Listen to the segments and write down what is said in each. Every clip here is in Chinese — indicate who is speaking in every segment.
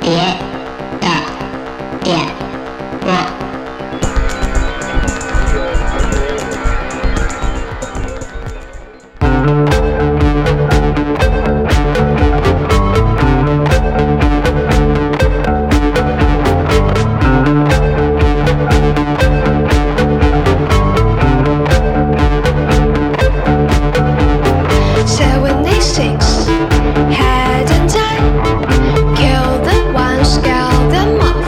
Speaker 1: 别的点播。
Speaker 2: Seven eight six, head and tie. Kill them once, scale them off.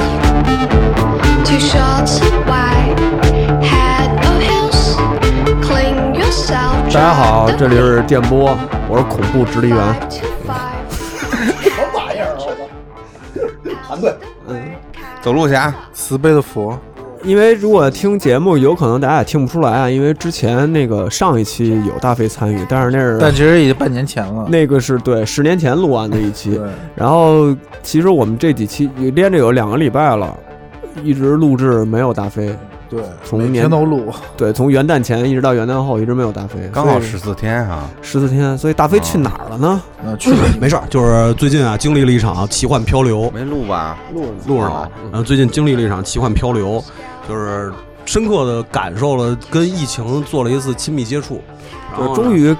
Speaker 2: Two shots wide, head or heels. Clean yourself.
Speaker 3: 大家好，这里是电波，我是恐怖直立员。
Speaker 2: Five to five.
Speaker 4: 什么玩意儿？我操！团队，
Speaker 5: Uh-huh.
Speaker 6: 走路侠，
Speaker 5: 慈悲的佛，
Speaker 3: 因为如果听节目，有可能大家也听不出来啊，因为之前那个上一期有大飞参与，但是那是
Speaker 5: 但其实已经半年前了。
Speaker 3: 那个是对十年前录完的一期，
Speaker 5: 对，
Speaker 3: 然后其实我们这几期连着有两个礼拜了，一直录制没有大飞，
Speaker 5: 对，
Speaker 3: 从
Speaker 5: 每
Speaker 3: 年
Speaker 5: 天都录，
Speaker 3: 对，从元旦前一直到元旦后一直没有大飞，
Speaker 6: 刚好十四天啊，
Speaker 3: 十四天，所以大飞去哪儿了呢？
Speaker 5: 嗯，去年
Speaker 7: 没事儿，就是最近啊，经历了一场奇幻漂流，
Speaker 6: 没录吧？
Speaker 7: 录上了。然后最近经历了一场奇幻漂流，就是深刻的感受了跟疫情做了一次亲密接触，然
Speaker 3: 就
Speaker 7: 后
Speaker 3: 是
Speaker 7: 呢
Speaker 3: 终于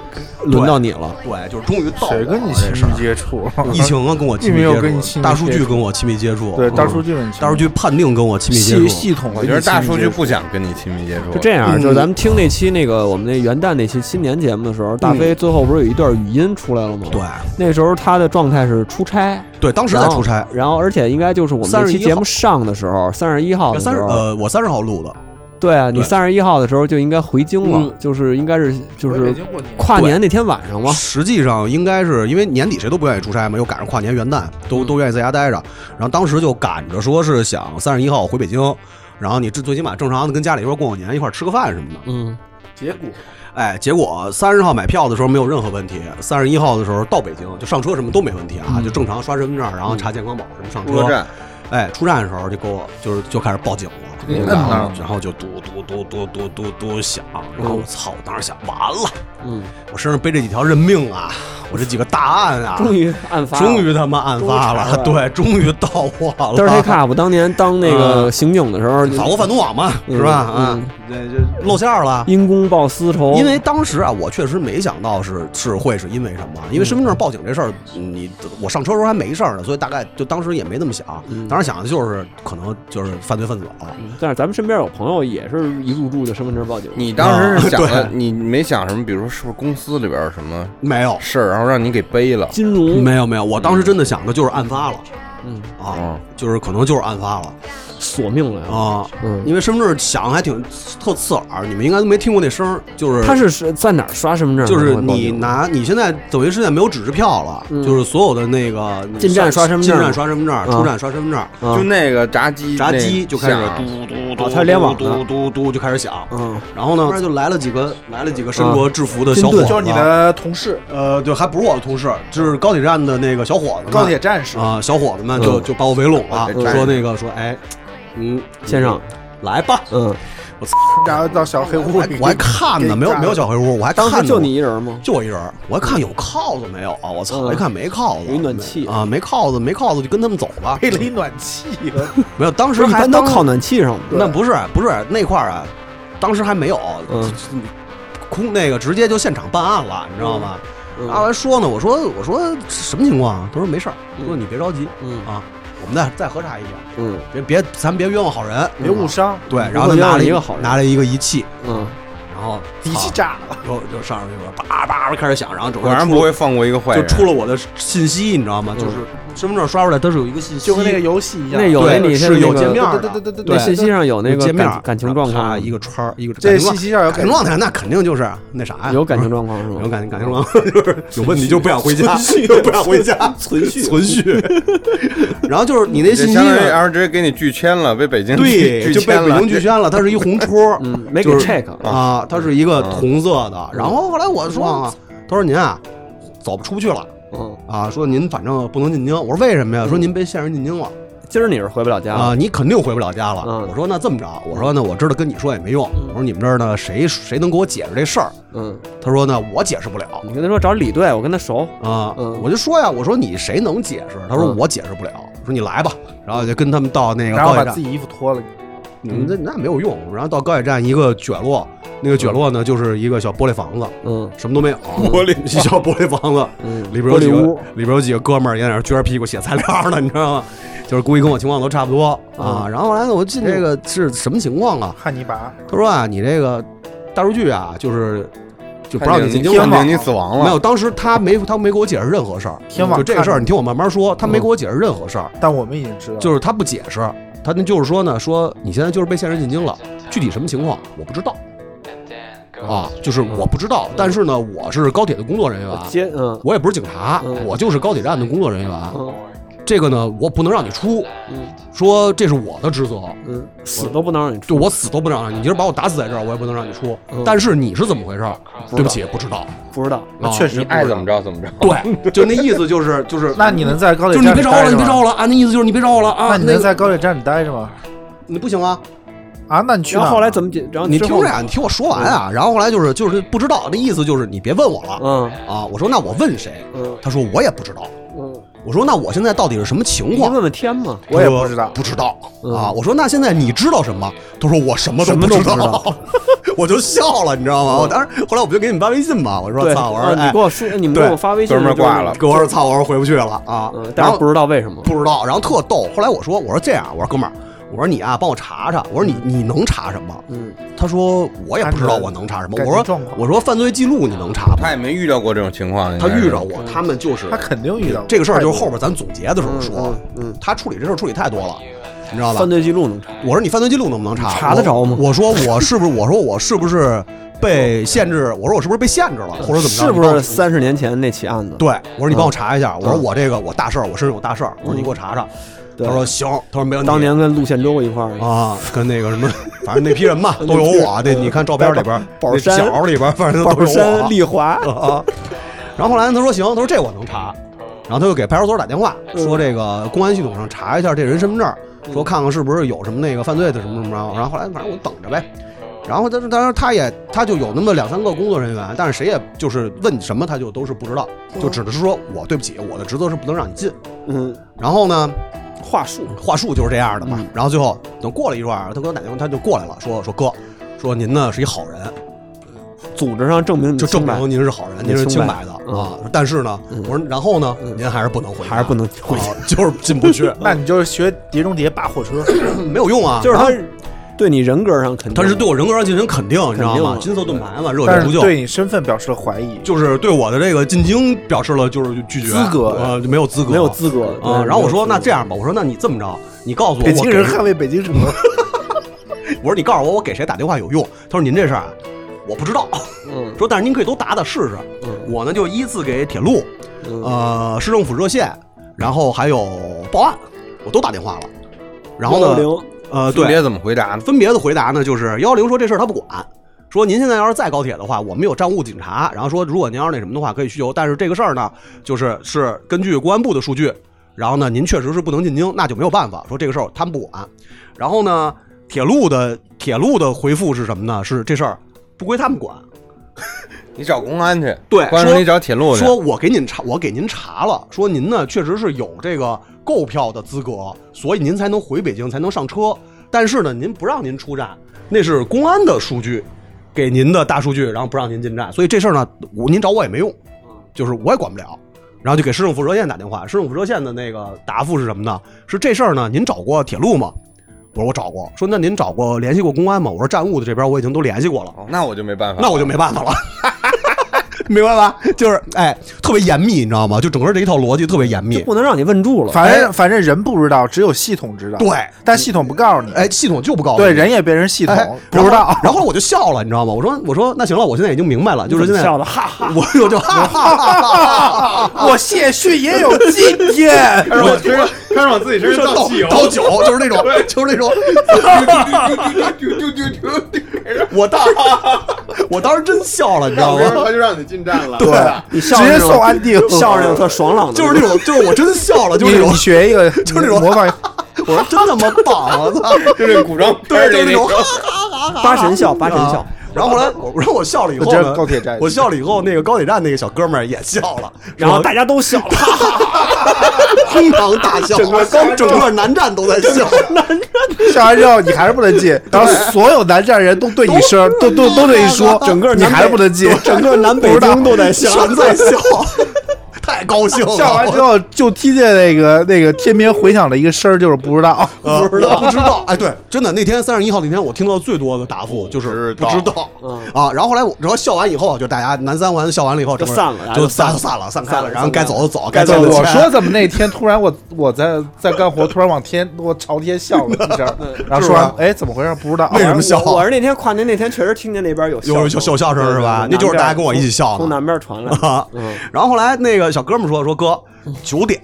Speaker 3: 轮到你了，
Speaker 7: 对，就是终于到我了
Speaker 5: 谁跟你
Speaker 7: 这
Speaker 5: 亲
Speaker 7: 事儿
Speaker 5: 密接触？
Speaker 7: 疫情啊，跟我亲密
Speaker 5: 疫苗跟
Speaker 7: 接
Speaker 5: 你
Speaker 7: 触，
Speaker 5: 亲密
Speaker 7: 大数
Speaker 5: 接
Speaker 7: 据
Speaker 5: 触
Speaker 7: 跟我亲密接触，
Speaker 5: 对，
Speaker 7: 嗯
Speaker 5: 大数据问题，
Speaker 7: 大数据判定跟我亲密接
Speaker 5: 系
Speaker 7: 触。
Speaker 5: 系统，
Speaker 6: 我觉得大数据不想跟你亲密接触，
Speaker 3: 就这样，
Speaker 7: 嗯
Speaker 3: 就是咱们听那期那个我们那元旦那期新年节目的时候，大飞最后不是有一段语音出来了吗？
Speaker 7: 对，
Speaker 3: 那时候他的状态是出差，
Speaker 7: 对，当时在
Speaker 3: 然后
Speaker 7: 出差，
Speaker 3: 然后而且应该就是我们这期
Speaker 7: 31
Speaker 3: 节目上的时候，三十一号的时
Speaker 7: 三十
Speaker 3: 候，
Speaker 7: 呃，我三十号录的，
Speaker 3: 对啊，你
Speaker 7: 对
Speaker 3: 三十一号的时候就应该回京了
Speaker 7: 嗯，
Speaker 3: 就是应该是就
Speaker 5: 回北
Speaker 3: 是
Speaker 5: 京过年
Speaker 3: 跨年那天晚上嘛，
Speaker 7: 实际上应该是因为年底谁都不愿意出差嘛，又赶上跨年元旦，都
Speaker 5: 嗯
Speaker 7: 都愿意在家待着。然后当时就赶着说是想三十一号回北京，然后你这最起码正常的跟家里一块儿过过年，一块儿吃个饭什么的。
Speaker 3: 嗯，
Speaker 5: 结果
Speaker 7: 哎，结果三十号买票的时候没有任何问题，三十一号的时候到北京就上车什么都没问题啊，就正常刷身份证，然后查健康宝什么上
Speaker 6: 出了
Speaker 7: 车。
Speaker 6: 站，
Speaker 7: 哎，出站的时候就给我就是就开始报警了。
Speaker 5: 给你摁
Speaker 7: 然后
Speaker 5: 那儿了
Speaker 7: 然后就嘟嘟嘟嘟嘟嘟嘟响，然后我操！我当时想，完了，
Speaker 3: 嗯，
Speaker 7: 我身上背这几条人命啊，我这几个大案啊，
Speaker 3: 终于案发了，
Speaker 7: 终于他妈案发了，
Speaker 3: 终于查出来
Speaker 7: 对，终于到我了。
Speaker 3: Dirty Cup 当年当那个
Speaker 7: 嗯
Speaker 3: 刑警的时候，
Speaker 7: 法国反毒网嘛，
Speaker 3: 嗯
Speaker 7: 是吧？啊
Speaker 3: 嗯，
Speaker 7: 这这露馅儿了。
Speaker 3: 因公报私仇，
Speaker 7: 因为当时啊，我确实没想到是是会是因为什么，因为身份
Speaker 3: 嗯
Speaker 7: 证报警这事儿，你我上车时候还没事儿呢，所以大概就当时也没那么想
Speaker 3: 嗯，
Speaker 7: 当时想的就是可能就是犯罪分子啊了。
Speaker 3: 但是咱们身边有朋友也是一入住就身份证报警，
Speaker 6: 你当时是想的，
Speaker 7: 对
Speaker 6: 你没想什么，比如说是不是公司里边有什么
Speaker 7: 没有，
Speaker 6: 事儿，然后让你给背了，
Speaker 3: 金融
Speaker 7: 没有，没有，我当时真的想的就是案发了
Speaker 3: 嗯
Speaker 7: 啊
Speaker 6: 嗯，
Speaker 7: 就是可能就是案发了
Speaker 3: 索命来了，
Speaker 7: 啊，
Speaker 3: 嗯。
Speaker 7: 因为身份证响还挺特刺耳，你们应该都没听过那声儿，就是
Speaker 3: 他是是在哪儿刷身份证？啊
Speaker 7: 就是
Speaker 3: 然后报
Speaker 7: 你
Speaker 3: 警
Speaker 7: 拿你现在等于是现在没有纸质票了，
Speaker 3: 嗯
Speaker 7: 就是所有的那个
Speaker 3: 进站刷身份证
Speaker 7: 进站刷身份证，
Speaker 3: 啊
Speaker 7: 出站刷身份证，
Speaker 3: 啊
Speaker 6: 就那个炸鸡
Speaker 7: 闸机
Speaker 6: 那
Speaker 7: 就开始
Speaker 6: 响
Speaker 7: 嘟嘟
Speaker 3: 哦
Speaker 7: 嘟，
Speaker 3: 它是联网的
Speaker 7: 嘟嘟嘟就开始响。
Speaker 3: 嗯，
Speaker 7: 然后呢，啊突然就来了几个来了几个身着制服的小伙
Speaker 3: 军
Speaker 7: 子，
Speaker 3: 队
Speaker 5: 就是你的同事，
Speaker 7: 呃，对，还不是我的同事，就是高铁站的那个小伙子们，
Speaker 5: 高铁战士，
Speaker 7: 啊，小伙子们就
Speaker 3: 嗯
Speaker 7: 就把我围拢了，
Speaker 6: 嗯
Speaker 7: 说那个说哎，嗯，
Speaker 3: 先生，
Speaker 7: 来吧，
Speaker 3: 嗯，
Speaker 5: 然后到小黑屋
Speaker 7: 我还
Speaker 5: 里，
Speaker 7: 我还看呢，没有没有小黑屋，我还
Speaker 3: 当
Speaker 7: 看
Speaker 3: 时
Speaker 7: 呢
Speaker 3: 就你一人吗？
Speaker 7: 就我一人儿，我还看有铐子没有啊？我操！
Speaker 3: 嗯
Speaker 7: 一看没铐子，
Speaker 3: 有一暖气
Speaker 7: 没啊，没铐子，没铐子就跟他们走吧。
Speaker 5: 配了一暖气，
Speaker 7: 没有，当
Speaker 3: 不
Speaker 7: 时
Speaker 3: 一
Speaker 7: 还
Speaker 3: 般都
Speaker 7: 当
Speaker 3: 靠暖气上嗯吗？
Speaker 7: 那不是不是那块儿啊，当时还没有，
Speaker 3: 嗯
Speaker 7: 空那个直接就现场办案了，你知道吗？
Speaker 3: 嗯
Speaker 7: 阿文说呢，我说我说什么情况啊？他说没事儿，
Speaker 3: 嗯
Speaker 7: 说你别着急
Speaker 3: 嗯
Speaker 7: 啊，我们再再核查一遍，
Speaker 3: 嗯
Speaker 7: 别别咱别冤枉好人。
Speaker 5: 别误伤，
Speaker 7: 对，
Speaker 3: 不
Speaker 7: 然
Speaker 3: 会
Speaker 7: 后
Speaker 3: 嗯
Speaker 7: 他
Speaker 3: 冤
Speaker 7: 拿
Speaker 3: 枉
Speaker 7: 了
Speaker 3: 一个好人
Speaker 7: 拿了一个仪器，
Speaker 3: 嗯，
Speaker 7: 然后
Speaker 5: 底气
Speaker 7: 操
Speaker 5: 炸了，
Speaker 7: 就就上去了，叭叭叭开始响，然后整个
Speaker 6: 果然
Speaker 7: 出
Speaker 6: 不会啊放过一个坏
Speaker 7: 就
Speaker 6: 人，
Speaker 7: 出了我的信息，你知道吗？
Speaker 3: 嗯
Speaker 7: 就是身份证刷出来，它是有一个信息，
Speaker 5: 就跟那个游戏一样，
Speaker 3: 那有
Speaker 7: 对
Speaker 3: 那你
Speaker 7: 是
Speaker 3: 那
Speaker 7: 有
Speaker 3: 个
Speaker 7: 界面
Speaker 5: 对对对对对
Speaker 3: 那
Speaker 7: 对
Speaker 3: 信息上有那个
Speaker 7: 界面
Speaker 3: 感感情状
Speaker 7: 啊，
Speaker 3: 况，
Speaker 7: 一个圈儿，一个
Speaker 5: 这
Speaker 7: 感情
Speaker 5: 信息上有
Speaker 7: 感情状态，那肯定就是那啥呀，
Speaker 3: 啊有感情状况是吗？
Speaker 7: 有感情感 情状况，就是有问题就不想回家，就不想回家，存续存续。 然后就是你那
Speaker 6: 这
Speaker 7: 信息
Speaker 6: 相当于
Speaker 7: 呢，
Speaker 6: 要是直接给你拒签了，被北京
Speaker 7: 对，
Speaker 6: 拒
Speaker 7: 就被
Speaker 6: 签
Speaker 7: 北
Speaker 6: 了
Speaker 7: 京拒签了，它是一 红戳，
Speaker 3: 嗯，没给
Speaker 7: 就是
Speaker 3: check，
Speaker 7: 啊，它是一个红色的。然后后来我说啊，他说您啊，走不出不去了。
Speaker 3: 嗯，
Speaker 7: 啊，说您反正不能进京。我说为什么呀？说您被限制进京了。
Speaker 3: 今儿你是回不了家
Speaker 7: 啊、
Speaker 3: 了，
Speaker 7: 你肯定回不了家了。
Speaker 3: 嗯
Speaker 7: 我说那这么着，我说呢，我知道跟你说也没用。我说你们这儿呢，谁谁能给我解释这事儿？
Speaker 3: 嗯，
Speaker 7: 他说呢，我解释不了
Speaker 3: 你跟他说找李队，我跟他熟，
Speaker 7: 啊、
Speaker 3: 嗯
Speaker 7: 我就说呀，我说你谁能解释？他说
Speaker 3: 嗯
Speaker 7: 我解释不了。我说你来吧，然后就跟他们到那个
Speaker 5: 然后
Speaker 7: 高
Speaker 5: 把
Speaker 7: 铁站
Speaker 5: 自，己衣服脱了，
Speaker 7: 嗯那那没有用。然后到高铁站一个角落，那个角落呢就是一个小玻璃房子，
Speaker 3: 嗯
Speaker 7: 什么都没有，玻璃一小玻璃房子。
Speaker 3: 嗯，
Speaker 7: 里边有几
Speaker 3: 玻
Speaker 7: 个
Speaker 3: 璃屋，
Speaker 7: 里边有几个哥们儿也在那儿撅着屁股写材料呢，你知道吗？就是估计跟我情况都差不多啊。
Speaker 3: 嗯
Speaker 7: 然后后来呢，我进这个是什么情况啊？
Speaker 5: 汉尼拔
Speaker 7: 他说啊，你这个大数据啊，就是就不
Speaker 6: 判
Speaker 7: 让
Speaker 6: 定
Speaker 7: 你进
Speaker 6: 你
Speaker 7: 京
Speaker 6: 判
Speaker 7: 了。
Speaker 6: 定你死亡
Speaker 7: 没有，
Speaker 6: 了，
Speaker 7: 当时他没他没给我解释任何事儿，
Speaker 5: 天网
Speaker 7: 就这个事儿，
Speaker 5: 看
Speaker 7: 你听我慢慢说，他没给我解释任何事儿，
Speaker 5: 但我们已经知道，
Speaker 7: 就是他不解释，他那就是说呢，说你现在就是被限制进京了，具体什么情况我不知道啊，就是我不知道，但是呢，我是高铁的工作人员，
Speaker 3: 接嗯
Speaker 7: 啊我也不是警察，
Speaker 3: 嗯
Speaker 7: 我就是高铁站的工作人员，啊
Speaker 3: 嗯
Speaker 7: 这个呢，我不能让你出，
Speaker 3: 嗯
Speaker 7: 说这是我的职责，
Speaker 3: 嗯，死都不能让你
Speaker 7: 就
Speaker 3: 出，
Speaker 7: 我死都不能让你，你今儿把我打死在这儿，我也不能让你出
Speaker 3: 嗯。
Speaker 7: 但是你是怎么回事儿？
Speaker 3: 不知道
Speaker 7: 对不起，不知道。
Speaker 3: 不知道，
Speaker 7: 啊
Speaker 5: 确
Speaker 6: 你
Speaker 5: 实
Speaker 6: 爱怎么着怎么着。
Speaker 7: 对， 就那意思就是就是，
Speaker 5: 那你能在高
Speaker 7: 就
Speaker 5: 铁
Speaker 7: 是你
Speaker 5: 站
Speaker 7: 别
Speaker 5: 里
Speaker 7: 找我了，
Speaker 5: 待
Speaker 7: 你
Speaker 5: 着
Speaker 7: 别找
Speaker 5: 吗？
Speaker 7: 我了啊！那意思就是你别找我了啊！
Speaker 5: 那你能
Speaker 7: 个
Speaker 5: 在高铁站里待着吗？
Speaker 7: 你不行啊！
Speaker 5: 啊，那你去
Speaker 3: 然后
Speaker 5: 哪儿
Speaker 3: 后来怎么解？然后
Speaker 7: 你
Speaker 3: 之
Speaker 7: 听
Speaker 3: 后
Speaker 7: 着呀，你听我说完啊。然后后来就是就是不知道，那意思就是你别问我了
Speaker 3: 嗯
Speaker 7: 啊。我说那我问谁？
Speaker 3: 嗯
Speaker 7: 他说我也不知道。
Speaker 3: 嗯，
Speaker 7: 我说那我现在到底是什么情
Speaker 3: 你
Speaker 7: 况
Speaker 3: 问？问天嘛，
Speaker 5: 我也不知道
Speaker 7: 不知道
Speaker 3: 嗯
Speaker 7: 啊！我说那现在你知道什么？他说我什么都
Speaker 3: 什么
Speaker 7: 不
Speaker 3: 都
Speaker 7: 知
Speaker 3: 不知嗯
Speaker 7: 道， 我就笑了，你知道吗？我当时后来我不就给你们发微信嘛？我说
Speaker 3: 对，
Speaker 7: 操，我
Speaker 3: 啊
Speaker 7: 说
Speaker 3: 你
Speaker 7: 哎
Speaker 3: 给，我说，你们给
Speaker 7: 对
Speaker 3: 我发微信
Speaker 6: 哥们儿
Speaker 3: 就是
Speaker 6: 挂了
Speaker 7: 给我说操，我说回不去了啊
Speaker 3: 嗯，。但
Speaker 7: 然
Speaker 3: 是
Speaker 7: 后
Speaker 3: 不知道为什么，
Speaker 7: 不知道，然后特逗。后来我说我说这样，我说哥们儿，我说你啊帮我查查，我说你你能查什么？
Speaker 3: 嗯
Speaker 7: 他说我也不知道我能查什么。
Speaker 5: 感觉
Speaker 7: 我说
Speaker 5: 状况
Speaker 7: 我说犯罪记录你能查吗？
Speaker 6: 他也没遇到过这种情况，应
Speaker 7: 他
Speaker 6: 该是
Speaker 7: 遇着我，他们就是
Speaker 5: 他肯定遇到过，
Speaker 7: 这个事儿，就是后边咱总结的时候
Speaker 3: 嗯
Speaker 7: 说
Speaker 3: 嗯，嗯，
Speaker 7: 他处理这事儿处理太多了，你知道吧
Speaker 3: 犯？罪记录能查，
Speaker 7: 我说你犯罪记录能不能查？
Speaker 3: 查得着吗
Speaker 7: 我我说我是不是？我说我是不是被限制？我说我是不是被限制了，或者怎么着？
Speaker 3: 是
Speaker 7: 你
Speaker 3: 不
Speaker 7: 帮我
Speaker 3: 是？三十年前那起案子？
Speaker 7: 对，我说你帮我查一下。我说
Speaker 3: 嗯
Speaker 7: 我这个我大事儿，我身上有大事儿。我说你给我查查。
Speaker 3: 对
Speaker 7: 他说行，他说没问题。
Speaker 3: 当年跟陆宪洲一块儿，
Speaker 7: 啊，跟那个 什么，反正那批人吧，都有我。那你看照片里边，
Speaker 3: 嗯宝
Speaker 7: 那
Speaker 3: 山
Speaker 7: 角里边，反正都
Speaker 3: 宝
Speaker 7: 有
Speaker 3: 山、
Speaker 7: 我
Speaker 3: 丽华，
Speaker 7: 啊。然后后来他说行，他说这我能查，然后他就给派出所打电话
Speaker 3: 嗯
Speaker 7: 说这个公安系统上查一下这人身份证，说看看是不是有什么那个犯罪的什么什么。然后后来反正我等着呗。然后但是当然他也他就有那么两三个工作人员，但是谁也就是问什么他就都是不知道，就只是说我对不起，我的职责是不能让你进。
Speaker 3: 嗯，
Speaker 7: 然后呢，
Speaker 3: 话术，
Speaker 7: 话术就是这样的嘛。
Speaker 3: 嗯
Speaker 7: 然后最后等过了一段儿，他给我打电话，他就过来了，说说哥，说您呢是一好人，
Speaker 3: 组织上证明你
Speaker 7: 就证
Speaker 3: 嗯清白
Speaker 7: 明您是好人，
Speaker 3: 你
Speaker 7: 您是
Speaker 3: 清
Speaker 7: 清
Speaker 3: 白
Speaker 7: 白的
Speaker 3: 嗯
Speaker 7: 啊。但是呢，我说然后呢，您还是不能回家，
Speaker 3: 还是不能回
Speaker 7: 啊， 就是进 不去
Speaker 5: 那你就是学碟中谍扒火 车，
Speaker 7: 没有用啊。
Speaker 3: 就是
Speaker 7: 然
Speaker 3: 他
Speaker 7: 后
Speaker 3: 对你人格上肯定
Speaker 7: 他是对我人格上进行肯定，你知道
Speaker 3: 肯定啊？
Speaker 7: 吗金色盾牌嘛，热
Speaker 5: 但
Speaker 7: 血
Speaker 5: 是
Speaker 7: 铸就。
Speaker 5: 对你身份表示了怀疑。
Speaker 7: 就是对我的这个进京表示了就是拒绝
Speaker 5: 资格
Speaker 7: 呃，就没有资格，
Speaker 3: 没有资格对
Speaker 7: 啊。然后我说
Speaker 3: 没有
Speaker 7: 那
Speaker 3: 资格
Speaker 7: 这样吧，我说那你这么着，你告诉我，
Speaker 5: 北
Speaker 7: 我
Speaker 5: 京
Speaker 7: 给
Speaker 5: 人捍卫北京城，
Speaker 7: 我说你告诉我，我给谁打电话有用？他说您这事儿啊，我不知道。
Speaker 3: 嗯
Speaker 7: 说但是您可以都打打试试。
Speaker 3: 嗯
Speaker 7: 我呢就依次给铁路、
Speaker 3: 嗯
Speaker 7: 呃市政府热线，然后还有报案，我都打电话了。然后呢，
Speaker 3: 160
Speaker 7: 呃，
Speaker 6: 分别
Speaker 7: 对，
Speaker 6: 怎么回答呢？
Speaker 7: 分别的回答呢就是幺零说这事儿他不管。说您现在要是在高铁的话，我们有站务警察。然后说，如果您要是那什么的话，可以需求。但是这个事儿呢，就是是根据公安部的数据，然后呢，您确实是不能进京，那就没有办法。说这个事儿他们不管。然后呢，铁路的铁路的回复是什么呢？是这事儿不归他们管，
Speaker 6: 你找公安去，
Speaker 7: 对
Speaker 6: 关
Speaker 7: 说
Speaker 6: 你找铁路去。
Speaker 7: 说我给您查，我给您查了，说您呢确实是有这个购票的资格，所以您才能回北京，才能上车。但是呢，您不让您出站，那是公安的数据，给您的大数据，然后不让您进站，所以这事儿呢，我您找我也没用，就是我也管不了。然后就给市政府热线打电话，市政府热线的那个答复是什么呢？是这事儿呢，您找过铁路吗？我说我找过，说那您找过联系过公安吗？我说站务的这边我已经都联系过了。
Speaker 6: 哦，那我就没办法，
Speaker 7: 那我就没办法了， 明白吧？就是哎，特别严密，你知道吗？就整个这一套逻辑特别严密
Speaker 3: 就。不能让你问住了，
Speaker 5: 反正反正人不知道，只有系统知道。
Speaker 7: 哎对，
Speaker 5: 但系统不告诉你。
Speaker 7: 哎，系统就不告诉
Speaker 5: 对，
Speaker 7: 你
Speaker 5: 人也变成系
Speaker 7: 哎
Speaker 5: 统，不知
Speaker 7: 然
Speaker 5: 道
Speaker 7: 后。然后我就笑了，你知道吗？我说我说那行了，我现在已经明白了，就是现在
Speaker 3: 笑的哈哈，
Speaker 7: 我我就哈哈哈哈 哈哈。
Speaker 5: 我谢逊也有今 天，
Speaker 6: 开始往身上，开始往自己身上
Speaker 7: 倒
Speaker 6: 倒酒，
Speaker 7: 倒酒就是那种，就是那种，
Speaker 6: 丢丢丢丢丢，
Speaker 7: 我当时我当时真笑了，你知道
Speaker 6: 让别人
Speaker 7: 吗？
Speaker 6: 他就让你进站了。
Speaker 3: 你
Speaker 5: 直
Speaker 3: 笑那
Speaker 5: 接
Speaker 3: 种
Speaker 5: 送安定，
Speaker 3: 笑那种特爽朗的，
Speaker 7: 就是那种，就是我真笑了，就是那
Speaker 5: 你
Speaker 7: 种
Speaker 5: 你，学一个，就是
Speaker 7: 那种
Speaker 5: 模仿，
Speaker 7: 我说真他妈棒，啊我操！
Speaker 6: 就是古装片
Speaker 7: 对，
Speaker 6: 儿
Speaker 7: 就
Speaker 6: 里
Speaker 7: 那
Speaker 6: 那
Speaker 7: 种
Speaker 6: 种
Speaker 7: 哈 哈哈哈哈
Speaker 3: 八神笑八神笑
Speaker 7: 啊然后后来我，然后我笑了以后
Speaker 5: 我觉
Speaker 7: 呢，
Speaker 5: 得高铁站
Speaker 7: 我笑了以后，那个高铁站那个小哥们儿也笑了，
Speaker 3: 然后大 家都笑了。
Speaker 7: 哄堂大笑，整个高 整个南站都在笑，
Speaker 5: 笑完之后你还是不能进，然后所有南站人都对你声，都都都对你说，
Speaker 3: 整个
Speaker 5: 你
Speaker 3: 南北
Speaker 5: 还是不能进，
Speaker 3: 整个南北京都在笑。
Speaker 7: 全在笑，太高兴了。
Speaker 5: 笑完之后就听见那个那个天边回响的一个声儿，就是不知道。
Speaker 7: 我不知道，不知 道。哎，对，真的，那天三十一号那天，我听到最多的答复就是不知道
Speaker 3: 嗯
Speaker 7: 啊。然后后来我，然后笑完以后，啊就大家南三环笑完了以后，
Speaker 3: 就
Speaker 7: 整个
Speaker 3: 散了
Speaker 7: 就
Speaker 3: 就散
Speaker 7: 散
Speaker 3: 了
Speaker 7: 了，散了，散开
Speaker 3: 散
Speaker 7: 了。
Speaker 3: 了嗯
Speaker 7: 然后该走的走，
Speaker 3: 该
Speaker 7: 该
Speaker 3: 走
Speaker 7: 欠
Speaker 3: 的
Speaker 7: 的
Speaker 5: 我
Speaker 7: 欠
Speaker 5: 说怎么那天突然我我在在干活，突然往天我朝天笑了一声，然后说完哎怎么回事不知道
Speaker 7: 为什么笑
Speaker 3: 我我是那天跨年那天确实听见那边有
Speaker 7: 有有
Speaker 3: 声
Speaker 7: 有笑声是
Speaker 3: 对对对
Speaker 7: 吧那就是大家跟我一起笑的
Speaker 3: 从南边 传来的。嗯
Speaker 7: 啊。然后后来那个小哥们儿说说哥，九点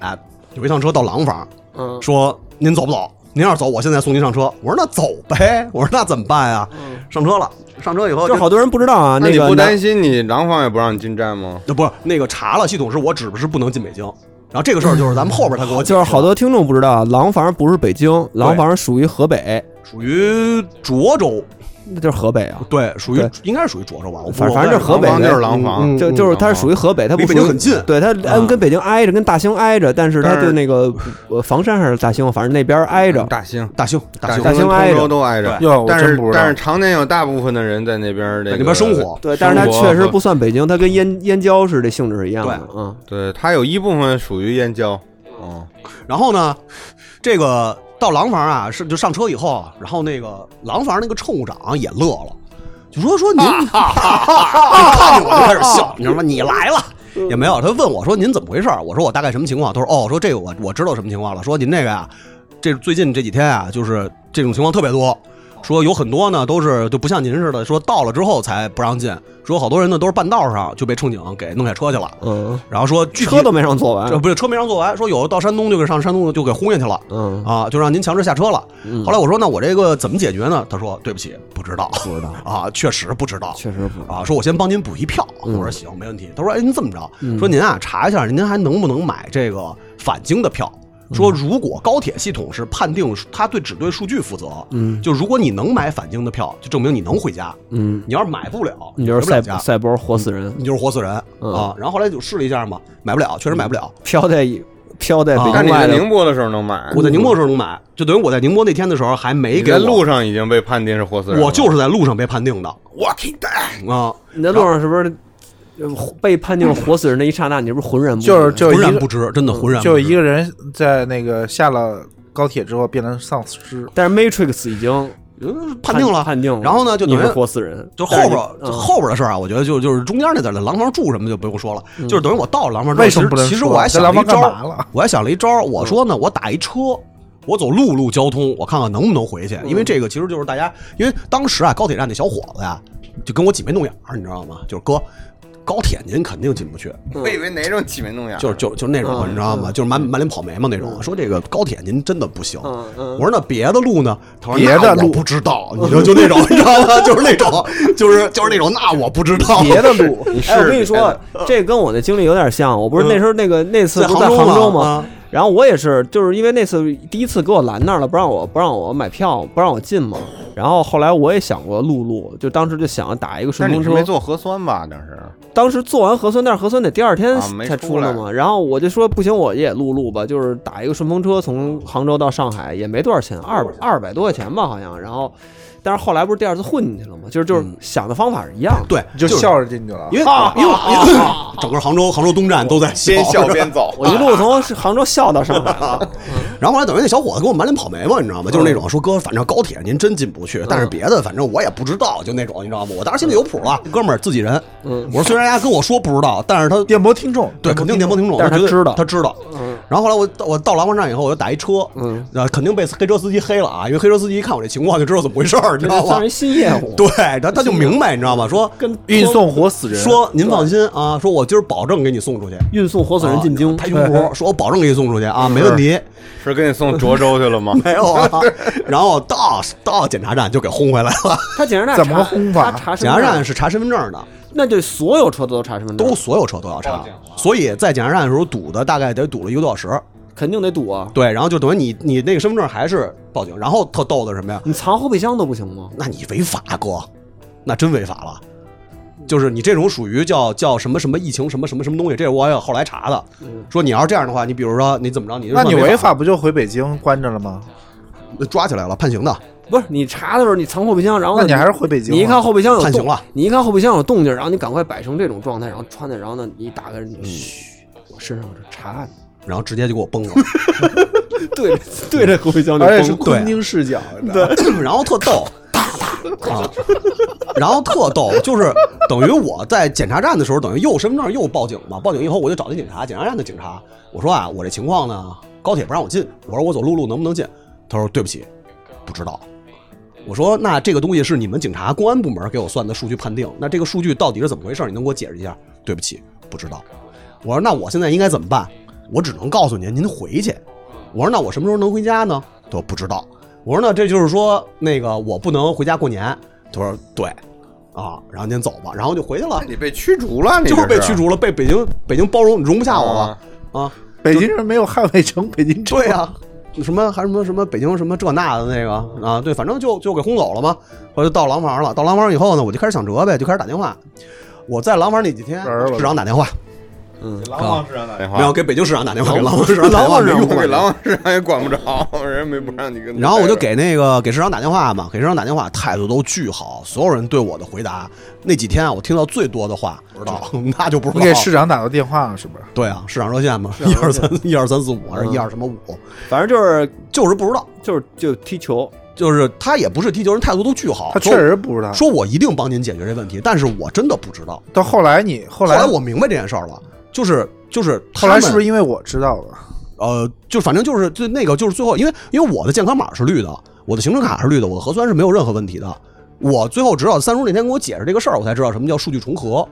Speaker 7: 有一趟车到廊坊，
Speaker 3: 嗯
Speaker 7: 说您走不走？您要是走，我现在送您上车。我说那走呗。我说那怎么办呀？ 上车了，上车以后
Speaker 3: 就是嗯好多人不知道啊，
Speaker 6: 哦那
Speaker 3: 那
Speaker 6: 你
Speaker 3: 个
Speaker 6: 不
Speaker 3: 南
Speaker 6: 担心你廊坊也不让你进站吗？
Speaker 7: 就不是那个查了系统是我只是不能进北京。然后这个事儿就是咱们后边他给我解释
Speaker 3: 就是好多听众不知道，啊廊坊不是北京，廊坊属于河北，
Speaker 7: 属于涿州，
Speaker 3: 那就是河北啊。
Speaker 7: 对，属
Speaker 3: 对
Speaker 7: 于应该是属于涿州吧，我
Speaker 3: 反反正这河北嗯
Speaker 6: 廊坊
Speaker 3: 人
Speaker 6: 就是廊
Speaker 7: 嗯
Speaker 6: 坊，
Speaker 3: 就就是它是属于河北，它不
Speaker 7: 离
Speaker 3: 属
Speaker 7: 北
Speaker 3: 于
Speaker 7: 京很近啊
Speaker 3: 对它嗯跟北京挨着，跟大兴挨着，但是它
Speaker 6: 但是
Speaker 3: 就那个呃房山还是大兴，反正那边挨着。
Speaker 6: 大兴，
Speaker 7: 大兴，
Speaker 6: 大
Speaker 3: 嗯
Speaker 7: 兴
Speaker 3: 大兴
Speaker 6: 跟
Speaker 3: 挨
Speaker 6: 通
Speaker 3: 着
Speaker 6: 州都挨着
Speaker 5: 哟我，
Speaker 6: 但
Speaker 5: 真
Speaker 6: 是
Speaker 5: 不知道
Speaker 6: 但是常年有大部分的人在那边儿这
Speaker 7: 在
Speaker 6: 个
Speaker 7: 那边生活，
Speaker 3: 对，但是它
Speaker 6: 生活
Speaker 3: 确实
Speaker 7: 啊
Speaker 6: 和
Speaker 3: 不算北京，它跟燕燕郊市的性质是一样的。嗯，
Speaker 6: 对，它有一部分属于燕郊，嗯，
Speaker 7: 然后呢，这个到廊坊啊，是就上车以后啊，然后那个廊坊那个乘务长也乐了，就说说您，
Speaker 3: 啊
Speaker 7: 一看见我就开始笑，你知道吗？你来 了。也没有，他问我说您怎么回事儿？我说我大概什么情况？他说哦，说这个我我知道什么情况了。说您这个呀、这最近这几天啊，就是这种情况特别多。说有很多呢都是就不像您似的，说到了之后才不让进。说好多人呢都是半道上就被乘警给弄下车去了。
Speaker 3: 嗯，
Speaker 7: 然后说具体
Speaker 3: 车都没让坐完
Speaker 7: 这。不是车没让坐完，说有的到山东就给上山东就给轰下去了，
Speaker 3: 嗯
Speaker 7: 啊，就让您强制下车了。
Speaker 3: 嗯
Speaker 7: 后来我说那我这个怎么解决呢？他说对不起，不知道，
Speaker 3: 不知道
Speaker 7: 啊，确实不知道，
Speaker 3: 确实不知道
Speaker 7: 啊，说我先帮您补一票。
Speaker 3: 嗯
Speaker 7: 我说行，没问题。他说哎，您这么着，说您啊查一下，您还能不能买这个返京的票？
Speaker 3: 嗯
Speaker 7: 说如果高铁系统是判定它对只对数据负责，
Speaker 3: 嗯
Speaker 7: 就如果你能买返京的票，就证明你能回家。
Speaker 3: 嗯，
Speaker 7: 你要是买不了，
Speaker 3: 你就是
Speaker 7: 回不了
Speaker 3: 赛
Speaker 7: 家，
Speaker 3: 赛博活死人，
Speaker 7: 你就是活死人
Speaker 3: 嗯
Speaker 7: 啊。然后后来就试了一下嘛，买不了，确实买不了。
Speaker 3: 飘在飘在北
Speaker 7: 啊
Speaker 6: 哦但
Speaker 3: 京
Speaker 6: 你
Speaker 3: 外
Speaker 6: 在
Speaker 3: 的
Speaker 6: 宁波的时候能买，
Speaker 7: 我在宁波的时候能买，就等于我在宁波那天的时候还没
Speaker 6: 你
Speaker 7: 给
Speaker 6: 在
Speaker 7: 我
Speaker 6: 路，上已经被判定是活死人了，
Speaker 7: 我就是在路上被判定的。我天啊！
Speaker 3: 你在路上是不是呃被判定活死人的一刹那，你是不是浑然不觉
Speaker 5: 就是就
Speaker 7: 浑
Speaker 5: 是一
Speaker 7: 然
Speaker 5: 个嗯
Speaker 7: 不知，真的浑然不知
Speaker 5: 就一个人在那个下了高铁之后变成丧尸，
Speaker 3: 但是 Matrix 已经
Speaker 7: 嗯判定了，
Speaker 3: 判定了，
Speaker 7: 然后呢，就
Speaker 3: 你
Speaker 7: 等
Speaker 3: 是
Speaker 7: 于
Speaker 3: 活死人，
Speaker 7: 就后边
Speaker 3: 但是你嗯
Speaker 7: 就后边的事儿啊，我觉得就就是中间那点儿的廊坊住什么就不用说了，就是等于我到廊坊之后，
Speaker 5: 为什么不能
Speaker 7: 其实其实
Speaker 5: 说
Speaker 7: 我还
Speaker 5: 在
Speaker 7: 想了一
Speaker 5: 廊坊
Speaker 7: 招
Speaker 5: 干嘛
Speaker 7: 儿
Speaker 5: 了，嗯
Speaker 7: 我还想了一招儿，我说呢，我打一车。我走陆路交通，我看看能不能回去，
Speaker 5: 嗯
Speaker 7: 因为这个其实就是大家，因为当时啊，高铁站那小伙子呀，就跟我挤眉弄眼儿，你知道吗？就是哥，高铁您肯定进不去，
Speaker 6: 我以为哪种挤眉弄眼儿，
Speaker 7: 就是就就那种，
Speaker 3: 嗯
Speaker 7: 你知道吗？就是满满脸跑眉毛那种。说这个高铁您真的不行。
Speaker 3: 嗯嗯
Speaker 7: 我说那别的路呢？他说
Speaker 5: 别的
Speaker 7: 那我
Speaker 5: 路
Speaker 7: 不知道，你就就那种，你知道吗？就是那种，就是就是那种，那我不知道。
Speaker 5: 别的路
Speaker 3: 哎，我
Speaker 6: 是
Speaker 3: 跟你说，这跟我的经历有点像。我不是那时候那个那次
Speaker 7: 在
Speaker 3: 不是在
Speaker 7: 杭州
Speaker 3: 杭州
Speaker 7: 吗
Speaker 3: 吗
Speaker 7: 啊？
Speaker 3: 然后我也是，就是因为那次第一次给我拦那儿了，不让我不让我买票，不让我进嘛。然后后来我也想过陆路，就当时就想打一个顺
Speaker 6: 但
Speaker 3: 风
Speaker 6: 是你是
Speaker 3: 车。
Speaker 6: 没做核酸吧？当时
Speaker 3: 当时做完核酸，但是核酸得第二天
Speaker 6: 啊没
Speaker 3: 才
Speaker 6: 出
Speaker 3: 出来
Speaker 6: 来
Speaker 3: 嘛。然后我就说不行，我也陆路吧，就是打一个顺风车从杭州到上海，也没多少钱，二二百多块钱吧好像。然后，但是后来不是第二次混进去了嘛，就是就是想的方法是一样的。
Speaker 7: 对，
Speaker 5: 你就是笑着进去了
Speaker 7: 因。为因为因为整个杭州杭州东站都在
Speaker 6: 边笑
Speaker 7: 着
Speaker 6: 边走，
Speaker 3: 我一路从杭州笑到上海
Speaker 5: 啊
Speaker 3: 了。
Speaker 7: 然后后来等于那小伙子给我满脸跑眉毛，你知道吗？就是
Speaker 5: 嗯
Speaker 7: 那种说哥，反正高铁您真进不去，
Speaker 3: 嗯
Speaker 7: 但是别的反正我也不知道，就那种你知道吗？我当时心里有谱了，哥们儿自己人。
Speaker 3: 嗯
Speaker 7: 我说虽然人家跟我说不知道，但是他
Speaker 5: 电波听众
Speaker 7: 对，肯定电波听众，
Speaker 3: 但是他
Speaker 7: 我觉得
Speaker 3: 知道
Speaker 7: 他知道。然后后来我到我到廊坊站以后，我就打一车，
Speaker 3: 嗯，
Speaker 7: 然后肯定被黑车司机黑了啊，因为黑车司机一看我这情况就知道怎么回事儿，你知
Speaker 5: 啊
Speaker 7: 道吗
Speaker 3: 算是？新业务，
Speaker 7: 对，然后他就明白，你知道吗？说
Speaker 3: 跟
Speaker 5: 运送活死人，
Speaker 7: 说您放心啊，说我今儿保证给你送出去。啊
Speaker 3: 运送活死人进京，
Speaker 7: 他用不，说我保证给你送出去啊，没问题，
Speaker 6: 是给你送涿州去了吗？
Speaker 7: 没有啊。然后到到检查站就给轰回来了，
Speaker 3: 他检查站
Speaker 5: 怎么
Speaker 3: 查
Speaker 5: 个轰法
Speaker 3: 他查身
Speaker 7: 检
Speaker 3: 份
Speaker 7: 查
Speaker 3: 证
Speaker 7: 站，是查身份证的，
Speaker 3: 那就所有车都查身份证，
Speaker 7: 都所有车都要查，所以在检查站的时候堵的大概得堵了一个多小时。
Speaker 3: 肯定得堵啊。
Speaker 7: 对，然后就等于你你那个身份证还是报警，然后特逗的是什么呀？
Speaker 3: 你藏后备箱都不行吗？
Speaker 7: 那你违法哥，那真违法了。就是你这种属于叫叫什么什么疫情什么什么什么东西，这我也后来查的，说你要是这样的话，你比如说你怎么着，你就
Speaker 5: 嗯那
Speaker 7: 算
Speaker 5: 你
Speaker 7: 违
Speaker 5: 违法不就回北京关着了吗？
Speaker 7: 抓起来了，判刑的。
Speaker 3: 不是你查的时候，哦你藏后备箱，然后
Speaker 5: 那你还是回北京啊
Speaker 3: 你一看后备箱有
Speaker 7: 判刑
Speaker 3: 动
Speaker 7: 了，
Speaker 3: 你一看后备箱有动静，然后你赶快摆成这种状态，然后穿的，然后呢，你打开你嘘，我身上有这查案，
Speaker 7: 然后直接就给我崩了，
Speaker 3: 对着对着后备箱就
Speaker 5: 而且是
Speaker 3: 崩，
Speaker 5: 昆汀视角，对，
Speaker 7: 然后特逗，啊，然后特逗，就是等于我在检查站的时候，等于又身份证又报警嘛，报警以后我就找那警察，检查站的警察，我说啊，我这情况呢，高铁不让我进，我说我走陆路能不能进？他说对不起，不知道。我说那这个东西是你们警察公安部门给我算的数据判定，那这个数据到底是怎么回事？你能给我解释一下？对不起，不知道。我说那我现在应该怎么办？我只能告诉您，您回去。我说那我什么时候能回家呢？他说不知道。我说那这就是说那个我不能回家过年。他说对，啊，然后您走吧，然后就回去了
Speaker 6: 那，你被驱逐了，你
Speaker 7: 就
Speaker 6: 这
Speaker 7: 是被驱。逐了，被北京北京包容容不下我了啊。
Speaker 5: 北京人没有捍卫成北 京城，
Speaker 7: 对呀、什么还什么什么北京什么这那的那个啊，对，反正就就给轰走了嘛。后来就到廊坊了，到廊坊以后呢，我就开始想辙呗，就开始打电话。我在廊坊那几天，
Speaker 5: 人儿了
Speaker 7: 市长打电话，
Speaker 4: 狼王市长打
Speaker 6: 打电话
Speaker 7: 然后给北京市长打电
Speaker 6: 哦
Speaker 7: 话，给廊坊市长打
Speaker 6: 狼
Speaker 7: 电话没 用
Speaker 6: 给
Speaker 7: 啊
Speaker 6: 狼王市长也管不着，人没不让你跟。
Speaker 7: 然后我就给那个给市长打电话嘛，给市长打电话，态度都巨好，所有人对我的回答，那几天啊，我听到最多的话，不知道， 那就不知
Speaker 5: 你
Speaker 7: 道。
Speaker 5: 给市长打过电话是不是？
Speaker 7: 对啊，市长热线嘛，一二三一二三四五还是一二什么五，
Speaker 3: 反正就是
Speaker 7: 就是不知道，
Speaker 3: 就是就踢球，
Speaker 7: 就是他也不是踢球人，态度都巨好，
Speaker 5: 他确实不知道。
Speaker 7: 说我一定帮您解决这问题，但是我真的不知道。
Speaker 5: 到后来你后
Speaker 7: 后
Speaker 5: 来
Speaker 7: 来我明白这件事儿了，就是就是
Speaker 5: 后
Speaker 7: 他
Speaker 5: 来
Speaker 7: 们
Speaker 5: 是不是因为我知道了？
Speaker 7: 呃，就反正就是就那个就是最后，因为因为我的健康码是绿的，我的行程卡是绿的，我的核酸是没有任何问题的。我最后知道三叔那天跟我解释这个事儿，我才知道什么叫数据重合，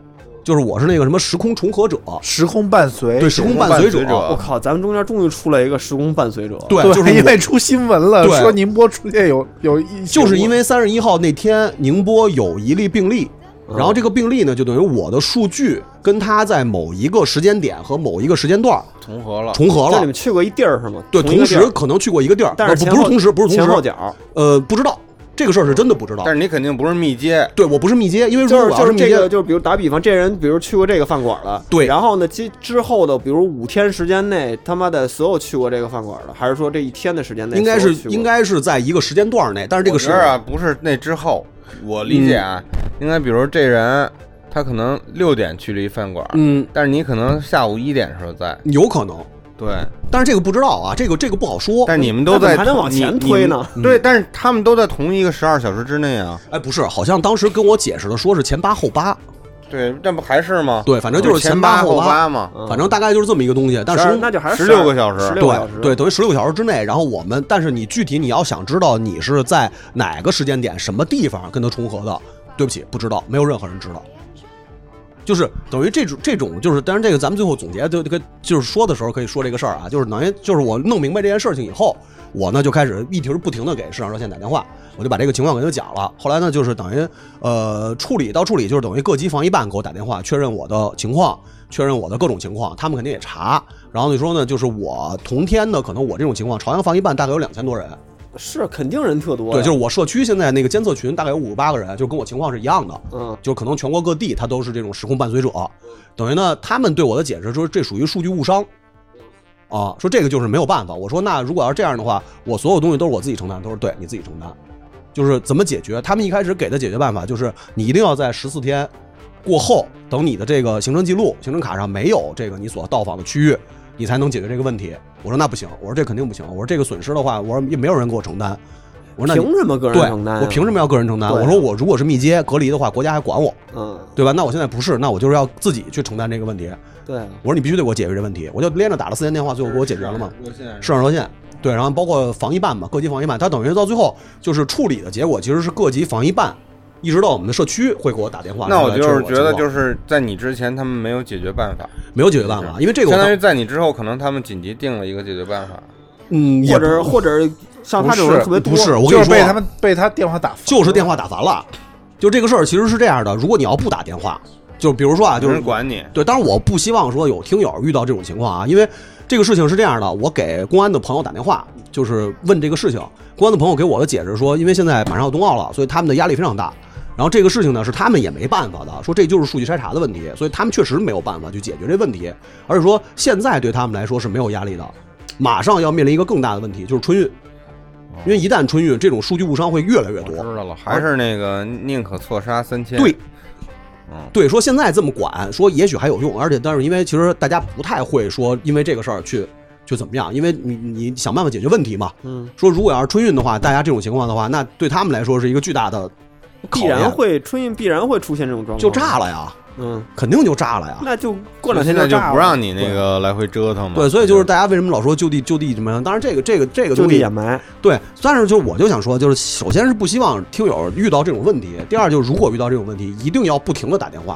Speaker 7: 就是我是那个什么时空重合者，
Speaker 5: 时空伴随，
Speaker 7: 对时空
Speaker 6: 伴
Speaker 7: 伴随
Speaker 6: 随者
Speaker 3: 我靠，咱们中间终于出来一个时空伴随者，
Speaker 7: 对，
Speaker 5: 对，
Speaker 7: 就是
Speaker 5: 因
Speaker 7: 我
Speaker 5: 为出新闻了，
Speaker 7: 对
Speaker 5: 说宁波出现有有一，
Speaker 7: 就是因为三十一号那天宁波有一例病例，
Speaker 5: 嗯
Speaker 7: 然后这个病例呢，就等于我的数据跟他在某一个时间点和某一个时间段儿
Speaker 5: 啊
Speaker 6: 重合了，
Speaker 7: 重合
Speaker 3: 就你
Speaker 7: 了
Speaker 3: 们。去过一地儿是吗？
Speaker 7: 对，
Speaker 3: 一
Speaker 7: 同
Speaker 3: 个地儿
Speaker 7: 时，可能去过一个地儿，
Speaker 3: 但是
Speaker 7: 不
Speaker 3: 前
Speaker 7: 不
Speaker 3: 后
Speaker 7: 是同时，不是同时，
Speaker 3: 前后脚，
Speaker 7: 呃，不知道这个事儿是真的不知道
Speaker 6: 但。是你肯定不是密接，
Speaker 7: 对我不是密接，因为如
Speaker 3: 就
Speaker 7: 果
Speaker 3: 是
Speaker 7: 我要
Speaker 3: 就是
Speaker 7: 密
Speaker 3: 这
Speaker 7: 接
Speaker 3: 个，，就是比如打比方，这人比如去过这个饭馆了，
Speaker 7: 对
Speaker 3: 然后呢，之之后的比如五天时间内，他妈的所有去过这个饭馆的，还是说这一天的时间内，
Speaker 7: 应该
Speaker 3: 所
Speaker 7: 是
Speaker 3: 有去过
Speaker 7: 应该是在一个时间段内，但是这个
Speaker 6: 事
Speaker 7: 是嗯
Speaker 6: 儿啊，不是那之后，我理解啊，应该比如这人他可能六点去了一饭馆，
Speaker 7: 嗯，
Speaker 6: 但是你可能下午一点的时候在，
Speaker 7: 有可能，
Speaker 6: 对，
Speaker 7: 但是这个不知道啊，这个这个不好说。
Speaker 6: 但你们
Speaker 3: 那
Speaker 6: 都
Speaker 3: 怎么
Speaker 6: 在
Speaker 3: 还能往
Speaker 6: 你
Speaker 3: 前推呢？
Speaker 6: 你们对，但是他们都在同一个十二小时之内啊，
Speaker 7: 哎，不是，好像当时跟我解释的说是前八后八，
Speaker 6: 对，那不还是吗？
Speaker 7: 对反正就是
Speaker 6: 前
Speaker 7: 前八
Speaker 6: 后
Speaker 7: 后
Speaker 6: 八
Speaker 7: 八
Speaker 6: 嘛，
Speaker 3: 嗯
Speaker 7: 反正大概就是这么一个东西。但是
Speaker 3: 12那就还是
Speaker 6: 16个小时
Speaker 3: 十六个小时，
Speaker 7: 对对，等于十六个小时之内，然后我们，但是你具体你要想知道你是在哪个时间点、什么地方跟它重合的，对不起，不知道，没有任何人知道。就是等于这种这种就是，但是这个咱们最后总结就跟就是说的时候可以说这个事儿啊，就是等于就是我弄明白这件事情以后，我呢就开始一直不停的给市场热线打电话，我就把这个情况给他讲了。后来呢就是等于呃处理到处理就是等于各级防疫办给我打电话确认我的情况，确认我的各种情况，他们肯定也查。然后你说呢，就是我同天呢，可能我这种情况，朝阳防疫办大概有两千多人，
Speaker 3: 是肯定人特多呀，
Speaker 7: 对，就是我社区现在那个监测群大概有五十八个人，就跟我情况是一样的。
Speaker 3: 嗯，
Speaker 7: 就是可能全国各地它都是这种时空伴随者，等于呢，他们对我的解释说这属于数据误伤，啊，说这个就是没有办法。我说那如果要是这样的话，我所有东西都是我自己承担，他说对你自己承担，就是怎么解决？他们一开始给的解决办法就是你一定要在十四天过后，等你的这个行程记录、行程卡上没有这个你所到访的区域，你才能解决这个问题。我说那不行，我说这肯定不行，我说这个损失的话，我说也没有人给我承担。我说那你
Speaker 3: 凭什么个人
Speaker 7: 对
Speaker 3: 承担呀？
Speaker 7: 我凭什么要个人承担？
Speaker 3: 对啊
Speaker 7: 我说我如果是密接隔离的话，国家还管我，
Speaker 3: 嗯，
Speaker 7: 对吧？那我现在不是，那我就是要自己去承担这个问题。
Speaker 3: 对啊，
Speaker 7: 我说你必须得给我解决这问题，我就连着打了四天电话，最后给我解决了嘛。
Speaker 6: 嗯
Speaker 7: 市场热线，对，然后包括防疫办嘛，各级防疫办，它等于到最后就是处理的结果其实是各级防疫办一直到我们的社区会给我打电话。
Speaker 6: 那我就是觉得，就是是在你之前，他们没有解决办法，
Speaker 7: 没有解决办法，因为这个我
Speaker 6: 相当于
Speaker 7: 当
Speaker 6: 在你之后，可能他们紧急定了一个解决办法。
Speaker 7: 嗯，也
Speaker 3: 或者或者像他这种人特别多，
Speaker 7: 不是我跟
Speaker 5: 就
Speaker 7: 你
Speaker 5: 是
Speaker 7: 说
Speaker 5: 被
Speaker 7: 啊
Speaker 5: 他们被他电话打烦，
Speaker 7: 就是电话打烦了。就这个事儿其实是这样的，如果你要不打电话，就比如说啊，就
Speaker 6: 没
Speaker 7: 是
Speaker 6: 人管你，
Speaker 7: 对，当然我不希望说有听友遇到这种情况啊，因为这个事情是这样的，我给公安的朋友打电话，就是问这个事情。公安的朋友给我的解释说，因为现在马上要冬奥了，所以他们的压力非常大。然后这个事情呢，是他们也没办法的，说这就是数据筛查的问题，所以他们确实没有办法去解决这问题。而且说现在对他们来说是没有压力的，马上要面临一个更大的问题，就是春运。因为一旦春运，这种数据误伤会越来越
Speaker 6: 我
Speaker 7: 多。
Speaker 6: 知道了，还是那个宁可错杀三千。
Speaker 7: 对，
Speaker 6: 嗯
Speaker 7: 对，说现在这么管，说也许还有用，而且但是因为其实大家不太会说因为这个事儿去去怎么样，因为你你想办法解决问题嘛。
Speaker 3: 嗯，
Speaker 7: 说如果要是春运的话，大家这种情况的话，那对他们来说是一个巨大的
Speaker 3: 必
Speaker 7: 考验，
Speaker 3: 然会春运必然会出现这种状况，
Speaker 7: 就炸。了呀，
Speaker 3: 嗯，
Speaker 7: 肯定就炸了呀。
Speaker 3: 那就过两
Speaker 6: 现
Speaker 3: 天
Speaker 6: 在就
Speaker 3: 炸了，
Speaker 6: 不让你那个来回折腾嘛。
Speaker 7: 对，所以就是大家为什么老说就地就地怎么样？当然，这个这个这个
Speaker 3: 就
Speaker 7: 东
Speaker 3: 地
Speaker 7: 西
Speaker 3: 掩埋。
Speaker 7: 对，但是就是我就想说，就是首先是不希望听友遇到这种问题，第二就是如果遇到这种问题，一定要不停的打电话，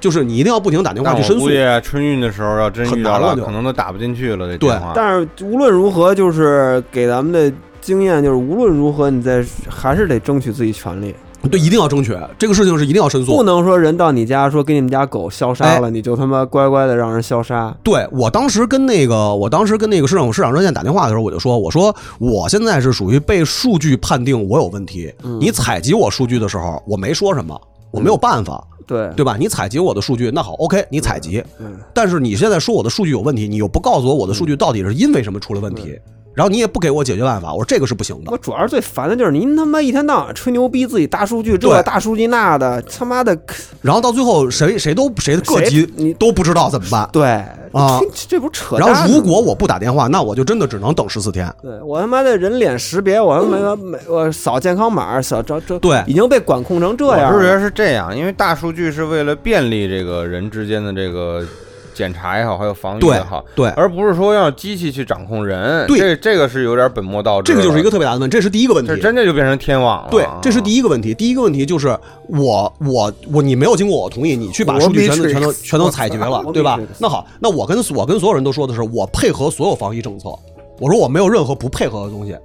Speaker 7: 就是你一定要不停地打电话
Speaker 6: 但
Speaker 7: 去
Speaker 6: 我
Speaker 7: 申诉
Speaker 6: 估计。啊春运的时候要真遇到
Speaker 7: 很难了就
Speaker 6: 可能都打不进去了这
Speaker 7: 对
Speaker 6: 电话。
Speaker 3: 但是无论如何，就是给咱们的经验，就是无论如何，你在还是得争取自己权利，
Speaker 7: 对，一定要争取这个事情是一定要申
Speaker 3: 不
Speaker 7: 诉。
Speaker 3: 能说人到你家说给你们家狗消
Speaker 6: 哎
Speaker 3: 杀了，你就他妈乖乖的让人消杀。
Speaker 7: 对我当时跟那个，我当时跟那个市场市场热线打电话的时候，我就说，我说我现在是属于被数据判定我有问题。
Speaker 3: 嗯
Speaker 7: 你采集我数据的时候，我没说什么，我没有办法，
Speaker 3: 对
Speaker 7: 对吧？你采集我的数据，那好，OK，你采集。
Speaker 3: 嗯
Speaker 7: 但是你现在说我的数据有问题，你又不告诉我我的数据到底是因为什么出了问题，然后你也不给我解决办法，我说这个是不行的
Speaker 3: 嗯我。主要是最烦的就是您他妈一天到晚吹牛逼自己大数据这
Speaker 7: 对
Speaker 3: 大数据那的，他妈的，
Speaker 7: 然后到最后谁谁都谁各级
Speaker 3: 你
Speaker 7: 都不知道怎么办。
Speaker 3: 对
Speaker 7: 啊
Speaker 3: 这这不是扯淡
Speaker 7: 然
Speaker 3: 吗。
Speaker 7: 后如果我不打电话，那我就真的只能等十四天。
Speaker 3: 对我他妈的人脸识别，我他妈没我扫健康码，扫这这
Speaker 7: 对
Speaker 3: 已经被管控成这样
Speaker 7: 啊
Speaker 6: 我是觉
Speaker 3: 了。
Speaker 6: 得是这样，因为大数据是为了便利这个人之间的这个检查也好，还有防御
Speaker 7: 对
Speaker 6: 也好，
Speaker 7: 对
Speaker 6: 而不是说让机器去掌控人。
Speaker 7: 对
Speaker 6: 这这个是有点本末倒置
Speaker 7: 这
Speaker 6: 了。
Speaker 7: 个就是一个特别大的问题，这是第一个问
Speaker 6: 这
Speaker 7: 题。
Speaker 6: 真的啊就变成天网了。
Speaker 7: 对，这是第一个问题。第一个问题就是我我我，你没有经过我同意，你去把数据全都全都全都采集了，对吧？那好，那我跟我跟所有人都说的是，我配合所有防疫政策，我说我没有任何不配合的东西。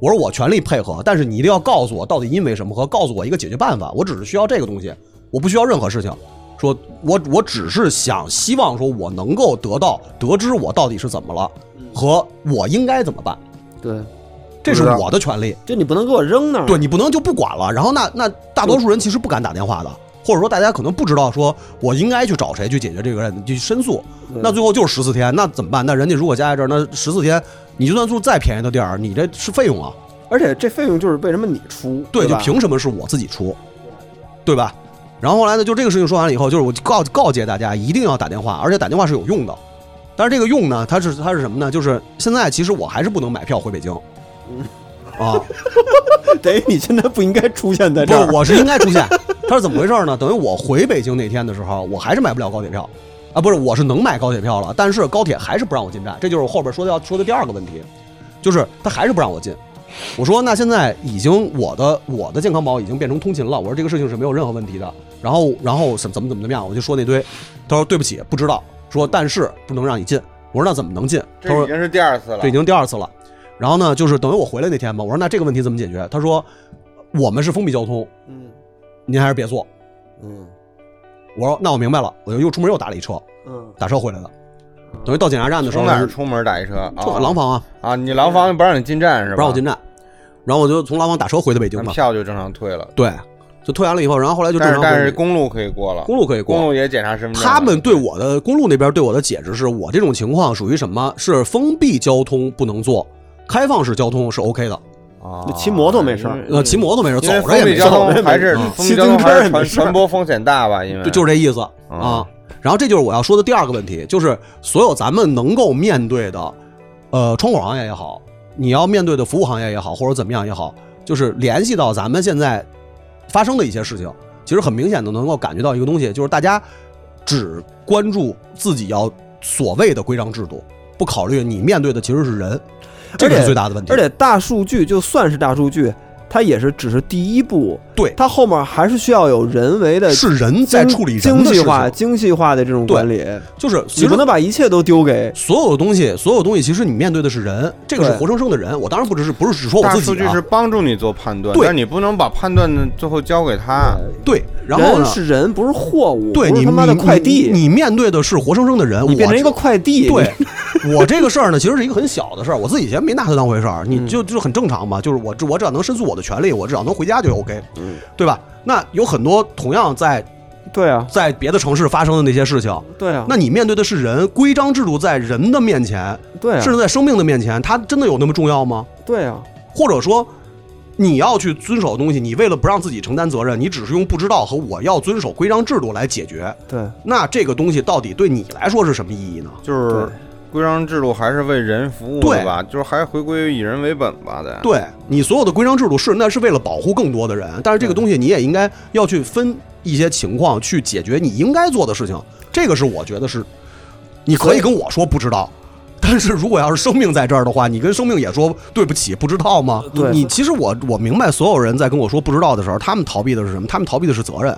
Speaker 7: 我说我全力配合，但是你一定要告诉我到底因为什么和告诉我一个解决办法。我只是需要这个东西，我不需要任何事情。说我我只是想希望说我能够得到得知我到底是怎么了和我应该怎么办，
Speaker 3: 对，
Speaker 7: 这是
Speaker 5: 不知道
Speaker 7: 我的权利。
Speaker 3: 就你不能给我扔那儿。
Speaker 7: 对你不能就不管了。然后那那大多数人其实不敢打电话的，或者说大家可能不知道说我应该去找谁去解决这个人去申诉。那最后就是十四天，那怎么办？那人家如果加在这儿，那十四天你就算住再便宜的地儿，你这是费用啊。
Speaker 3: 而且这费用就是为什么你出？
Speaker 7: 对，就
Speaker 3: 吧
Speaker 7: 凭什么是我自己出，对吧？然后后来呢，就这个事情说完了以后，就是我告告诫大家一定要打电话，而且打电话是有用的。但是这个用呢，它是它是什么呢？就是现在其实我还是不能买票回北京，啊，
Speaker 3: 等于你现在不应该出现在
Speaker 7: 不
Speaker 3: 这儿。
Speaker 7: 是，我是应该出现。他是怎么回事呢？等于我回北京那天的时候，我还是买不了高铁票，啊，不是，我是能买高铁票了，但是高铁还是不让我进站，这就是我后边说的要说的第二个问题，就是他还是不让我进。我说那现在已经我的我的健康宝已经变成通勤了，我说这个事情是没有任何问题的。然后然后怎么怎么怎么怎么样，我就说那堆，他说对不起，不知道，说但是不能让你进。我说那怎么能进？他
Speaker 6: 这
Speaker 7: 说
Speaker 6: 已经是第二次了。
Speaker 7: 这已经第二次了。然后呢，就是等于我回来那天嘛，我说那这个问题怎么解决？他说我们是封闭交通，
Speaker 3: 嗯
Speaker 7: 您还是别坐。
Speaker 3: 嗯
Speaker 7: 我说那我明白了，我就又出门又打了一车，
Speaker 3: 嗯，
Speaker 7: 打车回来的。等于到检查站的时
Speaker 6: 从
Speaker 7: 候，
Speaker 6: 哪儿出门打一车
Speaker 7: 就
Speaker 6: 啊？
Speaker 7: 廊坊啊，
Speaker 6: 啊，你廊坊不让你进站是吧？
Speaker 7: 不让我进站，然后我就从廊坊打车回的北京
Speaker 6: 那
Speaker 7: 嘛。
Speaker 6: 票就正常退了。
Speaker 7: 对，就退完了以后，然后后来就正
Speaker 6: 但是
Speaker 7: 常
Speaker 6: 但是
Speaker 7: 回北
Speaker 6: 公路可以过了，
Speaker 7: 公路可以过
Speaker 6: 公路也检查身份证了。
Speaker 7: 他们对我的公路那边对我的解释是我这种情况属于什么？是封闭交通不能坐，开放式交通是 OK 的。
Speaker 6: 啊
Speaker 3: 那骑摩托没事儿
Speaker 7: 呃，骑摩托没事，走
Speaker 6: 嗯因为
Speaker 7: 着
Speaker 6: 封
Speaker 7: 也
Speaker 6: 闭
Speaker 7: 没事
Speaker 6: 交
Speaker 7: 儿。
Speaker 6: 通还是
Speaker 3: 嗯
Speaker 6: 封闭交
Speaker 3: 骑自行
Speaker 6: 通还
Speaker 3: 车也
Speaker 6: 是
Speaker 3: 没
Speaker 6: 传
Speaker 3: 事儿
Speaker 6: 传播风险大吧？
Speaker 3: 嗯
Speaker 6: 因为
Speaker 7: 就就这意思
Speaker 3: 哦
Speaker 7: 啊
Speaker 6: 啊。
Speaker 7: 然后这就是我要说的第二个问题，就是所有咱们能够面对的，呃，窗口行业也好，你要面对的服务行业也好，或者怎么样也好，就是联系到咱们现在发生的一些事情，其实很明显的能够感觉到一个东西，就是大家只关注自己要所谓的规章制度，不考虑你面对的其实是人，这个
Speaker 3: 而
Speaker 7: 是
Speaker 3: 且
Speaker 7: 最大的问题。
Speaker 3: 而且大数据就算是大数据，它也是只是第一步，
Speaker 7: 对，
Speaker 3: 它后面还是需要有人为的
Speaker 7: 是人在
Speaker 3: 精
Speaker 7: 处理人
Speaker 3: 精
Speaker 7: 的
Speaker 3: 细
Speaker 7: 事
Speaker 3: 化、
Speaker 7: 情，
Speaker 3: 精细化的这种
Speaker 7: 对
Speaker 3: 管理，
Speaker 7: 就是
Speaker 3: 你
Speaker 7: 其实
Speaker 3: 不能把一切都丢给
Speaker 7: 所有东西，所有东西，其实你面对的是人，这个是
Speaker 3: 对
Speaker 7: 活生生的人。我当然不只是不是只说我
Speaker 6: 大
Speaker 7: 自
Speaker 6: 数
Speaker 7: 己
Speaker 6: 据
Speaker 7: 啊
Speaker 6: 是，帮助你做判断，
Speaker 7: 对
Speaker 6: 但你不能把判断的最后交给他。
Speaker 7: 对。然后
Speaker 3: 人
Speaker 7: 呢，
Speaker 3: 是人，不是货物，
Speaker 7: 对
Speaker 3: 不是
Speaker 7: 你
Speaker 3: 他妈的
Speaker 7: 你
Speaker 3: 快
Speaker 7: 你
Speaker 3: 递，
Speaker 7: 你面对的是活生生的人，
Speaker 3: 你变
Speaker 7: 我
Speaker 3: 成一个快递，
Speaker 7: 对，我这个事儿呢，其实是一个很小的事儿，我自己以前没拿它当回事儿，
Speaker 3: 嗯
Speaker 7: 你就就很正常嘛，就是我只我只要能申诉我的权利，我只要能回家就 OK，对
Speaker 3: 嗯
Speaker 7: 吧？那有很多同样在
Speaker 3: 对啊，
Speaker 7: 在别的城市发生的那些事情，
Speaker 3: 对啊，
Speaker 7: 那你面对的是人，规章制度在人的面前，
Speaker 3: 对啊，
Speaker 7: 甚至在生命的面前，它真的有那么重要吗？
Speaker 3: 对啊，
Speaker 7: 或者说，你要去遵守的东西，你为了不让自己承担责任，你只是用不知道和我要遵守规章制度来解决，
Speaker 3: 对，
Speaker 7: 那这个东西到底对你来说是什么意义呢？
Speaker 6: 就是规章制度还是为人服务
Speaker 7: 对
Speaker 6: 的吧，就是还是回归于以人为本吧得。
Speaker 7: 对你所有的规章制度是那是为了保护更多的人，但是这个东西你也应该要去分一些情况去解决你应该做的事情，这个是我觉得是，你可以跟我说不知道。但是如果要是生命在这儿的话，你跟生命也说对不起，不知道吗？
Speaker 3: 对
Speaker 7: 你其实我我明白，所有人在跟我说不知道的时候，他们逃避的是什么？他们逃避的是责任，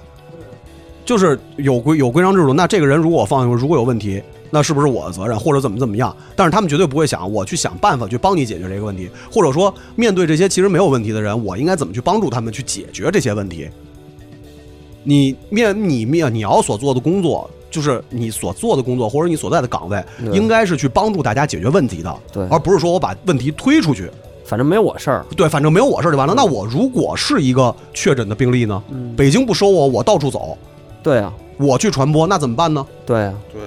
Speaker 7: 就是有规有规章制度。那这个人如果我放如果有问题，那是不是我的责任，或者怎么怎么样？但是他们绝对不会想我去想办法去帮你解决这个问题，或者说面对这些其实没有问题的人，我应该怎么去帮助他们去解决这些问题？你面你面你要所做的工作，就是你所做的工作或者你所在的岗位，
Speaker 3: 对
Speaker 7: 应该是去帮助大家解决问题的，
Speaker 3: 对
Speaker 7: 而不是说我把问题推出去。
Speaker 3: 反正没我事儿，
Speaker 7: 对，反正没有我事儿就完了。那我如果是一个确诊的病例呢？
Speaker 3: 嗯
Speaker 7: 北京不收我，我到处走，
Speaker 3: 对啊，
Speaker 7: 我去传播，那怎么办呢？
Speaker 3: 对啊，
Speaker 6: 对，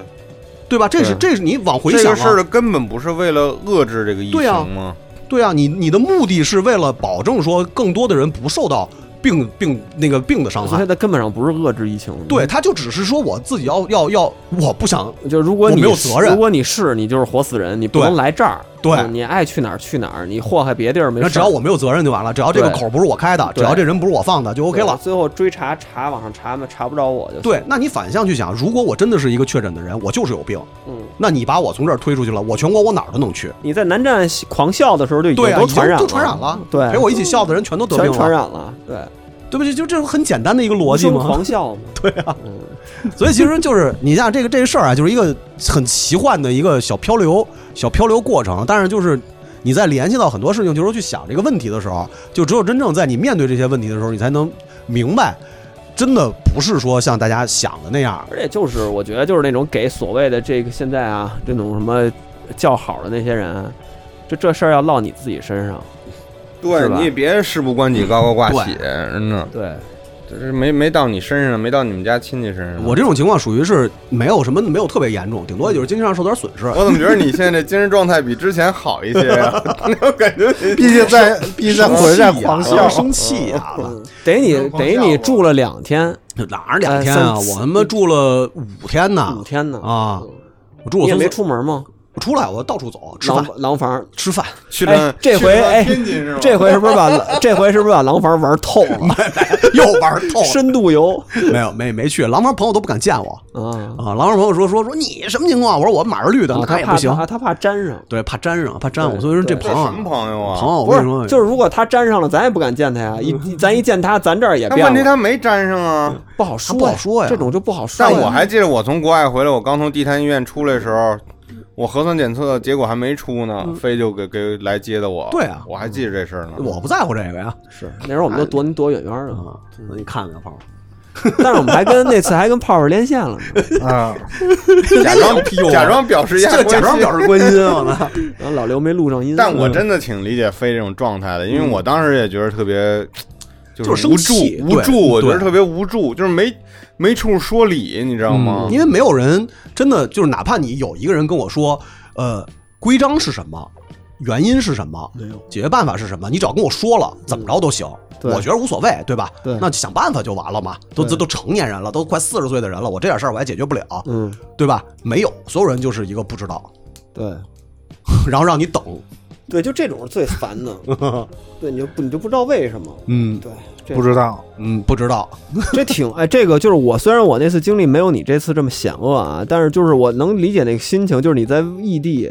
Speaker 7: 对吧？这是
Speaker 3: 对
Speaker 7: 这是你往回
Speaker 6: 这
Speaker 7: 想、啊
Speaker 6: 个事儿的根本不是为了遏制这个疫
Speaker 7: 对啊
Speaker 6: 情吗？
Speaker 7: 对啊，你你的目的是为了保证说更多的人不受到病病那个病的伤
Speaker 3: 所以
Speaker 7: 害。
Speaker 3: 它根本上不是遏制疫情，
Speaker 7: 对，，他就只是说我自己要要要，我不想
Speaker 3: 就如果
Speaker 7: 我
Speaker 3: 你
Speaker 7: 没有
Speaker 3: 是
Speaker 7: 责任
Speaker 3: 如果你是你就是活死人，你不
Speaker 7: 对
Speaker 3: 能来这儿，
Speaker 7: 对
Speaker 3: 嗯你爱去哪儿去哪儿，你祸害别地儿没事
Speaker 7: 那
Speaker 3: 儿，
Speaker 7: 只要我没有责任就完了，只要这个
Speaker 3: 对
Speaker 7: 口不是我开的，只
Speaker 3: 对
Speaker 7: 要这人不是我放的就 OK
Speaker 3: 对
Speaker 7: 了。
Speaker 3: 最后追查查网上查嘛，查不着我就行，
Speaker 7: 对，那你反向去想，如果我真的是一个确诊的人，我就是有病，
Speaker 3: 嗯，
Speaker 7: 那你把我从这儿推出去了，我全国我哪儿都能去。
Speaker 3: 你在南站狂笑的时候就已经
Speaker 7: 对啊，
Speaker 3: 都
Speaker 7: 已经
Speaker 3: 传染
Speaker 7: 都传染了，
Speaker 3: 对，
Speaker 7: 陪我一起笑的人全都得病
Speaker 3: 全传
Speaker 7: 了，
Speaker 3: 染了，对，
Speaker 7: 对不对？就这种很简单的一个逻辑
Speaker 3: 一声
Speaker 7: 嘛
Speaker 3: 狂。笑 嘛，对啊，
Speaker 7: 所以其实就是你像这个这个事儿啊，就是一个很奇幻的一个小漂流、小漂流过程。但是就是你在联系到很多事情，就是说去想这个问题的时候，就只有真正在你面对这些问题的时候，你才能明白，真的不是说像大家想的那样。
Speaker 3: 而且就是我觉得就是那种给所谓的这个现在啊这种什么叫好的那些人，这这事儿要落你自己身上，是
Speaker 6: 对，
Speaker 3: 吧
Speaker 6: 你也别事不关己高高挂起，真的，
Speaker 3: 对，
Speaker 7: 哎
Speaker 6: 这是没没到你身上，没到你们家亲戚身上。
Speaker 7: 我这种情况属于是没有什么没有特别严重，顶多也就是经济上受点损失。
Speaker 6: 我怎么觉得你现在这精神状态比之前好一些 啊？我感觉你
Speaker 5: 毕竟在毕竟在火车站狂笑，
Speaker 7: 生气呀、啊！
Speaker 3: 嗯得你得你住了两天
Speaker 7: 哪儿两天
Speaker 3: 哎
Speaker 7: 啊？
Speaker 3: 三四
Speaker 7: 我他妈住了五天呢，
Speaker 3: 五天呢，
Speaker 7: 啊！我住
Speaker 3: 你
Speaker 7: 了
Speaker 3: 也没
Speaker 7: 三四
Speaker 3: 出门吗？
Speaker 7: 我出来，我到处走，吃饭
Speaker 3: 廊廊坊。
Speaker 7: 吃饭。
Speaker 6: 去
Speaker 3: 哎
Speaker 6: 了，
Speaker 3: 这回
Speaker 6: 去了
Speaker 3: 哎
Speaker 6: 天津是吗？，
Speaker 3: 这回是不是 把这回是不是把廊坊玩透 了？
Speaker 7: 又玩透了。
Speaker 3: 深度 游
Speaker 7: 没有，没没去。廊坊朋友都不敢见我
Speaker 3: 啊，
Speaker 7: 啊！廊坊朋友说说说你什么情况？我说我马上绿的，那
Speaker 3: 哦他
Speaker 7: 也
Speaker 3: 怕
Speaker 7: 不行。
Speaker 3: 他他怕粘上。
Speaker 7: 对，怕粘上，怕粘我。
Speaker 3: 对
Speaker 7: 所以说这
Speaker 3: 对
Speaker 7: 朋
Speaker 6: 什么
Speaker 7: 友，
Speaker 6: 朋友啊？
Speaker 7: 朋友，我
Speaker 3: 不
Speaker 7: 跟
Speaker 3: 是
Speaker 7: 你说，，
Speaker 3: 就是如果他粘上了，咱也不敢见他呀。一一咱一见他，咱这儿也
Speaker 6: 但
Speaker 3: 变了。
Speaker 6: 问题他没沾上啊。
Speaker 3: 不好说，
Speaker 7: 他不好说呀
Speaker 3: 这种就不好说呀。
Speaker 6: 但我还记得我从国外回来，我刚从地坛医院出来的时候，我核酸检测结果还没出呢，飞就给给来接的我。
Speaker 7: 嗯对啊
Speaker 6: 我还记得这事儿呢。
Speaker 7: 我不在乎这个呀。
Speaker 6: 是
Speaker 3: 那时候我
Speaker 6: 哎
Speaker 3: 们都躲你躲远远的，
Speaker 7: 啊，那你看看朋友，
Speaker 3: 但是我们还跟那次还跟泡泡连线了呢，
Speaker 5: 啊，
Speaker 6: 假 装假装表示一下
Speaker 7: 哎这假
Speaker 6: 关心，
Speaker 7: 装表示关心，啊我操！
Speaker 3: 然后老刘没录上音。嗯
Speaker 6: 但我真的挺理解飞这种状态的，因为我当时也觉得特别，
Speaker 7: 嗯就是是
Speaker 6: 无
Speaker 7: 生气
Speaker 6: 助，无
Speaker 7: 对
Speaker 6: 助，我觉得
Speaker 7: 对
Speaker 6: 特别无助，就是没没处说理，你知道吗？
Speaker 7: 嗯因为没有人真的就是，哪怕你有一个人跟我说，呃，规章是什么，原因是什么，解决办法是什么，你只要跟我说了，怎么着都行，
Speaker 3: 对
Speaker 7: 我觉得无所嗯谓，对吧？
Speaker 3: 对
Speaker 7: 那就想办法就完了嘛。都都
Speaker 3: 对
Speaker 7: 都成年人了，都快四十岁的人了，我这点事儿我还解决不了，
Speaker 3: 嗯，
Speaker 7: 对吧？没有，所有人就是一个不知道，
Speaker 3: 对
Speaker 7: 然后让你等，
Speaker 3: 对，就这种是最烦的。 对，你就不你就不知道为什么。
Speaker 7: 嗯
Speaker 3: 对，这
Speaker 5: 不知道，
Speaker 7: 嗯，不知道，
Speaker 3: 这挺哎，这个就是我虽然我那次经历没有你这次这么险恶啊，但是就是我能理解那个心情，就是你在异地，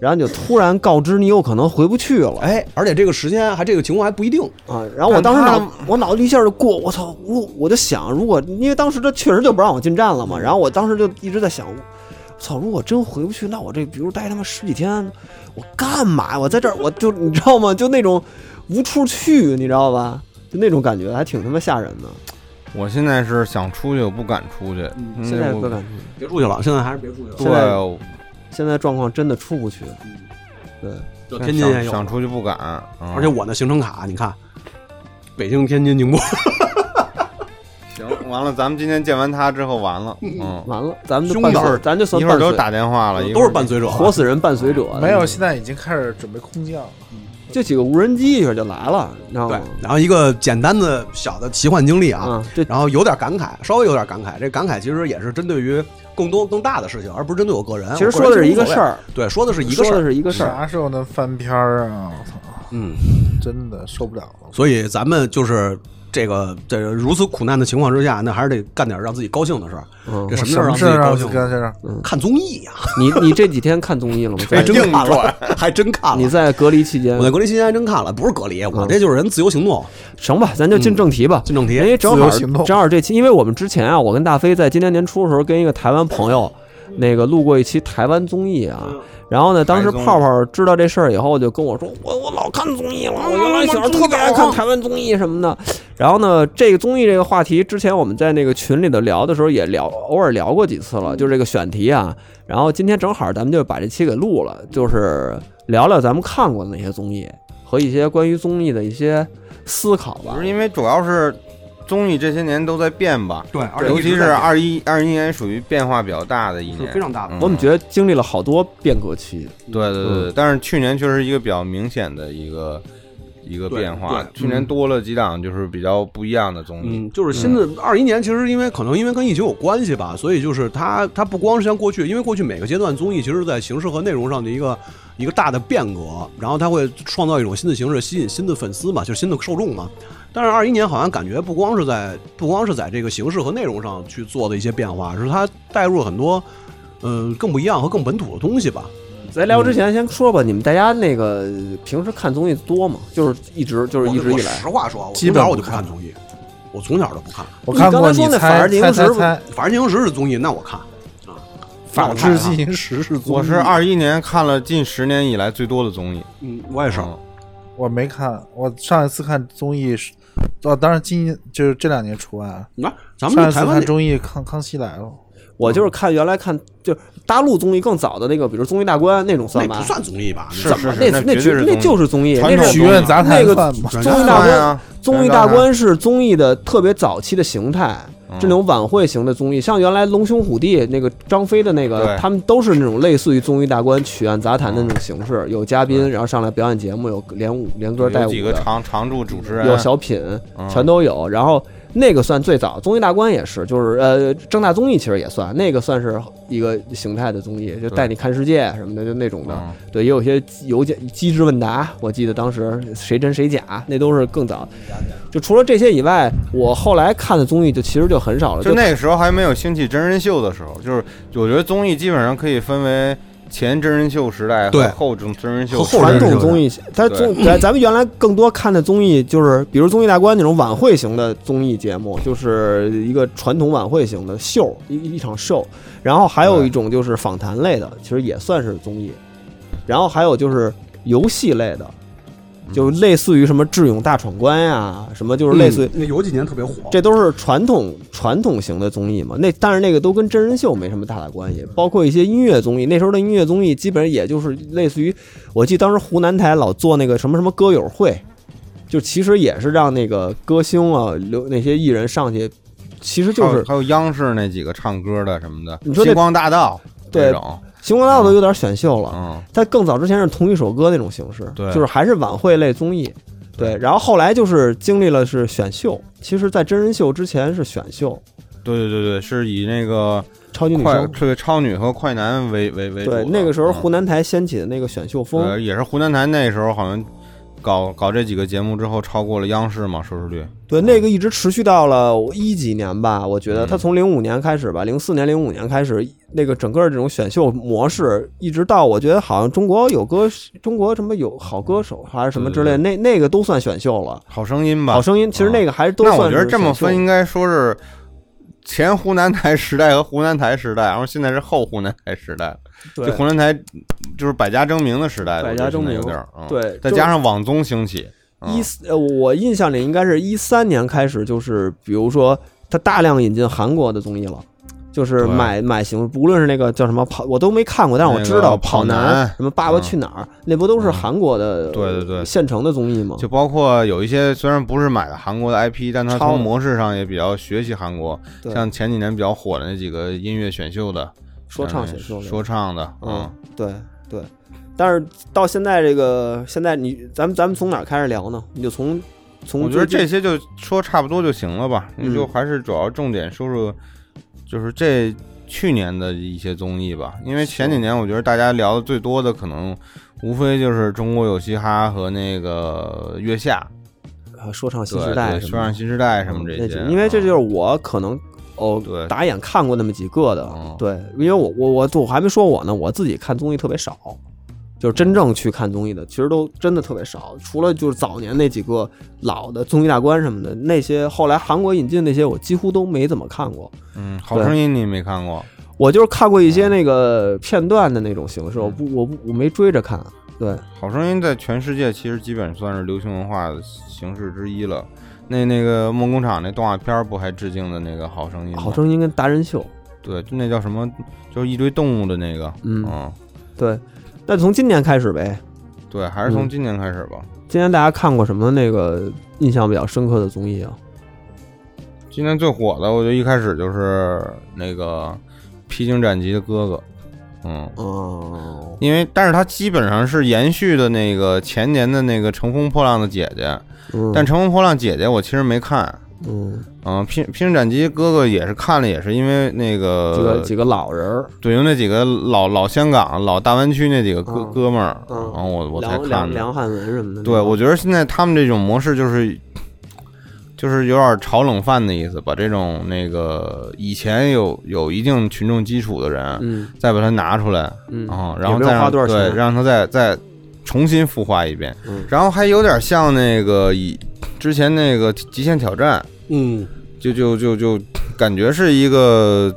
Speaker 3: 然后你就突然告知你有可能回不去了。
Speaker 7: 哎，而且这个时间还这个情况还不一定，
Speaker 3: 啊，然后我当时脑我脑子一下就过，我操，我我就想，如果因为当时他确实就不让我进站了嘛，然后我当时就一直在想，我操，如果真回不去，那我这比如待他妈十几天，我干嘛呀？我在这儿，我就你知道吗？就那种无处去，你知道吧？就那种感觉，还挺他妈吓人的。
Speaker 6: 我现在是想出去，我不敢出去。因为
Speaker 7: 嗯
Speaker 3: 现在
Speaker 6: 嗯我
Speaker 3: 不敢去，
Speaker 7: 别出去了，现在还是别出去了。
Speaker 6: 对
Speaker 3: 现在，
Speaker 6: 我
Speaker 3: 现在状况真的出不去。对，
Speaker 7: 就天津也
Speaker 6: 想
Speaker 7: 有，
Speaker 6: 想出去不敢，嗯
Speaker 7: 而且我那行程卡，你看，北京、天津、宁波，
Speaker 6: 行完了，咱们今天见完他之后完了，嗯，
Speaker 3: 完了，咱们就
Speaker 7: 凶
Speaker 3: 伴
Speaker 7: 的
Speaker 3: 随，咱就算
Speaker 6: 一会儿
Speaker 3: 伴
Speaker 6: 都
Speaker 3: 随
Speaker 6: 是打电 话了，一会
Speaker 7: 都
Speaker 6: 儿
Speaker 7: 是伴随者啊，
Speaker 3: 活死人伴随者，
Speaker 5: 没有，现在已经开始准备空降了。
Speaker 3: 这几个无人机一下就来了，你知道
Speaker 7: 对
Speaker 3: 吗？，
Speaker 7: 然后一个简单的小的奇幻经历啊，
Speaker 3: 啊，这
Speaker 7: 然后有点感慨，稍微有点感慨。这感慨其实也是针对于更多更大的事情，而不是针对我个人。
Speaker 3: 其实
Speaker 7: 我
Speaker 3: 说的
Speaker 7: 人
Speaker 3: 是一
Speaker 7: 无所
Speaker 3: 个
Speaker 7: 谓
Speaker 3: 事，儿，
Speaker 7: 对，说的是一个
Speaker 3: 说
Speaker 7: 事
Speaker 3: 的
Speaker 7: 儿。
Speaker 3: 是一个事儿。
Speaker 5: 啥时候能翻篇儿啊？我操，
Speaker 7: 嗯，
Speaker 5: 真的受不了了。
Speaker 7: 所以咱们就是这个这个如此苦难的情况之下，那还是得干点让自己高兴的事儿。
Speaker 3: 嗯
Speaker 7: 这，什
Speaker 5: 什
Speaker 7: 么
Speaker 5: 么
Speaker 7: 事
Speaker 5: 事儿
Speaker 7: 儿让
Speaker 5: 让
Speaker 7: 自己高兴？啊
Speaker 5: 干这儿？
Speaker 7: 看综艺呀、
Speaker 3: 你你这几天哎看综艺了吗？
Speaker 7: 还
Speaker 6: 被
Speaker 3: 在
Speaker 7: 真
Speaker 6: 硬
Speaker 7: 看
Speaker 6: 转
Speaker 7: 了，还真看
Speaker 3: 你
Speaker 7: 了。
Speaker 3: 在隔离期间
Speaker 7: 我，在隔离期间还真看了，不是隔离，我这就是人自由行动，
Speaker 3: 行吧，咱就进正题吧。
Speaker 7: 进正题
Speaker 3: 因。为正
Speaker 5: 自
Speaker 3: 好
Speaker 5: 由行动
Speaker 3: 正好这期，因为我们之前啊，我跟大飞在今年年初的时候跟一个台湾朋友，那个录过一期台湾综艺啊。然后呢，当时
Speaker 6: 台综
Speaker 3: 泡泡知道这事儿以后，就跟我说，我我老看综艺了，嗯我原来小时候特别爱看台湾综艺啊什么的。然后呢，这个综艺这个话题，之前我们在那个群里头聊的时候也聊，偶尔聊过几次了，就这个选题啊。然后今天正好咱们就把这期给录了，就是聊聊咱们看过的那些综艺和一些关于综艺的一些思考吧
Speaker 6: 不。是因为主要是综艺这些年都在变吧，
Speaker 7: 对，而且
Speaker 6: 尤
Speaker 7: 一直
Speaker 6: 其是
Speaker 7: 在
Speaker 6: 二一二一年属于变化比较大的一
Speaker 7: 是
Speaker 6: 年，
Speaker 7: 非常大的
Speaker 6: 嗯
Speaker 3: 我们觉得经历了好多变革期，
Speaker 6: 对对对
Speaker 3: 嗯
Speaker 6: 对，但是去年确实一个比较明显的一个一个
Speaker 7: 对
Speaker 6: 变化
Speaker 7: 对，
Speaker 6: 去
Speaker 3: 嗯
Speaker 6: 年多了几档就是比较不一样的综艺，
Speaker 7: 嗯，就是新的二一年，其实因为可能因为跟疫情有关系吧，所以就是它它不光是像过去，因为过去每个阶段综艺其实在形式和内容上的一个一个大的变革，然后它会创造一种新的形式，吸引新的粉丝嘛，就是新的受众嘛。但是二一年好像感觉不光是在不光是在这个形式和内容上去做的一些变化，是它带入了很多嗯、呃更不一样和更本土的东西吧。
Speaker 3: 咱聊之前先说吧，你们大家那个呃平时看综艺多吗？就是一直就是一直
Speaker 7: 我
Speaker 3: 以
Speaker 7: 我
Speaker 3: 来
Speaker 7: 实，话说，我
Speaker 5: 基
Speaker 7: 从
Speaker 5: 本
Speaker 7: 小我就
Speaker 5: 不
Speaker 7: 不
Speaker 5: 看
Speaker 7: 看综艺，我从小就不看，
Speaker 5: 我看过
Speaker 3: 你刚才说那反
Speaker 5: 猜
Speaker 3: 而进行
Speaker 5: 猜猜
Speaker 3: 时
Speaker 5: 猜，
Speaker 7: 反正进行时是综艺，那啊我看。
Speaker 3: 反
Speaker 5: 脑
Speaker 3: 正
Speaker 5: 制进行时是综艺
Speaker 6: 我是，二一年看了近十年以来最多的综艺，
Speaker 7: 嗯，我也是。
Speaker 6: 嗯
Speaker 5: 我没看，我上一次看综艺是，哦，当然今年就是这两年除外啊。
Speaker 7: 那咱
Speaker 5: 上
Speaker 7: 们
Speaker 5: 一
Speaker 7: 就
Speaker 5: 次
Speaker 7: 台湾
Speaker 5: 看
Speaker 7: 那哦
Speaker 5: 综艺《康康熙来了》，
Speaker 3: 我就是看原来看就是大陆综艺更早的那个，比如《综艺大观》那种算
Speaker 7: 那
Speaker 3: 吧
Speaker 7: 不？算综艺吧？
Speaker 6: 是
Speaker 3: 怎么
Speaker 6: 是
Speaker 3: 那
Speaker 6: 那
Speaker 3: 那
Speaker 6: 绝对是
Speaker 3: 那就是综艺，
Speaker 6: 传
Speaker 3: 那
Speaker 6: 统
Speaker 3: 是
Speaker 5: 许愿杂
Speaker 3: 那
Speaker 5: 谈
Speaker 3: 个
Speaker 5: 算吗？
Speaker 3: 综艺大
Speaker 6: 算
Speaker 3: 观
Speaker 6: 呀，
Speaker 3: 综艺大观是综艺的特别早期的形态，
Speaker 6: 嗯
Speaker 3: 这种晚会型的综艺，像原来《龙兄虎弟》那个张飞的那个，
Speaker 6: 对嗯
Speaker 3: 他们都是那种类似于综艺大观曲苑杂谈的那种形式，有嘉宾然后上来表演节目，有连舞连歌带
Speaker 6: 有
Speaker 3: 舞
Speaker 6: 几个
Speaker 3: 的，
Speaker 6: 常常驻主持人，
Speaker 3: 有小品，
Speaker 6: 嗯
Speaker 3: 全都有。然后那个算最早，综艺大观也是，就是呃正大综艺其实也算，那个算是一个形态的综艺，就带你看世界什么的，就那种的。
Speaker 6: 嗯
Speaker 3: 对，也有一些邮件机智问答，我记得当时谁真谁假，那都是更早。就除了这些以外，我后来看的综艺就其实就很少了。
Speaker 6: 就那个时候还没有兴起真人秀的时候，就是我觉得综艺基本上可以分为前真人秀时代
Speaker 7: 对
Speaker 6: 和后真真人秀
Speaker 7: 和
Speaker 6: 时
Speaker 7: 后
Speaker 6: 代
Speaker 3: 传
Speaker 7: 人
Speaker 3: 统综艺，它综咱咱们原来更多看的综艺就是，比如《综艺大观》那种晚会型的综艺节目，就是一个传统晚会型的秀，一一场秀。然后还有一种就是访谈类的，其实也算是综艺。然后还有就是游戏类的，就
Speaker 7: 嗯
Speaker 3: 类似于什么《智勇大闯关》呀，什么就是类似于
Speaker 7: 嗯那有几年特别火，
Speaker 3: 这都是传统传统型的综艺嘛。那但是那个都跟真人秀没什么太大的关系，包括一些音乐综艺。那时候的音乐综艺基本上也就是类似于，我记得当时湖南台老做那个什么什么歌友会，就其实也是让那个歌星啊、留那些艺人上去，其实就
Speaker 6: 还有
Speaker 3: 是
Speaker 6: 还有央视那几个唱歌的什么的，
Speaker 3: 你说那
Speaker 6: 星光大道
Speaker 3: 对啊
Speaker 6: 这种，
Speaker 3: 星光大道都有点选秀了。
Speaker 6: 嗯，
Speaker 3: 它更早之前是同一首歌那种形式，
Speaker 6: 对
Speaker 3: 就是还是晚会类综艺，对。然后后来就是经历了是选秀，其实，在真人秀之前是选秀，
Speaker 6: 对对对对，是以那个
Speaker 3: 超级女
Speaker 6: 快
Speaker 3: 声。
Speaker 6: 对超女和快男为为为主嗯的。
Speaker 3: 对，那个时候湖
Speaker 6: 南、
Speaker 3: 南台掀起的那个选秀风，
Speaker 6: 呃也是湖南台那时候好像搞搞这几个节目之后超过了央视嘛收视率。
Speaker 3: 对，那个一直持续到了一几年吧，我觉得
Speaker 6: 嗯
Speaker 3: 它从零五年开始吧，零四年、零五年开始，那个整个这种选秀模式，一直到我觉得好像中国有歌，中国什么有好歌手还是什么之类的，那那个都算选秀了。
Speaker 6: 好声音吧，
Speaker 3: 好声音其实那
Speaker 6: 个、
Speaker 3: 个还是都
Speaker 6: 那
Speaker 3: 算是
Speaker 6: 我觉得这么分
Speaker 3: 选秀
Speaker 6: 应该说是前湖南台时代和湖南台时代，然后现在是后湖南台时代了。
Speaker 3: 对
Speaker 6: 就湖南台就是百家争鸣的时代了，
Speaker 3: 百家争鸣
Speaker 6: 我觉得现在有点儿、嗯
Speaker 3: 对
Speaker 6: 再
Speaker 3: 就
Speaker 6: 加上网综兴起，嗯
Speaker 3: 一四呃，我印象里应该是一三年开始，就是比如说它大量引进韩国的综艺了。就是
Speaker 6: 对
Speaker 3: 买买行，无论是那个叫什么跑，我都没看过，但是我
Speaker 6: 那
Speaker 3: 知
Speaker 6: 个
Speaker 3: 道
Speaker 6: 跑
Speaker 3: 跑
Speaker 6: 男嗯
Speaker 3: 什么《爸爸去哪儿》，那不都是韩国的
Speaker 6: 对对对
Speaker 3: 现成的综艺吗？
Speaker 6: 就包括有一些虽然不是买的韩国的 IP，但它
Speaker 3: 抄
Speaker 6: 从
Speaker 3: 的
Speaker 6: 模式上也比较学习韩国，
Speaker 3: 对
Speaker 6: 像前几年比较火的那几个音乐选秀的，
Speaker 3: 说唱选
Speaker 6: 选
Speaker 3: 秀类的
Speaker 6: 哎说唱啊的，
Speaker 3: 嗯，对对。但是到现在这个，现在你咱们咱们从哪儿开始聊呢？你就从从
Speaker 6: 我觉得
Speaker 3: 最
Speaker 6: 这
Speaker 3: 近
Speaker 6: 些就说差不多就行了吧，
Speaker 3: 嗯
Speaker 6: 你就还是主要重点说说，就是这去年的一些综艺吧，因为前几年我觉得大家聊的最多的可能无非就是《中国有嘻哈》和那个《月下
Speaker 3: 呃说唱》新
Speaker 6: 对
Speaker 3: 时
Speaker 6: 对，
Speaker 3: 代什
Speaker 6: 《说
Speaker 3: 么
Speaker 6: 唱
Speaker 3: 的嗯
Speaker 6: 新时代》什么这
Speaker 3: 那
Speaker 6: 些
Speaker 3: 几，因为这就是
Speaker 6: 啊
Speaker 3: 我可能哦
Speaker 6: 对
Speaker 3: 打眼看过那么几个的
Speaker 6: 嗯，
Speaker 3: 对，因为我我我我还没说我呢，我自己看综艺特别少，就是真正去看综艺的，其实都真的特别少，除了就是早年那几个老的综艺大观什么的，那些后来韩国引进那些，我几乎都没怎么看过。
Speaker 6: 嗯，《好声音》你没看过？
Speaker 3: 我就是看过一
Speaker 6: 嗯
Speaker 3: 些那个片段的那种形式，我不我不我没追着看。对，
Speaker 6: 好声音在全世界其实基本算是流行文化的形式之一了。那那个梦工厂那动画片儿不还致敬的那个好声音吗？
Speaker 3: 好声音跟达人秀，
Speaker 6: 对，就那叫什么，就是一堆动物的那个，
Speaker 3: 嗯对。那从今年开始呗，
Speaker 6: 对，还是
Speaker 3: 嗯
Speaker 6: 从今年开始吧。
Speaker 3: 今年大家看过什么那个印象比较深刻的综艺啊？
Speaker 6: 今年最火的，我觉得一开始就是那个披荆斩棘的哥哥，嗯，
Speaker 3: 哦，
Speaker 6: 因为但是他基本上是延续的那个前年的那个乘风破浪的姐姐，
Speaker 3: 嗯
Speaker 6: 但乘风破浪姐姐我其实没看。
Speaker 3: 嗯，
Speaker 6: 嗯，披披荆斩棘哥哥也是看了，也是因为那个
Speaker 3: 几个几个老人儿，
Speaker 6: 对，因为那几个老老香港、老大湾区那几个哥、
Speaker 3: 嗯
Speaker 6: 哥们儿，
Speaker 3: 嗯
Speaker 6: 然后我我才
Speaker 3: 梁梁
Speaker 6: 看的。
Speaker 3: 梁汉文什么的。
Speaker 6: 对，我觉得现在他们这种模式就是，就是有点炒冷饭的意思，把这种那个以前有有一定群众基础的人，
Speaker 3: 嗯
Speaker 6: 再把它拿出来，
Speaker 3: 嗯
Speaker 6: 嗯，然后
Speaker 3: 也没
Speaker 6: 再
Speaker 3: 有花
Speaker 6: 让
Speaker 3: 多少
Speaker 6: 对，
Speaker 3: 钱，
Speaker 6: 让他再再重新孵化一遍，
Speaker 3: 嗯
Speaker 6: 然后还有点像那个以之前那个极限挑战，
Speaker 7: 嗯，
Speaker 6: 就就就就感觉是一个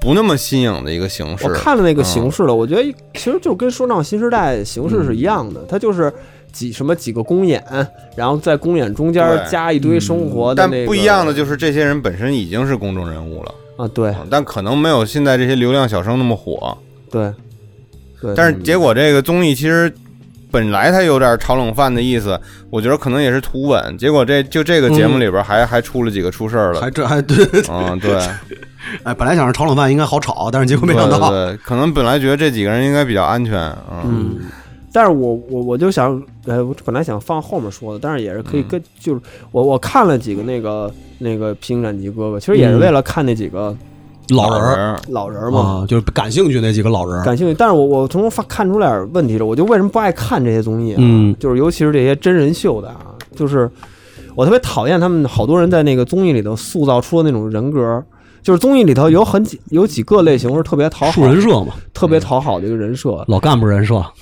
Speaker 6: 不那么新颖的一个形式。
Speaker 3: 我看了那个
Speaker 6: 嗯
Speaker 3: 形式了，我觉得其实就跟《说唱新时代》形式是一样的，它就是几什么几个公演，然后在公演中间
Speaker 6: 对
Speaker 3: 加一堆生活的
Speaker 6: 但
Speaker 3: 那个
Speaker 6: 不一样的就是，这些人本身已经是公众人物了，
Speaker 3: 啊，对
Speaker 6: 嗯但可能没有现在这些流量小生那么火。
Speaker 3: 对对，嗯
Speaker 6: 但是结果这个综艺其实本来它有点炒冷饭的意思，我觉得可能也是图稳。结果这就这个
Speaker 3: 嗯
Speaker 6: 节目里边还、还出了几个出事儿了
Speaker 7: 还。这还对，
Speaker 6: 嗯，对，
Speaker 7: 哎，本来想着炒冷饭应该好炒，但是结果没想
Speaker 6: 对
Speaker 7: 到，
Speaker 6: 对对，可能本来觉得这几个人应该比较安全，嗯，
Speaker 3: 嗯，但是我我我就想，呃，我本来想放后面说的，但是也是可以
Speaker 6: 嗯
Speaker 3: 跟，就是我我看了几个那个那个《披荆斩棘》哥哥，其实也是
Speaker 7: 嗯
Speaker 3: 为了看那几个
Speaker 7: 老人
Speaker 6: 人
Speaker 7: 儿
Speaker 6: 儿，
Speaker 3: 老人嘛，
Speaker 7: 啊，就是感兴趣那几个老人儿，
Speaker 3: 感兴趣。但是我我从中发看出点问题了，我就为什么不爱看这些综艺啊？
Speaker 7: 嗯
Speaker 3: 就是尤其是这些真人秀的啊，就是我特别讨厌他们好多人在那个综艺里头塑造出的那种人格。就是综艺里头有很几有几个类型是特别讨好
Speaker 7: 树人社嘛，
Speaker 3: 特别讨好的一个人设，
Speaker 7: 老干部人设
Speaker 3: 啊，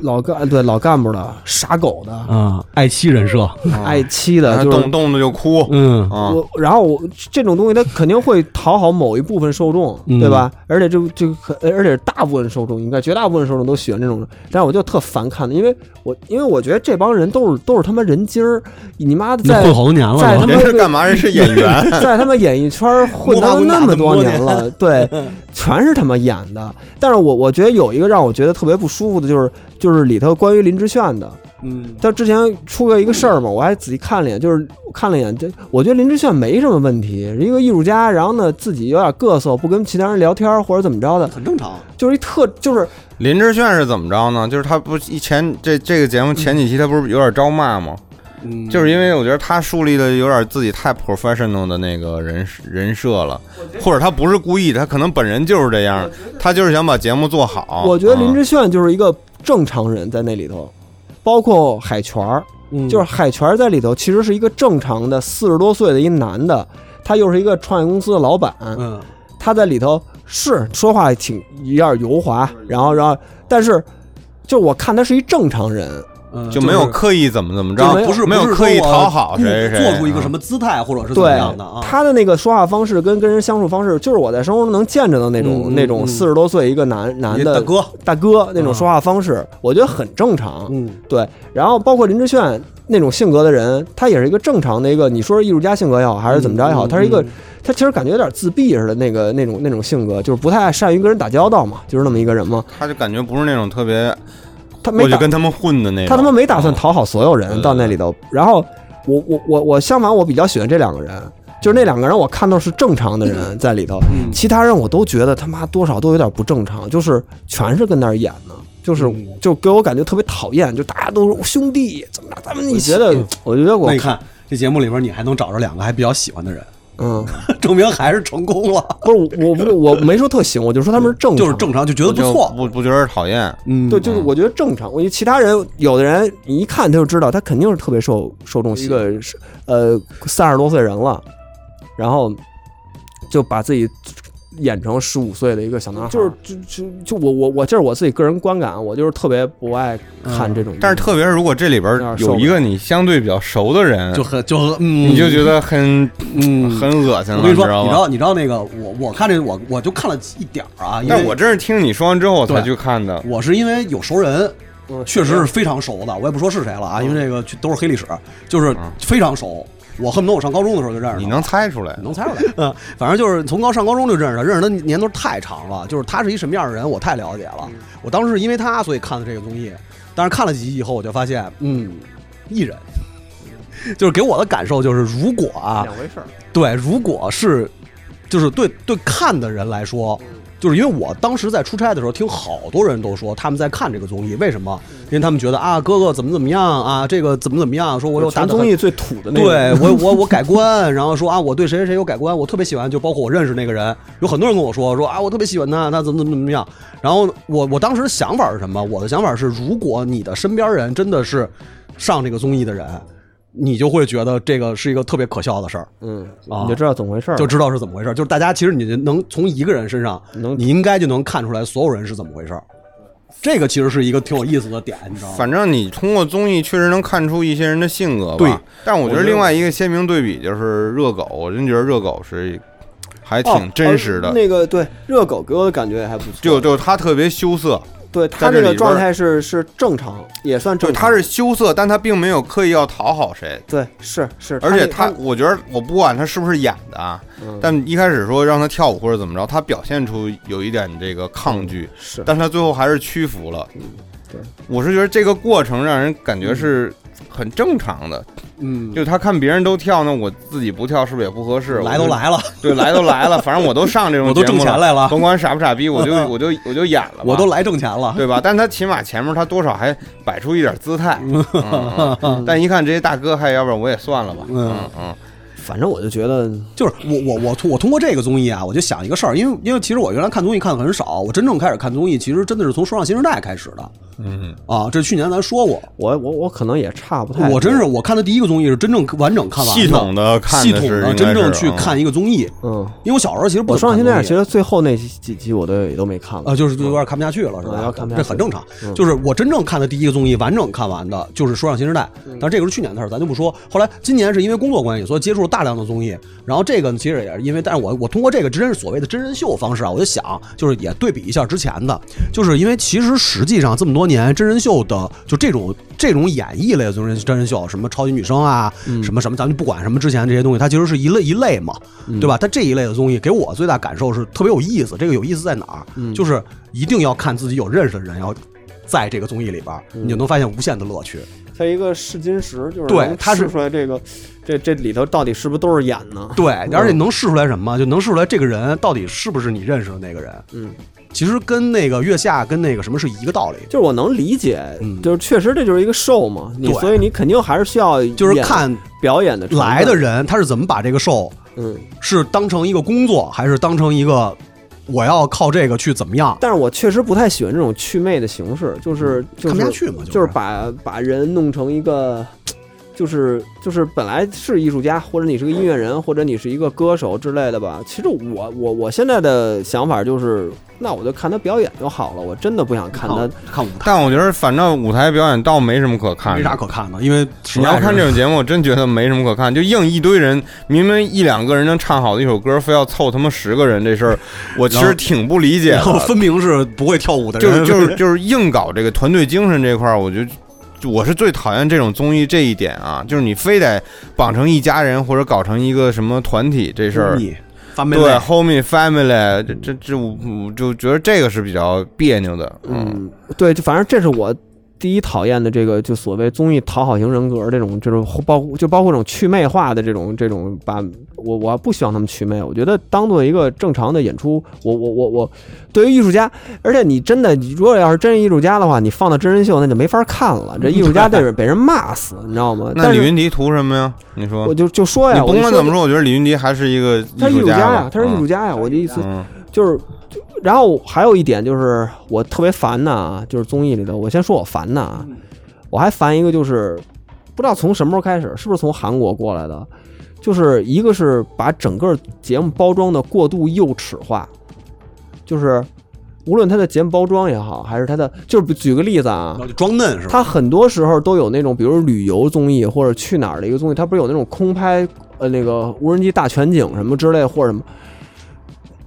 Speaker 3: 老干对老干部的傻狗的
Speaker 7: 啊，爱妻人设，
Speaker 3: 爱妻的，
Speaker 6: 还
Speaker 3: 就是
Speaker 6: 动动的就哭，
Speaker 7: 嗯
Speaker 6: 啊，
Speaker 3: 我，然后我这种东西，它肯定会讨好某一部分受众，
Speaker 7: 嗯
Speaker 3: 对吧？而且这这可，而且大部分受众应该绝大部分受众都喜欢这种，但是我就特烦看的，因为我因为我觉得这帮人都是都是他妈人精儿，你妈的
Speaker 7: 那
Speaker 3: 在
Speaker 7: 混好多年了
Speaker 3: 在他
Speaker 7: 嘛，
Speaker 3: 妈
Speaker 6: 人是干嘛？人是演员。
Speaker 3: 在他妈演艺圈混到那么多年 了，对，全是他妈演的。但是我我觉得有一个让我觉得特别不舒服的，就是就是里头关于林志炫的，
Speaker 7: 嗯，
Speaker 3: 他之前出过一个事儿嘛，我还仔细看了一眼，就是看了一眼，这我觉得林志炫没什么问题，是一个艺术家，然后呢自己有点各色，不跟其他人聊天或者怎么着的，
Speaker 7: 很正常，
Speaker 3: 就是一特就是
Speaker 6: 林志炫是怎么着呢？就是他不一前这这个节目前几期他不是有点招骂吗？
Speaker 7: 嗯
Speaker 6: 就是因为我觉得他树立的有点自己太 professional 的那个人人设了，或者他不是故意的，他可能本人就是这样，他就是想把节目做好。
Speaker 3: 我觉得林
Speaker 6: 嗯
Speaker 3: 志炫就是一个正常人在那里头，包括海泉儿，
Speaker 7: 嗯
Speaker 3: 就是海泉儿在里头其实是一个正常的四十多岁的一男的，他又是一个创业公司的老板，
Speaker 7: 嗯
Speaker 3: 他在里头是说话挺有点油滑，然后然后但是就我看他是一正常人，
Speaker 7: 嗯，
Speaker 6: 就没有
Speaker 7: 是
Speaker 6: 刻意怎么怎么
Speaker 7: 就
Speaker 6: 着，
Speaker 7: 不是
Speaker 6: 没
Speaker 7: 不
Speaker 6: 有
Speaker 7: 是
Speaker 6: 刻意
Speaker 7: 说我
Speaker 6: 讨好
Speaker 7: 故
Speaker 6: 谁谁，
Speaker 7: 做出一个
Speaker 6: 啊
Speaker 7: 什么姿态或者是怎么
Speaker 3: 对
Speaker 7: 样的啊？
Speaker 3: 他的那个说话方式跟跟人相处方式，就是我在生活中能见着的那种、
Speaker 7: 嗯嗯
Speaker 3: 那种
Speaker 7: 嗯
Speaker 3: 四十多岁一个男男
Speaker 7: 一
Speaker 3: 的
Speaker 7: 大哥
Speaker 3: 大哥那种说话方式，我觉得很正常。
Speaker 7: 嗯，
Speaker 3: 对。然后包括林志炫那种性格的人，他也是一个正常的一个，你说是艺术家性格也好，还是怎么着也好，
Speaker 7: 嗯嗯
Speaker 3: 他是一个
Speaker 7: 嗯
Speaker 3: 他其实感觉有点自闭似的那个那种那种性格，就是不太善于跟人打交道嘛，就是那么一个人嘛。
Speaker 6: 啊他就感觉不是那种特别
Speaker 3: 他没
Speaker 6: 过去
Speaker 3: 打
Speaker 6: 跟他们混的那种。
Speaker 3: 他他妈没打算讨好所有人
Speaker 6: 嗯
Speaker 3: 到那里头。然后我我我我相反，我比较喜欢这两个人，就是那两个人我看到是正常的人在里头，其他人我都觉得他妈多少都有点不正常，就是全是跟那儿演呢。就是就给我感觉特别讨厌，就大家都是兄弟，怎么着？咱们一嗯觉得，我觉得我
Speaker 7: 那你看这节目里边，你还能找着两个还比较喜欢的人，
Speaker 3: 嗯，
Speaker 7: 证明还是成功 了，
Speaker 3: 不是我我不是我没说特行，我就说他们是正常，
Speaker 7: 就是正常就觉得
Speaker 6: 我
Speaker 7: 不
Speaker 6: 就
Speaker 7: 错。
Speaker 6: 不不觉得讨厌。
Speaker 7: 嗯，
Speaker 3: 对，就是我觉得正常。我觉得其他人，有的人你一看他就知道，他肯定是特别受受众一个是呃三十多岁人了，然后就把自己演成十五岁的一个小男孩。就是就就就我我我这是我自己个人观感，我就是特别不爱看这种。
Speaker 6: 但是特别是如果这里边有一个你相对比较熟的人，
Speaker 7: 就很就很嗯，
Speaker 6: 你就觉得很
Speaker 7: 嗯
Speaker 6: 很恶心了，
Speaker 7: 我跟你说，
Speaker 6: 知道
Speaker 7: 你知
Speaker 6: 吗？
Speaker 7: 道你知道那个我我看这我我就看了一点儿啊，因
Speaker 6: 但
Speaker 7: 为
Speaker 6: 我真是听你说完之后我才
Speaker 7: 对
Speaker 6: 去看的。
Speaker 7: 我是因为有熟人，
Speaker 3: 嗯
Speaker 7: 确实是非常熟的，我也不说是谁了啊，
Speaker 6: 嗯
Speaker 7: 因为这个就都是黑历史，就是非常熟。我恨不得我上高中的时候就认识他，
Speaker 6: 你能猜出来
Speaker 7: 你？能猜出来，嗯，反正就是从高上高中就认识他，认识他年头太长了，就是他是一什么样的人，我太了解了。
Speaker 3: 嗯
Speaker 7: 我当时是因为他，所以看的这个综艺，但是看了几集以后，我就发现，嗯，艺人，
Speaker 3: 嗯
Speaker 7: 就是给我的感受就是，如果啊，
Speaker 3: 回事儿，
Speaker 7: 对，如果是就是对对看的人来说，
Speaker 3: 嗯
Speaker 7: 就是因为我当时在出差的时候，听好多人都说他们在看这个综艺，为什么？
Speaker 3: 嗯
Speaker 7: 因为他们觉得啊，哥哥怎么怎么样啊，这个怎么怎么样，说我有打
Speaker 3: 全
Speaker 7: 算
Speaker 3: 综艺最土的那个。
Speaker 7: 对我我我改观，然后说啊，我对谁谁谁有改观，我特别喜欢，就包括我认识那个人，有很多人跟我说说啊，我特别喜欢他，他怎么怎么怎么样。然后我我当时的想法是什么？我的想法是，如果你的身边人真的是上这个综艺的人，你就会觉得这个是一个特别可笑的事儿，
Speaker 3: 嗯，
Speaker 7: 啊
Speaker 3: 你就知道怎么回事儿了。
Speaker 7: 就知道是怎么回事儿。就是大家其实你能从一个人身上，
Speaker 3: 能
Speaker 7: 你应该就能看出来所有人是怎么回事儿。这个其实是一个挺有意思的点，你知道吗？
Speaker 6: 反正你通过综艺确实能看出一些人的性格吧。
Speaker 7: 对，
Speaker 6: 但我觉得另外一个鲜明对比就是热狗，我真觉得热狗是还挺真实的，
Speaker 3: 哦呃那个对热狗给我的感觉还不错。
Speaker 6: 就就他特别羞涩，
Speaker 3: 对他
Speaker 6: 在这
Speaker 3: 那个
Speaker 6: 里边儿
Speaker 3: 状态是是正常，也算
Speaker 6: 就
Speaker 3: 正常。
Speaker 6: 他是羞涩，但他并没有刻意要讨好谁。
Speaker 3: 对是是，
Speaker 6: 而且
Speaker 3: 他
Speaker 6: 他
Speaker 3: 那，
Speaker 6: 我觉得我不管他是不是演的啊，
Speaker 3: 嗯
Speaker 6: 但一开始说让他跳舞或者怎么着，他表现出有一点这个抗
Speaker 7: 嗯
Speaker 6: 拒，
Speaker 3: 是
Speaker 6: 但是他最后还是屈服了。
Speaker 3: 对，
Speaker 6: 我是觉得这个过程让人感觉是很正常的，
Speaker 7: 嗯，
Speaker 6: 就他看别人都跳呢，我自己不跳是不是也不合适？
Speaker 7: 来都
Speaker 6: 我就，
Speaker 7: 来了，
Speaker 6: 对，来都来了，反正我都上这种
Speaker 7: 我都挣
Speaker 6: 节目
Speaker 7: 钱来了
Speaker 6: 甭管傻不傻 逼，我就我就我就演了吧，
Speaker 7: 我都来挣钱了。
Speaker 6: 对吧？但他起码前面他多少还摆出一点姿 态，嗯嗯嗯但一看这些大哥，还要不然我也算了吧，
Speaker 7: 嗯
Speaker 6: 嗯嗯。
Speaker 3: 反正我就觉得
Speaker 7: 就是我我我通我通过这个综艺啊，我就想一个事儿，因为因为其实我原来看综艺看的很少，我真正开始看综艺其实真的是从《说唱新时代》开始的。嗯啊，这去年咱说过，
Speaker 3: 我我我可能也差不太多，
Speaker 7: 我真是我看的第一个综艺是真正完整看完的
Speaker 6: 系统地看的是
Speaker 7: 系统的
Speaker 6: 应该是啊
Speaker 7: 真正去看一个综艺，
Speaker 3: 嗯，
Speaker 7: 因为我小时候其实不
Speaker 3: 我
Speaker 7: 怎
Speaker 3: 上
Speaker 7: 么
Speaker 3: 现
Speaker 7: 看
Speaker 3: 在
Speaker 7: 综
Speaker 3: 其
Speaker 7: 艺。
Speaker 3: 实最后那几集我都也都没看
Speaker 7: 啊，
Speaker 3: 了，
Speaker 7: 就是就有点看不下去了，是
Speaker 3: 嗯
Speaker 7: 吧
Speaker 3: 要？看不下
Speaker 7: 这
Speaker 3: 去嗯
Speaker 7: 很正常。就是我真正看的第一个综艺，完整看完的，就是《说唱新时代》，
Speaker 3: 嗯
Speaker 7: 但这个是去年的事儿，咱就不说。后来今年是因为工作关系，所以接触了大量的综艺。然后这个呢，其实也是因为，但是我我通过这个真是所谓的真人秀方式啊，我就想，就是也对比一下之前的，就是因为其实实际上这么多年真人秀的，就这种这种演绎类的真人真人秀，什么超级女声啊，
Speaker 3: 嗯
Speaker 7: 什么什么，咱们就不管什么之前这些东西，它其实是一类一类嘛，对吧？它这一类的综艺给我最大感受是特别有意思。这个有意思在哪儿？就是一定要看自己有认识的人要。在这个综艺里边儿，你就能发现无限的乐趣。
Speaker 3: 它一个试金石，就是
Speaker 7: 对
Speaker 3: 能
Speaker 7: 它是
Speaker 3: 试出来这个这这里头到底是不是都是演呢？
Speaker 7: 对，而且能试出来什么，就能试出来这个人到底是不是你认识的那个人。
Speaker 3: 嗯，
Speaker 7: 其实跟那个月下跟那个什么是一个道理，
Speaker 3: 就是我能理解，
Speaker 7: 嗯
Speaker 3: 就是确实这就是一个 show 嘛，你
Speaker 7: 对
Speaker 3: 所以你肯定还是需要
Speaker 7: 就是
Speaker 3: 演
Speaker 7: 看
Speaker 3: 表演的成分
Speaker 7: 来的，人他是怎么把这个 show
Speaker 3: 嗯。
Speaker 7: 是当成一个工作，还是当成一个我要靠这个去怎么样？
Speaker 3: 但是我确实不太喜欢这种嗯祛魅的形式，就是就是
Speaker 7: 看不下去嘛就是
Speaker 3: 就是把把人弄成一个就是就是本来是艺术家，或者你是个音乐人，或者你是一个歌手之类的吧。其实我我我现在的想法就是，那我就看他表演就好了，我真的不想看他
Speaker 7: 看看舞台
Speaker 6: 但我觉得反正舞台表演倒没什么可看的，
Speaker 7: 没啥可看的，因为
Speaker 6: 你要看这种节目，我真觉得没什么可看，就硬一堆人，明明一两个人能唱好的一首歌，非要凑他妈十个人这事 儿，我其实挺不理解
Speaker 7: 然后
Speaker 6: 的。
Speaker 7: 分明是不会跳舞的
Speaker 6: 就
Speaker 7: 人，
Speaker 6: 是就是就是硬搞这个团队精神这块儿，我就就我是最讨厌这种综艺这一点啊，就是你非得绑成一家人或者搞成一个什么团 体这事儿。
Speaker 7: 你翻倍
Speaker 6: 对，homie family，这这这我我就觉得这个是比较别扭的，嗯，
Speaker 3: 嗯，对，就反正这是我第一讨厌的这个，就所谓综艺讨好型人格这种，这种包就包括这种祛魅化的这种这种把，我我不希望他们祛魅，我觉得当做一个正常的演出，我我我我，对于艺术家，而且你真的你如果要是真是艺术家的话，你放到真人秀那就没法看了，这艺术家得 是被人骂死，你知道吗？
Speaker 6: 那
Speaker 3: 但
Speaker 6: 李
Speaker 3: 是
Speaker 6: 云迪图什么呀？你说
Speaker 3: 我，就就说
Speaker 6: 你
Speaker 3: 哎呀，我
Speaker 6: 甭
Speaker 3: 就
Speaker 6: 管
Speaker 3: 说
Speaker 6: 怎么说，我觉得李云迪还是一个
Speaker 3: 他是艺术家呀
Speaker 6: 吧，
Speaker 3: 他是艺术
Speaker 6: 嗯
Speaker 3: 家呀，我的意思
Speaker 6: 嗯
Speaker 3: 就是，就然后还有一点就是我特别烦的啊，就是综艺里头，我先说我烦的啊，我还烦一个就是不知道从什么时候开始，是不是从韩国过来的，就是一个是把整个节目包装的过度幼齿化，就是无论它的节目包装也好，还是它的，就是举个例子啊
Speaker 7: 然后，就装嫩是吧？
Speaker 3: 它很多时候都有那种，比如旅游综艺或者去哪儿的一个综艺，它不是有那种空拍呃那个无人机大全景什么之类或者什么。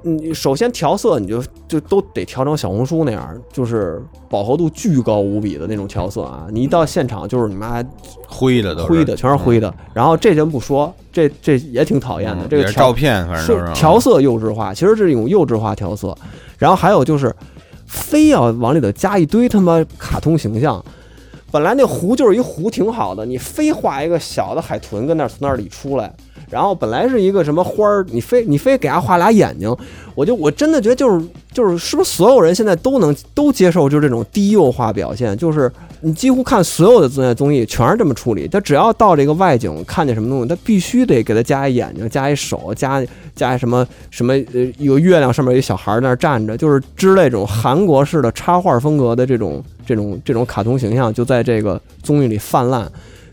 Speaker 3: 你首先调色，你就就都得调成小红书那样，就是饱和度巨高无比的那种调色啊！你一到现场就是你妈
Speaker 6: 灰的都是
Speaker 3: 灰的，全是灰，的。然后这真不说，这这也挺讨
Speaker 6: 嗯
Speaker 3: 厌的。
Speaker 6: 嗯
Speaker 3: 这
Speaker 6: 也
Speaker 3: 个
Speaker 6: 是
Speaker 3: 调
Speaker 6: 照片，反正都
Speaker 3: 是
Speaker 6: 是啊
Speaker 3: 调色幼稚化，其实这是一种幼稚化调色。然后还有就是，非要往里头加一堆他妈卡通形象。本来那湖就是一湖，挺好的，你非画一个小的海豚跟那儿从那儿里出来，然后本来是一个什么花儿，你非你非给它画俩眼睛，我就我真的觉得就是就是是不是所有人现在都能都接受就是这种低幼化表现，就是你几乎看所有的综艺综艺全是这么处理，他只要到这个外景看见什么东西，他必须得给他加一眼睛，加一手，加加什么什么呃有月亮上面有一小孩儿那儿站着，就是之类这种韩国式的插画风格的这种这种这种卡通形象就在这个综艺里泛滥，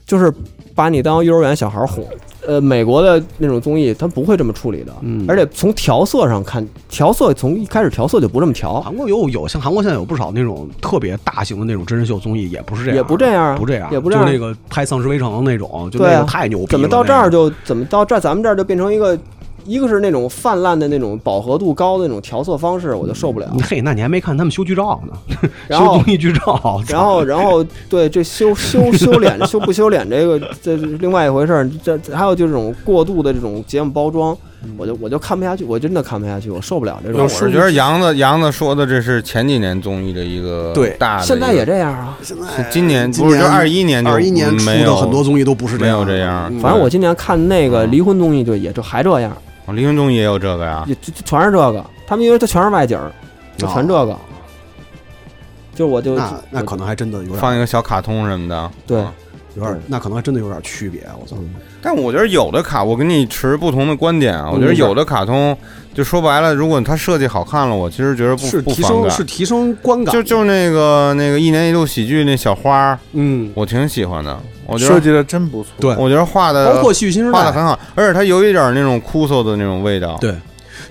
Speaker 3: 就是把你当幼儿园小孩儿哄。呃，美国的那种综艺，他不会这么处理的，
Speaker 7: 嗯
Speaker 3: 而且从调色上看，调色从一开始调色就不这么调，
Speaker 7: 韩国有有像韩国现在有不少那种特别大型的那种真人秀综艺，也不是这样，
Speaker 3: 也不这样啊
Speaker 7: 不这样，
Speaker 3: 也不这样
Speaker 7: 就那个拍《丧尸围城》那种，就
Speaker 3: 对啊
Speaker 7: 那个太牛逼了。
Speaker 3: 怎么到这
Speaker 7: 那
Speaker 3: 儿
Speaker 7: 个
Speaker 3: 就怎么到这儿咱们这儿就变成一个，一个是那种泛滥的那种饱和度高的那种调色方式，我就受不了。
Speaker 7: 嘿，那你还没看他们修剧照呢，
Speaker 3: 然后
Speaker 7: 修综艺剧照，
Speaker 3: 然后，然后，对这修修修脸修不修脸这个，这是另外一回事儿。这这还有就是这种过度的这种节目包装，
Speaker 7: 嗯
Speaker 3: 我就我就看不下去，我真的看不下去，我受不了这种。
Speaker 6: 我是觉得杨子杨子说的这是前几年综艺的一个
Speaker 7: 对
Speaker 6: 大的一个，
Speaker 3: 现在也这样啊。
Speaker 7: 现
Speaker 6: 是
Speaker 7: 在
Speaker 6: 今年
Speaker 7: 今
Speaker 6: 不是就
Speaker 7: 年
Speaker 6: 二一年就
Speaker 7: 二一年出
Speaker 6: 没
Speaker 7: 的
Speaker 6: 有
Speaker 7: 很多综艺都不是
Speaker 6: 没有
Speaker 7: 这
Speaker 6: 这
Speaker 7: 样
Speaker 6: 样
Speaker 7: 的，嗯
Speaker 3: 反正我今年看那个离婚综艺，就也就还这样，
Speaker 6: 哦离婚综艺也有这个
Speaker 7: 啊
Speaker 6: 呀，
Speaker 3: 也就就全是这个。他们因为它全是外景儿，就全这个。就我就
Speaker 7: 哦那那可能还哦真的有点
Speaker 6: 放一个小卡通什么的，
Speaker 3: 对
Speaker 6: 嗯
Speaker 7: 有点，那可能还真的有点区别。我操，
Speaker 6: 但我觉得有的卡，我跟你持不同的观点啊。我觉得有的卡通，就说白了，如果它设计好看了，我其实觉得不
Speaker 7: 是
Speaker 6: 不
Speaker 7: 提
Speaker 6: 反
Speaker 7: 升
Speaker 6: 感。
Speaker 7: 是提升观感，
Speaker 6: 就就是那个那个一年一度喜剧那小花儿，
Speaker 7: 嗯，
Speaker 6: 我挺喜欢的。我觉
Speaker 5: 设
Speaker 6: 得
Speaker 5: 计的真不错。
Speaker 7: 对
Speaker 6: 我觉得画的
Speaker 7: 包括戏剧新时
Speaker 6: 画的
Speaker 7: 代。
Speaker 6: 很好，而且它有一点那种枯燥的那种味道。
Speaker 7: 对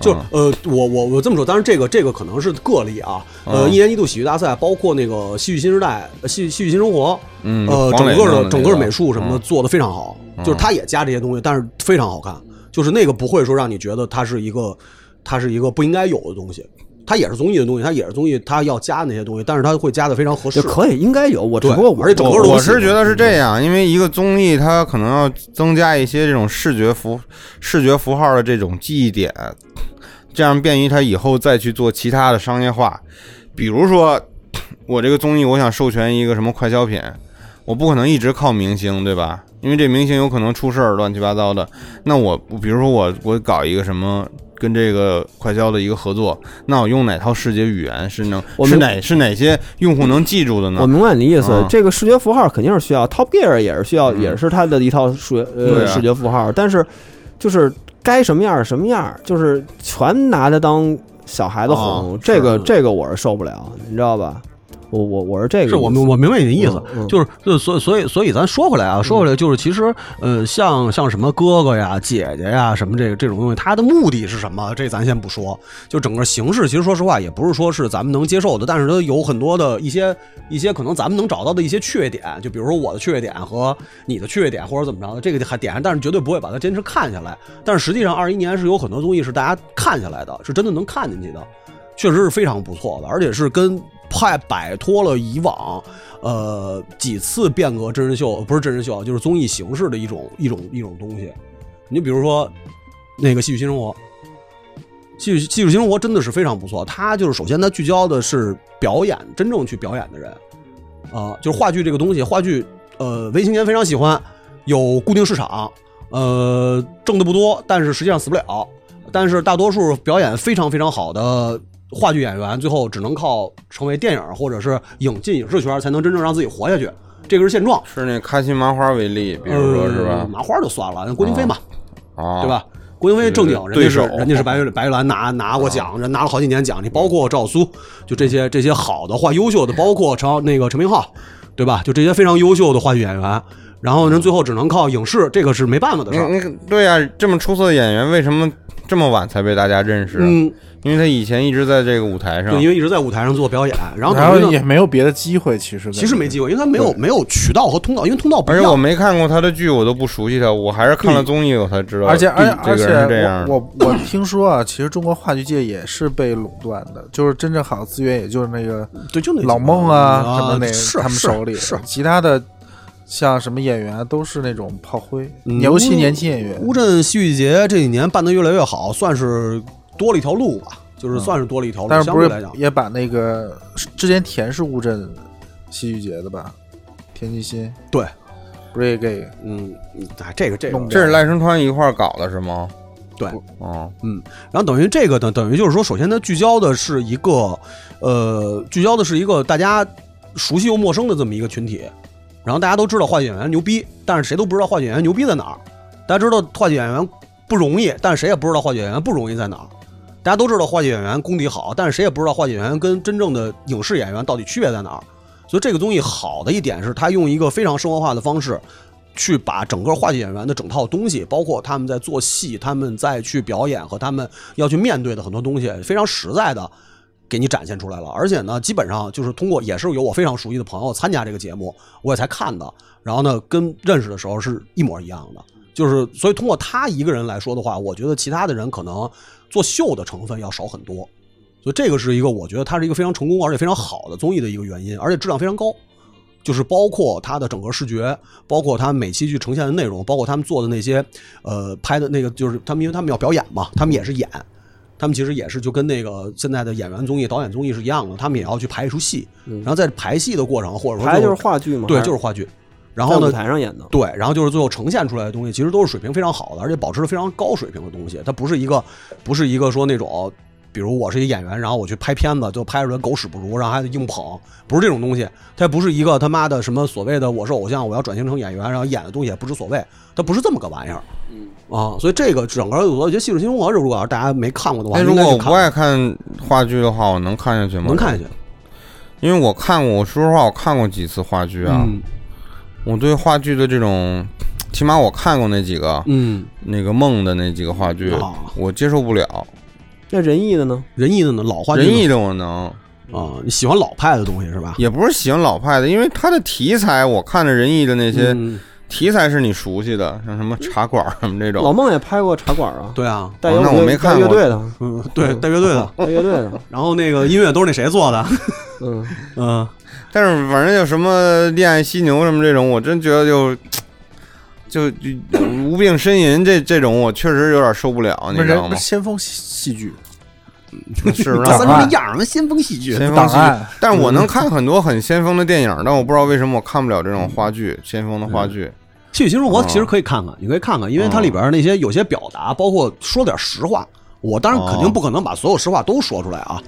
Speaker 6: 嗯，
Speaker 7: 就呃，我我我这么说，当然这个这个可能是个例啊。呃，
Speaker 6: 嗯
Speaker 7: 一年一度喜剧大赛，包括那个戏剧新时代、呃戏戏剧新生活，
Speaker 6: 嗯，
Speaker 7: 呃，
Speaker 6: 黄
Speaker 7: 整
Speaker 6: 磊
Speaker 7: 个
Speaker 6: 弄
Speaker 7: 的
Speaker 6: 那
Speaker 7: 整个美术什么的
Speaker 6: 嗯
Speaker 7: 做的非常好，
Speaker 6: 嗯
Speaker 7: 就是他也加这些东西，但是非常好看，就是那个不会说让你觉得它是一个它是一个不应该有的东西，它也是综艺的东西，它也是综艺，它要加那些东西，但是它会加的非常合适
Speaker 3: 就。可以应该有，我只
Speaker 7: 对
Speaker 3: 不过我
Speaker 7: 而且整个
Speaker 6: 我
Speaker 7: 都嗯
Speaker 6: 我
Speaker 7: 是
Speaker 6: 是觉得是这样，因为一个综艺它可能要增加一些这种视觉符视觉符号的这种记忆点，这样便于它以后再去做其他的商业化。比如说，我这个综艺我想授权一个什么快消品，我不可能一直靠明星，对吧？因为这明星有可能出事儿，乱七八糟的。那我比如说我我搞一个什么。跟这个快消的一个合作，那我用哪套视觉语言是能
Speaker 3: 我
Speaker 6: 是
Speaker 3: 明
Speaker 6: 哪是哪些用户能记住的呢？
Speaker 3: 我明白你的意思，
Speaker 6: 嗯
Speaker 3: 这个视觉符号肯定是需要，Top Gear 也是需
Speaker 7: 嗯
Speaker 3: 要，也是它的一套数呃、
Speaker 6: 对啊
Speaker 3: 视觉符号，但是就是该什么样儿什么样儿，就是全拿它当小孩子哄，
Speaker 6: 哦
Speaker 3: 这个
Speaker 7: 是
Speaker 3: 这个我是受不了，你知道吧？我我我是这个，
Speaker 7: 是我明我明白你的意思，
Speaker 3: 嗯嗯
Speaker 7: 就是就是所以所以所以咱说回来啊，说回来就是其实呃像像什么哥哥呀、姐姐呀什么这个这种东西，它的目的是什么？这咱先不说，就整个形式，其实说实话也不是说是咱们能接受的，但是它有很多的一些一些可能咱们能找到的一些缺点，就比如说我的缺点和你的缺点或者怎么着的，这个还点上，但是绝对不会把它坚持看下来。但是实际上二一年是有很多综艺是大家看下来的，是真的能看进去的。确实是非常不错的，而且是跟派摆脱了以往呃几次变革真人秀，不是真人秀啊，就是综艺形式的一种一种一种东西。你比如说那个《戏剧新生活》，《戏剧戏剧新生活》真的是非常不错，它就是首先它聚焦的是表演，真正去表演的人啊、就是话剧这个东西，话剧呃文艺青年非常喜欢，有固定市场，呃挣的不多，但是实际上死不了。但是大多数表演非常非常好的话剧演员，最后只能靠成为电影或者是影进影视圈，才能真正让自己活下去。这个是现状。
Speaker 6: 是那开心麻花为例，比如说是吧
Speaker 7: 呃？麻花就算了，郭京飞嘛，
Speaker 6: 啊，
Speaker 7: 对吧？？郭京飞正经，人家
Speaker 6: 对
Speaker 7: 是
Speaker 6: 手
Speaker 7: 人家是白玉白玉兰拿拿过奖，人拿了好几年奖。你包括赵苏，就这些这些好的话优秀的，包括陈那个陈明昊，对吧？就这些非常优秀的话剧演员，然后
Speaker 6: 嗯
Speaker 7: 人最后只能靠影视，这个是没办法的
Speaker 6: 你
Speaker 7: 事儿。
Speaker 6: 你对呀、这么出色的演员，为什么这么晚才被大家认识啊？
Speaker 7: 嗯，
Speaker 6: 因为他以前一直在这个舞台上
Speaker 7: 对，，因为一直在舞台上做表演，然后
Speaker 5: 然
Speaker 7: 等于
Speaker 5: 后
Speaker 7: 呢
Speaker 5: 也没有别的机会，其实
Speaker 7: 其实没机会，因为他没有没有渠道和通道，因为通道不一
Speaker 6: 而且
Speaker 7: 样。
Speaker 6: 我没看过他的剧，我都不熟悉他，我还是看
Speaker 7: 嗯
Speaker 6: 了综艺我才知道。
Speaker 5: 而且而
Speaker 6: 这
Speaker 5: 而
Speaker 6: 个人是这
Speaker 5: 且
Speaker 6: 样的，
Speaker 5: 我我我听说啊，其实中国话剧界也是被垄断的，就是真正好的资源也就是那个
Speaker 7: 对，就那
Speaker 5: 老孟
Speaker 7: 啊
Speaker 5: 啊什么那个
Speaker 7: 是
Speaker 5: 他们
Speaker 7: 是
Speaker 5: 手里，
Speaker 7: 是
Speaker 5: 其他的像什么演员啊都是那种炮灰，
Speaker 7: 嗯
Speaker 5: 尤其年轻演员
Speaker 7: 乌镇戏剧节这几年办得越来越好，算是多了一条路吧，就是算是多了一条路。
Speaker 5: 嗯但是
Speaker 7: 相
Speaker 5: 不
Speaker 7: 对
Speaker 5: 是
Speaker 7: 来讲，
Speaker 5: 也把那个之前田是乌镇戏剧节的吧？田沁鑫
Speaker 7: 对，
Speaker 5: 不是也给
Speaker 7: 嗯，嗯哎，这个这个
Speaker 5: 弄，
Speaker 6: 这是赖声川一块儿搞的是吗？
Speaker 7: 对，
Speaker 6: 哦，
Speaker 7: 然后等于这个呢，等于就是说，首先它聚焦的是一个，呃，聚焦的是一个大家熟悉又陌生的这么一个群体。然后大家都知道话剧演员牛逼，但是谁都不知道话剧演员牛逼在哪儿。大家知道话剧演员不容易，但是谁也不知道话剧演员不容易在哪儿。大家都知道话剧演员功底好，但是谁也不知道话剧演员跟真正的影视演员到底区别在哪儿。所以这个综艺好的一点是，它用一个非常生活化的方式，去把整个话剧演员的整套东西，包括他们在做戏、他们在去表演和他们要去面对的很多东西，非常实在的给你展现出来了。而且呢，基本上就是通过也是有我非常熟悉的朋友参加这个节目，我也才看的。然后呢，跟认识的时候是一模一样的。就是所以通过他一个人来说的话，我觉得其他的人可能做秀的成分要少很多。所以这个是一个我觉得它是一个非常成功而且非常好的综艺的一个原因，而且质量非常高。就是包括它的整个视觉，包括它每期剧呈现的内容，包括他们做的那些，呃，拍的那个，就是他们因为他们要表演嘛，他们也是演，他们其实也是就跟那个现在的演员综艺、导演综艺是一样的，他们也要去排一出戏，然后在排戏的过程或者
Speaker 3: 嗯
Speaker 7: 说
Speaker 3: 排就是
Speaker 7: 最后
Speaker 3: 话剧嘛，
Speaker 7: 对
Speaker 3: 还
Speaker 7: 就是话剧，然后
Speaker 3: 在舞
Speaker 7: 呢
Speaker 3: 台上演的，
Speaker 7: 对，然后就是最后呈现出来的东西，其实都是水平非常好的，而且保持了非常高水平的东西。它不是一个，不是一个说那种，比如我是一演员，然后我去拍片子，就拍出来狗屎不如，然后还得硬捧，不是这种东西。它也不是一个他妈的什么所谓的我是偶像，我要转型成演员，然后演的东西也不知所谓，它不是这么个玩意儿。
Speaker 3: 嗯
Speaker 7: 啊，所以这个整个我觉得《戏剧新生活》如果大家没看过的话，
Speaker 6: 哎，
Speaker 7: 应
Speaker 6: 如
Speaker 7: 该
Speaker 6: 果
Speaker 7: 去
Speaker 6: 我
Speaker 7: 看
Speaker 6: 不爱看话剧的话，我能看下去吗？
Speaker 7: 能看下去
Speaker 6: 因为我看过，我说实话，我看过几次话剧啊。
Speaker 7: 嗯
Speaker 6: 我对话剧的这种，起码我看过那几个、
Speaker 7: 嗯，
Speaker 6: 那个梦的那几个话剧，
Speaker 7: 啊
Speaker 6: 我接受不了。
Speaker 3: 那仁义的呢？
Speaker 7: 仁义的呢，老话剧
Speaker 6: 仁
Speaker 7: 呢
Speaker 6: 义的我能，
Speaker 7: 啊，你喜欢老派的东西是吧？
Speaker 6: 也不是喜欢老派的，因为它的题材，我看着仁义的那些、
Speaker 7: 嗯，
Speaker 6: 题材是你熟悉的，像什么茶馆儿什么这
Speaker 3: 老
Speaker 6: 种。
Speaker 3: 孟也拍过茶馆啊，
Speaker 7: 对啊，
Speaker 3: 带
Speaker 6: 哦
Speaker 3: 摇
Speaker 6: 那
Speaker 3: 滚
Speaker 6: 我
Speaker 3: 乐
Speaker 6: 没
Speaker 3: 带
Speaker 6: 看
Speaker 3: 乐
Speaker 6: 过
Speaker 3: 队 的，
Speaker 7: 嗯，对，带乐队的。
Speaker 3: 带乐队的，
Speaker 7: 然后那个音乐都是那谁做的？
Speaker 3: 嗯，
Speaker 7: 嗯，
Speaker 6: 但是反正有什么恋爱犀牛什么这种，我真觉得就就就无病呻吟 这这种，我确实有点受不了，啊你
Speaker 5: 不是
Speaker 6: 知道
Speaker 5: 人不
Speaker 6: 吗
Speaker 5: 是？先锋戏戏剧
Speaker 6: 是不是？
Speaker 5: 档案
Speaker 7: 样嘛，先锋戏剧
Speaker 6: 先锋
Speaker 5: 档
Speaker 6: 戏
Speaker 5: 案，
Speaker 6: 但是我能看很多很先锋的电影，但我不知道为什么我看不了这种话剧，先锋的话剧。
Speaker 7: 戏剧新生活
Speaker 6: 嗯
Speaker 7: 其实可以看看，你可以看看，因为它里边那些有些表达，包括说点实话。我当然肯定不可能把所有实话都说出来啊。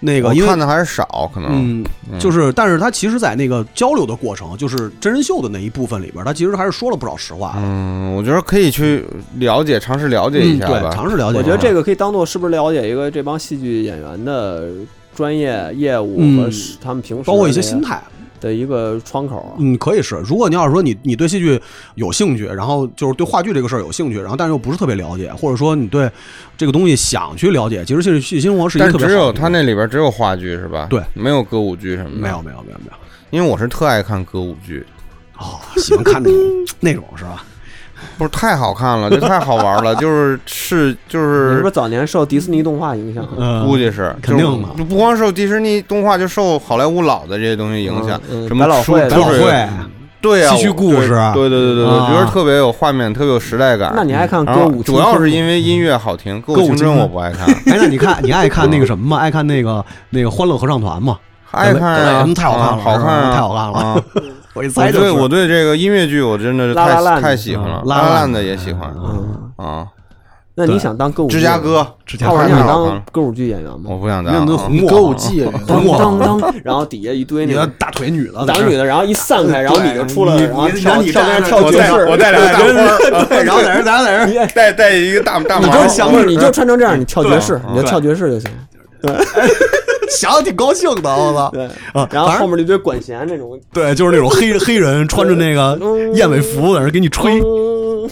Speaker 7: 那个，
Speaker 6: 我
Speaker 7: 因
Speaker 6: 看
Speaker 7: 为
Speaker 6: 的还是少，可能。
Speaker 7: 嗯，就是，但是他其实，在那个交流的过程，就是真人秀的那一部分里边，他其实还是说了不少实话的。
Speaker 6: 嗯，我觉得可以去了解，尝试了解一
Speaker 7: 嗯，
Speaker 6: 下
Speaker 7: 对，
Speaker 6: 吧。
Speaker 7: 尝试了解。
Speaker 3: 我觉得这个可以当做是不是了解一个这帮戏剧演员的专业业务
Speaker 7: 嗯
Speaker 3: 和是他们平时
Speaker 7: 包括一些
Speaker 3: 的那
Speaker 7: 心态。
Speaker 3: 的一个窗口啊。
Speaker 7: 嗯，可以是。如果你要是说你你对戏剧有兴趣，然后就是对话剧这个事儿有兴趣，然后但是又不是特别了解，或者说你对这个东西想去了解，其实戏剧戏剧新活是一个
Speaker 6: 但
Speaker 7: 特别
Speaker 6: 只
Speaker 7: 好
Speaker 6: 有
Speaker 7: 的
Speaker 6: 他那里边只有话剧是吧？
Speaker 7: 对，
Speaker 6: 没有歌舞剧什么的。
Speaker 7: 没有，没有没有没有
Speaker 6: 因为我是特爱看歌舞剧，
Speaker 7: 哦，喜欢看那 种那种是吧？
Speaker 6: 不是太好看了，就太好 玩了，就是是就
Speaker 3: 你是
Speaker 6: 是
Speaker 3: 不是早年受迪士尼动画影响？啊
Speaker 7: 嗯，
Speaker 6: 估计是
Speaker 7: 肯定嘛
Speaker 6: 的，就不光受迪士尼动画，就受好莱坞老的这些东西影响，
Speaker 3: 嗯嗯
Speaker 6: 什么
Speaker 3: 百老汇
Speaker 6: 出
Speaker 7: 百老
Speaker 6: 出水
Speaker 7: 汇哎
Speaker 6: 对啊，
Speaker 7: 戏剧
Speaker 6: 我
Speaker 7: 故事啊
Speaker 6: 对对对对对，
Speaker 7: 啊
Speaker 6: 觉得特别有画面，特别有时代感。
Speaker 3: 那你爱看
Speaker 6: 然
Speaker 3: 歌
Speaker 6: 后
Speaker 3: 舞青春吗？
Speaker 6: 嗯主要是因为音乐好听，歌舞青春我不爱看，
Speaker 7: 哎，那你看，你爱看那个什么 吗？爱看那个那个《欢乐合唱团》吗？
Speaker 6: 爱看啊
Speaker 7: 对，太好看了，
Speaker 6: 啊好看啊，
Speaker 7: 太好看了！
Speaker 6: 啊！
Speaker 7: 我一
Speaker 6: 我
Speaker 7: 猜就
Speaker 6: 对
Speaker 7: 是。
Speaker 6: 我对这个音乐剧，我真的是
Speaker 3: 拉拉烂
Speaker 6: 太
Speaker 3: 的
Speaker 6: 太喜欢了，
Speaker 7: 嗯
Speaker 6: 拉
Speaker 7: 拉拉
Speaker 6: 烂的
Speaker 7: 烂
Speaker 6: 也
Speaker 7: 的
Speaker 6: 喜欢
Speaker 3: 嗯，
Speaker 6: 啊。
Speaker 3: 那你想当歌舞剧
Speaker 6: 芝加哥，芝
Speaker 3: 演员吗，浩然
Speaker 6: 太
Speaker 3: 想
Speaker 6: 好看
Speaker 3: 当
Speaker 6: 了，
Speaker 3: 歌舞剧演员吗
Speaker 6: 我？不想啊
Speaker 7: 你看
Speaker 6: 当
Speaker 7: 那红过
Speaker 5: 歌舞伎
Speaker 7: 红过
Speaker 3: 当当当，然后底下一堆
Speaker 7: 你
Speaker 3: 那
Speaker 7: 的
Speaker 3: 个
Speaker 7: 大腿女的，
Speaker 3: 男女的，然后一散开，然后你就出来了，然后
Speaker 7: 你
Speaker 3: 跳
Speaker 7: 你你
Speaker 3: 跳跟人
Speaker 7: 站着
Speaker 3: 跳
Speaker 7: 我
Speaker 3: 爵
Speaker 7: 带
Speaker 3: 士，
Speaker 6: 我带俩大
Speaker 3: 跟人
Speaker 7: 对，然后在这咱在这，
Speaker 6: 带带一个大大
Speaker 3: 你
Speaker 6: 毛
Speaker 3: 就
Speaker 6: 儿，
Speaker 3: 想不是，你就穿成这样，你跳爵士，
Speaker 6: 对
Speaker 3: 你就跳爵士就行。
Speaker 7: 想的挺高兴的，我 操！
Speaker 3: 对，
Speaker 7: 啊，
Speaker 3: 然后
Speaker 7: 反正
Speaker 3: 后面那堆管弦那种，
Speaker 7: 对，就是那种黑黑人穿着 那个燕尾服在那给你吹，
Speaker 3: 嗯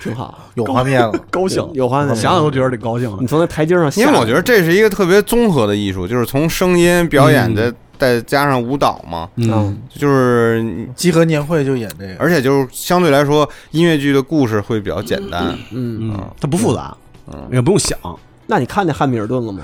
Speaker 3: 挺好。
Speaker 5: 有画面了，
Speaker 7: 高兴，
Speaker 3: 有画面嗯
Speaker 7: 想想都觉得挺高兴啊的
Speaker 3: 你。从那台阶上下
Speaker 6: 因
Speaker 3: 来，
Speaker 6: 为我觉得这是一个特别综合的艺术，就是从声音、表演再
Speaker 3: 嗯
Speaker 6: 再加上舞蹈嘛，
Speaker 7: 嗯，
Speaker 6: 就是你
Speaker 5: 集合年会就演这个，
Speaker 6: 而且就是相对来说，音乐剧的故事会比较简单。
Speaker 3: 嗯，
Speaker 7: 嗯，它不复杂，也不用想。
Speaker 3: 那你看见汉密尔顿了吗？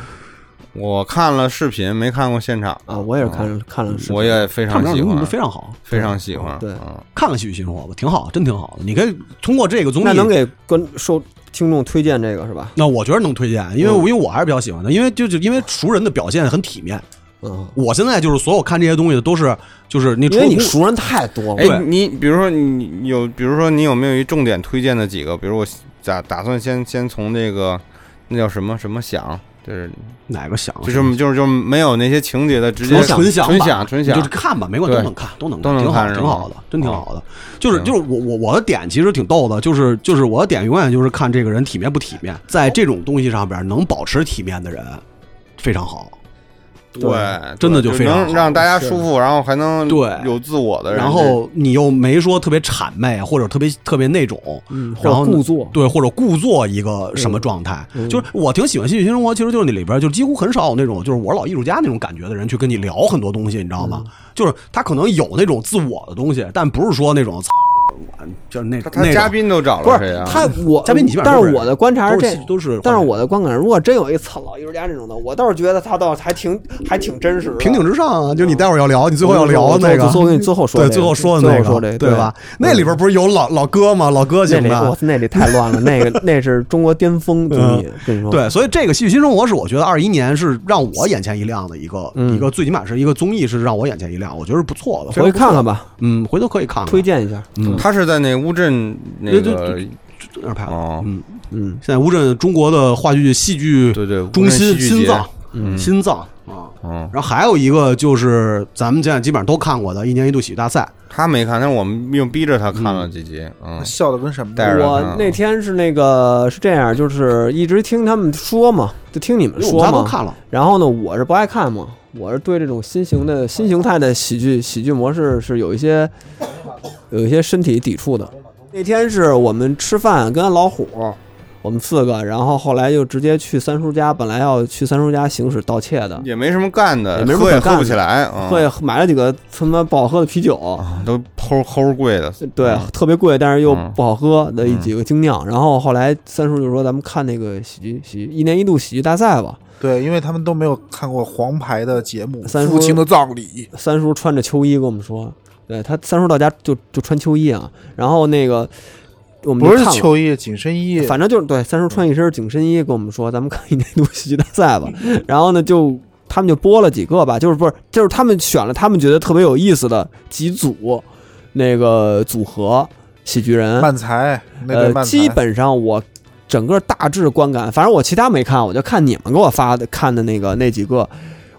Speaker 6: 我看了视频，没看过现场，
Speaker 3: 啊，我也是看了看了视频，
Speaker 6: 我也非
Speaker 7: 看
Speaker 6: 常
Speaker 7: 不
Speaker 6: 喜
Speaker 7: 上
Speaker 6: 欢，
Speaker 7: 非常
Speaker 3: 嗯
Speaker 7: 好，
Speaker 6: 非常喜欢。
Speaker 3: 对
Speaker 6: 嗯
Speaker 7: 看看《戏剧新生活》吧，挺好，真挺好的。你可以通过这个综艺，
Speaker 3: 那能给观受听众推荐这个是吧？
Speaker 7: 那我觉得能推荐，
Speaker 3: 嗯
Speaker 7: 因为我因为我还是比较喜欢的，因为就就因为熟人的表现很体面。
Speaker 3: 嗯，
Speaker 7: 我现在就是所有看这些东西都是就是你除
Speaker 3: 因
Speaker 7: 了
Speaker 3: 为你熟人太
Speaker 7: 哦
Speaker 3: 多了，
Speaker 6: 哎，你比如说你有，比如说你有没有一重点推荐的几个？比如我打打算先先从这个那叫什么什么响，就是
Speaker 7: 哪个想
Speaker 6: 就是就是就是没有那些情节的，直接
Speaker 7: 哦纯想
Speaker 6: 纯
Speaker 7: 吧
Speaker 6: 想纯
Speaker 7: 你
Speaker 6: 想
Speaker 7: 就是，看吧，没关系，
Speaker 6: 对
Speaker 7: 都能看，都能
Speaker 6: 都能
Speaker 7: 挺好
Speaker 6: 看，是
Speaker 7: 挺
Speaker 6: 吗嗯
Speaker 7: 好的，真挺好的。就是
Speaker 6: 行
Speaker 7: 就是我我我的点其实挺逗的，就是就是我的点永远就是看这个人体面不体面，在这种东西上边能保持体面的人非常好。
Speaker 6: 对，
Speaker 7: 真的就
Speaker 6: 对就
Speaker 7: 非常
Speaker 6: 能
Speaker 7: 好
Speaker 6: 让大家舒服，然后还能
Speaker 7: 对
Speaker 6: 有自我的人，
Speaker 7: 然后你又没说特别谄媚或者特别特别那种，
Speaker 3: 嗯
Speaker 7: 然后
Speaker 3: 或者故作嗯
Speaker 7: 对或者故作一个什么状态，就是我挺喜欢《戏剧新生活》，其实就是那里边就几乎很少有那种就是我是老艺术家那种感觉的人去跟你聊很多东西，你知道吗？
Speaker 3: 嗯
Speaker 7: 就是他可能有那种自我的东西，但不是说那种操我就是那
Speaker 6: 他
Speaker 7: 那
Speaker 6: 他
Speaker 7: 种
Speaker 6: 嘉宾都找
Speaker 3: 不
Speaker 6: 了谁
Speaker 3: 是
Speaker 6: 啊？
Speaker 3: 他我
Speaker 7: 嘉宾你基本上
Speaker 3: 但
Speaker 7: 都
Speaker 3: 是
Speaker 7: 是
Speaker 3: 我的观察
Speaker 7: 都
Speaker 3: 这
Speaker 7: 是都是
Speaker 3: 但是我的观感，如果真有一操老艺术家这种的，我倒是觉得他倒还挺还挺真实的，
Speaker 7: 平顶之上啊，就你待会儿要聊，你最后要聊
Speaker 3: 我
Speaker 7: 那个
Speaker 3: 我。最后跟你最后说
Speaker 7: 对，
Speaker 3: 这
Speaker 7: 最后
Speaker 3: 个
Speaker 7: 说的
Speaker 3: 最
Speaker 7: 那
Speaker 3: 后说这
Speaker 7: 个，
Speaker 3: 个
Speaker 7: 对吧？？那里边不是有老老哥吗？老哥
Speaker 3: 那
Speaker 7: 型
Speaker 3: 里
Speaker 7: 的
Speaker 3: 我，那里太乱了，那个那是中国巅峰综艺，跟你说，
Speaker 7: 对，所以这个《戏剧新生活》是我觉得二一年是让我眼前一亮的一个、
Speaker 3: 嗯
Speaker 7: 一个，最起码是一个综艺是让我眼前一亮，我觉得是不错的。
Speaker 3: 回去看看吧，
Speaker 7: 嗯，回头可以看看。
Speaker 3: 推荐一下。
Speaker 6: 嗯他是在那乌镇那
Speaker 7: 嗯对
Speaker 6: 个
Speaker 7: 对哪儿拍的？
Speaker 6: 哦，
Speaker 7: 嗯，
Speaker 3: 嗯，
Speaker 7: 现在乌镇中国的话剧戏剧
Speaker 6: 对对，乌
Speaker 7: 中
Speaker 6: 镇戏
Speaker 7: 心
Speaker 6: 剧
Speaker 7: 心
Speaker 6: 节
Speaker 7: 脏，
Speaker 3: 嗯
Speaker 7: 嗯心脏啊。
Speaker 6: 嗯，
Speaker 7: 然后还有一个就是咱们现在基本上都看过的一年一度喜剧大赛，
Speaker 6: 他没看，但是我们又逼着他看了几集，嗯，
Speaker 5: 笑的跟什么
Speaker 6: 带
Speaker 5: 似
Speaker 6: 着
Speaker 5: 的。
Speaker 6: 看
Speaker 3: 我
Speaker 7: 嗯
Speaker 6: 啊
Speaker 3: 那天是那个是这样，就是一直听他们说嘛，就听你们
Speaker 7: 因为我
Speaker 3: 说
Speaker 7: 们仨
Speaker 3: 嘛，
Speaker 7: 都看了。
Speaker 3: 然后呢，我是不爱看嘛，我是对这种新型的新形态的喜剧喜剧模式是有一些有一些身体抵触的。那天是我们吃饭跟老虎，我们四个，然后后来就直接去三叔家，本来要去三叔家行使盗窃的，
Speaker 6: 也没什么干的，
Speaker 3: 也没什么
Speaker 6: 喝也
Speaker 3: 可干
Speaker 6: 喝不
Speaker 3: 的
Speaker 6: 起来，嗯
Speaker 3: 会买了几个他妈不好喝的啤酒，
Speaker 6: 啊都齁齁贵的，
Speaker 3: 对，
Speaker 6: 嗯
Speaker 3: 特别贵，但是又
Speaker 6: 嗯
Speaker 3: 不好喝的一几个精
Speaker 5: 嗯
Speaker 3: 酿。然后后来三叔就说：“咱们看那个喜剧喜剧一年一度喜剧大赛吧。
Speaker 5: 对，因为他们都没有看过黄牌的节目
Speaker 3: 三
Speaker 5: 《
Speaker 3: 叔
Speaker 5: 父亲的葬礼》，”
Speaker 3: 三叔穿着秋衣跟我们说：“对他，三叔到家就就穿秋衣啊。”然后那个我们就
Speaker 5: 不是
Speaker 3: 看了
Speaker 5: 秋叶紧身衣，
Speaker 3: 反正就是对三叔穿一身紧身衣跟我们说：“咱们看一年一度喜剧大赛吧。”
Speaker 5: 嗯
Speaker 3: 然后呢，就他们就播了几个吧，就是不是就是他们选了他们觉得特别有意思的几组那个组合喜剧人，
Speaker 5: 漫才那对
Speaker 3: 呃，
Speaker 5: 漫才，
Speaker 3: 基本上我整个大致观感，反正我其他没看，我就看你们给我发的看的那个那几个，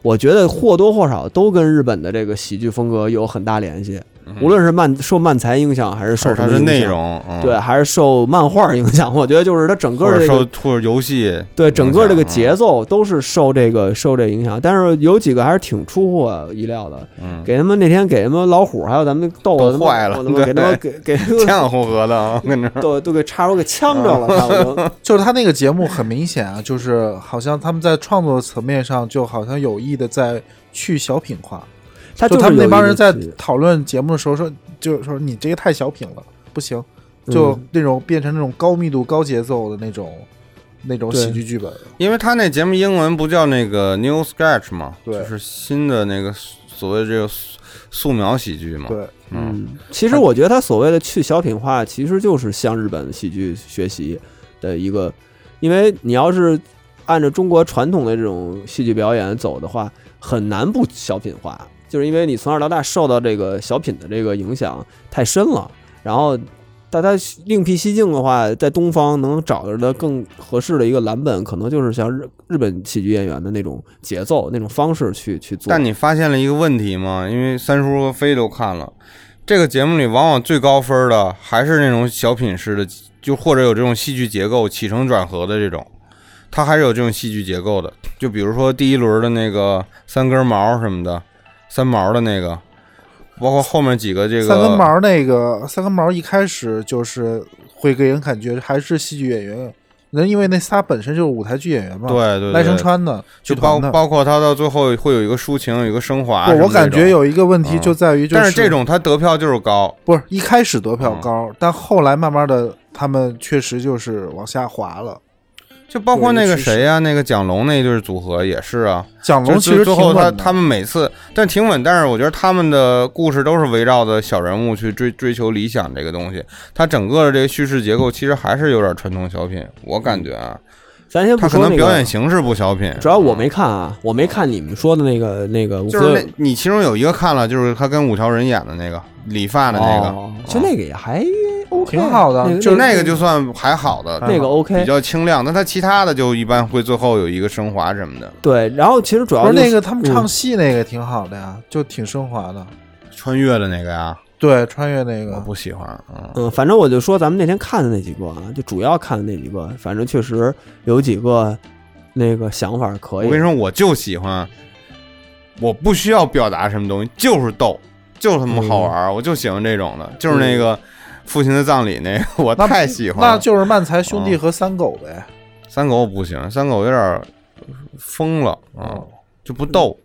Speaker 3: 我觉得或多或少都跟日本的这个喜剧风格有很大联系。无论是漫受漫才影响，还是受
Speaker 6: 嗯是
Speaker 3: 什
Speaker 6: 它
Speaker 3: 么
Speaker 6: 的
Speaker 3: 影
Speaker 6: 内
Speaker 3: 响，
Speaker 6: 容，嗯、
Speaker 3: 对，，还是受漫画影响。我觉得就是它整
Speaker 6: 或
Speaker 3: 个
Speaker 6: 者
Speaker 3: 这
Speaker 6: 受啊
Speaker 3: 个
Speaker 6: 或者游戏，嗯
Speaker 3: 对整个这个节奏都是受这个受这影响，但是有几个还是挺出乎我意料的。
Speaker 6: 嗯，
Speaker 3: 给他们那天给他们老虎还有咱们逗
Speaker 6: 逗
Speaker 3: 的他妈
Speaker 6: 坏了
Speaker 3: 我他妈给他们给
Speaker 6: 对
Speaker 3: 给他
Speaker 6: 前
Speaker 3: 们
Speaker 6: 仰后合的啊，我跟你说，
Speaker 3: 都都给插手给呛着了，
Speaker 6: 啊
Speaker 3: 差不多。
Speaker 5: 就是他那个节目很明显啊，就是好像他们在创作层面上就好像有意的在去小品化，
Speaker 3: 他
Speaker 5: 就他们那帮人在
Speaker 3: 就是有一个
Speaker 5: 讨论节目的时候说，就是说你这个太小品了，不行，就
Speaker 3: 嗯
Speaker 5: 那种变成那种高密度、高节奏的那种那种
Speaker 3: 对
Speaker 5: 喜剧剧本。
Speaker 6: 因为他那节目英文不叫那个 New Sketch 嘛，
Speaker 5: 对
Speaker 6: 就是新的那个所谓这个素素描喜剧嘛，
Speaker 5: 对，
Speaker 6: 嗯，
Speaker 3: 嗯，其实我觉得他所谓的去小品化，其实就是向日本戏剧学习的一个，因为你要是按照中国传统的这种戏剧表演走的话，很难不小品化，就是因为你从小到大受到这个小品的这个影响太深了，然后。但他另辟蹊径的话，在东方能找着的更合适的一个蓝本，可能就是像日日本喜剧演员的那种节奏、那种方式去去做。
Speaker 6: 但你发现了一个问题吗？因为三叔和飞都看了这个节目里，往往最高分的还是那种小品式的，就或者有这种戏剧结构起承转合的这种，它还是有这种戏剧结构的。就比如说第一轮的那个三根毛什么的，三毛的那个，包括后面几个这个
Speaker 5: 三根，毛那个三根毛一开始就是会给人感觉还是戏剧演员，人因为那仨本身就是舞台剧演员嘛，
Speaker 6: 对对对
Speaker 5: 啊赖声川的，
Speaker 6: 就
Speaker 5: 剧
Speaker 6: 包
Speaker 5: 团的。
Speaker 6: 包括他到最后会有一个抒情，有一个升华
Speaker 5: 不
Speaker 6: 什么这种。嗯
Speaker 5: 我感觉有一个问题就在于、就是
Speaker 6: 但是这种嗯他得票就是高，
Speaker 5: 不是一开始得票高，但后来慢慢的他们确实就是往下滑了。
Speaker 6: 就包括那
Speaker 5: 有一
Speaker 6: 个
Speaker 5: 个趋势
Speaker 6: 谁呀、啊那个蒋龙那一对组合也是啊，
Speaker 5: 蒋龙
Speaker 6: 就
Speaker 5: 其实
Speaker 6: 最
Speaker 5: 挺
Speaker 6: 后
Speaker 5: 稳
Speaker 6: 他
Speaker 5: 的，
Speaker 6: 他们每次但挺稳，但是我觉得他们的故事都是围绕着小人物去追追求理想这个东西，他整个的这个叙事结构其实还是有点传统小品，我感觉啊，
Speaker 3: 咱先
Speaker 6: 他
Speaker 3: 不
Speaker 6: 可
Speaker 3: 嗯说那
Speaker 6: 能
Speaker 3: 个
Speaker 6: 表演形式不小品，嗯
Speaker 3: 主要我没看啊，我没看你们说的那个那个，
Speaker 6: 就是那你其中有一个看了，就是他跟五条人演的那个理发的那个，
Speaker 3: 哦，就那个也还 OK，啊
Speaker 5: 挺好的
Speaker 3: 那个
Speaker 6: 就那个就算还好的，
Speaker 3: 那个 OK
Speaker 6: 比。较清亮，但他其他的就一般会最后有一个升华什么的，
Speaker 3: 对，然后其实主
Speaker 5: 不
Speaker 3: 要
Speaker 5: 是
Speaker 3: 就是
Speaker 5: 那个他们唱
Speaker 3: 嗯
Speaker 5: 戏那个挺好的呀，就挺升华的。
Speaker 6: 穿越的那个呀，
Speaker 5: 对，穿越那
Speaker 6: 我
Speaker 5: 个
Speaker 6: 不喜欢，嗯。
Speaker 3: 嗯，反正我就说咱们那天看的那几个啊，就主要看的那几个，反正确实有几个那个想法可以。
Speaker 6: 我跟你说，我就喜欢，我不需要表达什么东西，就是逗，就是他妈好玩儿，我就喜欢这种的，就是
Speaker 3: 嗯
Speaker 6: 那个《父亲的葬礼》那个，我
Speaker 5: 那
Speaker 6: 太喜欢了。哦
Speaker 5: 那就是漫才兄弟和三狗呗。
Speaker 6: 三狗我不行，三狗有点儿疯了啊、
Speaker 3: 哦
Speaker 6: 嗯，就不逗，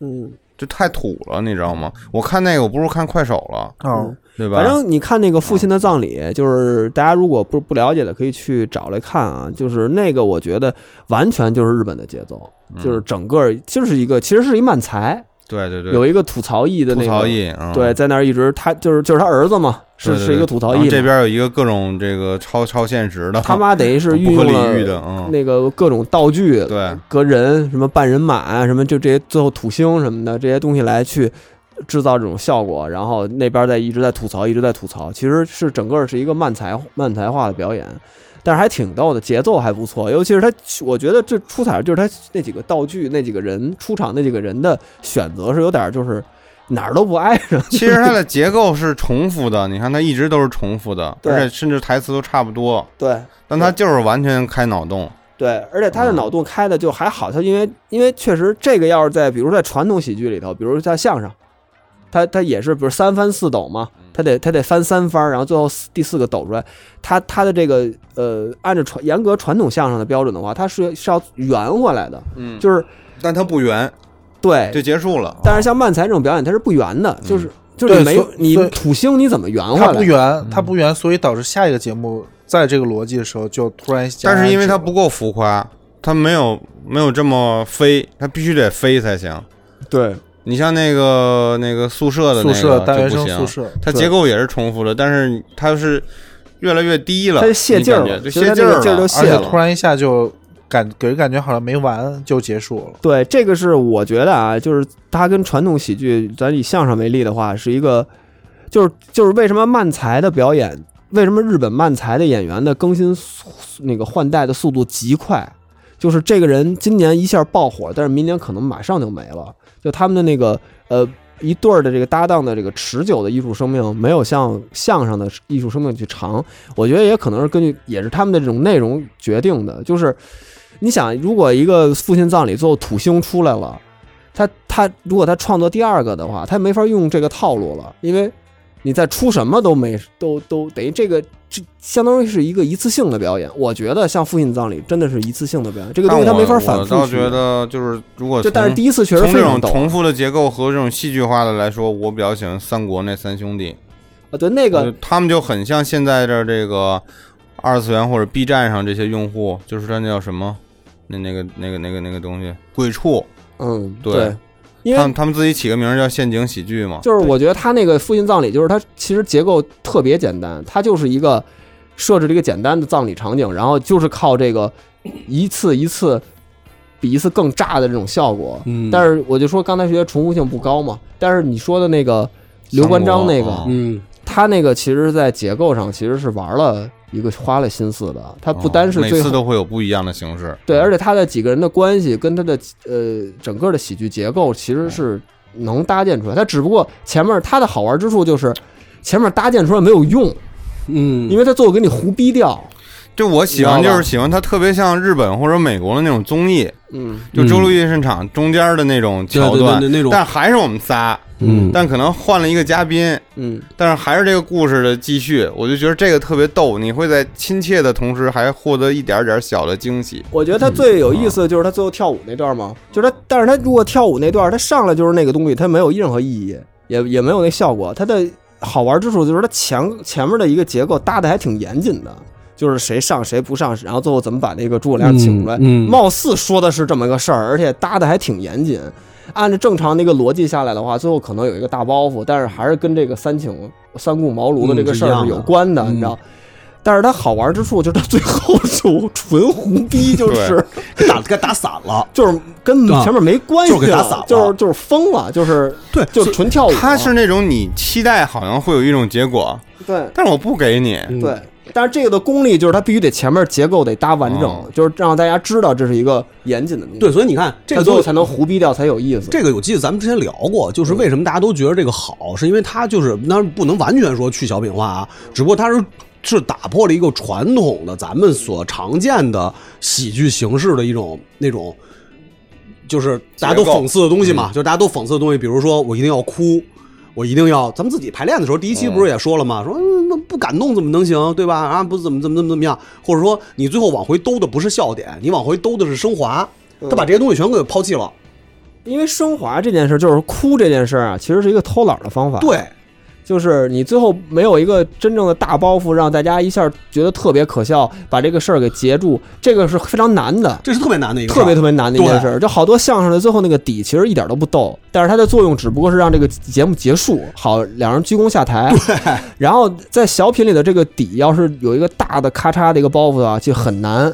Speaker 3: 嗯，
Speaker 6: 就太土了，你知道吗？我看那个，我不如看快手了，
Speaker 7: 嗯
Speaker 5: 哦，
Speaker 6: 对吧？啊
Speaker 3: 反正你看那个《父亲的葬礼》，就是大家如果不不了解的，可以去找来看啊。就是那个，我觉得完全就是日本的节奏，
Speaker 6: 嗯
Speaker 3: 就是整个就是一个其实是一漫才，
Speaker 6: 对对对，
Speaker 3: 有一个吐槽艺的
Speaker 6: 吐
Speaker 3: 那
Speaker 6: 槽
Speaker 3: 个
Speaker 6: 艺啊，嗯
Speaker 3: 对，。在那儿一直他就是就是他儿子嘛，是
Speaker 6: 对对
Speaker 3: 是一
Speaker 6: 对
Speaker 3: 个吐槽
Speaker 6: 然后
Speaker 3: 艺嘛，
Speaker 6: 这边有一个各种这个超超现实的，
Speaker 3: 他妈等于是运
Speaker 6: 不可
Speaker 3: 用
Speaker 6: 理喻的
Speaker 3: 了，
Speaker 6: 嗯，
Speaker 3: 那个各种道具，
Speaker 6: 对，
Speaker 3: 和人什么半人马啊，什么就这些最后土星什么的这些东西来去制造这种效果，然后那边在一直在吐槽，一直在吐槽，其实是整个是一个漫才漫才化的表演。但是还挺逗的，节奏还不错，尤其是他，我觉得最出彩的就是他那几个道具、那几个人出场那几个人的选择是有点就是哪儿都不挨着，
Speaker 6: 其实它的结构是重复的，你看它一直都是重复的，
Speaker 3: 对
Speaker 6: 而且甚至台词都差不多，
Speaker 3: 对，
Speaker 6: 但它就是完全开脑洞。
Speaker 3: 对，而且他
Speaker 6: 嗯
Speaker 3: 的脑洞开的就还好，他因为因为确实这个要是在比如说在传统喜剧里头，比如像相声，他他也是比如三翻四抖嘛，
Speaker 6: 嗯
Speaker 3: 他得他得翻三番儿，然后最后四第四个抖出来，他他的这个呃，按照传严格传统相声的标准的话，他是是要圆回来的，
Speaker 6: 嗯就
Speaker 3: 就是
Speaker 6: 但它不圆
Speaker 3: 对
Speaker 6: 就，结束了。
Speaker 3: 但是像漫才这种表演，它是不圆的，就是
Speaker 6: 嗯
Speaker 3: 就是
Speaker 5: 对
Speaker 3: 你没有
Speaker 5: 所以
Speaker 3: 你
Speaker 5: 所以
Speaker 3: 土星你怎么圆回来？
Speaker 5: 他不圆，
Speaker 7: 嗯
Speaker 5: 他不圆，所以导致下一个节目在这个逻辑的时候就突然加
Speaker 6: 但
Speaker 5: 上这个。
Speaker 6: 是因为它不够浮夸，它没有没有这么飞，它必须得飞才行。
Speaker 3: 对，
Speaker 6: 你像那个那个宿舍的那
Speaker 5: 宿
Speaker 6: 个
Speaker 5: 舍
Speaker 6: 就
Speaker 5: 大学
Speaker 6: 不
Speaker 5: 生
Speaker 6: 行
Speaker 5: 宿舍
Speaker 6: 它
Speaker 5: 对
Speaker 6: 结构也是重复的，但是它是越来越低了，
Speaker 3: 它泄劲儿
Speaker 6: 你感
Speaker 3: 了，觉
Speaker 6: 觉就
Speaker 3: 得
Speaker 6: 泄劲
Speaker 3: 那
Speaker 6: 儿
Speaker 3: 个劲儿
Speaker 6: 了
Speaker 3: 就
Speaker 5: 而
Speaker 3: 泄
Speaker 5: 且
Speaker 3: 了，
Speaker 5: 突然一下就感给人感觉好像没完就结束
Speaker 6: 嗯
Speaker 5: 了。
Speaker 3: 对，这个是我觉得啊，就是它跟传统喜剧，咱以相声为例的话，是一个，就是就是为什么漫才的表演，为什么日本漫才的演员的更新速那个换代的速度极快，就是这个人今年一下爆火，但是明年可能马上就没了，就他们的那个呃一对儿的这个搭档的这个持久的艺术生命，没有像相声的艺术生命去长。我觉得也可能是根据也是他们的这种内容决定的。就是你想，如果一个父亲葬礼最后土星出来了，他他如果他创作第二个的话，他没法用这个套路了，因为你再出什么都没都都等于这个这相当于是一个一次性的表演。我觉得像父亲葬礼真的是一次性的表演，这个
Speaker 6: 但
Speaker 3: 东西他
Speaker 6: 我
Speaker 3: 没法反复去。
Speaker 6: 我倒觉得就是如果
Speaker 3: 就但是
Speaker 6: 从
Speaker 3: 第一次确实
Speaker 6: 从
Speaker 3: 非
Speaker 6: 这
Speaker 3: 常啊
Speaker 6: 种
Speaker 3: 抖
Speaker 6: 重复的结构和这种戏剧化的来说，我比较喜欢三国那三兄弟，
Speaker 3: 啊，对那个
Speaker 6: 呃他们就很像现在的这个二次元或者 B 站上这些用户，就是他那叫什么，那那个那个那个那个东西，鬼畜，
Speaker 3: 嗯，
Speaker 6: 对
Speaker 3: 对，因
Speaker 6: 他
Speaker 3: 为
Speaker 6: 们他们自己起个名儿叫陷阱喜剧嘛，
Speaker 3: 就是我觉得他那个父亲葬礼，就是他其实结构特别简单，他就是一个设置了一个简单的葬礼场景，然后就是靠这个一次一次比一次更炸的这种效果。
Speaker 7: 嗯
Speaker 3: 但是我就说刚才觉得重复性不高嘛，但是你说的那个刘关张那个，
Speaker 6: 三国啊
Speaker 7: 嗯，
Speaker 3: 他那个其实在结构上其实是玩了一个花了心思的，他不单是
Speaker 6: 哦每
Speaker 3: 最
Speaker 6: 次
Speaker 3: 后。
Speaker 6: 都会有不一样的形式，
Speaker 3: 对，而且他的几个人的关系跟他的呃整个的喜剧结构其实是能搭建出来，他只不过前面他的好玩之处就是前面搭建出来没有用，
Speaker 7: 嗯，
Speaker 3: 因为他最后给你胡逼掉。
Speaker 6: 就我喜欢
Speaker 3: 你知
Speaker 6: 就
Speaker 3: 道吧
Speaker 6: 是喜欢它特别像日本或者美国的那种综艺，
Speaker 3: 嗯，
Speaker 6: 就周六夜市场中间的那种桥段
Speaker 7: 对对对那那种
Speaker 6: 但还是我们仨，
Speaker 7: 嗯
Speaker 6: 但可能换了一个嘉宾，
Speaker 3: 嗯，
Speaker 6: 但是还是这个故事的继续，我就觉得这个特别逗，你会在亲切的同时还获得一点点小的惊喜。
Speaker 3: 我觉得他最有意思的就是他最后跳舞那段嘛，就是他，但是他如果跳舞那段，他上来就是那个东西，他没有任何意义，也也没有那效果。他的好玩之处就是他前前面的一个结构搭的还挺严谨的。就是谁上谁不上，然后最后怎么把那个诸葛亮请出来，
Speaker 7: 嗯嗯
Speaker 3: 貌似说的是这么个事儿，而且搭的还挺严谨。按照正常那个逻辑下来的话，最后可能有一个大包袱，但是还是跟这个三请三顾茅庐的这个事
Speaker 7: 嗯是一
Speaker 3: 儿
Speaker 7: 样
Speaker 3: 是
Speaker 7: 的
Speaker 3: 有关的，
Speaker 7: 嗯
Speaker 3: 你知道？但是它好玩之处就是它最后就纯胡逼，就是
Speaker 7: 给打给打散了。
Speaker 3: 就是跟
Speaker 7: 对
Speaker 3: 前面没关系
Speaker 7: 就是给打散了
Speaker 3: 就是就是疯了，就是
Speaker 7: 对
Speaker 3: 就是纯
Speaker 7: 啊
Speaker 3: 跳舞。
Speaker 6: 它是那种你期待好像会有一种结果，
Speaker 3: 对
Speaker 6: 但是我不给你，
Speaker 7: 嗯
Speaker 3: 对，但是这个的功力就是它必须得前面结构得搭完整
Speaker 6: 哦，
Speaker 3: 就是让大家知道这是一个严谨的东西，
Speaker 7: 嗯对，所以你看，这
Speaker 3: 它
Speaker 7: 个
Speaker 3: 最后
Speaker 7: 东
Speaker 3: 才
Speaker 7: 西，
Speaker 3: 能胡逼掉才有意思。
Speaker 7: 这个我记得咱们之前聊过，
Speaker 6: 嗯
Speaker 7: 就是为什么大家都觉得这个好，是因为它就是，当然不能完全说去小品化啊，只不过它是是打破了一个传统的咱们所常见的喜剧形式的一种那种，就是大家都
Speaker 6: 结构嗯
Speaker 7: 讽刺的东西嘛，就是大家都讽刺的东西，比如说我一定要哭。我一定要，咱们自己排练的时候，第一期不是也说了吗？说嗯那、不感动怎么能行，对吧？啊，不怎么怎么怎么怎么样，或者说你最后往回兜的不是笑点，你往回兜的是升华，
Speaker 6: 嗯
Speaker 7: 他把这些东西全给抛弃了。
Speaker 3: 因为升华这件事，就是哭这件事儿啊，其实是一个偷懒的方法。，
Speaker 7: 对，
Speaker 3: 就是你最后没有一个真正的大包袱，让大家一下觉得特别可笑，把这个事儿给截住，这个是非常难的。
Speaker 7: 这是特别难的一个事儿，
Speaker 3: 特别特别难的一件事儿，就好多相声的最后那个底其实一点都不逗，但是它的作用只不过是让这个节目结束，好两人鞠躬下台。然后在小品里的这个底，要是有一个大的咔嚓的一个包袱啊，就很难。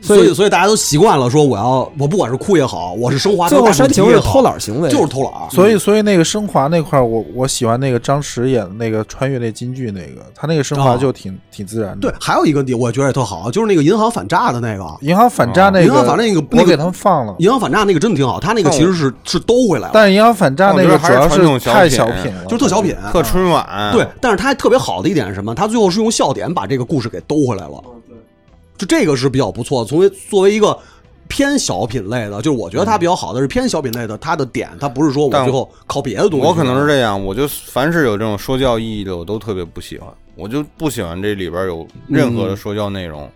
Speaker 7: 所
Speaker 3: 以
Speaker 7: 以所以大家都习惯了说我要我不管是哭也好，我是升华
Speaker 3: 最后
Speaker 7: 成大
Speaker 3: 煽
Speaker 7: 主题
Speaker 3: 情
Speaker 7: 也
Speaker 3: 是
Speaker 7: 好
Speaker 3: 偷，懒行为，
Speaker 7: 就是偷懒。
Speaker 5: 所以，所以那个升华那块儿，我我喜欢那个张弛演的那个穿越那京剧那个，他那个升华
Speaker 7: 哦
Speaker 5: 就挺、挺自然的。
Speaker 7: 对，，还有一个点我觉得也特好，就是那个银行反诈的那个，
Speaker 5: 银行反诈那个，
Speaker 7: 哦银行反诈那个那
Speaker 5: 我
Speaker 7: 个
Speaker 5: 给他们放了，
Speaker 7: 银行反诈那个真的挺好，他那
Speaker 3: 哦
Speaker 7: 个其实是是兜回来了，
Speaker 5: 但是银行反诈那
Speaker 6: 啊我觉
Speaker 5: 个
Speaker 6: 得
Speaker 5: 主
Speaker 6: 还是
Speaker 5: 要
Speaker 6: 传统小
Speaker 5: 太
Speaker 6: 品啊
Speaker 5: 小品了，
Speaker 7: 就是特小品。
Speaker 6: 特春晚。
Speaker 7: 嗯对，，但是他特别好的一点是什么？他最后是用笑点把这个故事给兜回来了，就这个是比较不错。从为作为一个偏小品类的，就是我觉得它比较好的是偏小品类的，它的点它不是说我
Speaker 6: 但
Speaker 7: 最后靠别的东西去玩。
Speaker 6: 我可能是这样，我就凡是有这种说教意义的，我都特别不喜欢，我就不喜欢这里边有任何的
Speaker 7: 嗯
Speaker 6: 说教内容。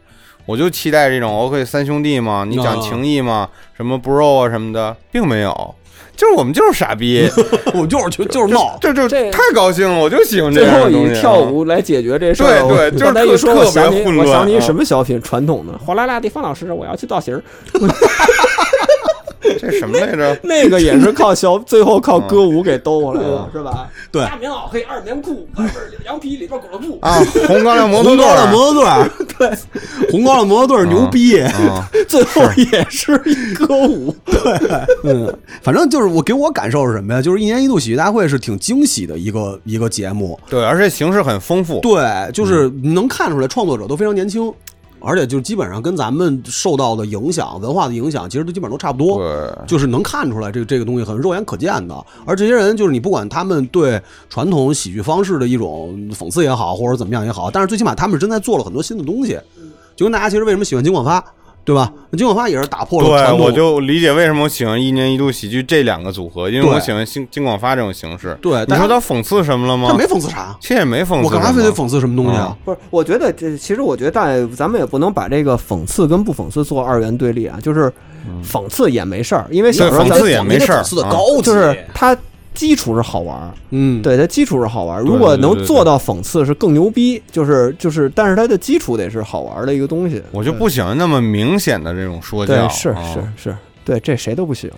Speaker 6: 我就期待这种 OK 三兄弟嘛，你
Speaker 7: 啊
Speaker 6: 讲情义嘛，什么 bro 啊什么的，并没有，就是我们就是傻 逼，
Speaker 7: 我就是就就是闹，
Speaker 6: 这就
Speaker 3: 这
Speaker 6: 太高兴了，我就喜欢这
Speaker 3: 最
Speaker 6: 样
Speaker 3: 后
Speaker 6: 的东
Speaker 3: 以
Speaker 6: 西。
Speaker 3: 跳舞来解决这事儿。
Speaker 6: 对对
Speaker 3: 我
Speaker 6: 就是
Speaker 3: 刚才一说，
Speaker 6: 特
Speaker 3: 我想
Speaker 6: 特别
Speaker 3: 起
Speaker 6: 混
Speaker 3: 我
Speaker 6: 乱
Speaker 3: 想起
Speaker 6: 啊
Speaker 3: 什么小品传统 的，火辣辣的方老师，我要去造型儿。
Speaker 6: 这什么来着？
Speaker 3: 那个也是靠小，最后靠歌舞给兜回来
Speaker 6: 嗯
Speaker 3: 的，是吧？
Speaker 7: 对
Speaker 3: 大棉袄配二棉裤，外边儿羊皮，里边儿裹了布。
Speaker 6: 啊，红高粱摩托
Speaker 7: 红
Speaker 6: 队
Speaker 7: 高
Speaker 6: 儿，
Speaker 7: 粱摩托队 儿，对，红高粱摩托队儿牛逼。
Speaker 6: 啊，
Speaker 3: 最后也是一歌舞。
Speaker 7: 嗯，反正就是我给我感受是什么呀？就是一年一度喜剧大会是挺惊喜的一个一个节目，
Speaker 6: 对，而且形式很丰富。
Speaker 7: 对，就是能看出来创作者都非常年轻，而且就基本上跟咱们受到的影响、文化的影响，其实都基本上都差不多。
Speaker 6: 对
Speaker 7: 就是能看出来这个这个东西很肉眼可见的。而这些人就是你不管他们对传统喜剧方式的一种讽刺也好，或者怎么样也好，但是最起码他们是真在做了很多新的东西。就跟大家其实为什么喜欢金广发，对吧？金广发也是打破了传
Speaker 6: 对，
Speaker 7: 统，
Speaker 6: 我就理解为什么我喜欢一年一度喜剧这两个组合，因为
Speaker 7: 对
Speaker 6: 我喜欢新金广发这种形式。
Speaker 7: 对
Speaker 6: 你
Speaker 7: 但
Speaker 6: 说
Speaker 7: 他
Speaker 6: 他讽刺什么了吗？
Speaker 7: 他没讽刺啥，
Speaker 6: 其实也没讽刺。嗯
Speaker 7: 我干嘛非得？讽刺什么东西啊？
Speaker 3: 不是，我觉得这其实我觉得在咱们也不能把这个讽刺跟不讽刺做二元对立啊，就是讽刺也没事儿，因为小
Speaker 6: 对，
Speaker 3: 时候
Speaker 6: 嗯讽
Speaker 3: 咱
Speaker 6: 刺也没事儿
Speaker 7: 讽刺的
Speaker 6: 啊
Speaker 7: 高级，
Speaker 3: 就是它基础是好玩儿，
Speaker 7: 嗯，
Speaker 3: 对，它基础是好玩儿。
Speaker 6: 对
Speaker 3: 如果
Speaker 6: 对对
Speaker 3: 能
Speaker 6: 对
Speaker 3: 做到讽刺是更牛逼，就是就是，但是它的基础得是好玩儿的一个东西。
Speaker 6: 我就不喜欢那么明显的这种说
Speaker 3: 对
Speaker 6: 教。，
Speaker 3: 是
Speaker 6: 啊
Speaker 3: 是是，对，这谁都不喜欢。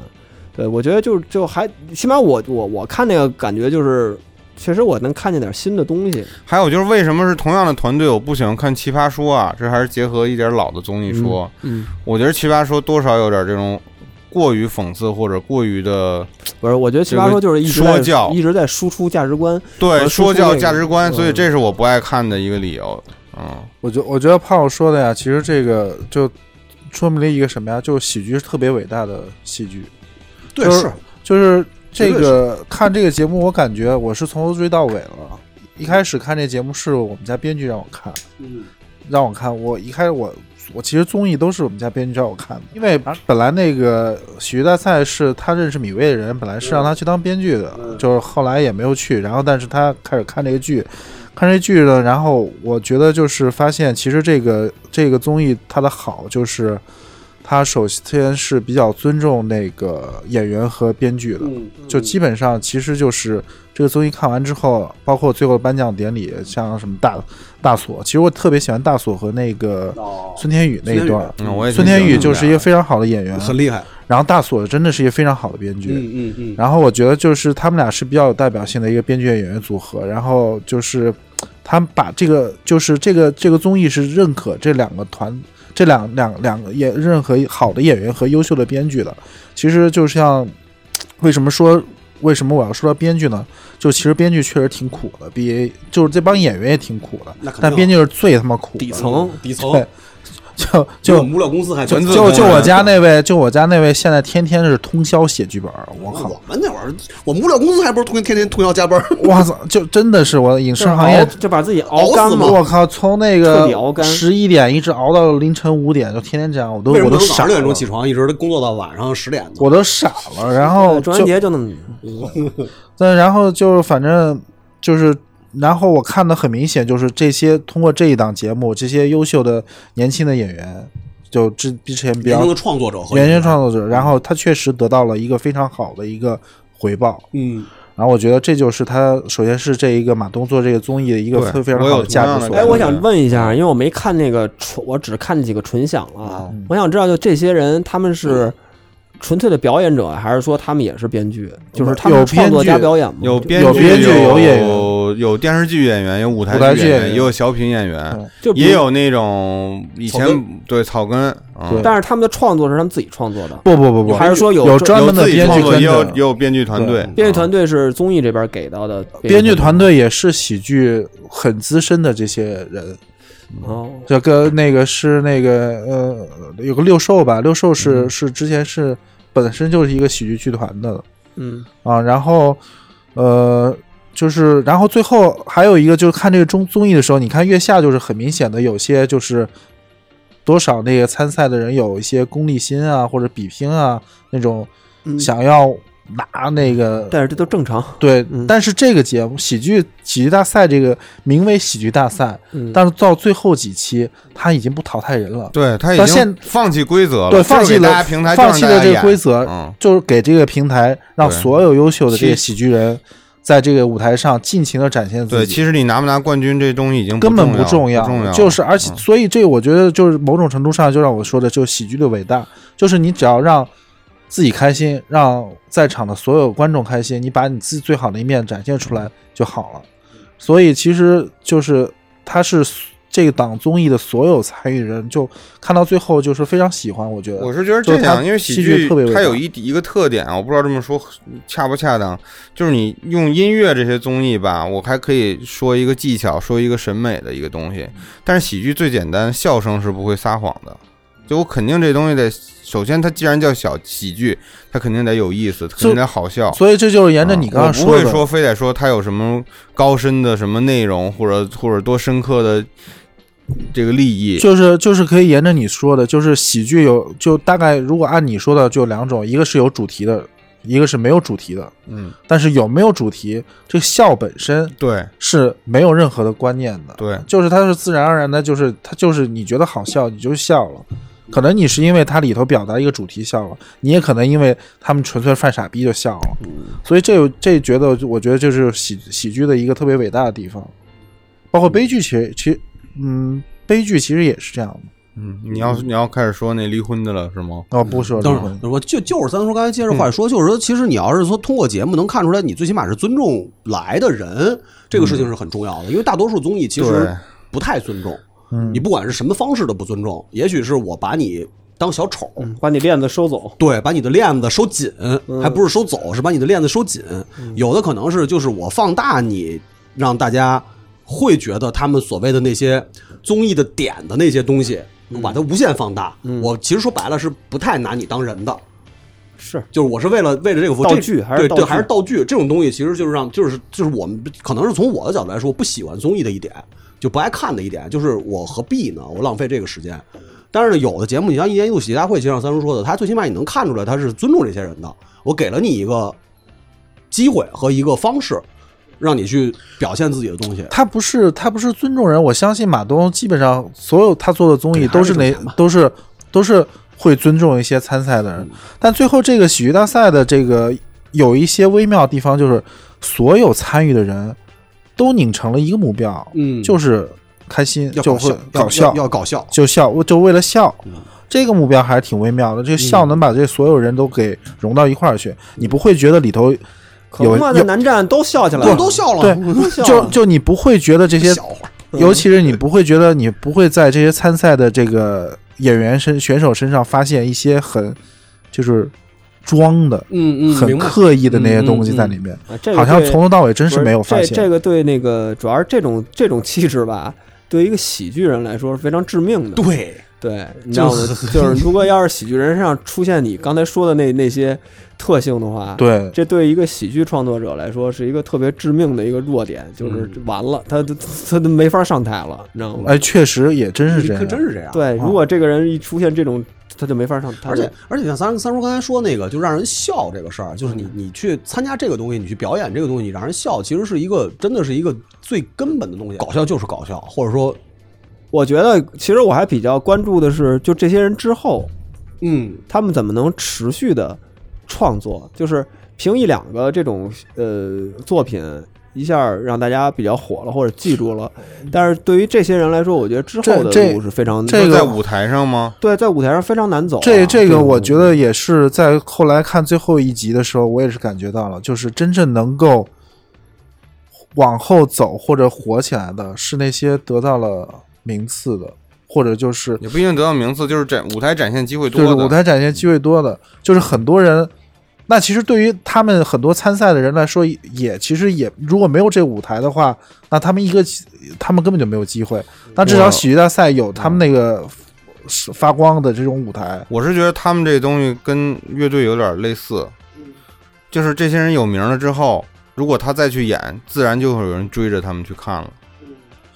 Speaker 3: 对，我觉得就是就还起码我我我看那个感觉就是，确实我能看见点新的东西。
Speaker 6: 还有就是，为什么是同样的团队，我不喜欢看《奇葩说》啊？这还是结合一点老的综艺说。
Speaker 3: 嗯，
Speaker 6: 我觉得《奇葩说》多少有点这种过于讽刺或者过于的
Speaker 3: 不是，我觉得奇葩说就是一直
Speaker 6: 说
Speaker 3: 在
Speaker 6: 教
Speaker 3: 一直在输出价值观。
Speaker 6: 对
Speaker 3: 呃
Speaker 6: 说
Speaker 3: 输出
Speaker 6: 教
Speaker 3: 那个
Speaker 6: 价值观，
Speaker 3: 嗯
Speaker 6: 所以这是我不爱看的一个理由。嗯，
Speaker 5: 我觉我觉得胖说的呀，其实这个就说明了一个什么呀？就是喜剧是特别伟大的戏剧，
Speaker 7: 对
Speaker 5: 就是
Speaker 7: 是
Speaker 5: 就是这
Speaker 7: 绝
Speaker 5: 个看这个节目，我感觉我是从头追到尾了。一开始看这节目是我们家编剧让我看，
Speaker 7: 嗯
Speaker 5: 让我看。我一开始我我其实综艺都是我们家编剧让我看的，因为本来那个喜剧大赛是他认识米未的人，本来是让他去当编剧的，就是后来也没有去。然后但是他开始看这个剧，看这剧呢，然后我觉得就是发现，其实这个这个综艺它的好就是。它首先是比较尊重那个演员和编剧的，
Speaker 7: 嗯
Speaker 5: 就基本上其实就是这个综艺看完之后，包括最后颁奖典礼，像什么大大锁，其实我特别喜欢大锁和那个孙天宇那一段。
Speaker 6: 嗯我也
Speaker 5: 孙天宇
Speaker 6: 挺喜欢
Speaker 5: 就是一个非常好的演员，
Speaker 7: 很厉害，
Speaker 5: 然后大锁真的是一个非常好的编剧。
Speaker 7: 嗯嗯，
Speaker 5: 然后我觉得就是他们俩是比较有代表性的一个编剧演员组合，然后就是他们把这个就是这个这个综艺是认可这两个团这两两两个演任何好的演员和优秀的编剧的，其实就像为什么说为什么我要说到编剧呢？就其实编剧确实挺苦的，比就是这帮演员也挺苦的
Speaker 7: 那肯，定
Speaker 5: 但编剧是最他妈苦的
Speaker 7: 底
Speaker 3: 嗯
Speaker 7: 层底层
Speaker 5: 对就
Speaker 7: 就我
Speaker 5: 就
Speaker 7: 们。无聊公司还
Speaker 5: 就
Speaker 6: 文字
Speaker 5: 就
Speaker 6: 工
Speaker 5: 就
Speaker 7: 嗯
Speaker 6: 人
Speaker 5: 我家那位，就我家那位，现在天天是通宵写剧本儿，我靠！
Speaker 7: 我们那会儿，我们无聊公司还不是通天天通宵加班儿？
Speaker 5: 哇操！就真的是我影视行业，
Speaker 3: 就把自己熬干
Speaker 7: 熬
Speaker 3: 了
Speaker 7: 死嘛。
Speaker 5: 我靠，从那
Speaker 3: 彻
Speaker 5: 个
Speaker 3: 底熬干
Speaker 5: 十一点一直熬到凌晨五点，就天天这样，我都
Speaker 7: 为什
Speaker 5: 我
Speaker 7: 么
Speaker 5: 都
Speaker 7: 从早
Speaker 5: 傻
Speaker 7: 上六点钟
Speaker 5: 了，
Speaker 7: 起床，一直工作到晚上十点呢？
Speaker 5: 我都傻了。然后
Speaker 3: 中元
Speaker 5: 哦就，
Speaker 3: 节就那么
Speaker 5: 但然后就是反正就是，然后我看的很明显就是这些通过这一档节目，这些优秀的年轻的演员，就之之前比
Speaker 7: 年
Speaker 5: 较
Speaker 7: 轻的创作者和
Speaker 5: 年轻创作者，然后他确实得到了一个非常好的一个回报。
Speaker 7: 嗯，
Speaker 5: 然后我觉得这就是他，首先是这一个马东做这个综艺的一个
Speaker 6: 对
Speaker 5: 非常
Speaker 6: 我有
Speaker 5: 好的价值
Speaker 6: 同样
Speaker 5: 所
Speaker 6: 的
Speaker 5: 在。
Speaker 3: 哎，我想问一下，因为我没看那个纯，我只看几个纯享啊，我想知道，就这些人他们是纯粹的表演者，还是说他们也是编剧？就是他们
Speaker 5: 有
Speaker 3: 是创作加
Speaker 5: 编剧
Speaker 3: 表演吗？
Speaker 6: 有编
Speaker 5: 有编剧有
Speaker 6: 有
Speaker 5: 演员
Speaker 6: 有有电视剧演员，有舞
Speaker 5: 舞台
Speaker 6: 剧
Speaker 5: 剧演
Speaker 6: 员，
Speaker 5: 员
Speaker 6: 也有小品演员
Speaker 5: 嗯，
Speaker 3: 就比如
Speaker 6: 也。有那种以
Speaker 7: 草
Speaker 6: 前对草根，嗯
Speaker 5: 对
Speaker 3: 但是他们的创作是他们自己创作的，
Speaker 5: 不不不不，
Speaker 3: 有还是说有
Speaker 5: 有专
Speaker 6: 有
Speaker 5: 门的
Speaker 6: 自己
Speaker 5: 编剧
Speaker 6: 创作，
Speaker 5: 跟
Speaker 6: 也有
Speaker 5: 着
Speaker 6: 也有编剧团队，
Speaker 3: 编剧团队是综艺这边给到的
Speaker 5: 编剧团队也是喜剧很资深的这些人，
Speaker 3: 哦，
Speaker 5: 这跟那个是那个呃有个六兽吧，六兽是、
Speaker 6: 嗯
Speaker 5: 是之前是本身就是一个喜剧剧团的
Speaker 3: 嗯，
Speaker 5: 啊，然后呃就是然后最后还有一个就是看这个综综艺的时候，你看月下就是很明显的有些就是多少那个参赛的人有一些功利心啊或者比拼啊那种
Speaker 6: 嗯
Speaker 5: 想要拿那个
Speaker 3: 嗯但是这都正常，
Speaker 5: 对，
Speaker 3: 嗯
Speaker 5: 但是这个节目喜剧喜剧大赛这个名为喜剧大赛，
Speaker 3: 嗯
Speaker 5: 但是到最后几期他已经不淘汰人了，
Speaker 6: 对他已
Speaker 5: 到
Speaker 6: 经
Speaker 5: 现
Speaker 6: 放弃规则了，
Speaker 5: 对，
Speaker 6: 就是
Speaker 5: 放弃
Speaker 6: 给
Speaker 5: 了
Speaker 6: 大家平台，
Speaker 5: 放弃了这个规则，
Speaker 6: 嗯
Speaker 5: 就是给这个平台让
Speaker 6: 对
Speaker 5: 所有优秀的这些
Speaker 6: 其
Speaker 5: 喜剧人在这个舞台上尽情的展现
Speaker 6: 对，
Speaker 5: 自己。
Speaker 6: 其实你拿不拿冠军这东西已经
Speaker 5: 根本
Speaker 6: 嗯不
Speaker 5: 重
Speaker 6: 要，嗯
Speaker 5: 要，
Speaker 6: 不重
Speaker 5: 就是而且，所以这个我觉得就是某种程度上，就让我说的，就是喜剧的伟大，就是你只要让自己开心，让在场的所有观众开心，你把你自己最好的一面展现出来就好了。所以其实就是它是这个档综艺的所有参与人，就看到最后就是非常喜欢，我觉得
Speaker 6: 我是觉得
Speaker 5: 啊就
Speaker 6: 这
Speaker 5: 是
Speaker 6: 样，
Speaker 5: 它
Speaker 6: 因为喜
Speaker 5: 戏剧
Speaker 6: 剧
Speaker 5: 特别伟
Speaker 6: 它
Speaker 5: 大
Speaker 6: 有一一个特点啊，我不知道这么说恰不恰当，就是你用音乐这些综艺吧，我还可以说一个技巧，说一个审美的一个东
Speaker 5: 嗯
Speaker 6: 西。但是喜剧最简单，笑声是不会撒谎的。就我肯定这东西得，首先它既然叫小喜剧，它肯定得有意思，肯定得好笑。
Speaker 5: 所以这就是沿着你
Speaker 6: 啊
Speaker 5: 刚刚
Speaker 6: 我
Speaker 5: 说
Speaker 6: 不
Speaker 5: 的，
Speaker 6: 会说非得说它有什么高深的什么内容，或者或者多深刻的这个利益。
Speaker 5: 就是就是可以沿着你说的，就是喜剧有就大概如果按你说的就两种，一个是有主题的，一个是没有主题的。
Speaker 6: 嗯，
Speaker 5: 但是有没有主题，这个笑本身
Speaker 6: 对
Speaker 5: 是没有任何的观念的，
Speaker 6: 对，
Speaker 5: 就是它是自然而然的，就是它就是你觉得好笑你就笑了。可能你是因为它里头表达一个主题笑了，你也可能因为他们纯粹犯傻逼就笑了，
Speaker 6: 嗯
Speaker 5: 所以这有这觉得我觉得就是喜喜剧的一个特别伟大的地方，包括悲剧其实其实嗯悲剧其实也是这样的
Speaker 6: 嗯，你要你要开始说那离婚的了是吗？
Speaker 5: 哦不说离
Speaker 7: 等会
Speaker 5: 婚
Speaker 7: 儿，我就就是三叔刚才接着话说，就是说，其实你要是说通过节目能看出来，你最起码是尊重来的人，这个事情是很重要的，因为大多数综艺其
Speaker 6: 对
Speaker 7: 实不太尊重，你不管是什么方式的不尊重，也许是我把你当小丑，
Speaker 3: 把你链子收走，
Speaker 7: 对，把你的链子收紧，还不是收走，是把你的链子收紧。有的可能是就是我放大你，让大家会觉得他们所谓的那些综艺的点的那些东西，把它无限放大。我其实说白了是不太拿你当人的。
Speaker 3: 是
Speaker 7: 就是我是为了为了这个服务
Speaker 3: 道
Speaker 7: 这
Speaker 3: 具还是
Speaker 7: 对
Speaker 3: 道
Speaker 7: 对
Speaker 3: 具
Speaker 7: 还是道具这种东西，其实就是让就是就是我们可能是从我的角度来说不喜欢综艺的一点，就不爱看的一点，就是我何必呢？我浪费这个时间。但是呢，有的节目，你像《一年一度喜剧大会》，就像三叔说的，他最起码你能看出来他是尊重这些人的。我给了你一个机会和一个方式，让你去表现自己的东西。
Speaker 5: 他不是他不是尊重人，我相信马东基本上所有他做的综艺都是那
Speaker 7: 给他是
Speaker 5: 都是都是会尊重一些参赛的
Speaker 7: 嗯
Speaker 5: 人，但最后这个喜剧大赛的这个有一些微妙的地方，就是所有参与的人都拧成了一个目标，
Speaker 7: 嗯
Speaker 5: 就是开心，
Speaker 7: 要
Speaker 5: 就会
Speaker 7: 搞
Speaker 5: 搞
Speaker 7: 笑，
Speaker 5: 笑
Speaker 7: 要，要嗯搞笑。
Speaker 5: 就笑，我就为了笑。这个目标还是挺微妙的，这个笑
Speaker 7: 嗯
Speaker 5: 能把这所有人都给融到一块儿去，你不会觉得里头
Speaker 3: 可
Speaker 5: 有
Speaker 3: 不嘛，
Speaker 5: 有
Speaker 3: 在南站都笑起来
Speaker 7: 我
Speaker 3: 了，
Speaker 7: 都笑了，
Speaker 3: 都
Speaker 5: 对，
Speaker 3: 笑嗯
Speaker 5: 就
Speaker 3: 了
Speaker 5: 就你不会觉得这些
Speaker 7: 笑话。
Speaker 5: 尤其是你不会觉得你不会在这些参赛的这个演员身选手身上发现一些很就是装的、
Speaker 7: 嗯嗯，
Speaker 5: 很
Speaker 7: 明白。
Speaker 5: 刻意的那些东西在里面，
Speaker 3: 啊这个
Speaker 5: 好像
Speaker 3: 对
Speaker 5: 从头到尾真
Speaker 3: 不
Speaker 5: 是没有发
Speaker 3: 这
Speaker 5: 现。
Speaker 3: 这个对那个主要是这种这种气质吧，对于一个喜剧人来说是非常致命的。
Speaker 7: 对，
Speaker 3: 对，你知道吗？就是如果要是喜剧人身上出现你刚才说的那那些特性的话，，
Speaker 5: 对，
Speaker 3: 这对一个喜剧创作者来说是一个特别致命的一个弱点，
Speaker 7: 嗯
Speaker 3: 就是完了，他他他都没法上台了，你知道吗？
Speaker 5: 哎，确实也真是这
Speaker 7: 可
Speaker 5: 样。
Speaker 7: 真是这样。
Speaker 3: 对，如果这个人一出现这种，他就没法上台了。
Speaker 7: 而且而且像三三叔刚才说那个，就让人笑这个事儿，就是你你去参加这个东西，你去表演这个东西，你让人笑，其实是一个真的是一个最根本的东西。搞笑就是搞笑，或者说，
Speaker 3: 我觉得，其实我还比较关注的是，就这些人之后，
Speaker 7: 嗯，
Speaker 3: 他们怎么能持续的创作？就是凭一两个这种呃作品，一下让大家比较火了或者记住了。但是对于这些人来说，我觉得之后
Speaker 5: 嗯这
Speaker 3: 的路是非常
Speaker 5: 这个
Speaker 6: 在舞台上吗？
Speaker 3: 对，在舞台上非常
Speaker 6: 哦
Speaker 3: 难走啊、
Speaker 5: 这这个我觉得也是在后来看最后一集的时候，我也是感觉到了，就是真正能够往后走或者火起来的，是那些得到了名次的，或者就是
Speaker 6: 也不一定得到名次，就是展舞台展现机会多
Speaker 5: 就是
Speaker 6: 的。
Speaker 5: 舞台展现机会多的，就是很多人。那其实对于他们很多参赛的人来说也，也其实也如果没有这舞台的话，那他们一个他们根本就没有机会。那至少喜剧大赛有他
Speaker 6: 嗯
Speaker 5: 们那个发光的这种舞台，
Speaker 6: 我是觉得他们这东西跟乐队有点类似，
Speaker 5: 嗯
Speaker 6: 就是这些人有名了之后，如果他再去演，自然就会有人追着他们去看了。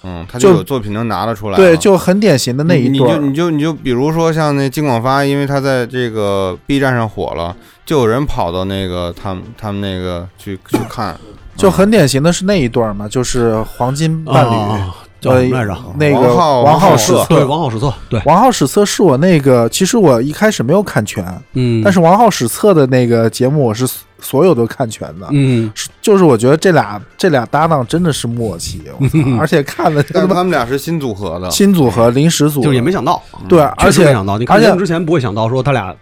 Speaker 6: 嗯，他就
Speaker 5: 就
Speaker 6: 有作品能拿得出来了。
Speaker 5: 对，就很典型的那一
Speaker 6: 你
Speaker 5: 对
Speaker 6: 就
Speaker 5: 儿。
Speaker 6: 你就你就比如说像那金广发，因为他在这个 B 站上火了，就有人跑到那个他们他们那个去去看。
Speaker 5: 就很典型的是那一段嘛，就是黄金伴侣，
Speaker 7: 啊叫什么来着
Speaker 5: 呃那个
Speaker 6: 王浩王浩
Speaker 5: 浩
Speaker 6: 史
Speaker 5: 史
Speaker 6: 册
Speaker 7: 对，
Speaker 5: 册，
Speaker 7: 王浩史册，对，
Speaker 5: 王浩史册是我那个，其实我一开始没有看全，
Speaker 7: 嗯，
Speaker 5: 但是王浩史册的那个节目我是所所有都看全的，
Speaker 7: 嗯，
Speaker 5: 是就是我觉得这俩这俩搭档真的是默契，我操而且看的
Speaker 6: 但
Speaker 5: 他
Speaker 6: 是
Speaker 5: 妈
Speaker 6: 他们俩是新组合的，
Speaker 5: 新组合临时组，
Speaker 7: 就是也没想到，
Speaker 5: 对，
Speaker 7: 确
Speaker 5: 而
Speaker 7: 实没
Speaker 5: 且
Speaker 7: 想到，你
Speaker 5: 而
Speaker 7: 看节目
Speaker 5: 且
Speaker 7: 之前不会想到说他俩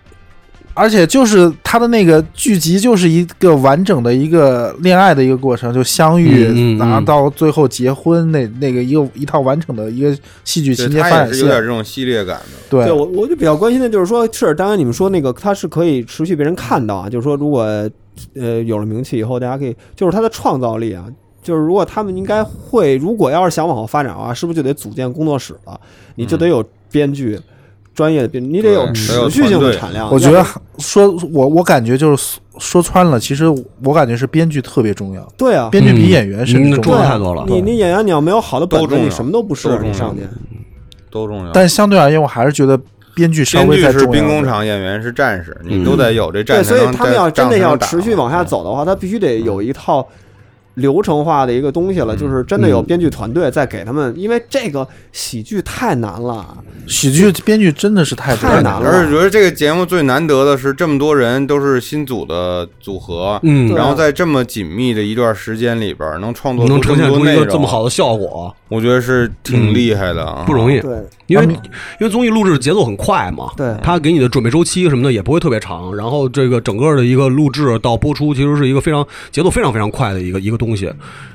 Speaker 5: 而且就是他的那个剧集，就是一个完整的一个恋爱的一个过程，就相遇，
Speaker 7: 嗯嗯嗯
Speaker 5: 然后到最后结婚那那个一个一套完整的一个戏剧
Speaker 6: 对
Speaker 5: 情节发
Speaker 6: 它也
Speaker 5: 展
Speaker 6: 是有点
Speaker 5: 线。
Speaker 6: 这种系列感的。
Speaker 5: 对
Speaker 3: 对我我就比较关心的就是说，是当然你们说那个它是可以持续被人看到啊，就是说如果呃有了名气以后，大家可以就是它的创造力啊，就是如果他们应该会，如果要是想往后发展的话，是不是就得组建工作室了？你就得有编剧。专业的编，你得有
Speaker 6: 对
Speaker 3: 持续性
Speaker 6: 得
Speaker 3: 的
Speaker 6: 有团队
Speaker 3: 产量。
Speaker 5: 我觉
Speaker 3: 要
Speaker 5: 得
Speaker 3: 不
Speaker 5: 说，我我感觉就是说说穿了，其实我感觉是编剧特别重要，
Speaker 3: 对啊，
Speaker 5: 编剧比演员甚
Speaker 7: 嗯
Speaker 5: 至
Speaker 7: 那
Speaker 5: 重
Speaker 7: 重
Speaker 5: 要。
Speaker 7: 要太多了
Speaker 3: 你你演员你要没有好的本
Speaker 6: 都
Speaker 3: 子，
Speaker 6: 重要
Speaker 3: 你什么都不是
Speaker 6: 都重要
Speaker 3: 你上去。
Speaker 6: 都重要。
Speaker 5: 但相对而言，我还是觉得编剧稍
Speaker 6: 编
Speaker 5: 微
Speaker 6: 剧
Speaker 5: 再
Speaker 6: 是
Speaker 5: 重
Speaker 6: 兵工
Speaker 5: 要。
Speaker 6: 厂，演员是战士，
Speaker 7: 嗯
Speaker 6: 你都得有这
Speaker 3: 对，
Speaker 6: 战才
Speaker 3: 所
Speaker 6: 能
Speaker 3: 以
Speaker 6: 在。
Speaker 3: 他们要真
Speaker 6: 仗才
Speaker 3: 的要
Speaker 6: 能打
Speaker 3: 持续往下走
Speaker 7: 嗯
Speaker 3: 的话，他必须得有一套流程化的一个东西
Speaker 7: 嗯
Speaker 3: 了，就是真的有编剧团队在给他们，因为这个喜剧太难了。
Speaker 5: 喜剧编剧真的是太多
Speaker 3: 太
Speaker 5: 了
Speaker 3: 难了
Speaker 6: 而且觉得这个节目最难得的是，这么多人都是新组的组合，
Speaker 7: 嗯
Speaker 6: 然后在这么紧密的一段时间里边儿，能创作
Speaker 7: 能
Speaker 6: 出
Speaker 7: 呈
Speaker 6: 这么
Speaker 7: 现
Speaker 6: 多
Speaker 7: 出一
Speaker 6: 内
Speaker 7: 个
Speaker 6: 容，
Speaker 7: 这么好的效果，
Speaker 6: 我觉得是挺厉害的啊，
Speaker 7: 不容易。
Speaker 3: 对，
Speaker 7: 因为因为综艺录制节奏很快嘛，
Speaker 3: 对
Speaker 7: 它给你的准备周期什么的也不会特别长，然后这个整个的一个录制到播出，其实是一个非常节奏非常非常快的一个一个东西，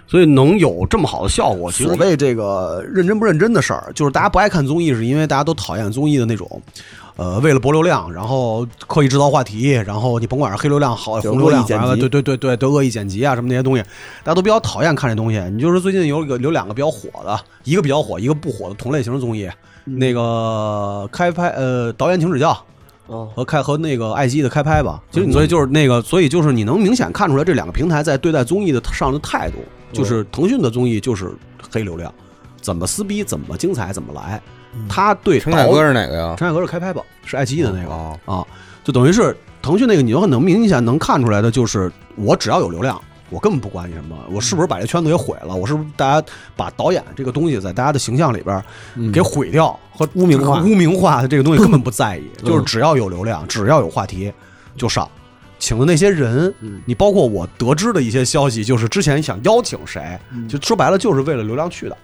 Speaker 7: 所以能有这么好的效果，其实所谓这个认真不认真的事儿，就是大家不爱看综艺，是因为大家都讨厌综艺的那种，呃，为了博流量，然后刻意制造话题，然后你甭管是黑流量好
Speaker 3: 就是
Speaker 7: 呃红流量
Speaker 3: 恶意，剪
Speaker 7: 反正
Speaker 3: 辑
Speaker 7: 啊对对对对对恶意剪辑啊什么那些东西，大家都比较讨厌看这东西。你就是最近有一个有两个比较火的，一个比较火，一个不火的同类型综艺，
Speaker 3: 嗯
Speaker 7: 那个开拍呃导演请指教，
Speaker 3: 哦
Speaker 7: 和开和那个爱奇艺的开拍吧。其实
Speaker 3: 嗯
Speaker 7: 你所以就是那个，所以就是你能明显看出来这两个平台在对待综艺的上的态度，
Speaker 3: 嗯
Speaker 7: 就是腾讯的综艺就是黑流量，怎么撕逼怎么精彩怎么来。
Speaker 3: 嗯
Speaker 7: 他对
Speaker 6: 陈凯
Speaker 7: 导
Speaker 6: 歌是哪个
Speaker 3: 啊
Speaker 6: 呀？
Speaker 7: 陈凯歌是开拍吧，是爱奇艺的那个、
Speaker 6: 哦
Speaker 7: 啊，就等于是腾讯那个，你就能明显能看出来的，就是我只要有流量，我根本不管你什么，我是不是把这圈子给毁了，我是不是大家把导演这个东西在大家的形象里边儿给毁掉和
Speaker 3: 嗯污名化嗯
Speaker 7: 污名化的这个东西根本不 在意，就是只要有流量，只要有话题就上。请的那些人，
Speaker 3: 嗯
Speaker 7: 你包括我得知的一些消息，就是之前想邀请谁，
Speaker 3: 嗯
Speaker 7: 就说白了就是为了流量去的。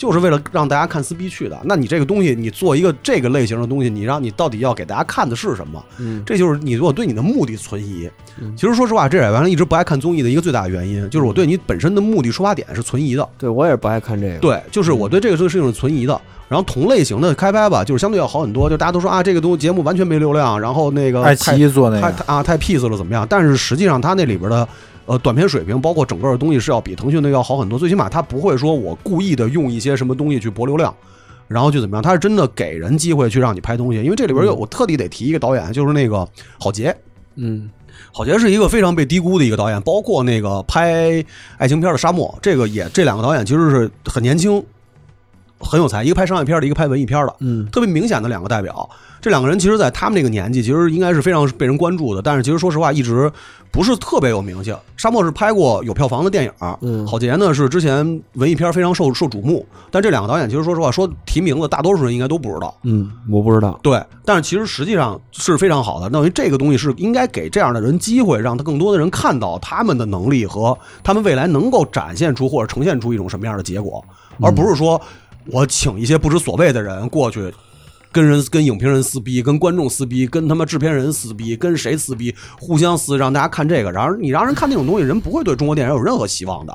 Speaker 7: 就是为了让大家看撕逼去的。那你这个东西，你做一个这个类型的东西，你让你到底要给大家看的是什么？
Speaker 3: 嗯，
Speaker 7: 这就是你我对你的目的存疑。
Speaker 5: 嗯
Speaker 7: 其实说实话，这也完了一直不爱看综艺的一个最大原因，就是我对你本身的目的出发点是存疑的。
Speaker 3: 对我也不爱看这个。
Speaker 7: 对，就是
Speaker 5: 嗯
Speaker 7: 我对这个事情是存疑的。然后同类型的开拍吧，就是相对要好很多。就大家都说啊，这个东节目完全没流量，然后那个
Speaker 5: 爱奇艺做那
Speaker 7: 太
Speaker 5: 个
Speaker 7: 太啊太 peace 了怎么样？但是实际上它那里边的呃短片水平，包括整个的东西是要比腾讯的要好很多。最起码它不会说我故意的用一些什么东西去博流量，然后去怎么样？它是真的给人机会去让你拍东西。因为这里边有
Speaker 5: 嗯
Speaker 7: 我特地得提一个导演，就是那个郝杰。
Speaker 3: 嗯，
Speaker 7: 郝杰是一个非常被低估的一个导演，包括那个拍爱情片的《沙漠》，这个也这两个导演其实是很年轻，很有才，一个拍商业片的，一个拍文艺片的，
Speaker 3: 嗯，
Speaker 7: 特别明显的两个代表。这两个人其实，在他们那个年纪，其实应该是非常被人关注的，但是其实说实话，一直不是特别有名气。沙漠是拍过有票房的电影，
Speaker 3: 嗯
Speaker 7: 郝杰呢是之前文艺片非常受受瞩目，但这两个导演其实说实话，说提名字，大多数人应该都不知道。
Speaker 3: 嗯，我不知道。
Speaker 7: 对，但是其实实际上是非常好的。等于这个东西是应该给这样的人机会，让他更多的人看到他们的能力和他们未来能够展现出或者呈现出一种什么样的结果，而不是说我请一些不知所谓的人过去。跟人、跟影评人撕逼，跟观众撕逼，跟他妈制片人撕逼，跟谁撕逼，互相撕，让大家看这个。然而，你让人看那种东西，人不会对中国电影有任何希望的，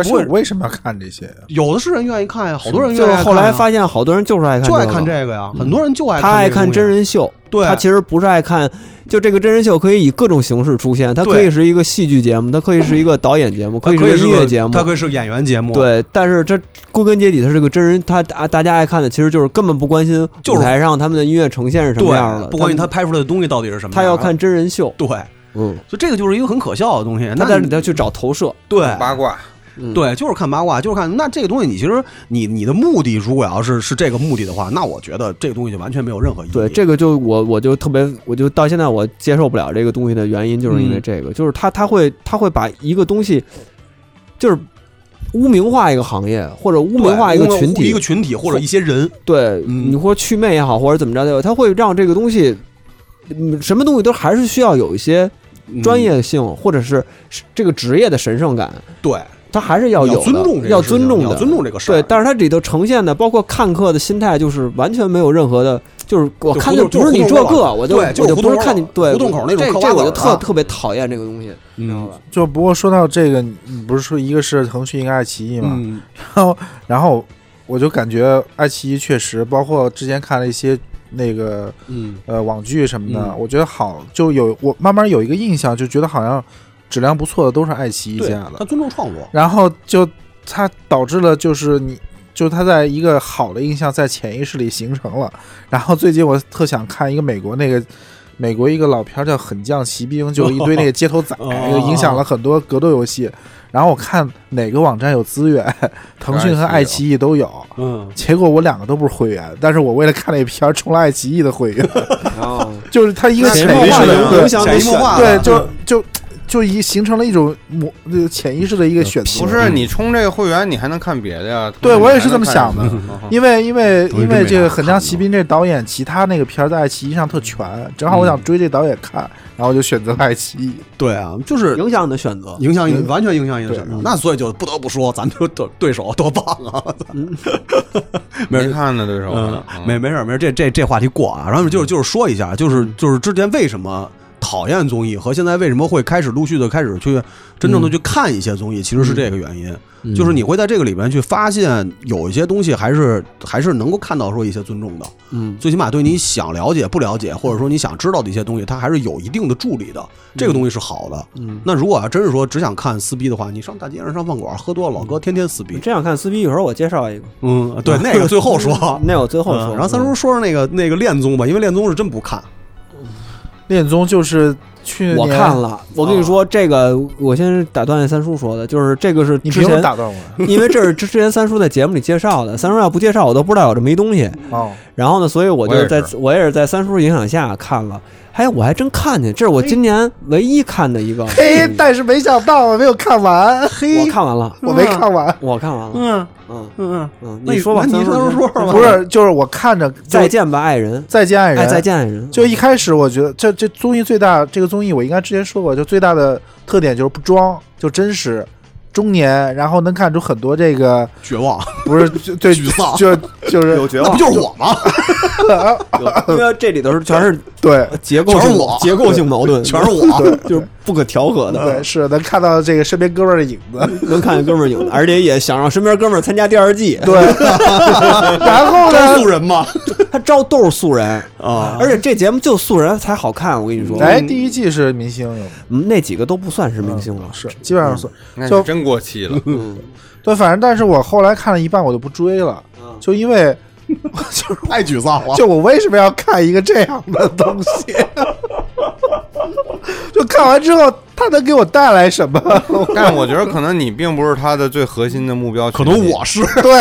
Speaker 5: 但
Speaker 7: 不
Speaker 5: 是
Speaker 7: 会
Speaker 5: 我。为什么要看这些呀？
Speaker 7: 有的是人愿意看呀，好多人愿意
Speaker 3: 就
Speaker 7: 看
Speaker 3: 是
Speaker 7: 呀。
Speaker 3: 后来发现好多人就是爱看
Speaker 7: 就爱看
Speaker 3: 看
Speaker 7: 这个呀，很多人就爱
Speaker 3: 他
Speaker 7: 这
Speaker 3: 爱
Speaker 7: 个
Speaker 3: 看
Speaker 7: 东西
Speaker 3: 真人秀，
Speaker 7: 对
Speaker 3: 他其实不是爱看，就这个真人秀可以以各种形式出现，它可
Speaker 7: 对
Speaker 3: 以是一个戏剧节目，它可以是一个导演节目，
Speaker 7: 它
Speaker 3: 以
Speaker 7: 可以
Speaker 3: 是
Speaker 7: 是
Speaker 3: 音
Speaker 7: 个
Speaker 3: 乐节目，
Speaker 7: 它可以是演员节目，，
Speaker 3: 对，但是这归根结底，它是个真人，他啊大大家爱看的，其实就是根本不关心
Speaker 7: 就是
Speaker 3: 舞台上他们的音乐呈现是什么样的，
Speaker 7: 对，不关心他
Speaker 3: 他
Speaker 7: 拍出来的东西到底是什么样，
Speaker 3: 他要看，真人秀，
Speaker 7: 对，
Speaker 3: 嗯，
Speaker 7: 所以这个就是一个很可笑的东西。
Speaker 3: 他
Speaker 7: 那
Speaker 3: 在里
Speaker 7: 你
Speaker 3: 头去找投射，嗯
Speaker 7: 对
Speaker 6: 八卦，
Speaker 7: 对，就是看八卦，就是看那这个东西，你其实你你的目的如果要是是这个目的的话，那我觉得这个东西就完全没有任何意义。
Speaker 3: 对，这个就我我就特别，我就到现在我接受不了这个东西的原因，就是因为
Speaker 7: 嗯
Speaker 3: 这个，就是他他会他会把一个东西，就是污名化一个行业，或者污
Speaker 7: 对
Speaker 3: 名化一个群
Speaker 7: 一
Speaker 3: 体
Speaker 7: 个，群体或者一些人，
Speaker 3: 对，
Speaker 7: 嗯
Speaker 3: 你或者祛魅也好，或者怎么着的，他会让这个东西，嗯什么东西都还是需要有一些
Speaker 7: 嗯
Speaker 3: 专业性，或者是是这个职业的神圣感，
Speaker 7: 对，
Speaker 3: 他还是要有
Speaker 7: 要
Speaker 3: 的
Speaker 7: 尊重这个事情，
Speaker 3: 要尊重
Speaker 7: 要
Speaker 3: 的，
Speaker 7: 尊重这个事儿。
Speaker 3: 对，但是它里头呈现的，包括看客的心态，就是完全没有任何的，就是我
Speaker 7: 就
Speaker 3: 看
Speaker 7: 胡
Speaker 3: 就
Speaker 7: 同
Speaker 3: 不是
Speaker 7: 就
Speaker 3: 你
Speaker 7: 是胡
Speaker 3: 这
Speaker 7: 同口
Speaker 3: 个，
Speaker 7: 了
Speaker 3: 我就
Speaker 7: 对就
Speaker 3: 我
Speaker 7: 是
Speaker 3: 就不
Speaker 7: 胡同
Speaker 3: 是
Speaker 7: 口
Speaker 3: 看你
Speaker 7: 了
Speaker 3: 对
Speaker 7: 胡同口那种
Speaker 3: 这
Speaker 7: 嗑瓜
Speaker 3: 这我就
Speaker 7: 子儿
Speaker 3: 特
Speaker 7: 啊
Speaker 3: 特别讨厌这个东 西，你知道吧？
Speaker 5: 就不过说到这个，你你不是说一个是腾讯，一个爱奇艺嘛？
Speaker 7: 嗯，
Speaker 5: 然后然后我就感觉爱奇艺确实，包括之前看了一些那个
Speaker 7: 嗯，
Speaker 5: 呃网剧什么的，
Speaker 7: 嗯
Speaker 5: 我觉得好就有我慢慢有一个印象，就觉得好像质量不错的都是爱奇艺
Speaker 7: 对
Speaker 5: 家的，
Speaker 7: 他尊重创作，
Speaker 5: 然后就它导致了就是你。就它在一个好的印象在潜意识里形成了，然后最近我特想看一个美国那个，美国一个老片儿叫《狠将骑兵》，就一堆那个街头仔，
Speaker 7: 哦
Speaker 5: 就影响了很多格斗游戏。然后我看哪个网站有资源， 腾讯和爱奇艺都有，
Speaker 7: 嗯，
Speaker 5: 结果我两个都不是会员，但是我为了看那片儿充了爱奇艺的会员，
Speaker 3: 然
Speaker 7: 哦
Speaker 3: 后
Speaker 5: 就是它一个
Speaker 3: 潜
Speaker 5: 潜
Speaker 3: 移默
Speaker 5: 移默
Speaker 3: 化
Speaker 5: 化
Speaker 3: 的
Speaker 5: 的对
Speaker 3: 影响
Speaker 7: 潜移默化
Speaker 5: 对，
Speaker 7: 的，
Speaker 5: 就就就一形成了一种模呃潜意识的一个选择。
Speaker 6: 不
Speaker 7: 嗯
Speaker 6: 是啊你充这个会员，你还能看别的呀？
Speaker 5: 对
Speaker 6: 同时
Speaker 5: 我也是这么想的
Speaker 6: 你还能看什
Speaker 3: 啊
Speaker 6: 么。
Speaker 5: 因为因为
Speaker 7: 我是
Speaker 5: 因为
Speaker 7: 真没
Speaker 5: 这个《狠
Speaker 7: 啥看
Speaker 5: 将
Speaker 7: 的
Speaker 5: 骑兵》这导演，其他那个片儿在爱奇艺上特全，正好我
Speaker 3: 嗯
Speaker 5: 想追这导演看，然后我就选择了爱奇艺。
Speaker 7: 对啊，就是
Speaker 3: 影响你的选择。
Speaker 7: 影响你，完全影响你的
Speaker 3: 嗯
Speaker 5: 对
Speaker 7: 审美。那所以就不得不说，咱们就对对手多棒啊！没
Speaker 6: 没
Speaker 7: 人
Speaker 6: 看的对手啊
Speaker 7: 嗯
Speaker 6: 呢，，
Speaker 7: 没没事儿没事儿，这这这话题过啊。然后
Speaker 3: 嗯
Speaker 7: 就是就是说一下，就是就是之前为什么讨厌综艺和现在为什么会开始陆续的开始去真
Speaker 3: 嗯
Speaker 7: 正的去看一些综艺，其实是这个原因，就是你会在这个里面去发现有一些东西还是还是能够看到说一些尊重的，
Speaker 3: 嗯，
Speaker 7: 最起码对你想了解不了解，或者说你想知道的一些东西，它还是有一定的助力的，这个东西是好的。
Speaker 3: 嗯，
Speaker 7: 那如果要真是说只想看撕逼的话，你上大街上上饭馆喝多了，老哥天天撕逼。
Speaker 3: 嗯这样看撕逼，一会儿我介绍一个，
Speaker 7: 嗯，
Speaker 3: 。
Speaker 7: 对，那个最后说
Speaker 3: 那我最后
Speaker 7: 嗯
Speaker 3: 说，
Speaker 7: 然后三叔说说那个那个恋综吧，因为恋综是真不看，
Speaker 5: 恋综就是去年
Speaker 3: 我看，了，我跟你说，这个我先打断三叔说的，就是这个是
Speaker 5: 你
Speaker 3: 之
Speaker 5: 凭什么
Speaker 3: 前，
Speaker 5: 打断我呀？
Speaker 3: 因为这是之之前三叔在节目里介绍的，三叔要不介绍，我都不知道有这么一东西。
Speaker 5: 哦，
Speaker 3: 然后呢，所以我
Speaker 6: 我也
Speaker 3: 就是在我也是在三叔影响下看了，哎，我还真看见，这是我今年唯一看的一个，
Speaker 5: 嘿，但是没想到我没有看完，
Speaker 3: 我
Speaker 6: 嗯
Speaker 5: 嘿，
Speaker 3: 看完了，
Speaker 5: 我没看完。
Speaker 3: 我看完了，
Speaker 7: 嗯
Speaker 3: 嗯
Speaker 7: 嗯，
Speaker 3: 嗯，
Speaker 7: 那
Speaker 3: 你说吧，
Speaker 7: 那你
Speaker 3: 三
Speaker 7: 三叔
Speaker 3: 叔
Speaker 7: 说说吧
Speaker 5: 不是，就是我看着
Speaker 3: 嗯再见吧，爱人，
Speaker 5: 再见爱
Speaker 3: 哎，
Speaker 5: 人，
Speaker 3: 再见爱人，
Speaker 5: 就一开始我觉得这这综艺最大，这个综艺我应该之前说过，就最大的特点就是不装，就真实。中年，然后能看出很多这个
Speaker 7: 绝 望，
Speaker 5: 不是就对
Speaker 7: 沮丧
Speaker 5: 就就是
Speaker 3: 绝
Speaker 7: 那不就是我吗？
Speaker 3: 因为这里头是全是
Speaker 5: 对
Speaker 7: 嗯
Speaker 3: 结构性
Speaker 7: 全是我
Speaker 3: 结构性矛盾，
Speaker 7: 全是我，嗯
Speaker 3: 就是不可调和的
Speaker 5: 对，是能看到这个身边哥们儿的影子。
Speaker 3: 能看见哥们儿影子，而且也想让身边哥们儿参加第二季。
Speaker 5: 对，然后
Speaker 7: 招素
Speaker 5: 呢？
Speaker 7: 人 吗？
Speaker 3: 他招都是素人，
Speaker 7: 啊，
Speaker 3: 而且这节目就素人才好看。我跟你说，
Speaker 5: 哎，第一季是明星有
Speaker 3: 嗯那几个都不算是明星了，
Speaker 5: 是基本上算。
Speaker 6: 嗯那
Speaker 5: 就是
Speaker 6: 真过气了。
Speaker 5: 对，反正但是我后来看了一半，我就不追了，就因为
Speaker 7: 太沮丧了。
Speaker 5: 就我为什么要看一个这样的东西？ 就看完之后，它能给我带来什么？
Speaker 6: 但我觉得可能你并不是他的最核心的目标群
Speaker 7: 可
Speaker 6: 体，
Speaker 7: 能我是，
Speaker 5: 对，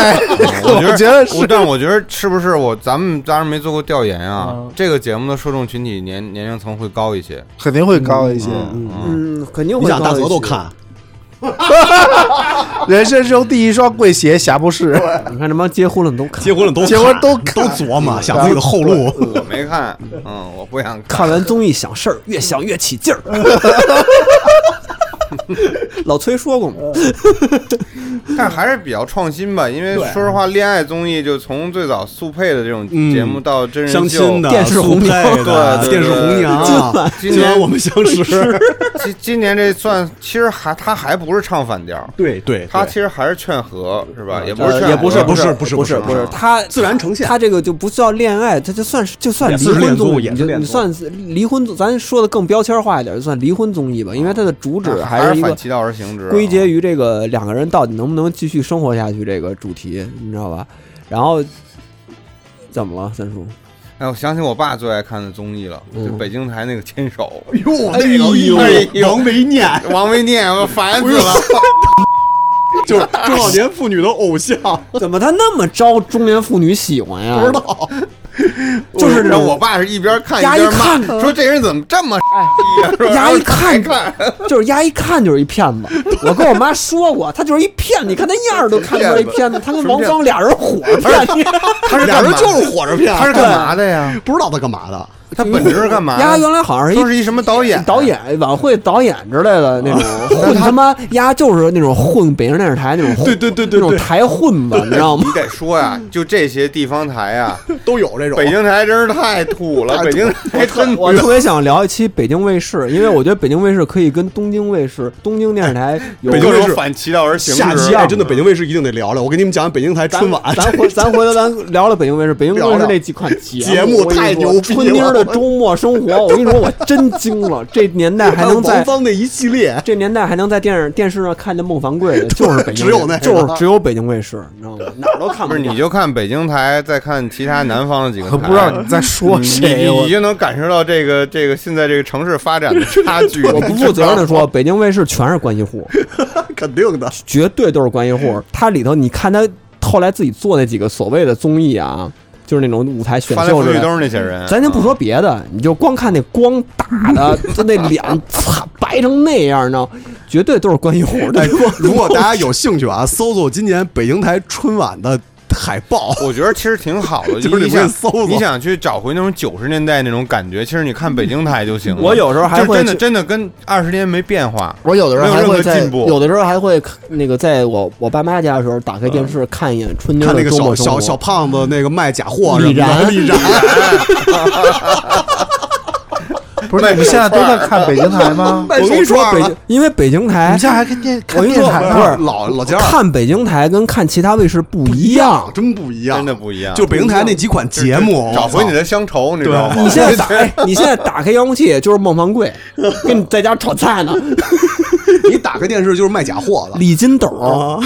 Speaker 6: 我
Speaker 5: 我
Speaker 6: 觉
Speaker 5: 觉
Speaker 6: 得
Speaker 5: 得
Speaker 6: 我
Speaker 5: 是。
Speaker 6: 但我觉得是不是我咱们当然没做过调研啊
Speaker 5: 嗯，
Speaker 6: 这个节目的受众群体年年龄层会高 一些。
Speaker 5: 肯定会高一些。
Speaker 6: 嗯，
Speaker 3: 嗯，肯定会
Speaker 7: 你想
Speaker 3: 高
Speaker 7: 大
Speaker 3: 一
Speaker 7: 河都
Speaker 3: 些
Speaker 7: 看，
Speaker 5: 人生中第一双贵鞋瑕不是，
Speaker 3: 你看这帮结婚了都看
Speaker 7: 结。婚了都
Speaker 5: 结婚
Speaker 7: 看嗯
Speaker 5: 都
Speaker 7: 都
Speaker 5: 看
Speaker 7: 琢磨，想自己的后路。
Speaker 6: 我没看，嗯，我不想看。
Speaker 3: 看完综艺想事儿，越想越起 劲儿。老崔说过嘛，
Speaker 6: 但还是比较创新吧，因为说实话，恋爱综艺就从最早速配的这种节目到真人秀
Speaker 7: 嗯相亲的、
Speaker 3: 电视红娘
Speaker 7: 速配的
Speaker 6: 对对对
Speaker 7: 电视红娘啊，
Speaker 6: 今
Speaker 7: 今晚
Speaker 6: 年
Speaker 7: 我们相识。
Speaker 6: 今今年这算，其实还他还不是唱反调，
Speaker 7: 对对，
Speaker 6: 他
Speaker 7: 对
Speaker 6: 其实还是劝和，是吧？也不是
Speaker 3: 呃
Speaker 6: 劝和，
Speaker 3: 也不是
Speaker 7: 不是
Speaker 3: 不
Speaker 7: 不
Speaker 3: 不
Speaker 7: 是不
Speaker 3: 是
Speaker 7: 是
Speaker 3: 是，
Speaker 6: 啊
Speaker 3: 他
Speaker 7: 自然呈现
Speaker 3: 他这个就不叫恋爱，他就算是就算
Speaker 7: 也
Speaker 3: 离
Speaker 7: 是
Speaker 3: 婚
Speaker 7: 恋综
Speaker 3: 综艺，
Speaker 7: 也
Speaker 3: 你
Speaker 7: 是
Speaker 3: 就
Speaker 7: 恋
Speaker 3: 你
Speaker 7: 综
Speaker 3: 算是离婚，咱说的更标签化一点，就算离婚综艺吧，因为它的主旨
Speaker 7: 啊
Speaker 6: 还
Speaker 3: 是一个
Speaker 6: 反其道而行之啊，
Speaker 3: 归结于这个两个人到底能不能继续生活下去这个主题，你知道吧？然后怎么了，三叔？
Speaker 6: 哎，我想起我爸最爱看的综艺了，就
Speaker 3: 嗯
Speaker 6: 北京台那个《牵手
Speaker 7: 哎呦，那个哎呦，王维念》
Speaker 6: 王维念，我烦死了。
Speaker 7: 就是中老年妇女的偶 像，
Speaker 3: 怎么他那么招中年妇女喜欢呀？
Speaker 7: 不知道。
Speaker 3: 就是
Speaker 6: 让我爸是一边看
Speaker 3: 丫一
Speaker 6: 边骂，
Speaker 3: 看
Speaker 6: 说这人怎么这么呀是吧
Speaker 3: 丫一看
Speaker 6: 然后还看，
Speaker 3: 就是丫一看就是一骗子。我跟我妈说过，他就是一骗子，你看他样儿都看出来一骗子。他跟王刚俩人火骗你，
Speaker 6: 他是
Speaker 7: 俩
Speaker 6: 干
Speaker 7: 人
Speaker 6: 嘛
Speaker 7: 就是火着骗，
Speaker 6: 他是干嘛的呀？
Speaker 7: 不知道他干嘛的，
Speaker 6: 他本职是干 嘛？
Speaker 3: 丫原来好像是一
Speaker 6: 说是一什么导演？啊哦
Speaker 3: 导演晚会导演之类的那种混他妈丫就是那种混北京电视台那种混
Speaker 6: 对对对对
Speaker 3: 那种
Speaker 6: 对
Speaker 3: 台混子，你知道吗
Speaker 6: 你？ 得说呀，就这些地方台啊，
Speaker 7: 都有这种
Speaker 6: 北京台真是太土了，北京台真
Speaker 3: 我特别想聊一期北京卫视，因为我觉得北京卫视可以跟东京卫视、东京电视台有
Speaker 6: 各
Speaker 7: 北京卫视
Speaker 6: 种反其道而行
Speaker 7: 下
Speaker 6: 之。
Speaker 7: 期哎，真的北京卫视一定得聊聊。我给你们讲讲北京台春晚，
Speaker 3: 咱回咱回头咱聊聊北京卫视，北京卫视那几款
Speaker 7: 节目
Speaker 3: 目
Speaker 7: 太牛逼了
Speaker 3: 春妮儿的周末生活，我跟你说，我真惊了，这年代还能
Speaker 7: 王
Speaker 3: 在。
Speaker 7: 芳那一系列，
Speaker 3: 这年代还能在电视电视上看见孟凡贵的，就是北京，
Speaker 7: 只有那个
Speaker 3: 就是只有北京卫视，你知道吗？哪儿都看
Speaker 6: 不是，
Speaker 3: 见
Speaker 6: 你就看北京台，再看其他南方的几个台，
Speaker 5: 不知道你在说
Speaker 6: 嗯
Speaker 3: 嗯
Speaker 6: 你
Speaker 5: 谁。
Speaker 6: 你
Speaker 5: 我
Speaker 6: 你就能感受到这个这个现在这个城市发展的差距。
Speaker 3: 我不负责任的说，北京卫视全是关系户，
Speaker 7: 肯定的。嗯
Speaker 3: 绝对都是关系户。它里头，你看他后来自己做那几个所谓的综艺啊，就是那种舞台选
Speaker 6: 翻来
Speaker 3: 秀
Speaker 6: 覆
Speaker 3: 之
Speaker 6: 去
Speaker 3: 类的
Speaker 6: 都。是那些人。
Speaker 3: 咱就不说别的，你就光看那光打 的，就那脸擦白成那样，你知道，绝对都是关系户。
Speaker 7: 哎
Speaker 3: 这光，
Speaker 7: 如果大家有兴趣啊，搜搜今年北京台春晚的海报，
Speaker 6: 啊我觉得其实挺好 的，
Speaker 7: 就是你
Speaker 6: 你想
Speaker 7: 会搜索
Speaker 6: 你想去找回那种九十年代那种感觉，其实你看北京台就行了。
Speaker 3: 我有时候还
Speaker 6: 就
Speaker 3: 会
Speaker 6: 真的
Speaker 3: 去
Speaker 6: 真的跟二十年没变化。
Speaker 3: 我有的时候
Speaker 6: 没有
Speaker 3: 还
Speaker 6: 任何
Speaker 3: 会在，
Speaker 6: 进步
Speaker 3: 有的时候还会那个，在我我爸妈家的时候，打开电视看一眼春节
Speaker 7: 看那
Speaker 3: 的
Speaker 7: 个
Speaker 3: 周
Speaker 7: 小
Speaker 3: 末生
Speaker 7: 小小
Speaker 3: 活。
Speaker 7: 胖子那个卖假货什么
Speaker 3: 李
Speaker 7: 的，
Speaker 3: 然
Speaker 7: 李 然，
Speaker 5: 不是你们现在都在看北京台吗？
Speaker 7: 卖
Speaker 3: 我跟你说，北京因为北京
Speaker 5: 你
Speaker 3: 台
Speaker 5: 们，现在还看电
Speaker 3: 我
Speaker 5: 看
Speaker 3: 跟你
Speaker 5: 电
Speaker 3: 说
Speaker 5: 台
Speaker 3: 不
Speaker 5: 呢？
Speaker 3: 是
Speaker 7: 老老家儿
Speaker 3: 看北京台跟看其他卫视不一样。
Speaker 7: 真不一样，
Speaker 6: 真的不一样
Speaker 7: 就北京台那几款节目，
Speaker 6: 找回你
Speaker 7: 的
Speaker 6: 的乡愁，你知道吗？
Speaker 3: 你现 在打，哎，你现在打开遥控器就是孟凡贵，跟你在家炒菜呢，
Speaker 7: 你打开电视就是卖假货的。
Speaker 3: 李金斗、
Speaker 7: 啊，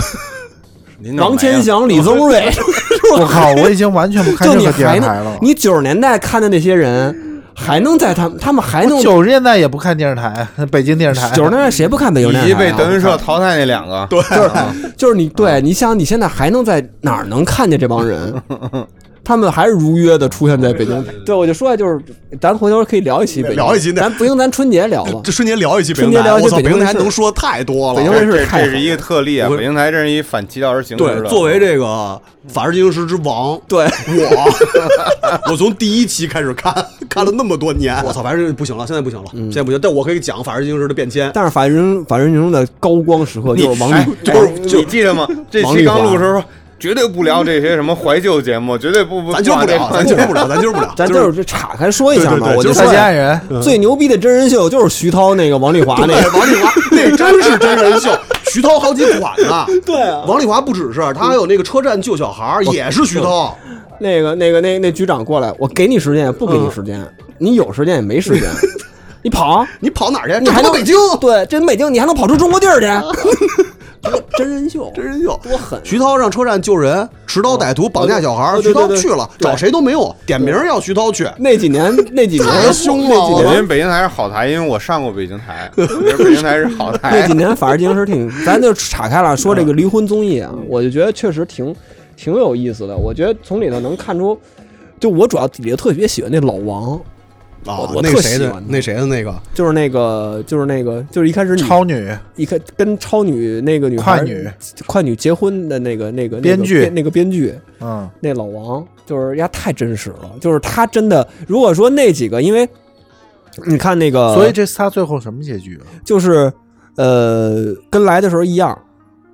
Speaker 6: 您 那儿
Speaker 3: 王
Speaker 6: 没啊
Speaker 3: 千
Speaker 6: 了
Speaker 3: 祥、李宗瑞，
Speaker 5: 我靠，我已经完全不看
Speaker 3: 就
Speaker 5: 任
Speaker 3: 你
Speaker 5: 何
Speaker 3: 还
Speaker 5: 电台了
Speaker 3: 能，。你九十年代看的那些人，还能在他们，他们还能
Speaker 5: 九十年代也不看电视台，北京电视台。
Speaker 3: 九十年代谁不看北京
Speaker 6: 以
Speaker 3: 电
Speaker 6: 及
Speaker 3: 视
Speaker 6: 被
Speaker 3: 台、
Speaker 6: 德
Speaker 3: 啊？
Speaker 6: 云社淘汰那两个，对，
Speaker 7: 啊
Speaker 3: 就是就是你对，你想你现在还能在哪儿能看见这帮 人？他们还是如约的出现在北京。对，我就说就是，咱回头可以聊一期北京，
Speaker 7: 聊一期那
Speaker 3: 咱不行，咱春节聊吧。
Speaker 7: 这春节聊一期北
Speaker 3: 春
Speaker 7: 京
Speaker 3: 节
Speaker 7: 台，
Speaker 3: 聊一期
Speaker 7: 我操，
Speaker 3: 北
Speaker 7: 北
Speaker 3: 京
Speaker 7: 京台
Speaker 3: 卫视
Speaker 7: 能说太多了。
Speaker 3: 北京卫
Speaker 6: 这
Speaker 3: 视
Speaker 6: 这
Speaker 3: 太
Speaker 6: 这是一个特例啊！
Speaker 7: 我
Speaker 6: 北京台真是一反其道而行之
Speaker 7: 对，
Speaker 6: 的。
Speaker 7: 作为这个法制进行时之王，
Speaker 3: 对，
Speaker 7: 我 我从第一期开始看，看了那么多年，嗯我操，反正不行了，现在不行了，现在不行。但我可以讲法制进行时的变迁。
Speaker 3: 但是法人法人中的高光时刻
Speaker 6: 你
Speaker 3: 就是王
Speaker 6: 哎
Speaker 3: 力，
Speaker 6: 哎你记 得吗？这
Speaker 3: 王
Speaker 6: 期
Speaker 3: 力
Speaker 6: 刚录
Speaker 3: 宏
Speaker 6: 的时候说，绝对不聊这些什么怀旧节目，绝对不不，
Speaker 7: 咱就是不聊，咱就是不聊，咱就是不聊，
Speaker 3: 咱
Speaker 7: 就是
Speaker 3: 就是岔开说一下嘛
Speaker 7: 对对。对
Speaker 3: 我就
Speaker 7: 就是
Speaker 3: 说
Speaker 5: 蔡家人，
Speaker 3: 最牛逼的真人秀就是徐涛那个王丽华那
Speaker 7: 对
Speaker 3: 个，
Speaker 7: 王丽华，那真是真人秀。徐涛好几款呢，
Speaker 3: 对啊
Speaker 7: 王丽华不只是，他还有那个车站救小孩儿也是徐涛，
Speaker 3: 那个那个那那局长过来，我给你时间也不给你时间，你有时间也没时间，你跑啊，
Speaker 7: 你跑哪儿去？
Speaker 3: 你还
Speaker 7: 到
Speaker 3: 能
Speaker 7: 北京，
Speaker 3: 对，这北京你还能跑出中国地儿去？多真人秀，
Speaker 7: 真人秀
Speaker 3: 多狠
Speaker 7: 徐涛让车站救人，持刀歹徒，绑架小孩儿，
Speaker 3: 哦
Speaker 7: 徐
Speaker 3: 对对
Speaker 7: 涛
Speaker 3: 对
Speaker 7: 去了，
Speaker 3: 对
Speaker 7: 找谁都没用，点名儿要徐涛去。
Speaker 3: 那几年那几年
Speaker 7: 太凶了
Speaker 3: 那几
Speaker 6: 因为
Speaker 3: 年
Speaker 6: 北京台是好台，因为我上过北京 台，我觉得北京台是好台
Speaker 3: 那几。年反而精神挺，咱就岔开了说这个离婚综艺啊，我就觉得确实挺挺有意思的，我觉得从里头能看出，就我主要里头特别喜欢那老王，
Speaker 7: 啊
Speaker 3: 我，我
Speaker 7: 那
Speaker 3: 特
Speaker 7: 谁
Speaker 3: 喜
Speaker 7: 的
Speaker 3: 欢他
Speaker 7: 那谁的那个
Speaker 3: 就是那个就是那个就是一开始你
Speaker 5: 超女，
Speaker 3: 一开跟超女那个女孩
Speaker 5: 快女
Speaker 3: 快女结婚的那个那个那个
Speaker 5: 编剧
Speaker 3: 那个编剧
Speaker 5: 嗯，
Speaker 3: 那老王，就是呀太真实了，就是他真的，如果说那几个，因为你看那个，
Speaker 5: 所以这仨最后什么结局啊？
Speaker 3: 就是呃跟来的时候一样，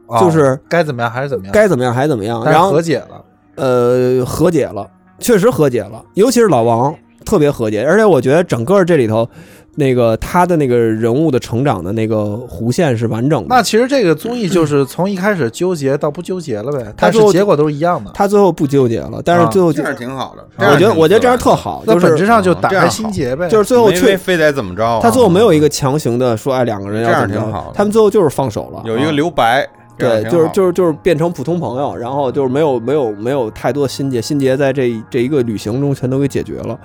Speaker 5: 啊
Speaker 3: 就是
Speaker 5: 该怎么样还是怎么样，
Speaker 3: 该怎么样还怎么样，
Speaker 5: 但是
Speaker 3: 然后
Speaker 5: 和解了。
Speaker 3: 呃和解了，确实和解了，尤其是老王特别和解，而且我觉得整个这里头。那个他的那个人物的成长的那个弧线是完整的，
Speaker 5: 那其实这个综艺就是从一开始纠结到不纠结了呗，
Speaker 3: 他
Speaker 5: 但
Speaker 3: 最
Speaker 5: 是
Speaker 3: 后
Speaker 5: 结果都是一样的。
Speaker 3: 他最后不纠结了，但是
Speaker 5: 啊
Speaker 3: 最后
Speaker 6: 这
Speaker 3: 就、
Speaker 6: 样挺好的，这样
Speaker 3: 我觉得
Speaker 6: 挺
Speaker 3: 我觉得这样
Speaker 6: 自
Speaker 3: 特
Speaker 6: 然
Speaker 3: 好，
Speaker 5: 那
Speaker 3: 就
Speaker 5: 本质
Speaker 3: 是
Speaker 5: 上就
Speaker 6: 嗯
Speaker 5: 打
Speaker 6: 这样
Speaker 5: 开
Speaker 6: 好
Speaker 5: 心结呗，
Speaker 3: 就是最后
Speaker 6: 没非
Speaker 3: 确
Speaker 6: 非得怎么着啊，
Speaker 3: 他最后没有一个强行的说，哎，两个人要
Speaker 6: 这样
Speaker 3: 怎么着
Speaker 6: 挺好的
Speaker 3: 他们最后就是放手了，
Speaker 6: 有一个留白，这样
Speaker 3: 啊对，
Speaker 6: 挺
Speaker 3: 就是
Speaker 6: 好
Speaker 3: 就是就是变成普通朋友，然后就是没有没有没有太多心结，心结在这这一个旅行中全都给解决了。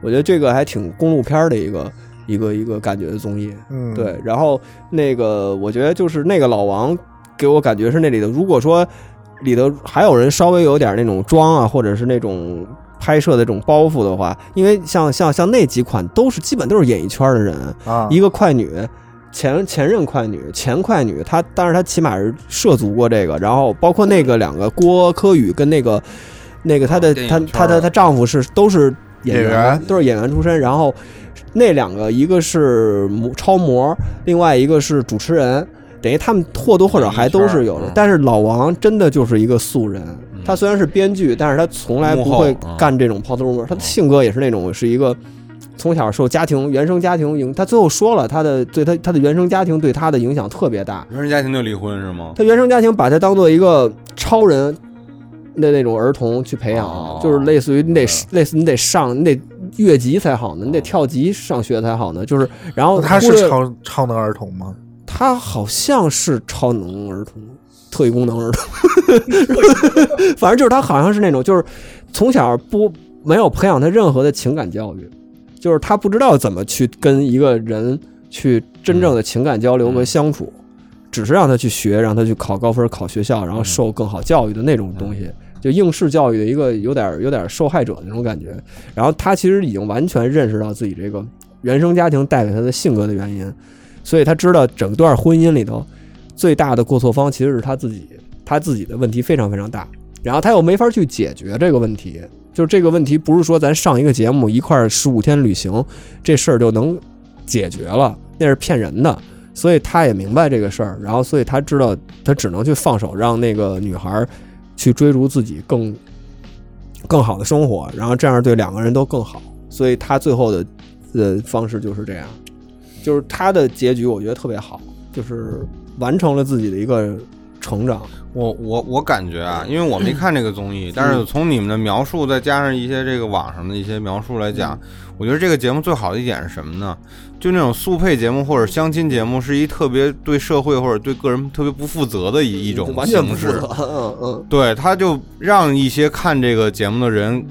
Speaker 3: 我觉得这个还挺公路片儿的一个一个一个感觉的综艺，
Speaker 5: 嗯，
Speaker 3: 对。然后那个我觉得就是那个老王给我感觉是那里头，如果说里头还有人稍微有点那种装啊，或者是那种。拍摄的这种包袱的话，因为像像像那几款都是基本都是演艺圈的人，
Speaker 5: 啊，
Speaker 3: 一个快女，前前任快女，前快女，她但是她起码是涉足过这个，然后包括那个两个郭柯宇跟那个那个她的
Speaker 6: 哦电影
Speaker 3: 她
Speaker 6: 圈
Speaker 3: 她
Speaker 6: 儿
Speaker 3: 的她丈夫是都是演
Speaker 5: 演员
Speaker 3: 都是演员出身。然后那两个，一个是模超模，另外一个是主持人，等于他们或多或少还都是有的
Speaker 6: 嗯。
Speaker 3: 但是老王真的就是一个素人，他虽然是编剧，但是他从来不会
Speaker 6: 幕后嗯
Speaker 3: 干这种抛头露面。他的性格也是那种是一个。从小受家庭原生家庭影，他最后说了，他的对他他的原生家庭对他的影响特别大，
Speaker 6: 原生家庭就离婚是吗？
Speaker 3: 他原生家庭把他当做一个超人的那种儿童去培养，
Speaker 6: 哦
Speaker 3: 就是类似于你得
Speaker 6: 对
Speaker 5: 嗯
Speaker 3: 类似你得上你得越级才好呢，你得跳级上学才好呢。就是然后
Speaker 5: 哦他
Speaker 3: 忽
Speaker 5: 是
Speaker 3: 略
Speaker 5: 超超能儿童吗？
Speaker 3: 他好像是超能儿童、特异功能儿童，反正就是他好像是那种就是从小不没有培养他任何的情感教育，就是他不知道怎么去跟一个人去真正的情感交流和相处，只是让他去学，让他去考高分、考学校，然后受更好教育的那种东西。就应试教育的一个有点有点受害者那种感觉，然后他其实已经完全认识到自己这个原生家庭带给他的性格的原因，所以他知道整段婚姻里头最大的过错方其实是他自己，他自己的问题非常非常大，然后他又没法去解决这个问题，就是这个问题不是说咱上一个节目一块十五天旅行这事儿就能解决了，那是骗人的。所以他也明白这个事儿，然后所以他知道他只能去放手，让那个女孩儿去追逐自己更更好的生活，然后这样对两个人都更好。所以他最后的呃方式就是这样，就是他的结局我觉得特别好，就是完成了自己的一个成长。
Speaker 6: 我我我感觉啊，因为我没
Speaker 3: 嗯
Speaker 6: 看这个综艺，但是从你们的描述，再加上一些这个网上的一些描述来讲，
Speaker 3: 嗯
Speaker 6: 我觉得这个节目最好的一点是什么呢？就那种速配节目或者相亲节目，是一特别对社会或者对个人特别不负责的一一种
Speaker 3: 完全不
Speaker 6: 形
Speaker 3: 负
Speaker 6: 式
Speaker 3: 责。，嗯嗯，
Speaker 6: 对，他就让一些看这个节目的人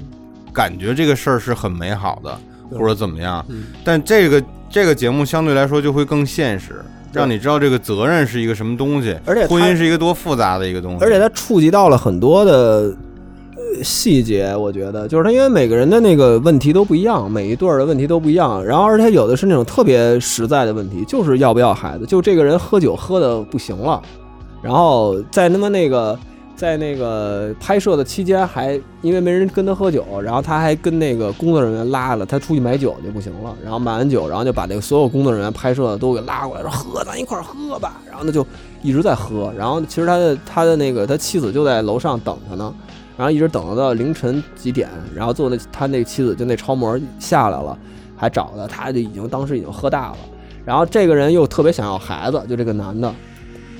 Speaker 6: 感觉这个事儿是很美好的，
Speaker 3: 对
Speaker 6: 或者怎么样
Speaker 3: 嗯。
Speaker 6: 但这个这个节目相对来说就会更现实，让你知道这个责任是一个什么东西，
Speaker 3: 而且它
Speaker 6: 婚姻是一个多复杂的一个东西，
Speaker 3: 而且它触及到了很多的呃细节，我觉得就是它因为每个人的那个问题都不一样，每一对儿的问题都不一样，然后而且有的是那种特别实在的问题，就是要不要孩子，就这个人喝酒喝的不行了，然后在他妈那个。在那个拍摄的期间还，因为没人跟他喝酒，然后他还跟那个工作人员拉了，他出去买酒就不行了，然后买完酒，然后就把那个所有工作人员拍摄的都给拉过来，说喝，咱一块儿喝吧。然后他就一直在喝，然后其实他的他的那个他妻子就在楼上等他呢，然后一直等到凌晨几点，然后最后那他那妻子就那超模下来了，还找他，他就已经当时已经喝大了，然后这个人又特别想要孩子，就这个男的，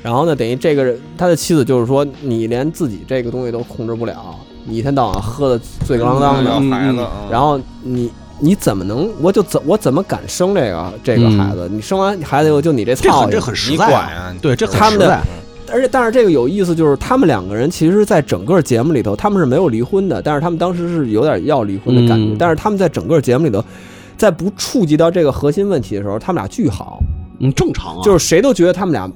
Speaker 3: 然后呢，等于这个人他的妻子就是说你连自己这个东西都控制不了，你一天到晚喝的醉醺啷当的，
Speaker 6: 要孩子
Speaker 7: 嗯，
Speaker 6: 嗯
Speaker 3: 然后你你怎么能我就怎我怎么敢生这个这个孩子？你生完孩子以后就你这
Speaker 7: 嗯这
Speaker 3: 操
Speaker 7: 很这
Speaker 3: 性
Speaker 7: 很实
Speaker 6: 你
Speaker 7: 在
Speaker 6: 管
Speaker 7: 啊，
Speaker 6: 啊？
Speaker 7: 对，这
Speaker 3: 他
Speaker 7: 很实
Speaker 3: 们的
Speaker 7: 在。
Speaker 3: 而且，但是这个有意思，就是他们两个人其实，在整个节目里头，他们是没有离婚的，但是他们当时是有点要离婚的感觉。
Speaker 7: 嗯
Speaker 3: 但是他们在整个节目里头，在不触及到这个核心问题的时候，他们俩巨好，
Speaker 7: 嗯，正常啊，
Speaker 3: 就是谁都觉得他们俩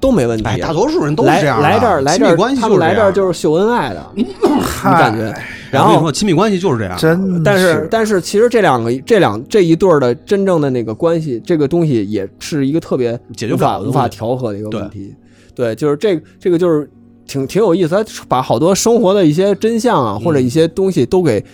Speaker 3: 都没问题。
Speaker 7: 哎，大多数人都是
Speaker 3: 来
Speaker 7: 这样的
Speaker 3: 来这儿来这
Speaker 7: 亲密
Speaker 3: 儿，
Speaker 7: 关系
Speaker 3: 他
Speaker 7: 就
Speaker 3: 们
Speaker 7: 是
Speaker 3: 来这
Speaker 7: 样
Speaker 3: 儿就是秀恩爱 的，你感觉。然
Speaker 7: 我跟你
Speaker 3: 后
Speaker 7: 说，亲密关系就是这样，
Speaker 5: 真
Speaker 3: 啊但是但是其实这两个这两这一对儿的真正的那个关系，这个东西也是一个特别
Speaker 7: 解决
Speaker 3: 无
Speaker 7: 不了
Speaker 3: 法
Speaker 7: 的
Speaker 3: 无法
Speaker 7: 东西
Speaker 3: 调和的一个问题。对，就是这个这个就是挺挺有意思，他把好多生活的一些真相啊，或者一些东西都给。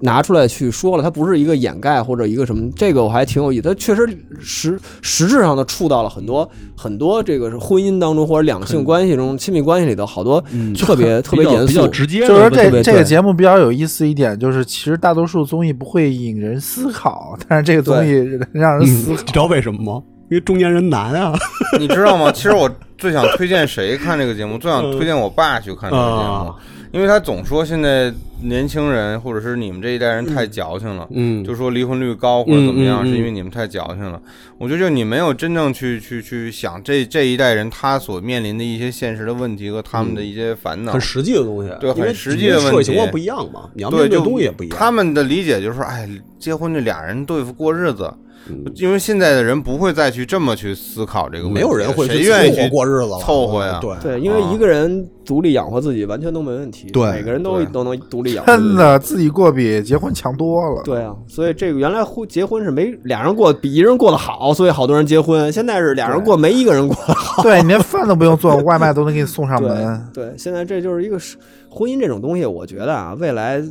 Speaker 3: 拿出来去说了，它不是一个掩盖或者一个什么，这个我还挺有意思。它确实实实质上的触到了很多很多这个是婚姻当中或者两性关系中、亲密关系里头好多特别特别
Speaker 8: 比较
Speaker 3: 严
Speaker 8: 比
Speaker 3: 肃
Speaker 8: 较、直接的，
Speaker 5: 就是说
Speaker 3: 特
Speaker 5: 这
Speaker 3: 别
Speaker 5: 这个
Speaker 3: 对
Speaker 5: 节目比较有意思一点，就是其实大多数综艺不会引人思考，但是这个综艺让人思
Speaker 7: 嗯，
Speaker 5: 考。
Speaker 7: 你知道为什么吗？因为中年人难啊，
Speaker 6: 你知道吗？其实我最想推荐谁看这个节目，最想推荐我爸去看这个节目
Speaker 7: 嗯啊，
Speaker 6: 因为他总说现在年轻人或者是你们这一代人太矫情了，
Speaker 7: 嗯
Speaker 6: 就说离婚率高或者怎么样，
Speaker 7: 嗯嗯嗯
Speaker 6: 是因为你们太矫情了。我觉得就你没有真正去去去想这这一代人他所面临的一些现实的问题和他们的一些烦 恼
Speaker 7: 很。实际的东西，
Speaker 6: 对
Speaker 7: 因为
Speaker 6: 很实际的问题
Speaker 7: 社会情况不一样嘛，你要面
Speaker 6: 对，
Speaker 7: 对的
Speaker 6: 就
Speaker 7: 东西也不一样。
Speaker 6: 他们的理解就是，哎，结婚这俩人对付过日子，
Speaker 7: 嗯
Speaker 6: 因为现在的人不会再去这么去思考这个问题
Speaker 7: 没
Speaker 6: 了，
Speaker 7: 有人会
Speaker 6: 谁
Speaker 7: 去
Speaker 6: 愿意
Speaker 7: 凑合
Speaker 6: 去
Speaker 7: 过日子了，
Speaker 6: 凑合呀
Speaker 7: 对
Speaker 3: 对，因为一个人独立养活自己完全都没问题，
Speaker 7: 对
Speaker 3: 每个人都
Speaker 6: 啊对
Speaker 3: 都能独立养活自己
Speaker 5: 真。的，自己过比结婚强多了。
Speaker 3: 对啊，所以这个原来婚结婚是没俩人过比一人过得好，所以好多人结婚。现在是俩人过没一个人过得好。
Speaker 5: 对，你连饭都不用做，外卖都能给你送上
Speaker 3: 对
Speaker 5: 门。
Speaker 3: 对，现在这就是一个是婚姻这种东西，我觉得啊，未来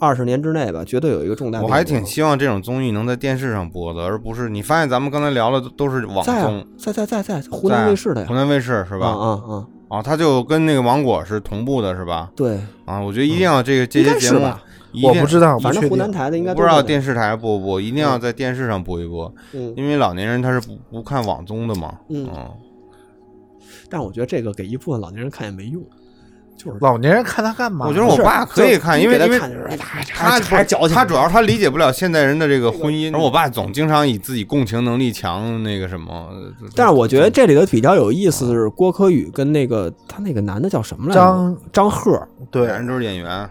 Speaker 3: 二十年之内吧，绝对有一个重大变
Speaker 6: 我
Speaker 3: 革。
Speaker 6: 还挺希望这种综艺能在电视上播的，而不是你发现咱们刚才聊的都是网
Speaker 3: 在啊
Speaker 6: 综，
Speaker 3: 在在在在湖南卫视的
Speaker 6: 在啊
Speaker 3: 呀
Speaker 6: 湖，南卫视是
Speaker 3: 是
Speaker 6: 吧？
Speaker 3: 啊啊啊，
Speaker 6: 啊，它就跟那个芒果是同步的，是吧？
Speaker 3: 对，
Speaker 6: 啊，我觉得一定要这个
Speaker 3: 嗯
Speaker 6: 这
Speaker 3: 应该
Speaker 6: 些
Speaker 3: 是
Speaker 6: 节目
Speaker 3: 吧，
Speaker 6: 一
Speaker 5: 我
Speaker 6: 定
Speaker 5: 不知道，
Speaker 3: 反
Speaker 5: 不
Speaker 3: 正
Speaker 5: 确
Speaker 3: 湖南
Speaker 5: 定。
Speaker 3: 台的应该
Speaker 6: 我
Speaker 3: 都
Speaker 6: 不知道
Speaker 3: 是
Speaker 6: 电视台播不播，一定要在电视上播一播，
Speaker 3: 嗯，
Speaker 6: 因为老年人他是不不看网综的嘛。
Speaker 3: 嗯但我觉得这个给一部分老年人看也没用，就是
Speaker 5: 老年人看他干嘛？
Speaker 6: 我觉得我爸可以看，
Speaker 3: 就
Speaker 6: 因为
Speaker 3: 你给
Speaker 6: 因
Speaker 3: 他
Speaker 6: 为
Speaker 3: 看就是哎呀
Speaker 6: 他
Speaker 3: 这还矫情
Speaker 6: 他主要他理解不了现代人的这个婚姻，而我爸总经常以自己共情能力强那个什么。
Speaker 3: 但是我觉得这里头比较有意思的是郭柯宇跟那个他那个男的叫什么来着？
Speaker 5: 张
Speaker 3: 张赫，
Speaker 5: 对
Speaker 6: 两人都是演员，啊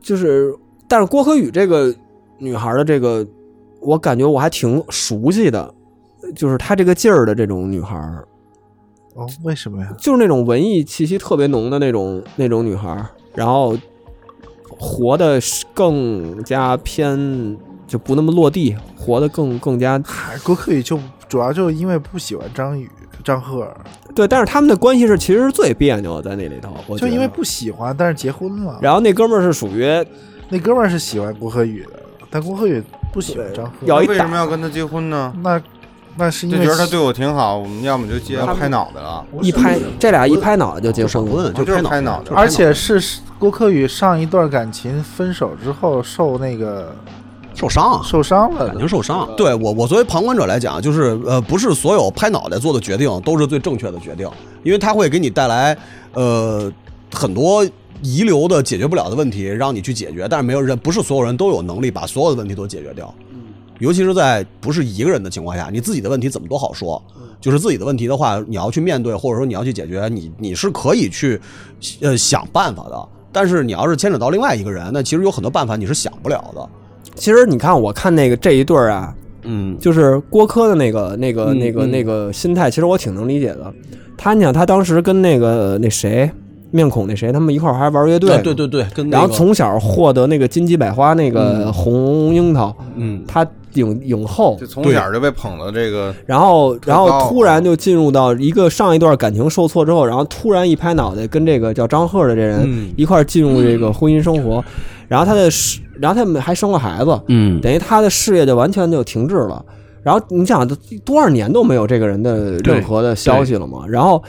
Speaker 3: 就是，但是郭柯宇这个女孩的这个，我感觉我还挺熟悉的，就是她这个劲儿的这种女孩儿，
Speaker 5: 哦，为什么呀？
Speaker 3: 就是那种文艺气息特别浓的那种那种女孩儿，然后活的更加偏就不那么落地，活的更更加
Speaker 5: 哎郭柯宇就主要就是因为不喜欢张宇、张赫尔，
Speaker 3: 对。但是他们的关系是其实是最别扭的在那里头，我觉
Speaker 5: 就
Speaker 3: 得
Speaker 5: 因为不喜欢，但是结婚了。
Speaker 3: 然后那哥们儿是属于
Speaker 5: 那哥们儿是喜欢郭柯宇的，但郭柯宇不喜欢张赫尔。
Speaker 3: 要一
Speaker 6: 为什
Speaker 3: 打
Speaker 6: 么要跟他结婚呢？
Speaker 5: 那那是因
Speaker 6: 就
Speaker 5: 为
Speaker 6: 觉得他对我挺好，我们要么就接
Speaker 3: 他们
Speaker 6: 拍脑袋了，
Speaker 3: 一拍这俩一拍脑袋就结
Speaker 7: 就
Speaker 3: 婚
Speaker 7: 闪
Speaker 3: 了，
Speaker 7: 婚，
Speaker 6: 就
Speaker 7: 拍
Speaker 6: 是拍
Speaker 7: 脑袋，就
Speaker 6: 脑袋
Speaker 7: 是拍脑袋
Speaker 5: 而且是郭柯宇上一段感情分手之后受那个
Speaker 7: 受伤啊。
Speaker 5: 受伤了
Speaker 7: 感
Speaker 5: 的
Speaker 7: 情，受伤，对我，我作为旁观者来讲，就是呃，不是所有拍脑袋做的决定都是最正确的决定，因为它会给你带来呃很多遗留的解决不了的问题，让你去解决，但是没有人，不是所有人都有能力把所有的问题都解决掉，尤其是在不是一个人的情况下，你自己的问题怎么都好说，就是自己的问题的话，你要去面对，或者说你要去解决，你你是可以去呃想办法的，但是你要是牵扯到另外一个人，那其实有很多办法你是想不了的，
Speaker 3: 其实你看，我看那个这一对儿啊，
Speaker 7: 嗯，
Speaker 3: 就是郭柯的那个、那个、
Speaker 7: 嗯
Speaker 3: 那个、
Speaker 7: 嗯
Speaker 3: 那个心态，其实我挺能理解的。他，你想，他当时跟那个那谁，面孔那谁，他们一块儿还玩乐队嘛、
Speaker 7: 啊对对对，跟那
Speaker 3: 然后
Speaker 7: 个
Speaker 3: 从小获得那个金鸡百花那个红樱桃，
Speaker 7: 嗯
Speaker 3: 他影影后
Speaker 6: 就，从小就被捧到这个。
Speaker 3: 然后然
Speaker 7: 啊
Speaker 6: 特高
Speaker 3: 后突然就进入到一个上一段感情受挫之后，然后突然一拍脑袋跟这个叫张赫的这人
Speaker 7: 嗯
Speaker 3: 一块儿进入这个婚姻生活，然后他的是，然后他们还生了孩子，
Speaker 7: 嗯，
Speaker 3: 等于他的事业就完全就停滞了。然后你想，多少年都没有这个人的
Speaker 7: 对
Speaker 3: 任何的消息了嘛？然后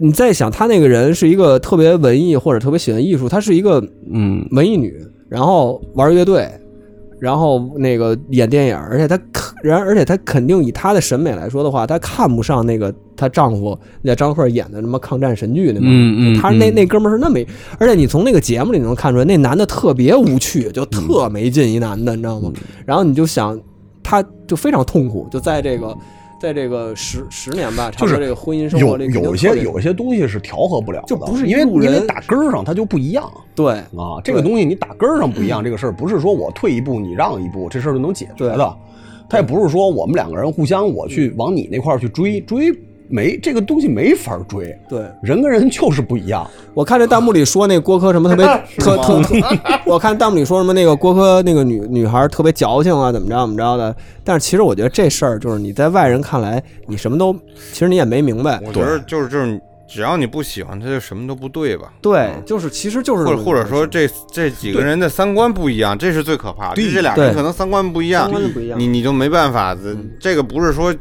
Speaker 3: 你再想，他那个人是一个特别文艺或者特别喜欢艺术，她是一个
Speaker 7: 嗯
Speaker 3: 文艺女，然后玩乐队，然后那个演电影，而且她可然而且她肯定以她的审美来说的话，她看不上那个她丈夫那叫张赫演的什么抗战神剧那种。
Speaker 7: 嗯嗯，
Speaker 3: 他那那哥们儿是那么一，而且你从那个节目里能看出来，那男的特别无趣，就特没劲一男的，你知道吗？
Speaker 7: 嗯
Speaker 3: 然后你就想，他就非常痛苦，就在这个，在这个十十年吧，差不
Speaker 7: 就是
Speaker 3: 多这个婚姻生活
Speaker 7: 有
Speaker 3: 里肯定
Speaker 7: 有一
Speaker 3: 特
Speaker 7: 些
Speaker 3: 别
Speaker 7: 有一些东西是调和不了的，
Speaker 3: 就不是
Speaker 7: 因为
Speaker 3: 一路
Speaker 7: 因为
Speaker 3: 人
Speaker 7: 打根儿上它就不一样
Speaker 3: 对
Speaker 7: 啊，这个东西你打根儿上不一样，这个事儿不是说我退一步你让一步，这事儿就能解决的，它也不是说我们两个人互相我去往你那块儿去追追，没这个东西没法追，
Speaker 3: 对。
Speaker 7: 人跟人就是不一样，
Speaker 3: 我看这弹幕里说那郭柯什么特别特特特，我看弹幕里说什么那个郭柯那个女女孩特别矫情啊，怎么着怎么着的。但是其实我觉得这事儿就是你在外人看来，你什么都其实你也没明白。
Speaker 6: 我觉得就是就是，只要你不喜欢他，就什么都不对吧？
Speaker 3: 对，就是其实就是
Speaker 6: 或者或者说这这几个人的三观不一样，这是最可怕的。
Speaker 7: 对嗯
Speaker 6: 这俩人
Speaker 3: 对
Speaker 6: 可能三观不一样
Speaker 3: 三观就不一，样
Speaker 6: 你你就没办法。这这个不是说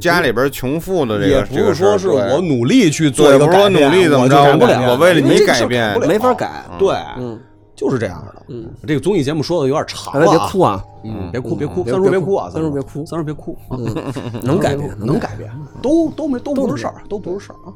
Speaker 6: 家里边穷富的这
Speaker 7: 也
Speaker 6: 个，
Speaker 7: 不
Speaker 6: 这
Speaker 7: 是
Speaker 6: 个事儿
Speaker 7: 说是我
Speaker 6: 对
Speaker 7: 努力去做
Speaker 6: 对
Speaker 7: 一个
Speaker 6: 不是我
Speaker 7: 改变
Speaker 6: 努力怎么
Speaker 7: 我就
Speaker 6: 着
Speaker 7: 改
Speaker 3: 我
Speaker 7: 了
Speaker 6: 我为了
Speaker 7: 因为
Speaker 6: 你
Speaker 7: 这个事儿
Speaker 6: 改变啊
Speaker 7: 改不了
Speaker 3: 没法改。
Speaker 7: 对，
Speaker 3: 嗯，
Speaker 7: 就是这样的。
Speaker 3: 嗯，
Speaker 7: 这个综艺节目说的有点长
Speaker 3: 大
Speaker 7: 了
Speaker 3: 家
Speaker 7: 啊，
Speaker 3: 别哭啊，
Speaker 7: 嗯，别哭，别哭，
Speaker 3: 别
Speaker 7: 三叔
Speaker 3: 别
Speaker 7: 别
Speaker 3: 哭
Speaker 7: 哭啊，
Speaker 3: 三叔别哭
Speaker 7: 三叔别哭啊，
Speaker 3: 能改变，
Speaker 7: 能改变，都都没都不是事儿，都不是事儿啊。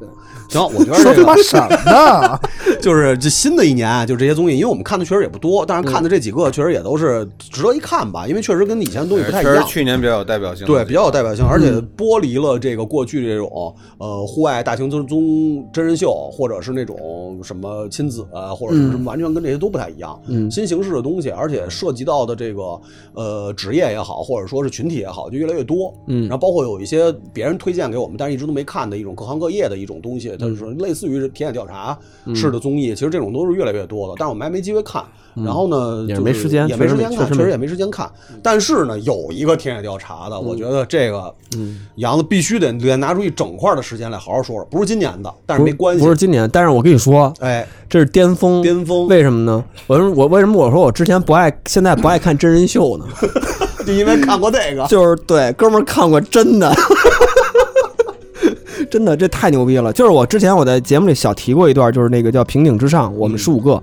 Speaker 7: 行，我觉得
Speaker 5: 说
Speaker 7: 这
Speaker 5: 他妈
Speaker 7: 个
Speaker 5: 什么 呢？
Speaker 7: 就是这新的一年啊，就这些综艺，因为我们看的确实也不多，但是看的这几个确实也都是值得一看吧，因为确实跟以前的东西不太一
Speaker 6: 确实
Speaker 7: 样。
Speaker 6: 去年比较有代表性的
Speaker 7: 对，比较有代表性，而且
Speaker 3: 嗯
Speaker 7: 剥离了这个过去这种呃户外大型综综真人秀，或者是那种什么亲子啊，或者是什么，完全跟这些都不太一样。
Speaker 3: 嗯
Speaker 7: 新形式的东西，而且涉及到的这个呃职业也好，或者说是群体也好，就越来越多。
Speaker 3: 嗯
Speaker 7: 然后包括有一些别人推荐给我们，但是一直都没看的一种各行各业的一种东西，它
Speaker 3: 嗯
Speaker 7: 就是类似于田野调查式的综艺，其实这种都是越来越多的，但是我们还没机会看。然后呢，
Speaker 3: 嗯也
Speaker 7: 就是
Speaker 3: 没时间
Speaker 7: 也没
Speaker 3: 确实
Speaker 7: 时
Speaker 3: 没
Speaker 7: 间
Speaker 3: 确
Speaker 7: 看，
Speaker 3: 实
Speaker 7: 确实
Speaker 3: 没
Speaker 7: 也没时间看。但是呢，有一个田野调查的，我觉得这个，嗯，杨子必须得得拿出一整块的时间来好好说说，不是今年的，但是没关系，
Speaker 3: 不是今年，但是我跟你说，
Speaker 7: 哎，
Speaker 3: 这是巅峰。
Speaker 5: 巅峰，
Speaker 3: 为什么呢？我说我为什么我说我之前不爱，现在不爱看真人秀呢？
Speaker 5: 就因为看过这
Speaker 7: 嗯
Speaker 5: 个，
Speaker 3: 就是对，哥们儿看过真的， 真的这太牛逼了。就是我之前我在节目里小提过一段，就是那个叫《平顶之上》，
Speaker 6: 嗯
Speaker 3: 我们十五个，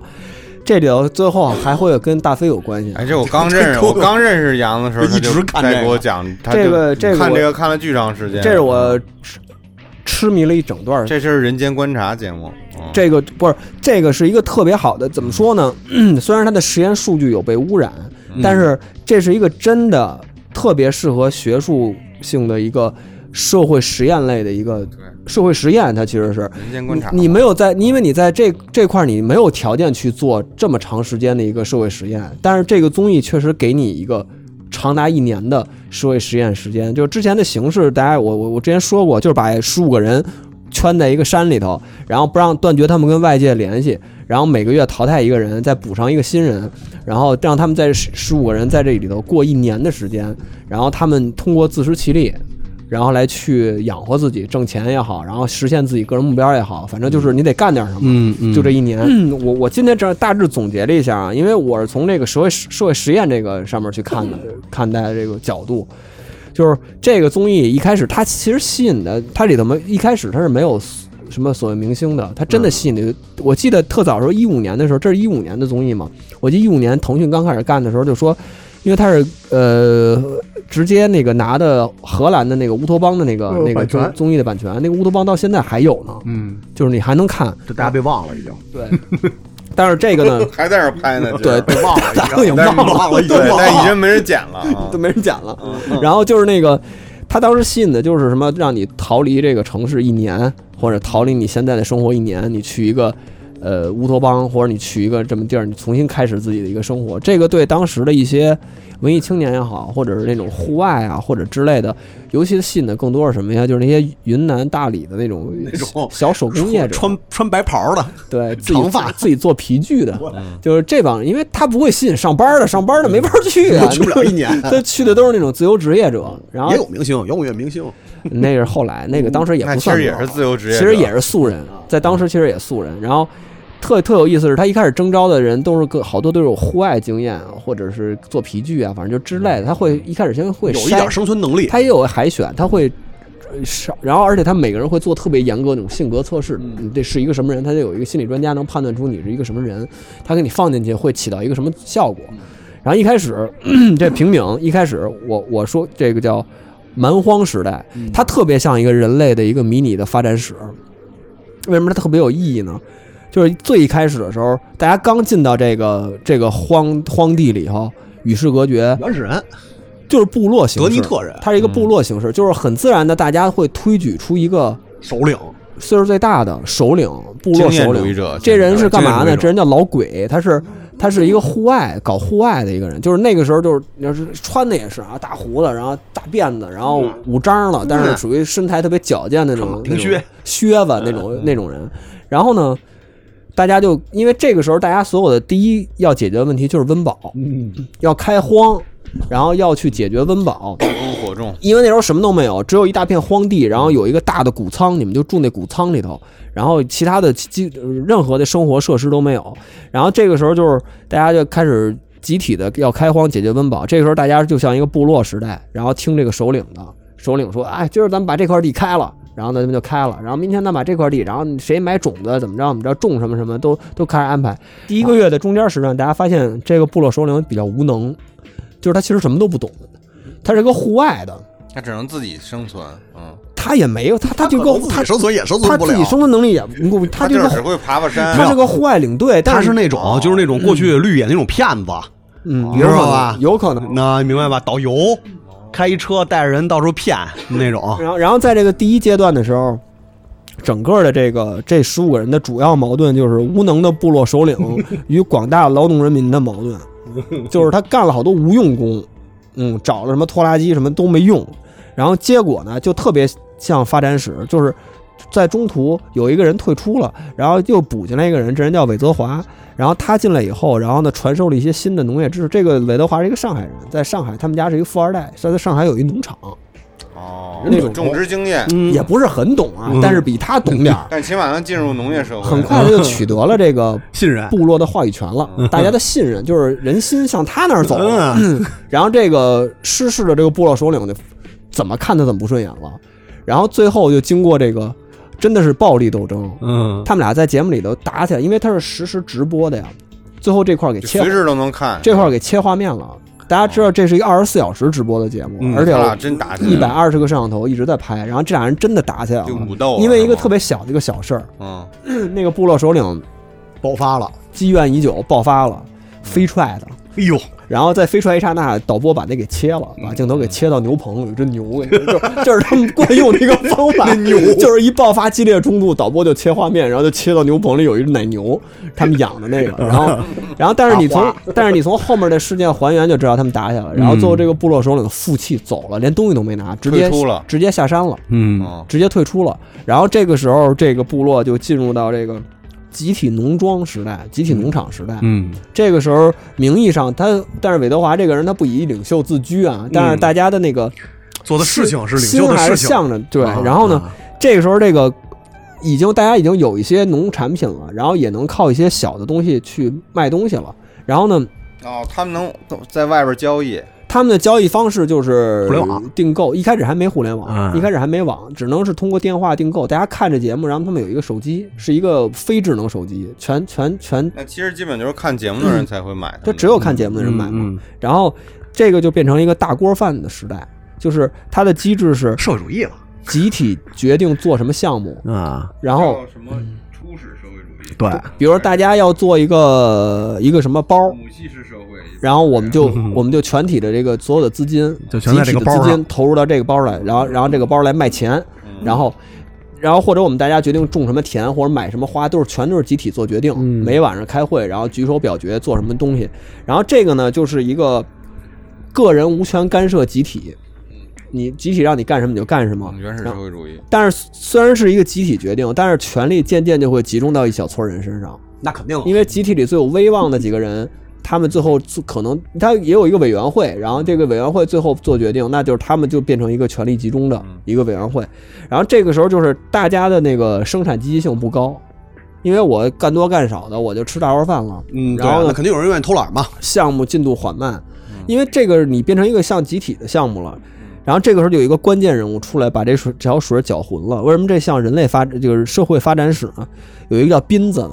Speaker 3: 这里头最后还会有跟大飞有关系。
Speaker 6: 哎，这我刚认识，我刚认识杨的时候，
Speaker 5: 一
Speaker 6: 他就
Speaker 5: 直看
Speaker 6: 在
Speaker 5: 这
Speaker 6: 给
Speaker 5: 个
Speaker 6: 我讲，他
Speaker 3: 这
Speaker 6: 就
Speaker 3: 个这个
Speaker 6: 看
Speaker 3: 我
Speaker 6: 这个看了巨长时间，嗯
Speaker 3: 这是我痴痴迷了一整段儿
Speaker 6: 这是人间观察节目，嗯
Speaker 3: 这个不是这个是一个特别好的，怎么说呢？ 嗯虽然它的实验数据有被污染，
Speaker 6: 嗯
Speaker 3: 但是这是一个真的特别适合学术性的一个社会实验类的一个社会实验，它其实是。
Speaker 6: 人间观察，
Speaker 3: 你你没有在，因为你在这这块儿你没有条件去做这么长时间的一个社会实验，但是这个综艺确实给你一个长达一年的社会实验时间。就是之前的形式，大家我我我之前说过，就是把十五个人圈在一个山里头，然后不让断绝他们跟外界联系，然后每个月淘汰一个人，再补上一个新人，然后让他们在十十五个人在这里头过一年的时间，然后他们通过自食其力，然后来去养活自己，挣钱也好，然后实现自己个人目标也好，反正就是你得干点什么。
Speaker 7: 嗯嗯，
Speaker 3: 就这一年，我我今天这大致总结了一下啊，因为我是从这个社会实社会实验这个上面去看的，看待这个角度，就是这个综艺一开始它其实吸引的，它里头没一开始它是没有什么所谓明星的，它真的吸引的，我记得特早的时候一五年的时候，这是一五年的综艺嘛，我记得一五年腾讯刚开始干的时候就说，因为它是呃直接那个拿的荷兰的那个乌托邦的那个、
Speaker 5: 呃
Speaker 3: 那个
Speaker 5: 版权
Speaker 3: 综综艺的版权，那个乌托邦到现在还有呢，
Speaker 7: 嗯，
Speaker 3: 就是你还能看，
Speaker 5: 这大家被忘了已经，
Speaker 3: 对， 但是这个呢，
Speaker 6: 还在那儿拍呢，
Speaker 3: 对，
Speaker 5: 被忘 了已经，
Speaker 3: 已经忘了，
Speaker 5: 忘了已经，
Speaker 6: 对，但已经没人剪了
Speaker 7: 嗯
Speaker 6: 啊
Speaker 3: 都。没人讲了。然后就是那个，他当时吸引的就是什么，让你逃离这个城市一年，或者逃离你现在的生活一年，你去一个呃乌托邦，或者你去一个这么地儿，你重新开始自己的一个生活。这个对当时的一些文艺青年也好，或者是那种户外啊，或者之类的，尤其吸引的更多是什么呀？就是那些云南大理的那种
Speaker 7: 种
Speaker 3: 小手工业者，
Speaker 7: 穿穿白袍的，
Speaker 3: 对，自己
Speaker 7: 长发嗯
Speaker 3: 自己做皮具 的，就是这帮，因为他不会吸引上班的，上班的没法去 啊，
Speaker 5: 去不了一年
Speaker 3: 他去的都是那种自由职业者，然后
Speaker 7: 哦也有明星，摇滚乐明星，
Speaker 3: 那是后来，那个当时也
Speaker 6: 那
Speaker 3: 不
Speaker 6: 其
Speaker 3: 算
Speaker 6: 实也
Speaker 3: 多
Speaker 6: 是自由职业
Speaker 3: 其
Speaker 6: 者，
Speaker 3: 实也是素人，啊在当时其实也素人。然后特特有意思是，他一开始征招的人都是个好多都有户外经验，啊或者是做皮具啊，反正就之类的。他会一开始先会
Speaker 7: 有一
Speaker 3: 筛
Speaker 7: 点生存能力，
Speaker 3: 他也有海选，他会呃少，然后而且他每个人会做特别严格那种性格测试，你这是一个什么人，他就有一个心理专家能判断出你是一个什么人，他给你放进去会起到一个什么效果。然后一开始 这平顶一开始我我说这个叫蛮荒时代，它特别像一个人类的一个迷你的发展史。为什么它特别有意义呢？就是最一开始的时候，大家刚进到这个这个荒荒地里头，与世隔绝，
Speaker 7: 原始人，
Speaker 3: 就是部落形式，
Speaker 7: 德尼特人嗯
Speaker 3: 它是一个部落形式，就是很自然的，大家会推举出一个
Speaker 7: 首领，
Speaker 3: 岁数最大的首领，部落
Speaker 6: 经验
Speaker 3: 首
Speaker 6: 主义
Speaker 3: 领。
Speaker 6: 者，
Speaker 3: 这人是干
Speaker 6: 经验
Speaker 3: 嘛
Speaker 6: 主义
Speaker 3: 呢？
Speaker 6: 者
Speaker 3: 这人叫老鬼，他是他是一个户外搞户外的一个人，就是那个时候就是你要是穿的也是啊，大胡子，然后大辫子，然后五张了，但是属于身材特别矫健的那种，
Speaker 7: 平
Speaker 3: 那种靴子那种那种人。然后呢，大家就因为这个时候，大家所有的第一要解决的问题就是温饱，要开荒，然后要去解决温饱。
Speaker 6: 物火种，
Speaker 3: 因为那时候什么都没有，只有一大片荒地，然后有一个大的谷仓，你们就住那谷仓里头，然后其他的基呃任何的生活设施都没有。然后这个时候就是大家就开始集体的要开荒解决温饱。这个时候大家就像一个部落时代，然后听这个首领的，首领说：“哎，今儿咱们把这块地开了。”然后呢，咱们就开了。然后明天咱们把这块地，然后谁买种子怎么着怎么着，种什么什么都都开始安排。第一个月的中间时段，大家发现这个部落首领比较无能，就是他其实什么都不懂，他是一个户外的，
Speaker 6: 他只能自己生存，嗯，
Speaker 3: 他也没有，他他就
Speaker 7: 可能
Speaker 3: 跟
Speaker 7: 自己
Speaker 3: 他
Speaker 7: 生存也生
Speaker 3: 他
Speaker 7: 存不
Speaker 3: 自
Speaker 7: 了
Speaker 3: 己。生存能力也不够，他就
Speaker 6: 就是是只
Speaker 3: 个
Speaker 6: 会爬爬山，啊
Speaker 3: 他是个户外领队，但
Speaker 7: 啊他是哦嗯那种，就是那种过去绿野那种骗子，
Speaker 3: 嗯，
Speaker 7: 你
Speaker 3: 有
Speaker 7: 知
Speaker 3: 可
Speaker 7: 道
Speaker 3: 能
Speaker 7: 吧
Speaker 3: 有可能。
Speaker 7: 那你明白吧？导游开一车带着人到处骗那种，
Speaker 3: 然后然后在这个第一阶段的时候，整个的这个这十五个人的主要矛盾就是无能的部落首领与广大劳动人民的矛盾，就是他干了好多无用功，嗯，找了什么拖拉机什么都没用，然后结果呢就特别像发展史，就是在中途有一个人退出了，然后又补进来一个人，这人叫韦泽华。然后他进来以后，然后呢，传授了一些新的农业知识。这个韦德华是一个上海人，在上海，他们家是一个富二代，他在上海有一农场，
Speaker 6: 哦，
Speaker 3: 那种嗯
Speaker 6: 种植经验，
Speaker 3: 也不是很懂啊，
Speaker 7: 嗯
Speaker 3: 但是比他懂点儿，
Speaker 6: 但起码能进入农业社会，嗯
Speaker 3: 很快他就取得了这个
Speaker 7: 信任。
Speaker 3: 部落的话语权了，大家的信任就是人心向他那儿走了。
Speaker 7: 嗯，
Speaker 3: 然后这个失势的这个部落首领就怎么看他怎么不顺眼了，然后最后就经过这个真的是暴力斗争，
Speaker 7: 嗯，
Speaker 3: 他们俩在节目里头打起来，因为他是实时直播的呀，最后这块儿给
Speaker 6: 就
Speaker 3: 切
Speaker 6: 随时都能看。
Speaker 3: 这块儿给切画面了。大家知道这是一个二十四小时直播的节目，
Speaker 7: 嗯
Speaker 3: 而且
Speaker 6: 他俩真打起来
Speaker 3: 一
Speaker 6: 了
Speaker 3: 百二十个摄像头一直在拍，然后这俩人真的打起来了，
Speaker 6: 就武斗了啊
Speaker 3: 因为一个
Speaker 6: 是吗
Speaker 3: 特别小的一个小事儿，
Speaker 6: 嗯，
Speaker 3: 那个部落首领
Speaker 7: 爆发了，
Speaker 3: 积怨已久爆发了，飞踹他，
Speaker 7: 哎呦，
Speaker 3: 然后在飞出来一刹那，导播把那给切了，
Speaker 6: 嗯
Speaker 3: 把镜头给切到牛棚里，有一只牛，给就 就是他们惯用的一个方 法，就是一爆发激烈冲突，导播就切画面，然后就切到牛棚里有一只奶牛，他们养的那 个，然后然后但是你从但是你从后面的事件还原就知道他们打起来了，然后最后这个部落首领负气走了，连东西都没拿，直接
Speaker 6: 嗯退出了
Speaker 3: 直接下山了。
Speaker 7: 嗯
Speaker 6: 嗯
Speaker 3: 直接退出了。然后这个时候，这个部落就进入到这个集体农庄时代、集体农场时代。
Speaker 7: 嗯，
Speaker 3: 这个时候名义上他，但是韦德华这个人他不以领袖自居啊，但是大家的那个
Speaker 7: 嗯做的事情是领
Speaker 3: 心
Speaker 7: 袖的
Speaker 3: 还
Speaker 7: 事
Speaker 3: 是
Speaker 7: 情，
Speaker 3: 向着对。
Speaker 7: 啊
Speaker 3: 然后呢，？这个时候这个。已经，大家已经有一些农产品了，然后也能靠一些小的东西去卖东西了。然后呢，
Speaker 6: 哦，他们能在外边交易，
Speaker 3: 他们的交易方式就是
Speaker 7: 互联网
Speaker 3: 订购，一开始还没互联网，
Speaker 7: 嗯
Speaker 3: 一开始还没网，只能是通过电话订购。大家看着节目，然后他们有一个手机，是一个非智能手机，全全
Speaker 7: 嗯
Speaker 3: 全，
Speaker 6: 那其实基本就是看节目的人才会买的。
Speaker 3: 就只有看节目的人买嘛。
Speaker 7: 嗯，
Speaker 3: 然后这个就变成一个大锅饭的时代，就是它的机制是
Speaker 7: 社会主义了
Speaker 3: 集体决定做什么项目，
Speaker 7: 啊，
Speaker 3: 然后
Speaker 6: 叫什么初始社会主义，
Speaker 7: 对，
Speaker 3: 比如说大家要做一个一个什么包，
Speaker 6: 母系式社会，
Speaker 3: 然后我们就
Speaker 7: 嗯
Speaker 3: 我们就全体的这个所有的资金，
Speaker 7: 就全在这个包
Speaker 3: 集体
Speaker 7: 上
Speaker 3: 的资金投入到这个包来，然后然后这个包来卖钱，
Speaker 7: 嗯
Speaker 3: 然后然后或者我们大家决定种什么田或者买什么花，都是全都是集体做决定，
Speaker 7: 嗯
Speaker 3: 每晚上开会，然后举手表决做什么东西，然后这个呢就是一个个人无权干涉集体，
Speaker 7: 嗯
Speaker 3: 你集体让你干什么你就干什么
Speaker 6: 嗯，原始
Speaker 3: 然
Speaker 6: 社
Speaker 3: 后
Speaker 6: 会主义。
Speaker 3: 但是虽然是一个集体决定，但是权力渐渐就会集中到一小撮人身上。
Speaker 7: 那肯定了，
Speaker 3: 因为集体里最有威望的几个人，他们最后做可能他也有一个委员会，然后这个委员会最后做决定，那就是他们就变成一个权力集中的一个委员会。然后这个时候就是大家的那个生产积极性不高，因为我干多干少的，我就吃大锅饭了。
Speaker 7: 嗯，对
Speaker 3: 然
Speaker 7: 啊
Speaker 3: 后
Speaker 7: 那
Speaker 3: 呢，
Speaker 7: 肯定有人愿意偷懒嘛，
Speaker 3: 项目进度缓慢，因为这个你变成一个像集体的项目了。然后这个时候就有一个关键人物出来，把这水这条水搅浑了。为什么这像人类发就是社会发展史呢？有一个叫斌子的，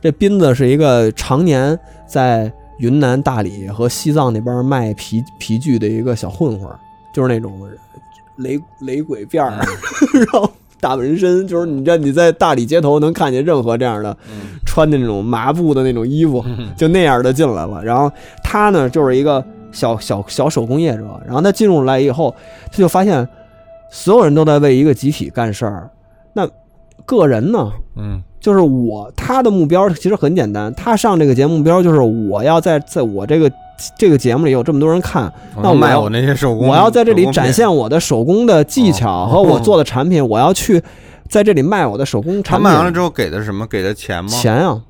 Speaker 3: 这斌子是一个常年在云南大理和西藏那边卖皮皮具的一个小混混儿，就是那种雷雷鬼辫儿， 然后大纹身，就是你这你在大理街头能看见任何这样的穿的那种麻布的那种衣服，
Speaker 6: 嗯
Speaker 3: 就那样的进来了。然后他呢就是一个小小小手工业者，然后他进入来以后，他就发现所有人都在为一个集体干事儿，那个人呢？
Speaker 6: 嗯，
Speaker 3: 就是我，他的目标其实很简单，他上这个节目目标就是我要在在我这个这个节目里有这么多人看，那
Speaker 6: 我
Speaker 3: 我
Speaker 6: 卖
Speaker 3: 要
Speaker 6: 哦我那些手工，
Speaker 3: 我要在这
Speaker 6: 手
Speaker 3: 里
Speaker 6: 工
Speaker 3: 展
Speaker 6: 品哦
Speaker 3: 现我的手工的技巧和我做的产品，我要去在这里卖我的手工
Speaker 6: 他
Speaker 3: 产
Speaker 6: 卖完了之
Speaker 3: 品。
Speaker 6: 后给的什么？给的钱吗？
Speaker 3: 钱啊，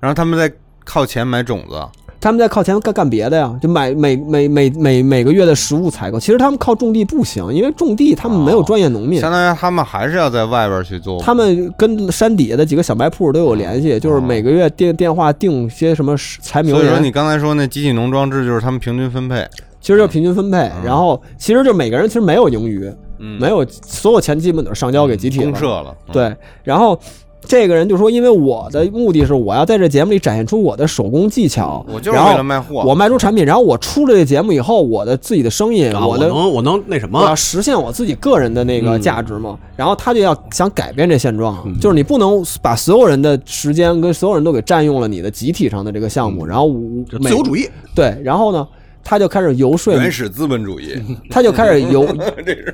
Speaker 6: 然后他们再靠钱买种子。
Speaker 3: 他们在靠前干干别的呀，就买每每每每每个月的食物采购。其实他们靠种地不行，因为种地他们没
Speaker 6: 哦
Speaker 3: 有专业农民，
Speaker 6: 相当于他们还是要在外边去做。
Speaker 3: 他们跟山底下的几个小卖铺都有联系，就是每个月电电话订些什么食柴米油
Speaker 6: 哦所以说你嗯
Speaker 3: 盐，
Speaker 6: 刚才说那集体农庄制就是他们平均分配，
Speaker 3: 其实就平均分配。然后其实就每个人其实没有盈余，
Speaker 6: 嗯，
Speaker 3: 没有所有钱基本都是上交给集体了
Speaker 6: 公社了。嗯，
Speaker 3: 对，然后这个人就说，因为我的目的是我要在这节目里展现出我的手工技巧，
Speaker 6: 嗯我就是
Speaker 3: 然后
Speaker 6: 为了卖货
Speaker 3: 我卖出产品，然后我出了这节目以后，我的自己的生意，
Speaker 7: 啊
Speaker 3: 我
Speaker 7: 我
Speaker 3: 的。
Speaker 7: 能我能那什
Speaker 3: 我要
Speaker 7: 么，
Speaker 3: 实现我自己个人的那个价值嘛，然后他就要想改变这现状，啊
Speaker 7: 嗯
Speaker 3: 就是你不能把所有人的时间跟所有人都给占用了你的集体上的这个项目，然后我
Speaker 7: 嗯就自由主
Speaker 3: 义
Speaker 7: 义，
Speaker 3: 对，然后呢，他就开始游说，
Speaker 6: 原始资本 主义，
Speaker 3: 他就开始 游，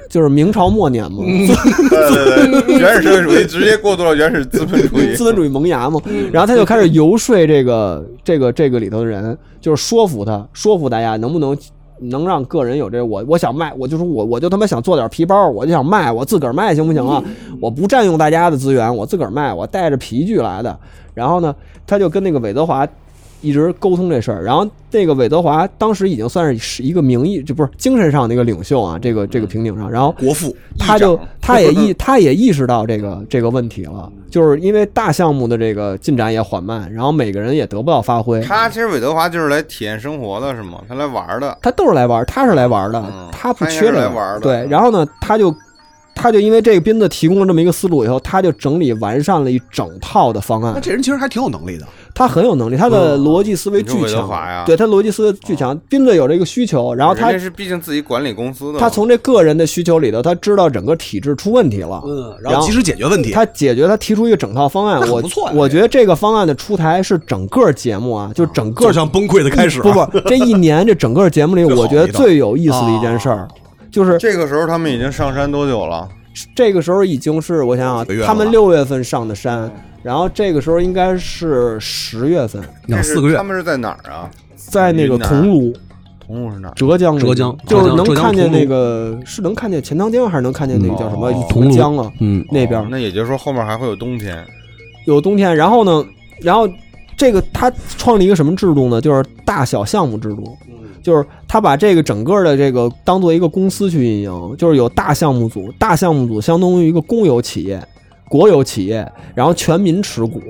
Speaker 3: 就是明朝末年嘛，
Speaker 7: 嗯
Speaker 6: 对对 对，原始社会主义直接过渡到原始资本主义。
Speaker 3: 资 本主义萌芽嘛。然后他就开始游说这个这个这个里头的人，就是说服他，说服大家能不能能让个人有这我我想卖，我就说我我就他妈想做点皮包，我就想卖，我自个儿卖行不行啊？我不占用大家的资源，我自个儿卖，我带着皮具来的。然后呢，他就跟那个韦德华。一直沟通这事儿。然后那个韦德华当时已经算是是一个名义，就不是精神上的一个领袖啊，这个这个瓶颈上。然后
Speaker 7: 国父
Speaker 3: 他
Speaker 6: 议
Speaker 3: 就
Speaker 6: 长
Speaker 3: 他也意他也意识到这个这个问题了，就是因为大项目的这个进展也缓慢，然后每个人也得不到发挥。
Speaker 6: 他其实韦德华就是来体验生活的，是吗？他来玩儿的，
Speaker 3: 他都是来玩儿，他是来玩儿的，
Speaker 6: 嗯
Speaker 3: 他不
Speaker 6: 他应该
Speaker 3: 缺这
Speaker 6: 是
Speaker 3: 个
Speaker 6: 来玩儿的嗯
Speaker 3: 对，然后呢，他就他就因为这个斌子提供了这么一个思路以后，他就整理完善了一整套的方
Speaker 7: 那
Speaker 3: 案。
Speaker 7: 这人其实还挺有能力的，
Speaker 3: 他很有能力，他的逻辑思维
Speaker 6: 嗯你
Speaker 3: 巨
Speaker 6: 说韦德
Speaker 3: 强
Speaker 6: 华呀，嗯
Speaker 3: 对他逻辑思维巨强。斌子有这个需求，然后他
Speaker 6: 人家是毕竟自己管理公司的嘛，
Speaker 3: 他从这个人的需求里头，他知道整个体制出问题了，
Speaker 7: 嗯，
Speaker 3: 然
Speaker 7: 然后及时解决问题，
Speaker 3: 他解决，他提出一个整套方案
Speaker 7: 那，很
Speaker 3: 我
Speaker 7: 不错呀
Speaker 3: 我觉得这个方案的出台是整个节目啊，就整个
Speaker 7: 就像崩溃的开始啊，
Speaker 3: 嗯不不，这一年这整个节目里，
Speaker 7: 最好
Speaker 3: 我觉得
Speaker 7: 一啊道
Speaker 3: 最有意思的一件事儿，就是
Speaker 6: 这个时候他们已经上山多久了？
Speaker 3: 这个时候已经是我想
Speaker 7: 几
Speaker 3: 想
Speaker 7: 个月
Speaker 3: 啊，
Speaker 7: 了
Speaker 3: 他们
Speaker 7: 吧
Speaker 3: 六月份上的山，然后这个时候应该是十月份，
Speaker 7: 两
Speaker 6: 这是
Speaker 7: 四个月
Speaker 6: 他，们是在哪儿啊？哦
Speaker 3: 在那个
Speaker 6: 云南
Speaker 3: 桐庐。
Speaker 6: 桐庐是哪儿？
Speaker 3: 浙江那边，
Speaker 7: 浙江
Speaker 3: 就是
Speaker 7: 浙江
Speaker 3: 能看见
Speaker 7: 浙江桐庐
Speaker 3: 那个，是能看见钱塘江，还是能看见那个叫什么
Speaker 6: 哦
Speaker 3: 桐江啊？
Speaker 7: 嗯，
Speaker 3: 那边
Speaker 6: 哦那也就是说后面还会有冬天，
Speaker 3: 有冬天，然后呢，然后这个他创立一个什么制度呢？就是大小项目制度，就是他把这个整个的这个当做一个公司去运营，就是有大项目组，大项目组相当于一个公有企业、国有企业，然后全民持股。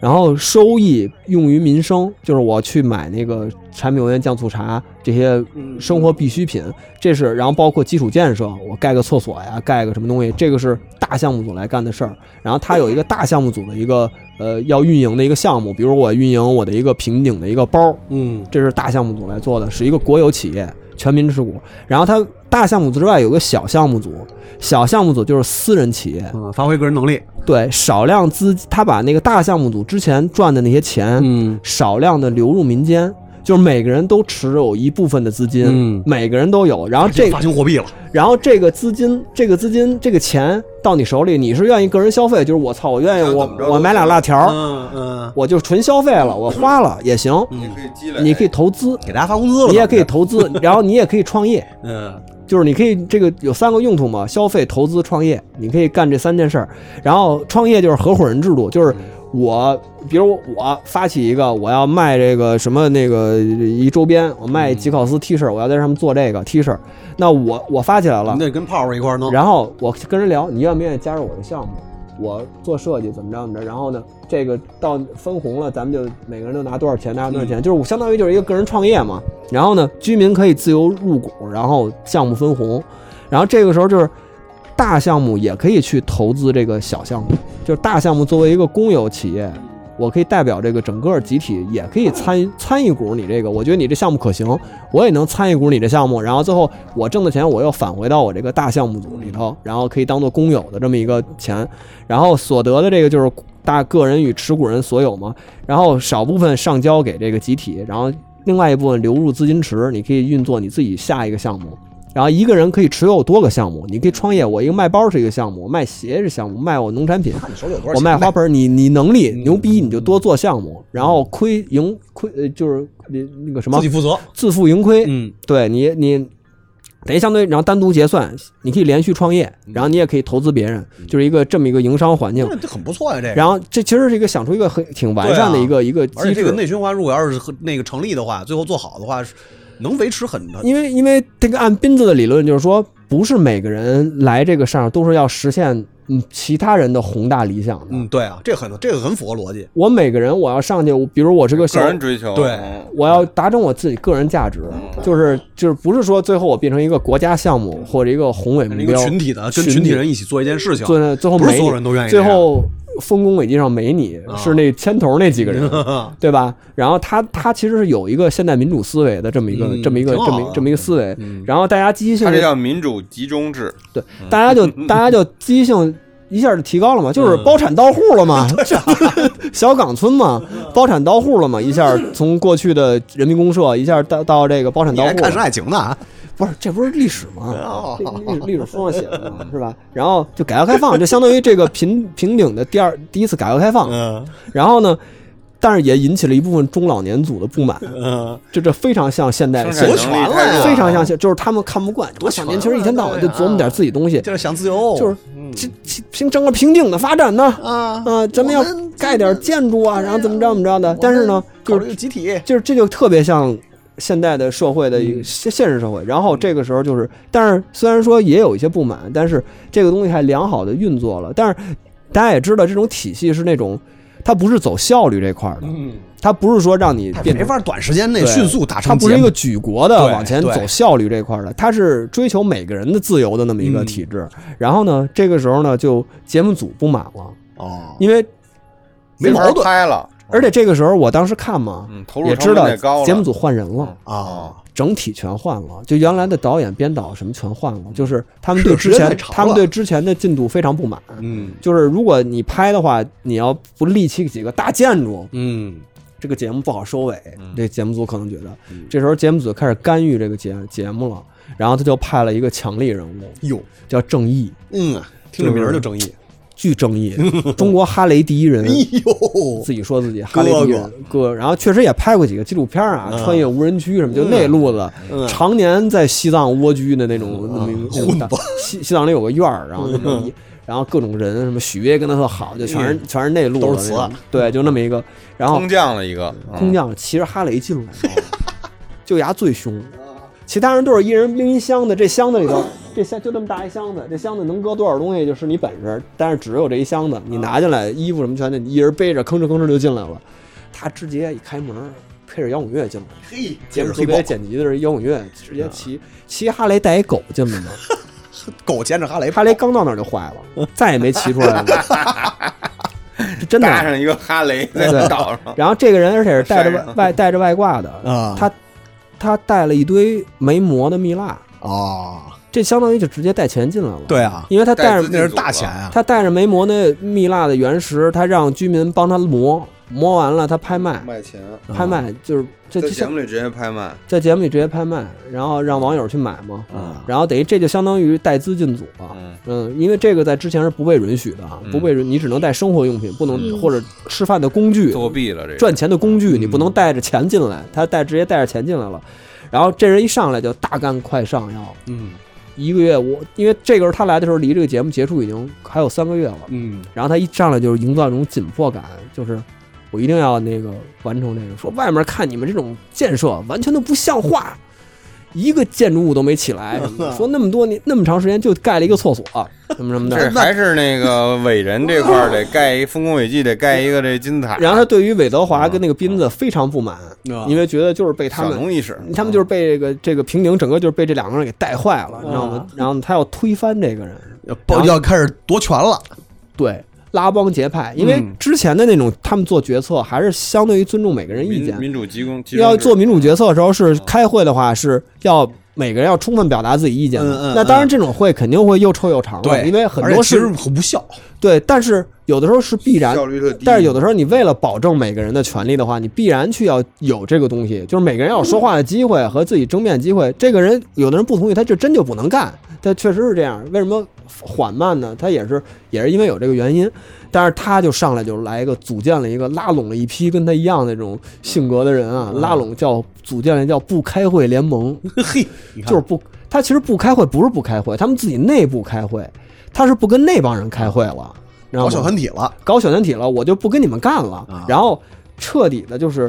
Speaker 3: 然后收益用于民生，就是我去买那个柴米油盐酱醋茶这些生活必需品，这是然后包括基础建设，我盖个厕所呀，盖个什么东西，这个是大项目组来干的事儿。然后它有一个大项目组的一个呃要运营的一个项目，比如我运营我的一个瓶颈的一个包，
Speaker 7: 嗯，
Speaker 3: 这是大项目组来做的，是一个国有企业，全民持股。然后它大项目组之外有个小项目组，小项目组就是私人企业，
Speaker 7: 嗯，发挥个人能力，
Speaker 3: 对少量资，他把那个大项目组之前赚的那些钱，
Speaker 7: 嗯，
Speaker 3: 少量的流入民间。就是每个人都持有一部分的资金，
Speaker 7: 嗯
Speaker 3: 每个人都有，然后这个
Speaker 7: 发行货币了，
Speaker 3: 然后这个资金，这个资金，这个钱到你手里，你是愿意个人消费，就是我操，我愿意
Speaker 6: 想
Speaker 3: 我
Speaker 6: 怎么着都
Speaker 3: 我买俩辣条儿，
Speaker 7: 嗯嗯，
Speaker 3: 我就纯消费了，我花了也行。
Speaker 6: 你可以积累，
Speaker 3: 你可以投资，
Speaker 7: 给大家发工资了，
Speaker 3: 你也可以，投资， 然后你也可以创业，
Speaker 7: 嗯，
Speaker 3: 就是你可以这个有三个用途嘛：消费、投资、创业。你可以干这三件事儿。然后创业就是合伙人制度，就是我，比如我发起一个，我要卖这个什么那个一周边，我卖吉考斯 T 恤，我要在上面做这个 T 恤，那我我发起来了
Speaker 7: 你，得跟泡泡一块儿弄，
Speaker 3: 然后我跟人聊，你愿不愿意加入我的项目？我做设计怎么着怎么着？然后呢，这个到分红了，咱们就每个人都拿多少钱，拿多少钱，就是我相当于就是一个个人创业嘛。然后呢，居民可以自由入股，然后项目分红，然后这个时候就是大项目也可以去投资这个小项目，就是大项目作为一个公有企业。我可以代表这个整个集体，也可以参 参一股你这个，我觉得你这项目可行，我也能参一股你这项目，然后最后我挣的钱我又返回到我这个大项目组里头，然后可以当做公有的这么一个钱，然后所得的这个就是大个人与持股人所有嘛，然后少部分上交给这个集体，然后另外一部分流入资金池，你可以运作你自己下一个项目。然后一个人可以持有多个项目，你可以创业。我一个卖包是一个项目，卖鞋是项目，卖我农产品，
Speaker 7: 看你手里有多
Speaker 3: 我
Speaker 7: 少
Speaker 3: 卖
Speaker 7: 钱呗，
Speaker 3: 花盆儿，你你能力
Speaker 7: 嗯
Speaker 3: 牛逼，你就多做项目，然后亏盈亏呃就是那那个什么
Speaker 7: 自己负责，
Speaker 3: 自负盈亏，
Speaker 7: 嗯，
Speaker 3: 对你你等于相当于然后单独结算，你可以连续创业，
Speaker 7: 嗯
Speaker 3: 然后你也可以投资别人，就是一个这么一个营商环境。
Speaker 7: 这很不错呀，这个。
Speaker 3: 然后这其实是一个想出一个很挺完善的一个、一个
Speaker 7: 啊而
Speaker 3: 机
Speaker 7: 且这个
Speaker 3: 制，
Speaker 7: 内循环如果要是和那个成立的话，最后做好的话，是能维持很
Speaker 3: 因为因为这个按斌子的理论就是说，不是每个人来这个上都是要实现嗯其他人的宏大理想的。
Speaker 7: 嗯，对啊，这很这个很符合逻辑，
Speaker 3: 我每个人我要上去，我比如我是个小
Speaker 6: 个人追求
Speaker 7: 对
Speaker 6: 嗯
Speaker 3: 我要达成我自己个人价值，
Speaker 7: 嗯
Speaker 3: 就是就是不是说最后我变成一个国家项目或者一个宏伟目
Speaker 7: 一个
Speaker 3: 标，
Speaker 7: 群体的跟群体人一起做一件事情，
Speaker 3: 最嗯最后
Speaker 7: 不是
Speaker 3: 没
Speaker 7: 所有
Speaker 3: 你
Speaker 7: 人都愿意这
Speaker 3: 最
Speaker 7: 样啊
Speaker 3: 后丰功伟绩上没你，是那牵头那几个 人，对吧？然后他他其实是有一个现代民主思维的这么一个、
Speaker 7: 嗯
Speaker 3: 这么一个
Speaker 7: 挺
Speaker 3: 这
Speaker 7: 好嗯
Speaker 3: 么一
Speaker 7: 的
Speaker 3: 这么一个思维，然后大家积极性
Speaker 6: 他
Speaker 3: 就
Speaker 6: 这叫民主集中制，
Speaker 3: 对，大家就大家就积极性一下就提高了嘛，就是包产到户了嘛， 小岗村嘛，包产到户了嘛，一下从过去的人民公社一下到到这个包产
Speaker 7: 你
Speaker 3: 到
Speaker 7: 还
Speaker 3: 户
Speaker 7: 看，是爱情呢啊？
Speaker 3: 不是这不是历史吗？
Speaker 7: 哦
Speaker 3: 这历史历史书上写的嘛，是吧？然后就改革开放，就相当于这个平平顶的第二第一次改革开放，
Speaker 7: 嗯
Speaker 3: 然后呢，但是也引起了一部分中老年组的不满，
Speaker 7: 嗯，
Speaker 3: 这这非常像现代
Speaker 6: 生
Speaker 3: 现
Speaker 6: 产
Speaker 3: 代
Speaker 6: 能力太弱了
Speaker 3: 非常像现，就是他们看不惯，我操，
Speaker 7: 全
Speaker 3: 年轻人一天到晚就琢磨点自己东西，
Speaker 7: 就是想自由，
Speaker 3: 就是这这平整个平顶的发展呢，呃
Speaker 7: 啊
Speaker 3: 啊，咱们要盖点建筑啊，然后怎么着怎么着的。但是呢，
Speaker 9: 考虑集体，
Speaker 3: 就是这就特别像现代的社会的一个现现实社会。然后这个时候就是，但是虽然说也有一些不满，但是这个东西还良好的运作了。但是大家也知道，这种体系是那种它不是走效率这块儿的，它不是说让你
Speaker 7: 它
Speaker 3: 变
Speaker 7: 没
Speaker 3: 成。
Speaker 7: 法短时间内
Speaker 3: 对
Speaker 7: 迅速达
Speaker 3: 它
Speaker 7: 成
Speaker 3: 不
Speaker 7: 结
Speaker 3: 是
Speaker 7: 果。
Speaker 3: 一个举国的
Speaker 7: 对
Speaker 3: 往前
Speaker 7: 对
Speaker 3: 走效率这块儿的，它是追求每个人的自由的那么
Speaker 6: 嗯
Speaker 3: 一个体制。然后呢，这个时候呢，就节目组不满了，
Speaker 7: 哦，
Speaker 3: 因为
Speaker 7: 没矛盾
Speaker 6: 拍了，
Speaker 3: 而且这个时候我当时看嘛，
Speaker 6: 嗯，投入
Speaker 3: 也
Speaker 6: 成
Speaker 3: 知
Speaker 6: 本
Speaker 3: 道
Speaker 6: 也高了。嗯
Speaker 3: 节目组换人了，
Speaker 7: 啊，
Speaker 3: 整体全换了，就原来的导演、编导什么全换了，就是他们对之
Speaker 7: 是嗯 时间太
Speaker 3: 前
Speaker 7: 长了
Speaker 3: 他们对之前的进度非常不满。
Speaker 7: 嗯
Speaker 3: 就是如果你拍的话，你要不立起几个大建筑，
Speaker 7: 嗯，
Speaker 3: 这个节目不好收尾。这节目组可能觉得，这时候节目组开始干预这个节节目了，然后他就派了一个强力人物，
Speaker 7: 哟，
Speaker 3: 叫正义，
Speaker 7: 嗯，听着名儿就正义。
Speaker 3: 巨正义， 中国哈雷第一人。
Speaker 7: 哎呦，
Speaker 3: 自己说自己哈雷迪人哥，然后确实也拍过几个纪录片啊，
Speaker 7: 嗯
Speaker 3: 穿越无人区什么，就那路子，常年在西藏蜗居的那种那么一个
Speaker 7: 嗯混吧嗯
Speaker 3: 西西藏里有个院 儿，然后那么一，然后各种人什么许悦跟他特好，就全是全是那路子
Speaker 7: 都是词
Speaker 3: 那种，对，就那么一个，然后
Speaker 6: 空降了一个，嗯
Speaker 3: 空降骑着哈雷进来， 就牙最凶，其他人都是一人拎一箱子，这箱子里 头。这箱就这么大一箱子，这箱子能搁多少东西就是你本事，但是只有这一箱子，你拿进来衣服什么全得一人背着，吭哧吭哧就进来了。他直接一开门，配着摇滚乐进来，
Speaker 9: 嘿，
Speaker 3: 节目组给他剪辑的是摇滚乐，直接骑骑哈雷带一狗进来嘛，
Speaker 7: 狗牵着哈雷
Speaker 3: 哈雷刚到那儿就坏 了，再也没骑出来过， 这真的
Speaker 6: 搭上一个哈雷在
Speaker 3: 对
Speaker 6: 岛上，
Speaker 3: 然后这个人而且是带着
Speaker 6: 晒
Speaker 3: 外
Speaker 6: 上
Speaker 3: 外带着外挂 的
Speaker 7: 啊
Speaker 3: 他他带了一堆没磨的蜜蜡，
Speaker 7: 啊，
Speaker 3: 这相当于就直接带钱进来了。，
Speaker 7: 对啊，
Speaker 3: 因为他带
Speaker 6: 带
Speaker 3: 着
Speaker 6: 资
Speaker 7: 那是大钱啊，
Speaker 3: 他带着没磨的蜜蜡的原石，他让居民帮他磨，磨完了他拍卖，
Speaker 6: 卖钱，
Speaker 7: 嗯
Speaker 3: 拍卖就是这
Speaker 6: 在
Speaker 3: 就
Speaker 6: 节
Speaker 3: 像
Speaker 6: 目里直接拍卖，
Speaker 3: 在节目里直接拍卖，然后让网友去买嘛。然后等于这就相当于带资进组了。
Speaker 6: 啊嗯
Speaker 3: 嗯，因为这个在之前是不被允许的，啊，
Speaker 6: 嗯
Speaker 3: 不被允，你只能带生活用品，不能
Speaker 10: 嗯
Speaker 3: 或者吃饭的工具。
Speaker 6: 作弊了这个。
Speaker 3: 赚钱的工具，你不能带着钱进来，他带直接带着钱进来了。然后这人一上来就大干快上要
Speaker 7: 嗯
Speaker 3: 一个月我，因为这个时候他来的时候离这个节目结束已经还有三个月了，
Speaker 7: 嗯，
Speaker 3: 然后他一上来就是营造一种紧迫感，就是我一定要那个完成这个。说外面看你们这种建设完全都不像话，一个建筑物都没起来，什么的说那么多年那么长时间就盖了一个厕所，什么什么的。
Speaker 6: 这还是那个伟人这块儿得盖一丰功伟绩，得盖一个这金字塔。
Speaker 3: 然后他对于韦德华
Speaker 7: 啊
Speaker 3: 跟那个斌子非常不满，因为觉得就是被他
Speaker 6: 小
Speaker 3: 们嗯
Speaker 6: 农意识，
Speaker 3: 他
Speaker 7: 啊
Speaker 3: 们就是被这个这个平顶，整个就是被这两个人给带坏了，你知道吗？然后他要推翻这个人，
Speaker 7: 要不要开始夺权了？
Speaker 3: 对拉帮结派，因
Speaker 7: 嗯
Speaker 3: 为之前的那种他们做决策还是相对于尊重每个人意
Speaker 6: 民
Speaker 3: 见，
Speaker 6: 民主集中，集中
Speaker 3: 要
Speaker 6: 制嗯
Speaker 3: 做民主决策的时候
Speaker 7: 啊
Speaker 3: 是开会的话是要。每个人要充分表达自己意见的，
Speaker 7: 嗯嗯
Speaker 3: 那当然这种会肯定会又臭又长了，
Speaker 7: 对，
Speaker 3: 因为很
Speaker 7: 而且
Speaker 3: 多
Speaker 7: 其实
Speaker 3: 事
Speaker 7: 很无效。
Speaker 3: 对，但是有的时候是必然
Speaker 6: 效率特低，
Speaker 3: 但是有的时候，你为了保证每个人的权利的话，你必然去要有这个东西，就是每个人要有说话的机会和自己争辩机会。这个人有的人不同意，他就真就不能干，他确实是这样。为什么缓慢呢？他也是也是因为有这个原因。但是他就上来就来一个组建了一个拉拢了一批跟他一样那种性格的人啊，拉拢叫组建了叫不开会联盟，
Speaker 7: 嘿，你看
Speaker 3: 就是不，他其实不开会不是不开会，他们自己内部开会，他是不跟那帮人开会了，你知道
Speaker 7: 搞
Speaker 3: 吗？
Speaker 7: 小团体啊了。
Speaker 3: 搞小团体了，我就不跟你们干了。然后彻底的就是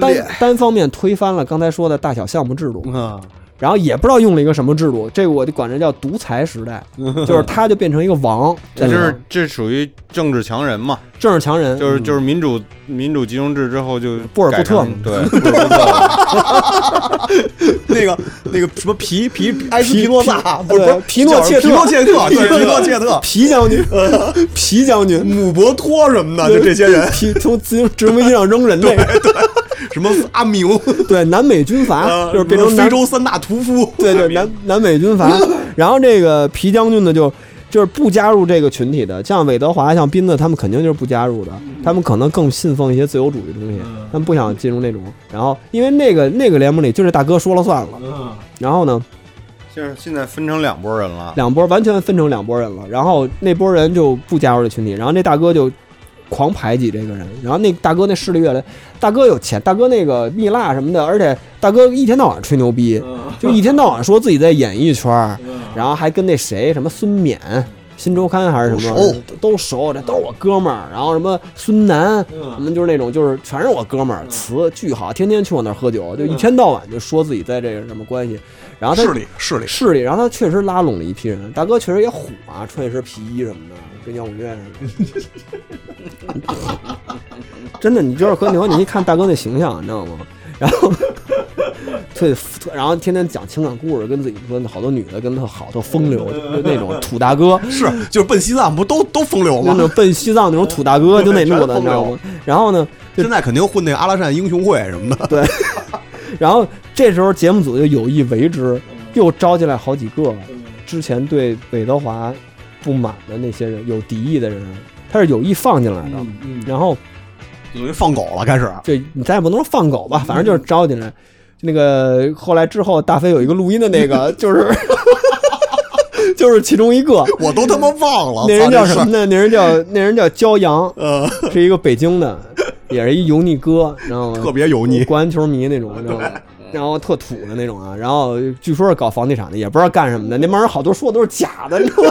Speaker 3: 单单方面推翻了刚才说的大小项目制度，
Speaker 7: 啊，
Speaker 3: 然后也不知道用了一个什么制度，这个我就管这叫独裁时代，
Speaker 7: 嗯
Speaker 3: 就是他就变成一个王，在
Speaker 6: 这就
Speaker 3: 里
Speaker 6: 是
Speaker 3: 面
Speaker 6: 这属于政治强人嘛，
Speaker 3: 政治强人，
Speaker 6: 就是就是民主民主集中制之后就
Speaker 3: 嗯布尔布特
Speaker 6: 改
Speaker 3: 嘛
Speaker 6: 成对，布尔布特 了
Speaker 7: 那个那个什么皮皮皮埃斯皮诺萨，不是
Speaker 3: 对
Speaker 7: 不是
Speaker 3: 皮诺切特
Speaker 7: 皮诺切特，对皮诺 切特，
Speaker 3: 皮将军，皮将军，
Speaker 7: 姆伯托什么的，就这些人，
Speaker 3: 皮从直直升飞机上扔人那个，
Speaker 7: 什么阿明，
Speaker 3: 对南美军阀
Speaker 7: 啊
Speaker 3: 啊就是变成
Speaker 7: 什么
Speaker 3: 南
Speaker 7: 非洲三大屠夫，
Speaker 3: 对对，南南美军 阀。然后这个皮将军呢，就就是不加入这个群体的，像韦德华、像斌子，他们肯定就是不加入的，
Speaker 7: 嗯
Speaker 3: 他们可能更信奉一些自由主义的东西，他们不想进入那种。然后因为那个那个联盟里就是大哥说了算了，
Speaker 7: 嗯
Speaker 3: 然后呢，
Speaker 6: 就是现在分成两拨人了，
Speaker 3: 两拨完全分成两拨人了，然后那拨人就不加入这群体，然后那大哥就。狂排挤这个人，然后那大哥那势力越来越，大哥有钱，大哥那个蜜蜡什么的，而且大哥一天到晚吹牛嗯逼，就一天到晚说自己在演艺圈儿，然后还跟那谁什么孙冕，新周刊还是什么，都熟，这都是我哥们儿。然后什么孙楠，什么就是那种就是全是我哥们儿，词巨好，天天去我那儿喝酒，就一天到晚就说自己在这个什么关系。然后啊他
Speaker 7: 势力势力
Speaker 3: 势力，然后他确实拉拢了一批人。大哥确实也虎啊，穿一身皮衣什么的，跟摇滚乐似的。 真的，你就是和牛，你一看大哥那形象，你知道吗？然后 特特，然后天天讲情感故事，跟自己说好多女的跟特好，特风流，就那种土大哥。
Speaker 7: 是就是奔西藏不都都风流
Speaker 3: 就那
Speaker 7: 吗？
Speaker 3: 种奔西藏那种土大哥，就那路的，你知道吗？然后呢，就
Speaker 7: 现在肯定混那个阿拉善英雄会什么的，
Speaker 3: 然后这时候节目组就有意为之，
Speaker 7: 嗯
Speaker 3: 又招进来好几个之前对韦德华不满的那些人，有敌意的人，他是有意放进来的。
Speaker 7: 嗯
Speaker 3: 然后
Speaker 7: 等于放狗了开始。
Speaker 3: 这你咱也不能说放狗
Speaker 7: 嗯
Speaker 3: 吧，反正就是招进来。那个后来之后，大飞有一个录音的那 个，就是 就是其中一个，
Speaker 7: 我都他妈忘了，
Speaker 3: 那人
Speaker 7: 操
Speaker 3: 叫
Speaker 7: 这
Speaker 3: 什
Speaker 7: 事儿
Speaker 3: 么？嗯呢？那人叫那人叫骄阳，
Speaker 7: 呃，
Speaker 3: 是一个北京的，也是一油腻哥，你知道吗？
Speaker 7: 特别油腻。嗯
Speaker 3: 国安球迷那种，你知道吗？然后特土的那种啊，然后据说是搞房地产的，也不知道干什么的。那帮人好多说的都是假的，你知道吗？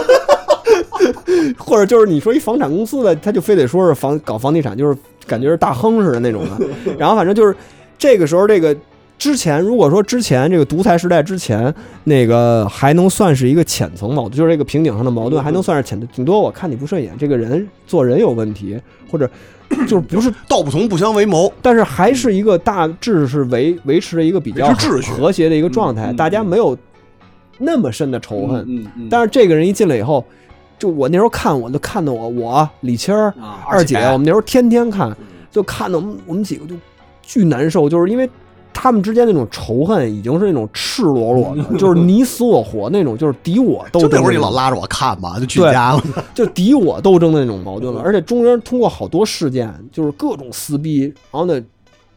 Speaker 3: 或者就是你说一房产公司的，他就非得说是房搞房地产，就是感觉是大亨似的那种 的。然后反正就是这个时候，这个之前如果说之前这个独裁时代之前，那个还能算是一个浅层矛盾，就是这个瓶颈上的矛盾还能算是浅的，顶多我看你不顺眼，这个人做人有问题，或者 就是不是
Speaker 7: 道不同不相为谋，
Speaker 3: 但是还是一个大致是维维持着一个比较
Speaker 7: 嗯维持秩序
Speaker 3: 和谐的一个状态，
Speaker 11: 嗯嗯
Speaker 3: 大家没有那么深的仇恨。
Speaker 11: 嗯嗯，
Speaker 3: 但是这个人一进来以后，就我那时候看，我就看的我我李青儿、
Speaker 11: 啊
Speaker 3: 二姐，我们那时候天天看，
Speaker 7: 嗯
Speaker 3: 就看的我们我们几个就巨难受，就是因为他们之间那种仇恨已经是那种赤裸裸 的，就是你死我活那种，就是敌我斗
Speaker 7: 就
Speaker 3: 争。
Speaker 7: 那会儿你老拉着我看吧，就去你家了。
Speaker 3: 就敌我斗争的那种矛
Speaker 7: 嗯
Speaker 3: 盾了。而且中间通过好多事件，就是各种撕逼，然后呢，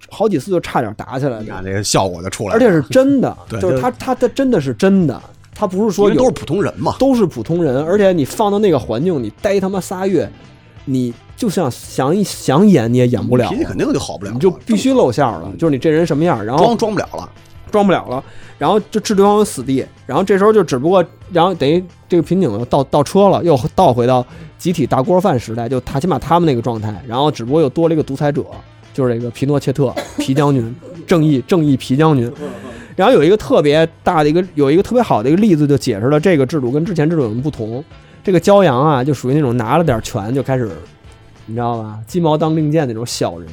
Speaker 3: 好几次就差点打起来
Speaker 7: 你看
Speaker 3: 了，
Speaker 7: 这个效果就出来了，
Speaker 3: 而且是真的，
Speaker 7: 对
Speaker 3: 就是他他他真的是真的，他不是
Speaker 7: 因
Speaker 3: 说
Speaker 7: 为
Speaker 3: 有
Speaker 7: 都是普通人嘛，
Speaker 3: 都是普通人，而且你放到那个环境，你待他妈仨月，你就想想一想演你也演不了
Speaker 7: 脾气肯定就嗯好不了，
Speaker 3: 你就必须露馅儿了，就是你这人什么样，然后
Speaker 7: 装装不了了。
Speaker 3: 装不了了，然后就置对方于死地，然后这时候就只不过，然后等于这个瓶颈又倒倒车了，又倒回到集体大锅饭时代，就他起码他们那个状态，然后只不过又多了一个独裁者，就是这个皮诺切特皮将军，正义正义皮将军。然后有一个特别大的一个有一个特别好的一个例子，就解释了这个制度跟之前制度有什么不同。这个骄阳啊，就属于那种拿了点权就开始，你知道吧，鸡毛当令箭那种小人。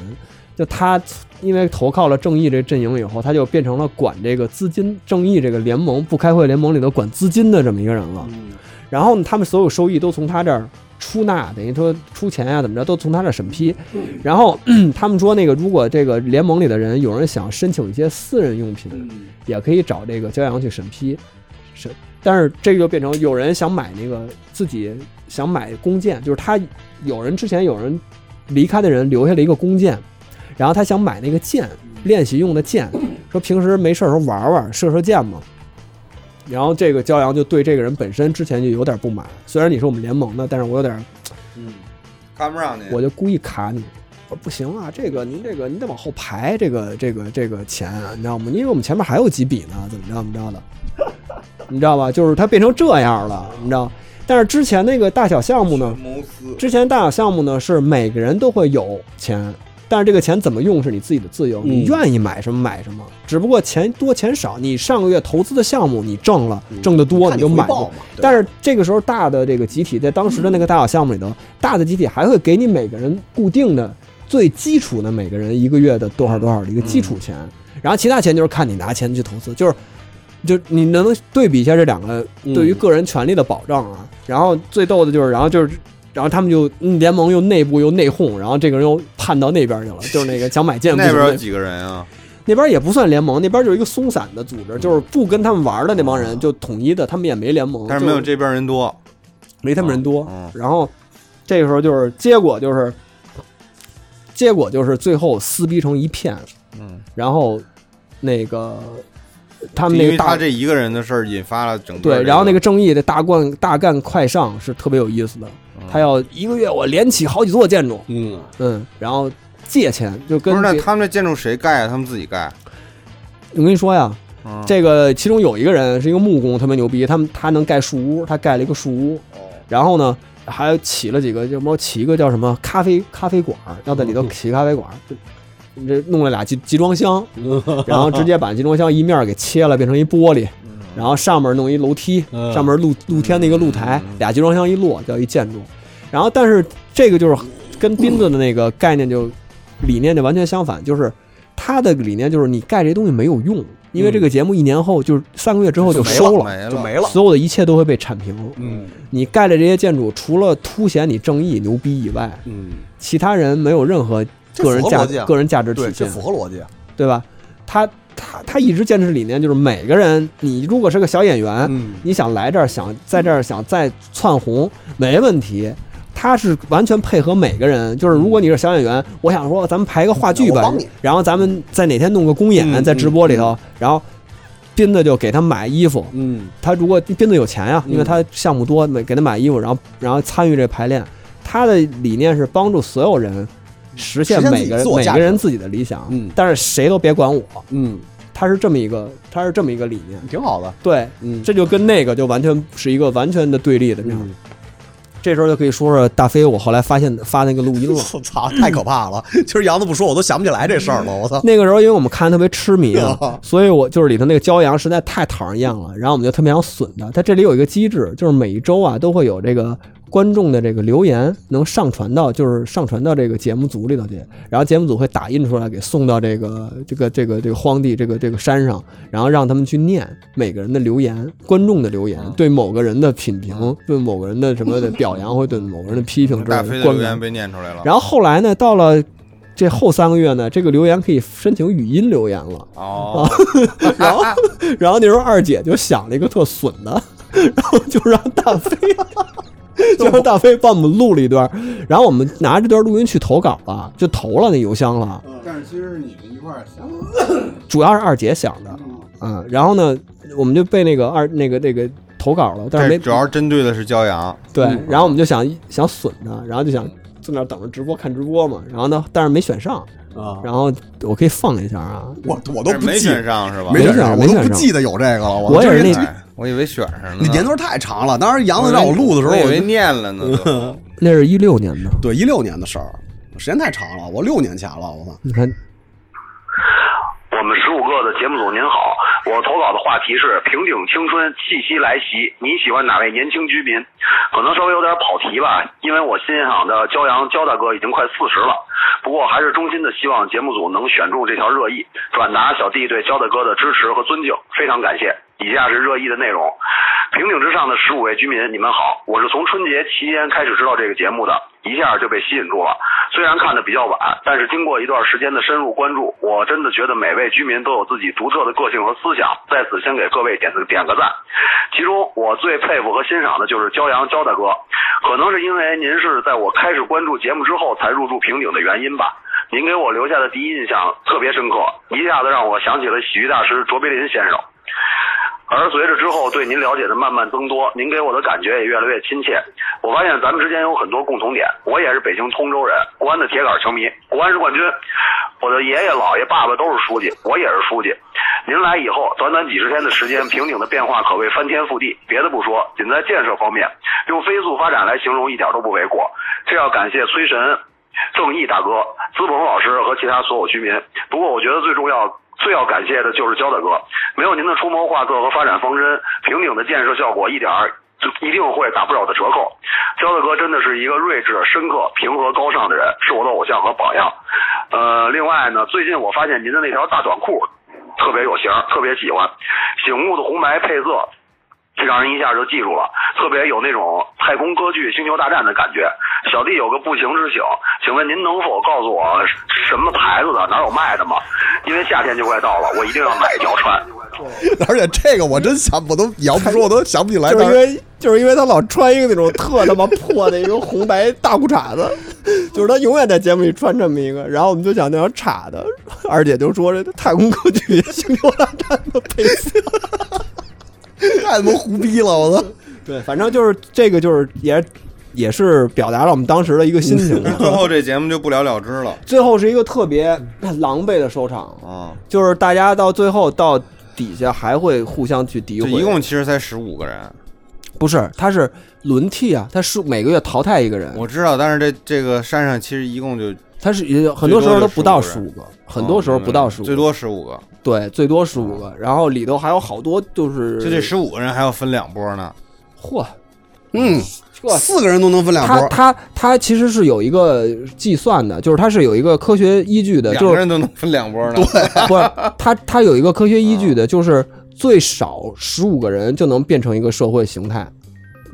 Speaker 3: 就他因为投靠了正义这阵营以后，他就变成了管这个资金正义这个联盟不开会联盟里头管资金的这么一个人了。然后呢，他们所有收益都从他这儿出纳，等于说出钱呀、怎么着，都从他这儿审批。然后 他们说，那个如果这个联盟里的人有人想申请一些私人用品，也可以找这个骄阳去审批。审，但是这个就变成有人想买那个自己想买弓箭，就是他有人之前有人离开的人留下了一个弓箭，然后他想买那个箭，练习用的箭，说平时没事儿时候玩玩射射箭嘛。然后这个骄阳就对这个人本身之前就有点不满，虽然你是我们联盟的，但是我有点，
Speaker 6: 看不上你
Speaker 3: 我就故意卡你。我说不行啊，这个您这个您得往后排，这个这个这个钱啊，你知道吗？因为我们前面还有几笔呢，怎么着怎么着的，你知道吧？就是他变成这样了，你知道。但是之前那个大小项目呢，
Speaker 6: 谋私，
Speaker 3: 之前大小项目呢是每个人都会有钱，但是这个钱怎么用是你自己的自
Speaker 7: 嗯
Speaker 3: 由，你愿意买什么买什么。只不过钱多钱少，你上个月投资的项目你挣了，挣得多
Speaker 7: 嗯看
Speaker 3: 就
Speaker 7: 回
Speaker 3: 买
Speaker 7: 报
Speaker 3: 了
Speaker 7: 嘛。对嗯
Speaker 3: 但是这个时候大的这个集体在当时的那个大小项目里头，大的集体还会给你每个人固定的最基础的每个人一个月的多少多少的一个基
Speaker 7: 嗯
Speaker 3: 础钱，然后其他钱就是看你拿钱去投资，就是。就你能对比一下这两个
Speaker 6: 嗯
Speaker 3: 对于个人权利的保障啊，然后最逗的就是，然后就是，然后他们就嗯联盟又内部又内讧，然后这个人又判到那边去了， 就是那个想买剑不
Speaker 6: 那
Speaker 3: 行
Speaker 6: 边有
Speaker 3: 那
Speaker 6: 几个人啊？
Speaker 3: 那边也不算联盟，那边就是一个松散的组织，
Speaker 6: 嗯
Speaker 3: 就是不跟他们玩的那帮人就统一的，他们也没联盟，
Speaker 6: 哦但是没有
Speaker 3: 就
Speaker 6: 这边人多。
Speaker 3: 没他们人多。
Speaker 6: 嗯
Speaker 3: 然后这个时候就是结果就是结果就是最后撕逼成一片，
Speaker 6: 嗯，
Speaker 3: 然后那个他们
Speaker 6: 因
Speaker 3: 那
Speaker 6: 为
Speaker 3: 个
Speaker 6: 他
Speaker 3: 大
Speaker 6: 这一个人的事儿引发了整个
Speaker 3: 对，
Speaker 6: 这
Speaker 3: 然后那个正义的大干大干快上是特别有意思的，
Speaker 6: 嗯
Speaker 3: 他要一个月我连起好几座建筑，
Speaker 7: 嗯，
Speaker 3: 嗯，然后借钱就
Speaker 6: 不
Speaker 3: 跟
Speaker 6: 是那
Speaker 3: 这
Speaker 6: 他们这建筑谁盖啊？他们自己盖。
Speaker 3: 我跟你说呀，
Speaker 6: 嗯
Speaker 3: 这个其中有一个人是一个木工，特别牛逼，他们他能盖树屋，他盖了一个树屋，然后呢，还起了几个，就猫起一个叫什么咖啡咖啡馆儿，要在里头起咖啡馆儿，就这弄了俩集集装箱， 然后直接把集装箱一面儿给切了，变成一玻璃，然后上面弄一楼梯，
Speaker 7: 嗯
Speaker 3: 上面露露天的一个露台，俩集装箱一落叫一建筑。然后，但是这个就是跟斌子的那个概念就理念就完全相反，就是他的理念就是你盖这东西没有用，因为这个节目一年后就是三个月之后就收了，
Speaker 6: 没
Speaker 7: 就
Speaker 6: 了，
Speaker 7: 嗯没了。
Speaker 3: 所有的一切都会被铲平。
Speaker 7: 嗯
Speaker 3: 你盖的这些建筑，除了凸显你正义牛逼以外，
Speaker 7: 嗯，
Speaker 3: 其他人没有任何
Speaker 7: 这
Speaker 3: 个人
Speaker 7: 符合
Speaker 3: 价
Speaker 7: 逻辑啊
Speaker 3: 个人价值体
Speaker 7: 对，
Speaker 3: 现
Speaker 7: 这，符合逻辑。啊
Speaker 3: 对吧？他他他一直坚持理念就是每个人，你如果是个小演员，
Speaker 7: 嗯
Speaker 3: 你想来这儿，想在这儿想再窜红，没问题。他是完全配合每个人，就是如果你是小演员，我想说咱们排个话剧
Speaker 7: 嗯我
Speaker 3: 吧
Speaker 7: 帮你，
Speaker 3: 然后咱们在哪天弄个公
Speaker 7: 嗯
Speaker 3: 演，在直播里头，然后斌子就给他买衣服，
Speaker 7: 嗯
Speaker 3: 他如果斌子有钱呀、
Speaker 7: 嗯
Speaker 3: 因为他项目多，买给他买衣服，然后然后参与这排练。他的理念是帮助所有人实现
Speaker 7: 实现自
Speaker 3: 每
Speaker 7: 己
Speaker 3: 个人
Speaker 7: 自我
Speaker 3: 每
Speaker 7: 价值
Speaker 3: 个人自己的理想，
Speaker 7: 嗯
Speaker 3: 但是谁都别管我，
Speaker 7: 嗯，
Speaker 3: 他是这么一个他是这么一个理念。
Speaker 7: 挺好的。
Speaker 3: 对，
Speaker 7: 嗯
Speaker 3: 这就跟那个就完全是一个完全的对立的这样。
Speaker 7: 嗯
Speaker 3: 这时候就可以说说大飞，我后来发现发那个录音了。
Speaker 7: 我操，太可怕了！
Speaker 3: 嗯
Speaker 7: 其实杨子不说，我都想不起来这事儿了。我操，
Speaker 3: 那个时候，因为我们看得特别痴迷啊
Speaker 7: 啊，
Speaker 3: 所以我就是里头那个骄阳实在太讨人厌了，然后我们就特别想损他。他这里有一个机制，就是每一周啊都会有这个观众的这个留言能上传到，就是上传到这个节目组里头去，然后节目组会打印出来给送到这个这个这个这个荒地这个这个山上，然后让他们去念每个人的留言，观众的留言对某个人的品评，对某个人的什么的表扬，或者对某个人的批评之类
Speaker 6: 大飞
Speaker 3: 的
Speaker 6: 的
Speaker 3: 观
Speaker 6: 留
Speaker 3: 感
Speaker 6: 言。被念出来了。
Speaker 3: 然后后来呢，到了这后三个月呢，这个留言可以申请语音留言了。
Speaker 6: 哦，
Speaker 3: 然 后，然后那时候二姐就想了一个特损的， 然后就让大飞， 就让大飞帮我们录了一段，然后我们拿这段录音去投稿了，就投了那邮箱了。
Speaker 12: 但是其实是你们一块儿想的，
Speaker 3: 主要是二姐想的，嗯，然后呢，我们就被那个二那个那个投稿了，但是
Speaker 6: 这
Speaker 3: 没
Speaker 6: 主要是嗯针对的是骄阳，
Speaker 3: 对，然后我们就想想损他，然后就想坐那儿等着直播看直播嘛，然后呢，但是没选上，
Speaker 7: 啊，
Speaker 3: 然后我可以放一下啊，
Speaker 7: 我我都
Speaker 6: 但是
Speaker 7: 不
Speaker 6: 没
Speaker 7: 记，
Speaker 6: 选上是吧？
Speaker 3: 没
Speaker 7: 选
Speaker 3: 选上
Speaker 7: 上，
Speaker 3: 没
Speaker 7: 我都
Speaker 3: 选
Speaker 7: 不
Speaker 3: 上
Speaker 7: 记得有这个了。我
Speaker 3: 我也是那
Speaker 6: 哎我以为选上了
Speaker 7: 你
Speaker 6: 呢，
Speaker 7: 年头太长了，当时杨子让我录的时候，
Speaker 6: 我以
Speaker 7: 我
Speaker 6: 为
Speaker 7: 就
Speaker 6: 念了呢都。
Speaker 3: 那是一六年的，
Speaker 7: 对一六年的事儿，时间太长了，我六年前了，我操。
Speaker 3: 你看
Speaker 13: 我们十五个的节目组您好，我投稿的话题是平顶青春气息来袭，你喜欢哪位年轻居民？可能稍微有点跑题吧，因为我欣赏的骄阳焦大哥已经快四十了，不过还是衷心的希望节目组能选中这条热议，转达小弟对焦大哥的支持和尊敬，非常感谢。以下是热议的内容。平顶之上的十五位居民，你们好，我是从春节期间开始知道这个节目的，一下就被吸引住了。虽然看的比较晚，但是经过一段时间的深入关注，我真的觉得每位居民都有自己独特的个性和思想。在此先给各位点个点个赞。其中我最佩服和欣赏的就是骄阳焦大哥，可能是因为您是在我开始关注节目之后才入驻平顶的原因吧。您给我留下的第一印象特别深刻，一下子让我想起了喜剧大师卓别林先生。而随着之后对您了解的慢慢增多，您给我的感觉也越来越亲切。我发现咱们之间有很多共同点，我也是北京通州人，国安的铁杆球迷，国安是冠军。我的爷爷、姥爷、爸爸都是书记，我也是书记。您来以后，短短几十天的时间，平顶的变化可谓翻天覆地。别的不说，仅在建设方面，用飞速发展来形容一点都不为过。这要感谢崔神、正义大哥、资鹏老师和其他所有居民。不过，我觉得最重要、最要感谢的就是焦大哥，没有您的出谋划策和发展方针，平顶的建设效果一点儿就一定会打不了的折扣。焦大哥真的是一个睿智、深刻、平和、高尚的人，是我的偶像和榜样。呃，另外呢，最近我发现您的那条大短裤特别有型儿，特别喜欢，醒目的红白配色这让人一下就记住了，特别有那种太空歌剧《星球大战》的感觉。小弟有个不情之请，请问您能否告诉我什么牌子的，哪有卖的吗？因为夏天就快到了，我一定要买一条穿。
Speaker 7: 而且这个我真想，我都杨不说，我都想不起来。
Speaker 14: 就是因
Speaker 7: 当时
Speaker 14: 为就是因为他老穿一个那种特他妈破的一个红白大裤衩子， 就是他永远在节目里穿这么一个，然后我们就想那条叉的， 二姐就说这太空歌剧《星球大战》的配色，
Speaker 7: 太他妈胡逼了，我操！
Speaker 14: 对，反正就是这个就是也也是表达了我们当时的一个心情。 啊
Speaker 6: 最后这节目就不了了之了
Speaker 14: 最后是一个特
Speaker 3: 特别狼狈的收场，
Speaker 6: 啊！
Speaker 3: 就是大家到最后到底下还会互相去诋
Speaker 6: 就
Speaker 3: 毁，
Speaker 6: 一共其实才十五个人，
Speaker 3: 不是，他是轮替啊，他是每个月淘汰一个人。
Speaker 6: 我知道，但是这这个山上其实一共就
Speaker 3: 他是也有很多时候都不到
Speaker 6: 最
Speaker 3: 十
Speaker 6: 多就
Speaker 3: 五
Speaker 6: 15
Speaker 3: 个，很多时候不到十五、
Speaker 6: 嗯最多十五个，
Speaker 3: 对，最多十五个。然后里头还有好多就是
Speaker 6: 就这十五个人还要分两波呢。
Speaker 3: 嚯，
Speaker 7: 嗯，
Speaker 3: 这
Speaker 7: 四个人都能分两
Speaker 3: 他
Speaker 7: 波，
Speaker 3: 他他其实是有一个计算的，就是他是有一个科学依据的，
Speaker 6: 两
Speaker 3: 就
Speaker 6: 个
Speaker 3: 是
Speaker 6: 人都能分两波呢。
Speaker 3: 不是他他有一个科学依 据的，啊就是最少十五个人就能变成一个社会形态，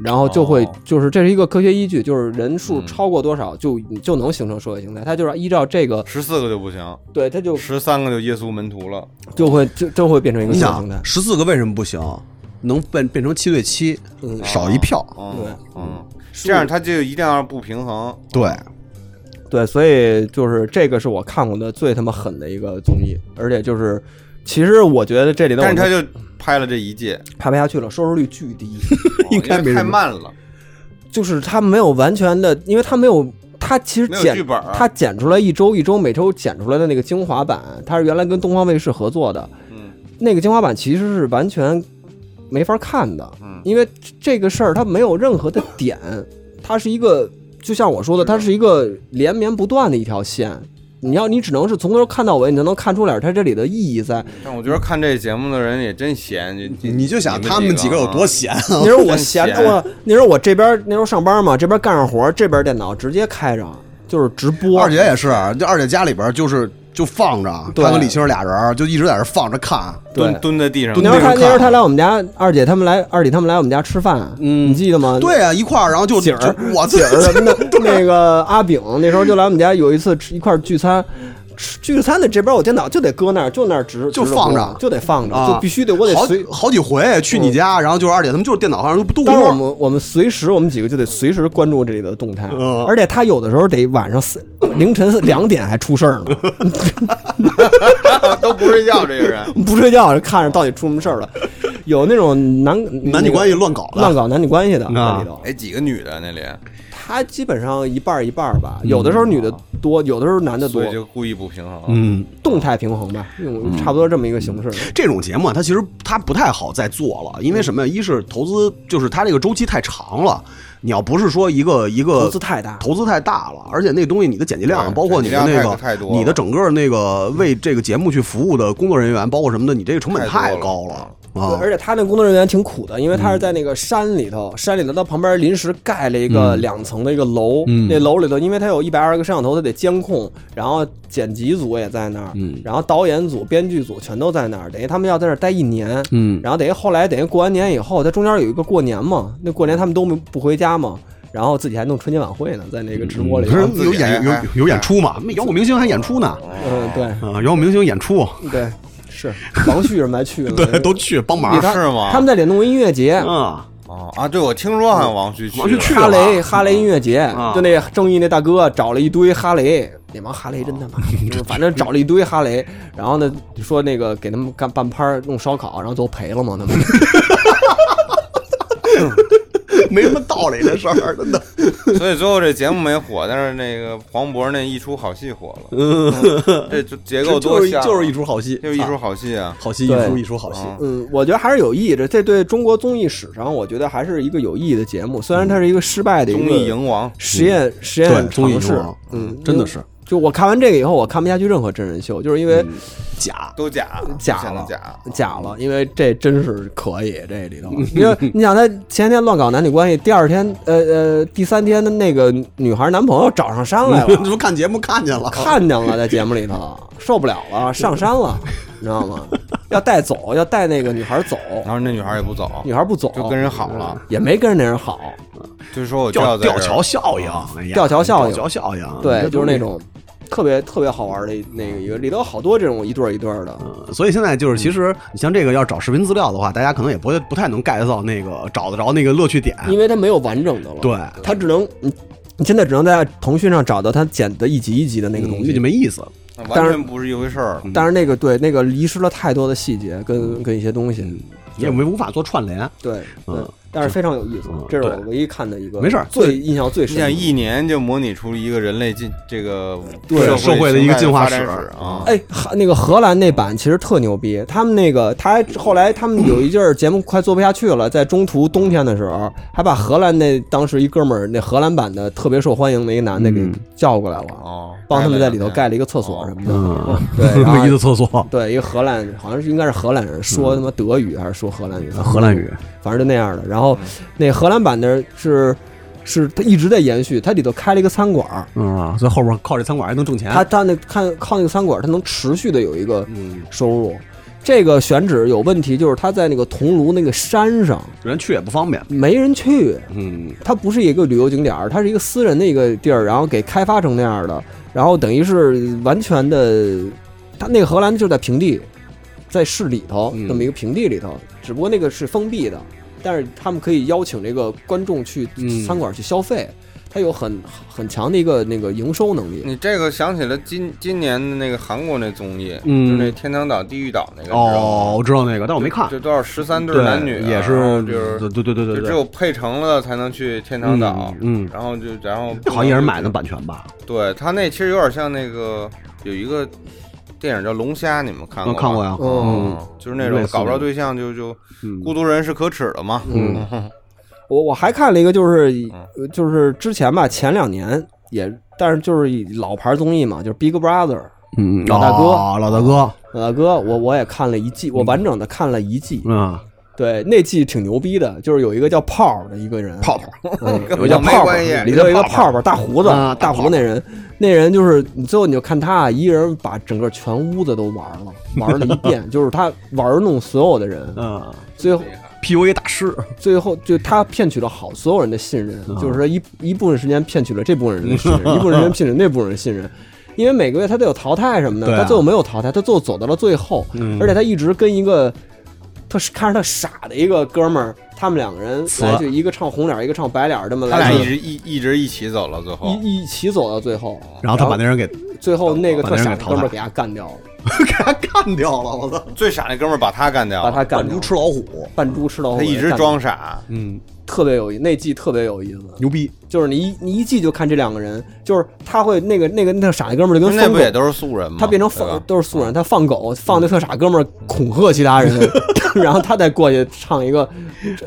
Speaker 3: 然后就会
Speaker 6: 哦嗯
Speaker 3: 就是这是一个科学依据，就是人数超过多少就就能形成社会形态，他就是依照这个，
Speaker 6: 十四个就不行，
Speaker 3: 对，他就
Speaker 6: 十三个就耶稣门徒了。
Speaker 3: 就会就就会变成一个
Speaker 7: 你
Speaker 3: 社会形态
Speaker 7: 想。十四个为什么不行？能变变成七对七，少一票，
Speaker 3: 哦
Speaker 6: 嗯嗯，
Speaker 3: 15
Speaker 6: 这样他就一定要不平衡。
Speaker 7: 对，
Speaker 3: 哦对，所以就是这个是我看过的最他妈狠的一个综艺，而且就是其实我觉得这里头
Speaker 6: 但
Speaker 3: 我就
Speaker 6: 是他就拍了这一届，
Speaker 3: 拍不下去了，收视率巨低。
Speaker 6: 哦
Speaker 7: 应该
Speaker 6: 因
Speaker 7: 没
Speaker 6: 为
Speaker 7: 什
Speaker 6: 太
Speaker 7: 么
Speaker 6: 慢了。
Speaker 3: 就是他没有完全的，因为他没有，他其实
Speaker 6: 没有
Speaker 3: 剪
Speaker 6: 剧本儿
Speaker 3: 他剪出来一周一周每周剪出来的那个精华版，他是原来跟东方卫视合作的，
Speaker 6: 嗯
Speaker 3: 那个精华版其实是完全没法看的，
Speaker 6: 嗯
Speaker 3: 因为这个事儿它没有任何的点，它是一个就像我说的，它是一个连绵不断的一条线。你要你只能是从头看到尾，你才能看出来它这里的意义在。
Speaker 6: 但我觉得看这节目的人也真闲，你
Speaker 7: 你就想他们几个有多闲啊？
Speaker 3: 那时候我
Speaker 6: 真
Speaker 3: 闲
Speaker 6: 闲
Speaker 3: 的我，那时候我这边那时候上班嘛，这边干上活儿，这边电脑直接开着，就是直播。
Speaker 7: 二姐也是，就二姐家里边就是就放着，
Speaker 3: 对
Speaker 7: 她跟李青俩人就一直在这放着看，
Speaker 3: 对
Speaker 6: 蹲蹲在地上
Speaker 7: 蹲
Speaker 3: 那时候他
Speaker 7: 那个看
Speaker 3: 那时候他来我们家，二姐他们来，二姐他们来我们家吃饭，
Speaker 7: 嗯
Speaker 3: 你记得吗？
Speaker 7: 对啊，一块儿，然后就
Speaker 3: 景儿
Speaker 7: 就我
Speaker 3: 景儿什 么 的，那个阿炳那时候就来我们家，有一次吃一块儿聚餐。吃聚餐的这边我电脑就得搁那儿，就那儿直
Speaker 7: 就
Speaker 3: 直播
Speaker 7: 放着
Speaker 3: 就得放着，
Speaker 7: 啊
Speaker 3: 就必须得我得
Speaker 7: 好
Speaker 3: 随。
Speaker 7: 好几回去你家，然后就是二姐他们就是电脑上都不动
Speaker 3: 当时我
Speaker 7: 窝，
Speaker 3: 们我们随时我们几个就得随时关注这里的动态
Speaker 7: 嗯，
Speaker 3: 而且他有的时候得晚上四凌晨四两点还出事儿 呢，
Speaker 6: 都不睡觉，这个人
Speaker 3: 不睡觉看着到底出什么事儿了。有那种男
Speaker 7: 男女关系乱搞的，
Speaker 3: 乱搞男女关系的
Speaker 7: 啊
Speaker 3: 那里头，
Speaker 6: 哎，几个女的那里，
Speaker 3: 他基本上一半儿一半儿吧，有的时候女的多，有的时候男的多
Speaker 6: 嗯所，以就嗯故意不平衡。
Speaker 7: 嗯，
Speaker 3: 动态平衡吧，用差不多这么一个形式。
Speaker 7: 这种节目啊它其实它不太好再做了，因为什么呀？一是投资，就是它这个周期太长了，你要不是说一个一个
Speaker 3: 投资太大，
Speaker 7: 投资太大了，而且那东西你的剪辑量，
Speaker 6: 对
Speaker 7: 包括你的那
Speaker 6: 剪辑
Speaker 7: 个
Speaker 6: 量太太多了
Speaker 7: 你的整个那个为这个节目去服务的工作人员，包括什么的，你这个成本太
Speaker 6: 太多了
Speaker 7: 高了啊
Speaker 3: 对！而且他那工作人员挺苦的，因为他是在那个山里头，山里头他旁边临时盖了一个两层的一个楼，
Speaker 7: 嗯
Speaker 3: 那楼里头因为他有一百二十个摄像头，他得监控，然后剪辑组也在那儿，
Speaker 7: 嗯
Speaker 3: 然后导演组、编剧组全都在那儿，等于他们要在那儿待一年，
Speaker 7: 嗯
Speaker 3: 然后等于后来等于过完年以后，他中间有一个过年嘛，那过年他们都没不回家嘛，然后自己还弄春节晚会呢，在那个直播里头，
Speaker 7: 可
Speaker 3: 嗯
Speaker 7: 是有演有有有演出嘛？那摇滚明星还演出呢
Speaker 3: 嗯对
Speaker 7: 啊！摇滚明星演出，
Speaker 3: 对，是王旭什么还去了，
Speaker 7: 对，都去帮忙
Speaker 3: 比他
Speaker 6: 是吗
Speaker 3: 他们在里弄音乐节。
Speaker 7: 啊！
Speaker 6: 哦啊，对，我听说好像王旭去了，
Speaker 7: 王旭去
Speaker 3: 哈雷
Speaker 7: 了
Speaker 3: 哈雷音乐节，
Speaker 7: 啊
Speaker 3: 就那正义那大哥找了一堆哈雷，那帮哈雷真 他妈，就是反正找了一堆哈雷，然后呢说那个给他们干办拍弄烧烤，然后最后赔了嘛，他们
Speaker 7: 没什么道理这事儿，真的。
Speaker 6: 所以最后这节目没火，但是那个黄渤那一出好戏火了。这就结构 多
Speaker 7: 就是
Speaker 6: 像啊，
Speaker 7: 就是一出好戏，
Speaker 6: 就是一出
Speaker 7: 啊
Speaker 6: 好戏啊。
Speaker 7: 好戏，一
Speaker 3: 对
Speaker 7: 出一出好戏。
Speaker 6: 嗯
Speaker 3: 嗯，我觉得还是有意义的，这对中国综艺史上我觉得还是一个有意义的节目，虽然它是一个失败的一
Speaker 6: 综
Speaker 3: 个
Speaker 6: 艺蝇王，
Speaker 3: 实验实验
Speaker 7: 对，综艺
Speaker 3: 尝
Speaker 7: 之
Speaker 3: 试
Speaker 7: 王，，
Speaker 3: 嗯，
Speaker 7: 真的是
Speaker 3: 就我看完这个以后，我看不下去任何真人秀，就是因为。
Speaker 7: 假。
Speaker 6: 都假，
Speaker 3: 假
Speaker 6: 显得
Speaker 3: 了
Speaker 6: 假。
Speaker 3: 假了，因为这真是可以，这里头，因为你想他前天乱搞男女关系，第二天呃呃第三天的那个女孩男朋友找上山来
Speaker 7: 你是不
Speaker 3: 了，
Speaker 7: 是看节目看见了？
Speaker 3: 看见了在节目里头受不了了，上山了，你知道吗？要带走，要带那个女孩走，
Speaker 6: 然后那女孩也不走，
Speaker 3: 女孩不走，
Speaker 6: 就跟人好了，
Speaker 3: 也没跟着那人好，
Speaker 6: 就是说我知
Speaker 7: 吊
Speaker 6: 道在这
Speaker 7: 吊
Speaker 6: 儿
Speaker 7: 桥效应，哎呀
Speaker 3: 吊桥效应
Speaker 7: 吊桥效应，
Speaker 3: 对，
Speaker 7: 这
Speaker 3: 就是
Speaker 7: 东
Speaker 3: 那
Speaker 7: 西
Speaker 3: 种特别特别好玩的那个一个，里头有好多这种一对儿一对儿的，
Speaker 7: 所以现在就是，其实你像这个要找视频资料的话，大家可能也不会不太能 get 到那个找得着那个乐趣点。
Speaker 3: 因为它没有完整的了，
Speaker 7: 对，
Speaker 3: 它只能你你现在只能在腾讯上找到它剪的一集一集的那个东
Speaker 7: 那
Speaker 3: 西
Speaker 7: 嗯就。没嗯意思。
Speaker 6: 完全不是一回事儿。
Speaker 3: 但是那个对那个遗失了太多的细节跟跟一些东西，
Speaker 7: 你也没无法做串联。
Speaker 3: 对对
Speaker 7: 嗯。
Speaker 3: 但是非常有意思
Speaker 7: 嗯，
Speaker 3: 这是我
Speaker 7: 对
Speaker 3: 唯一看的一个
Speaker 7: 没事儿
Speaker 3: 最印象最
Speaker 6: 你
Speaker 3: 深
Speaker 6: 想
Speaker 3: 的。
Speaker 6: 一年就模拟出一个人类进这个
Speaker 7: 对社会的一个进化
Speaker 6: 史
Speaker 7: 史
Speaker 6: 啊，
Speaker 3: 哎，哈那个荷兰那版其实特牛逼，他们那个他还后来他们有一阵儿节目快做不下去了，在中途冬天的时候，还把荷兰那当时一哥们儿那荷兰版的特别受欢迎的一男的给
Speaker 7: 嗯
Speaker 3: 叫过来了，
Speaker 6: 哦，
Speaker 3: 帮他们在里头盖了一
Speaker 6: 个
Speaker 3: 个厕所什么的。
Speaker 7: 嗯，
Speaker 3: 对，然
Speaker 7: 唯一
Speaker 3: 后
Speaker 7: 的厕所，
Speaker 3: 对一个荷兰，好像是应该是荷兰人，说他妈德语还是说 荷兰语？
Speaker 7: 啊荷兰语，嗯
Speaker 3: 反正就那样的。然后那荷兰版的是是它一直在延续，它里头开了一个餐馆儿，
Speaker 7: 嗯，在后边靠这餐馆还能挣钱，
Speaker 3: 它它那看靠那个餐馆儿，它能持续的有一个
Speaker 7: 嗯，
Speaker 3: 收入。这个选址有问题，就是它在那个桐庐那个山上
Speaker 7: 人去也不方便，
Speaker 3: 没人去，
Speaker 7: 嗯，
Speaker 3: 它不是一个旅游景点儿，它是一个私人的一个地儿，然后给开发成那样的，然后等于是完全的，它那个荷兰就在平地，在市里头
Speaker 7: 嗯
Speaker 3: 那么一个平地里头，只不过那个是封闭的，但是他们可以邀请这个观众去
Speaker 7: 嗯
Speaker 3: 餐馆去消费，它有很很强的一个那个营收能
Speaker 7: 嗯
Speaker 3: 力。
Speaker 6: 你这个想起了今今年的那个韩国那综艺，
Speaker 7: 嗯
Speaker 6: 就是那天堂岛地狱岛那个，你知道吗
Speaker 7: 哦，我知道那个，但我没看，
Speaker 6: 这多少十三对
Speaker 7: 对，
Speaker 6: 男女啊
Speaker 7: 也
Speaker 6: 然后
Speaker 7: 是，
Speaker 6: 就是
Speaker 7: 对对对对
Speaker 6: 就
Speaker 7: 对
Speaker 6: 只
Speaker 7: 对，
Speaker 6: 有配成了才能去天堂岛，
Speaker 7: 嗯嗯
Speaker 6: 然后就然后
Speaker 7: 好像也是买的版权吧？
Speaker 6: 对他那其实有点像那个有一个电影叫《龙虾》，你们看
Speaker 7: 我
Speaker 6: 过吗？
Speaker 7: 看过呀，
Speaker 6: 嗯
Speaker 7: 嗯，
Speaker 6: 就是那种
Speaker 7: 类似
Speaker 6: 搞不着
Speaker 7: 的
Speaker 6: 对象就就
Speaker 7: 嗯
Speaker 6: 孤独人是可耻的嘛。
Speaker 7: 嗯
Speaker 3: 我我还看了一个，就是呃就是之前吧，前两年也，但是就是以老牌综艺嘛，就是 Big Brother。
Speaker 7: 嗯，
Speaker 3: 老大哥
Speaker 7: 哦老大哥，
Speaker 3: 老大呃哥，我我也看了一季，我完整的看了一季。
Speaker 7: 嗯，
Speaker 3: 对，那季挺牛逼的，就是有一个叫泡儿的一个人，
Speaker 7: 泡泡，
Speaker 3: 嗯
Speaker 6: 根
Speaker 3: 有一个
Speaker 6: 本
Speaker 3: 叫
Speaker 6: 就没
Speaker 3: 泡泡，
Speaker 6: 关系
Speaker 3: 里头有一个泡泡大胡子
Speaker 7: 啊，
Speaker 3: 大胡那人，那人就是你最后你就看他啊一人把整个全屋子都玩了，玩了一遍，就是他玩弄所有的人，
Speaker 7: 嗯
Speaker 3: 最后
Speaker 7: ，PUA 大师，
Speaker 3: 最后就他骗取了好所有人的信任，
Speaker 7: 啊
Speaker 3: 就是说一一部分时间骗取了这部分人的信 任，一部分时间骗取了那部分人的信任。因为每个月他都有淘汰什么的，
Speaker 7: 对啊
Speaker 3: 他最后没有淘汰，他最后走到了最后，
Speaker 7: 嗯
Speaker 3: 而且他一直跟一个特看着特傻的一个哥们儿，他们两个人
Speaker 7: 死
Speaker 3: 来
Speaker 7: 了
Speaker 3: 去一个唱红脸儿，一个唱白脸儿，这么
Speaker 6: 他
Speaker 3: 来
Speaker 6: 俩
Speaker 3: 去
Speaker 6: 一直一一直一起走了，最后
Speaker 3: 一一起走到最后，啊
Speaker 7: 然后他把那人给给
Speaker 3: 最后那个特傻
Speaker 7: 把那
Speaker 3: 的
Speaker 7: 人
Speaker 3: 哥
Speaker 7: 给淘汰
Speaker 3: 们儿给他干掉了，
Speaker 7: 他干掉了，我操，
Speaker 6: 最傻那哥们儿把他干掉
Speaker 3: 把
Speaker 6: 了，
Speaker 3: 他干
Speaker 7: 扮
Speaker 3: 掉
Speaker 7: 猪
Speaker 3: 了，
Speaker 7: 吃老虎，
Speaker 3: 扮猪吃老虎，
Speaker 6: 他一直装傻，
Speaker 7: 嗯，
Speaker 3: 特别有意，那季特别有意思。
Speaker 7: 牛逼，
Speaker 3: 就是你一你一季就看这两个人，就是他会那个那个那个傻的哥们儿就跟
Speaker 6: 那
Speaker 3: 疯
Speaker 6: 不
Speaker 3: 狗，
Speaker 6: 也都是素人吗？
Speaker 3: 他变成
Speaker 6: 对
Speaker 3: 放
Speaker 6: 吧
Speaker 3: 都是素
Speaker 7: 嗯
Speaker 3: 人，他放狗放那特傻哥们儿恐吓其他 人，然后他再过去唱一个，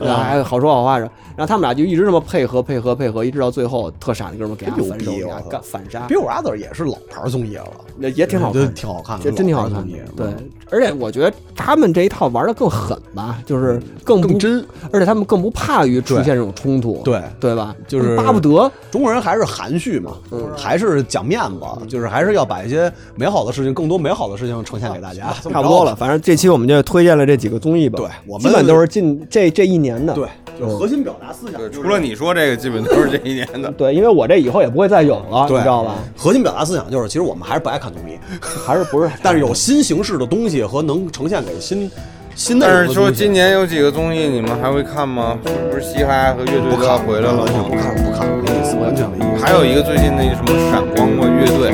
Speaker 3: 哎好说好话着，然后他们俩就一直这么配合配合配合，一直到最后特傻的哥们儿给他
Speaker 7: 真牛
Speaker 3: 反手
Speaker 7: 逼
Speaker 3: 给
Speaker 7: 我
Speaker 3: 他
Speaker 7: 操
Speaker 3: 干反杀
Speaker 7: 《Bill 啊 Brother》也是老牌综艺了，
Speaker 3: 那也挺好看
Speaker 7: 真
Speaker 3: 的。
Speaker 7: 挺好看的，
Speaker 3: 这真挺好
Speaker 7: 老牌
Speaker 3: 看
Speaker 7: 综
Speaker 3: 的
Speaker 7: 艺，嗯
Speaker 3: 对，而且我觉得他们这一套玩的更狠吧，就是更不
Speaker 7: 嗯更，真，
Speaker 3: 而且他们更不怕于出
Speaker 7: 对
Speaker 3: 现这种冲突，
Speaker 7: 对
Speaker 3: 对吧？
Speaker 7: 就是
Speaker 3: 巴不得
Speaker 7: 中国人还是含蓄嘛，
Speaker 3: 嗯
Speaker 7: 还是讲面子，就是还是要把一些美好的事情，更多美好的事情呈现给大家，
Speaker 3: 啊差不多了，。反正这期我们就推荐了这几个综艺吧。
Speaker 7: 对我们
Speaker 3: 基本都是近这这一年的。。
Speaker 7: 对，嗯就核心表达思想
Speaker 6: 对，除了你说这个，基本都是这一年的
Speaker 3: 对，因为我这以后也不会再有了，你
Speaker 7: 对
Speaker 3: 知道吧？
Speaker 7: 核心表达思想就是，其实我们还是不爱看综艺，
Speaker 3: 还是不是？
Speaker 7: 但是有新形式的东西和能呈现给新新内容
Speaker 6: 但
Speaker 7: 的
Speaker 6: 是
Speaker 7: 东西。
Speaker 6: 说今年有几个综艺你们还会看吗？是不是嘻哈和乐队
Speaker 7: 不
Speaker 6: 都要
Speaker 7: 看
Speaker 6: 回来了
Speaker 7: 不
Speaker 6: 吗？
Speaker 7: 看不看，没意思，完全没意思。
Speaker 6: 还有一个最近那个什么闪光过乐队，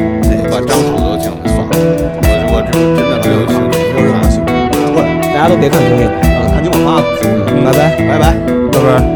Speaker 6: 把张楚都请来了，我我这真的没有兴趣
Speaker 7: 就是
Speaker 6: 看
Speaker 7: 不。行，对，
Speaker 3: 大家都别看综艺了，啊嗯
Speaker 7: 看金管吧，
Speaker 3: 拜拜。
Speaker 7: 嗯拜拜，拜拜。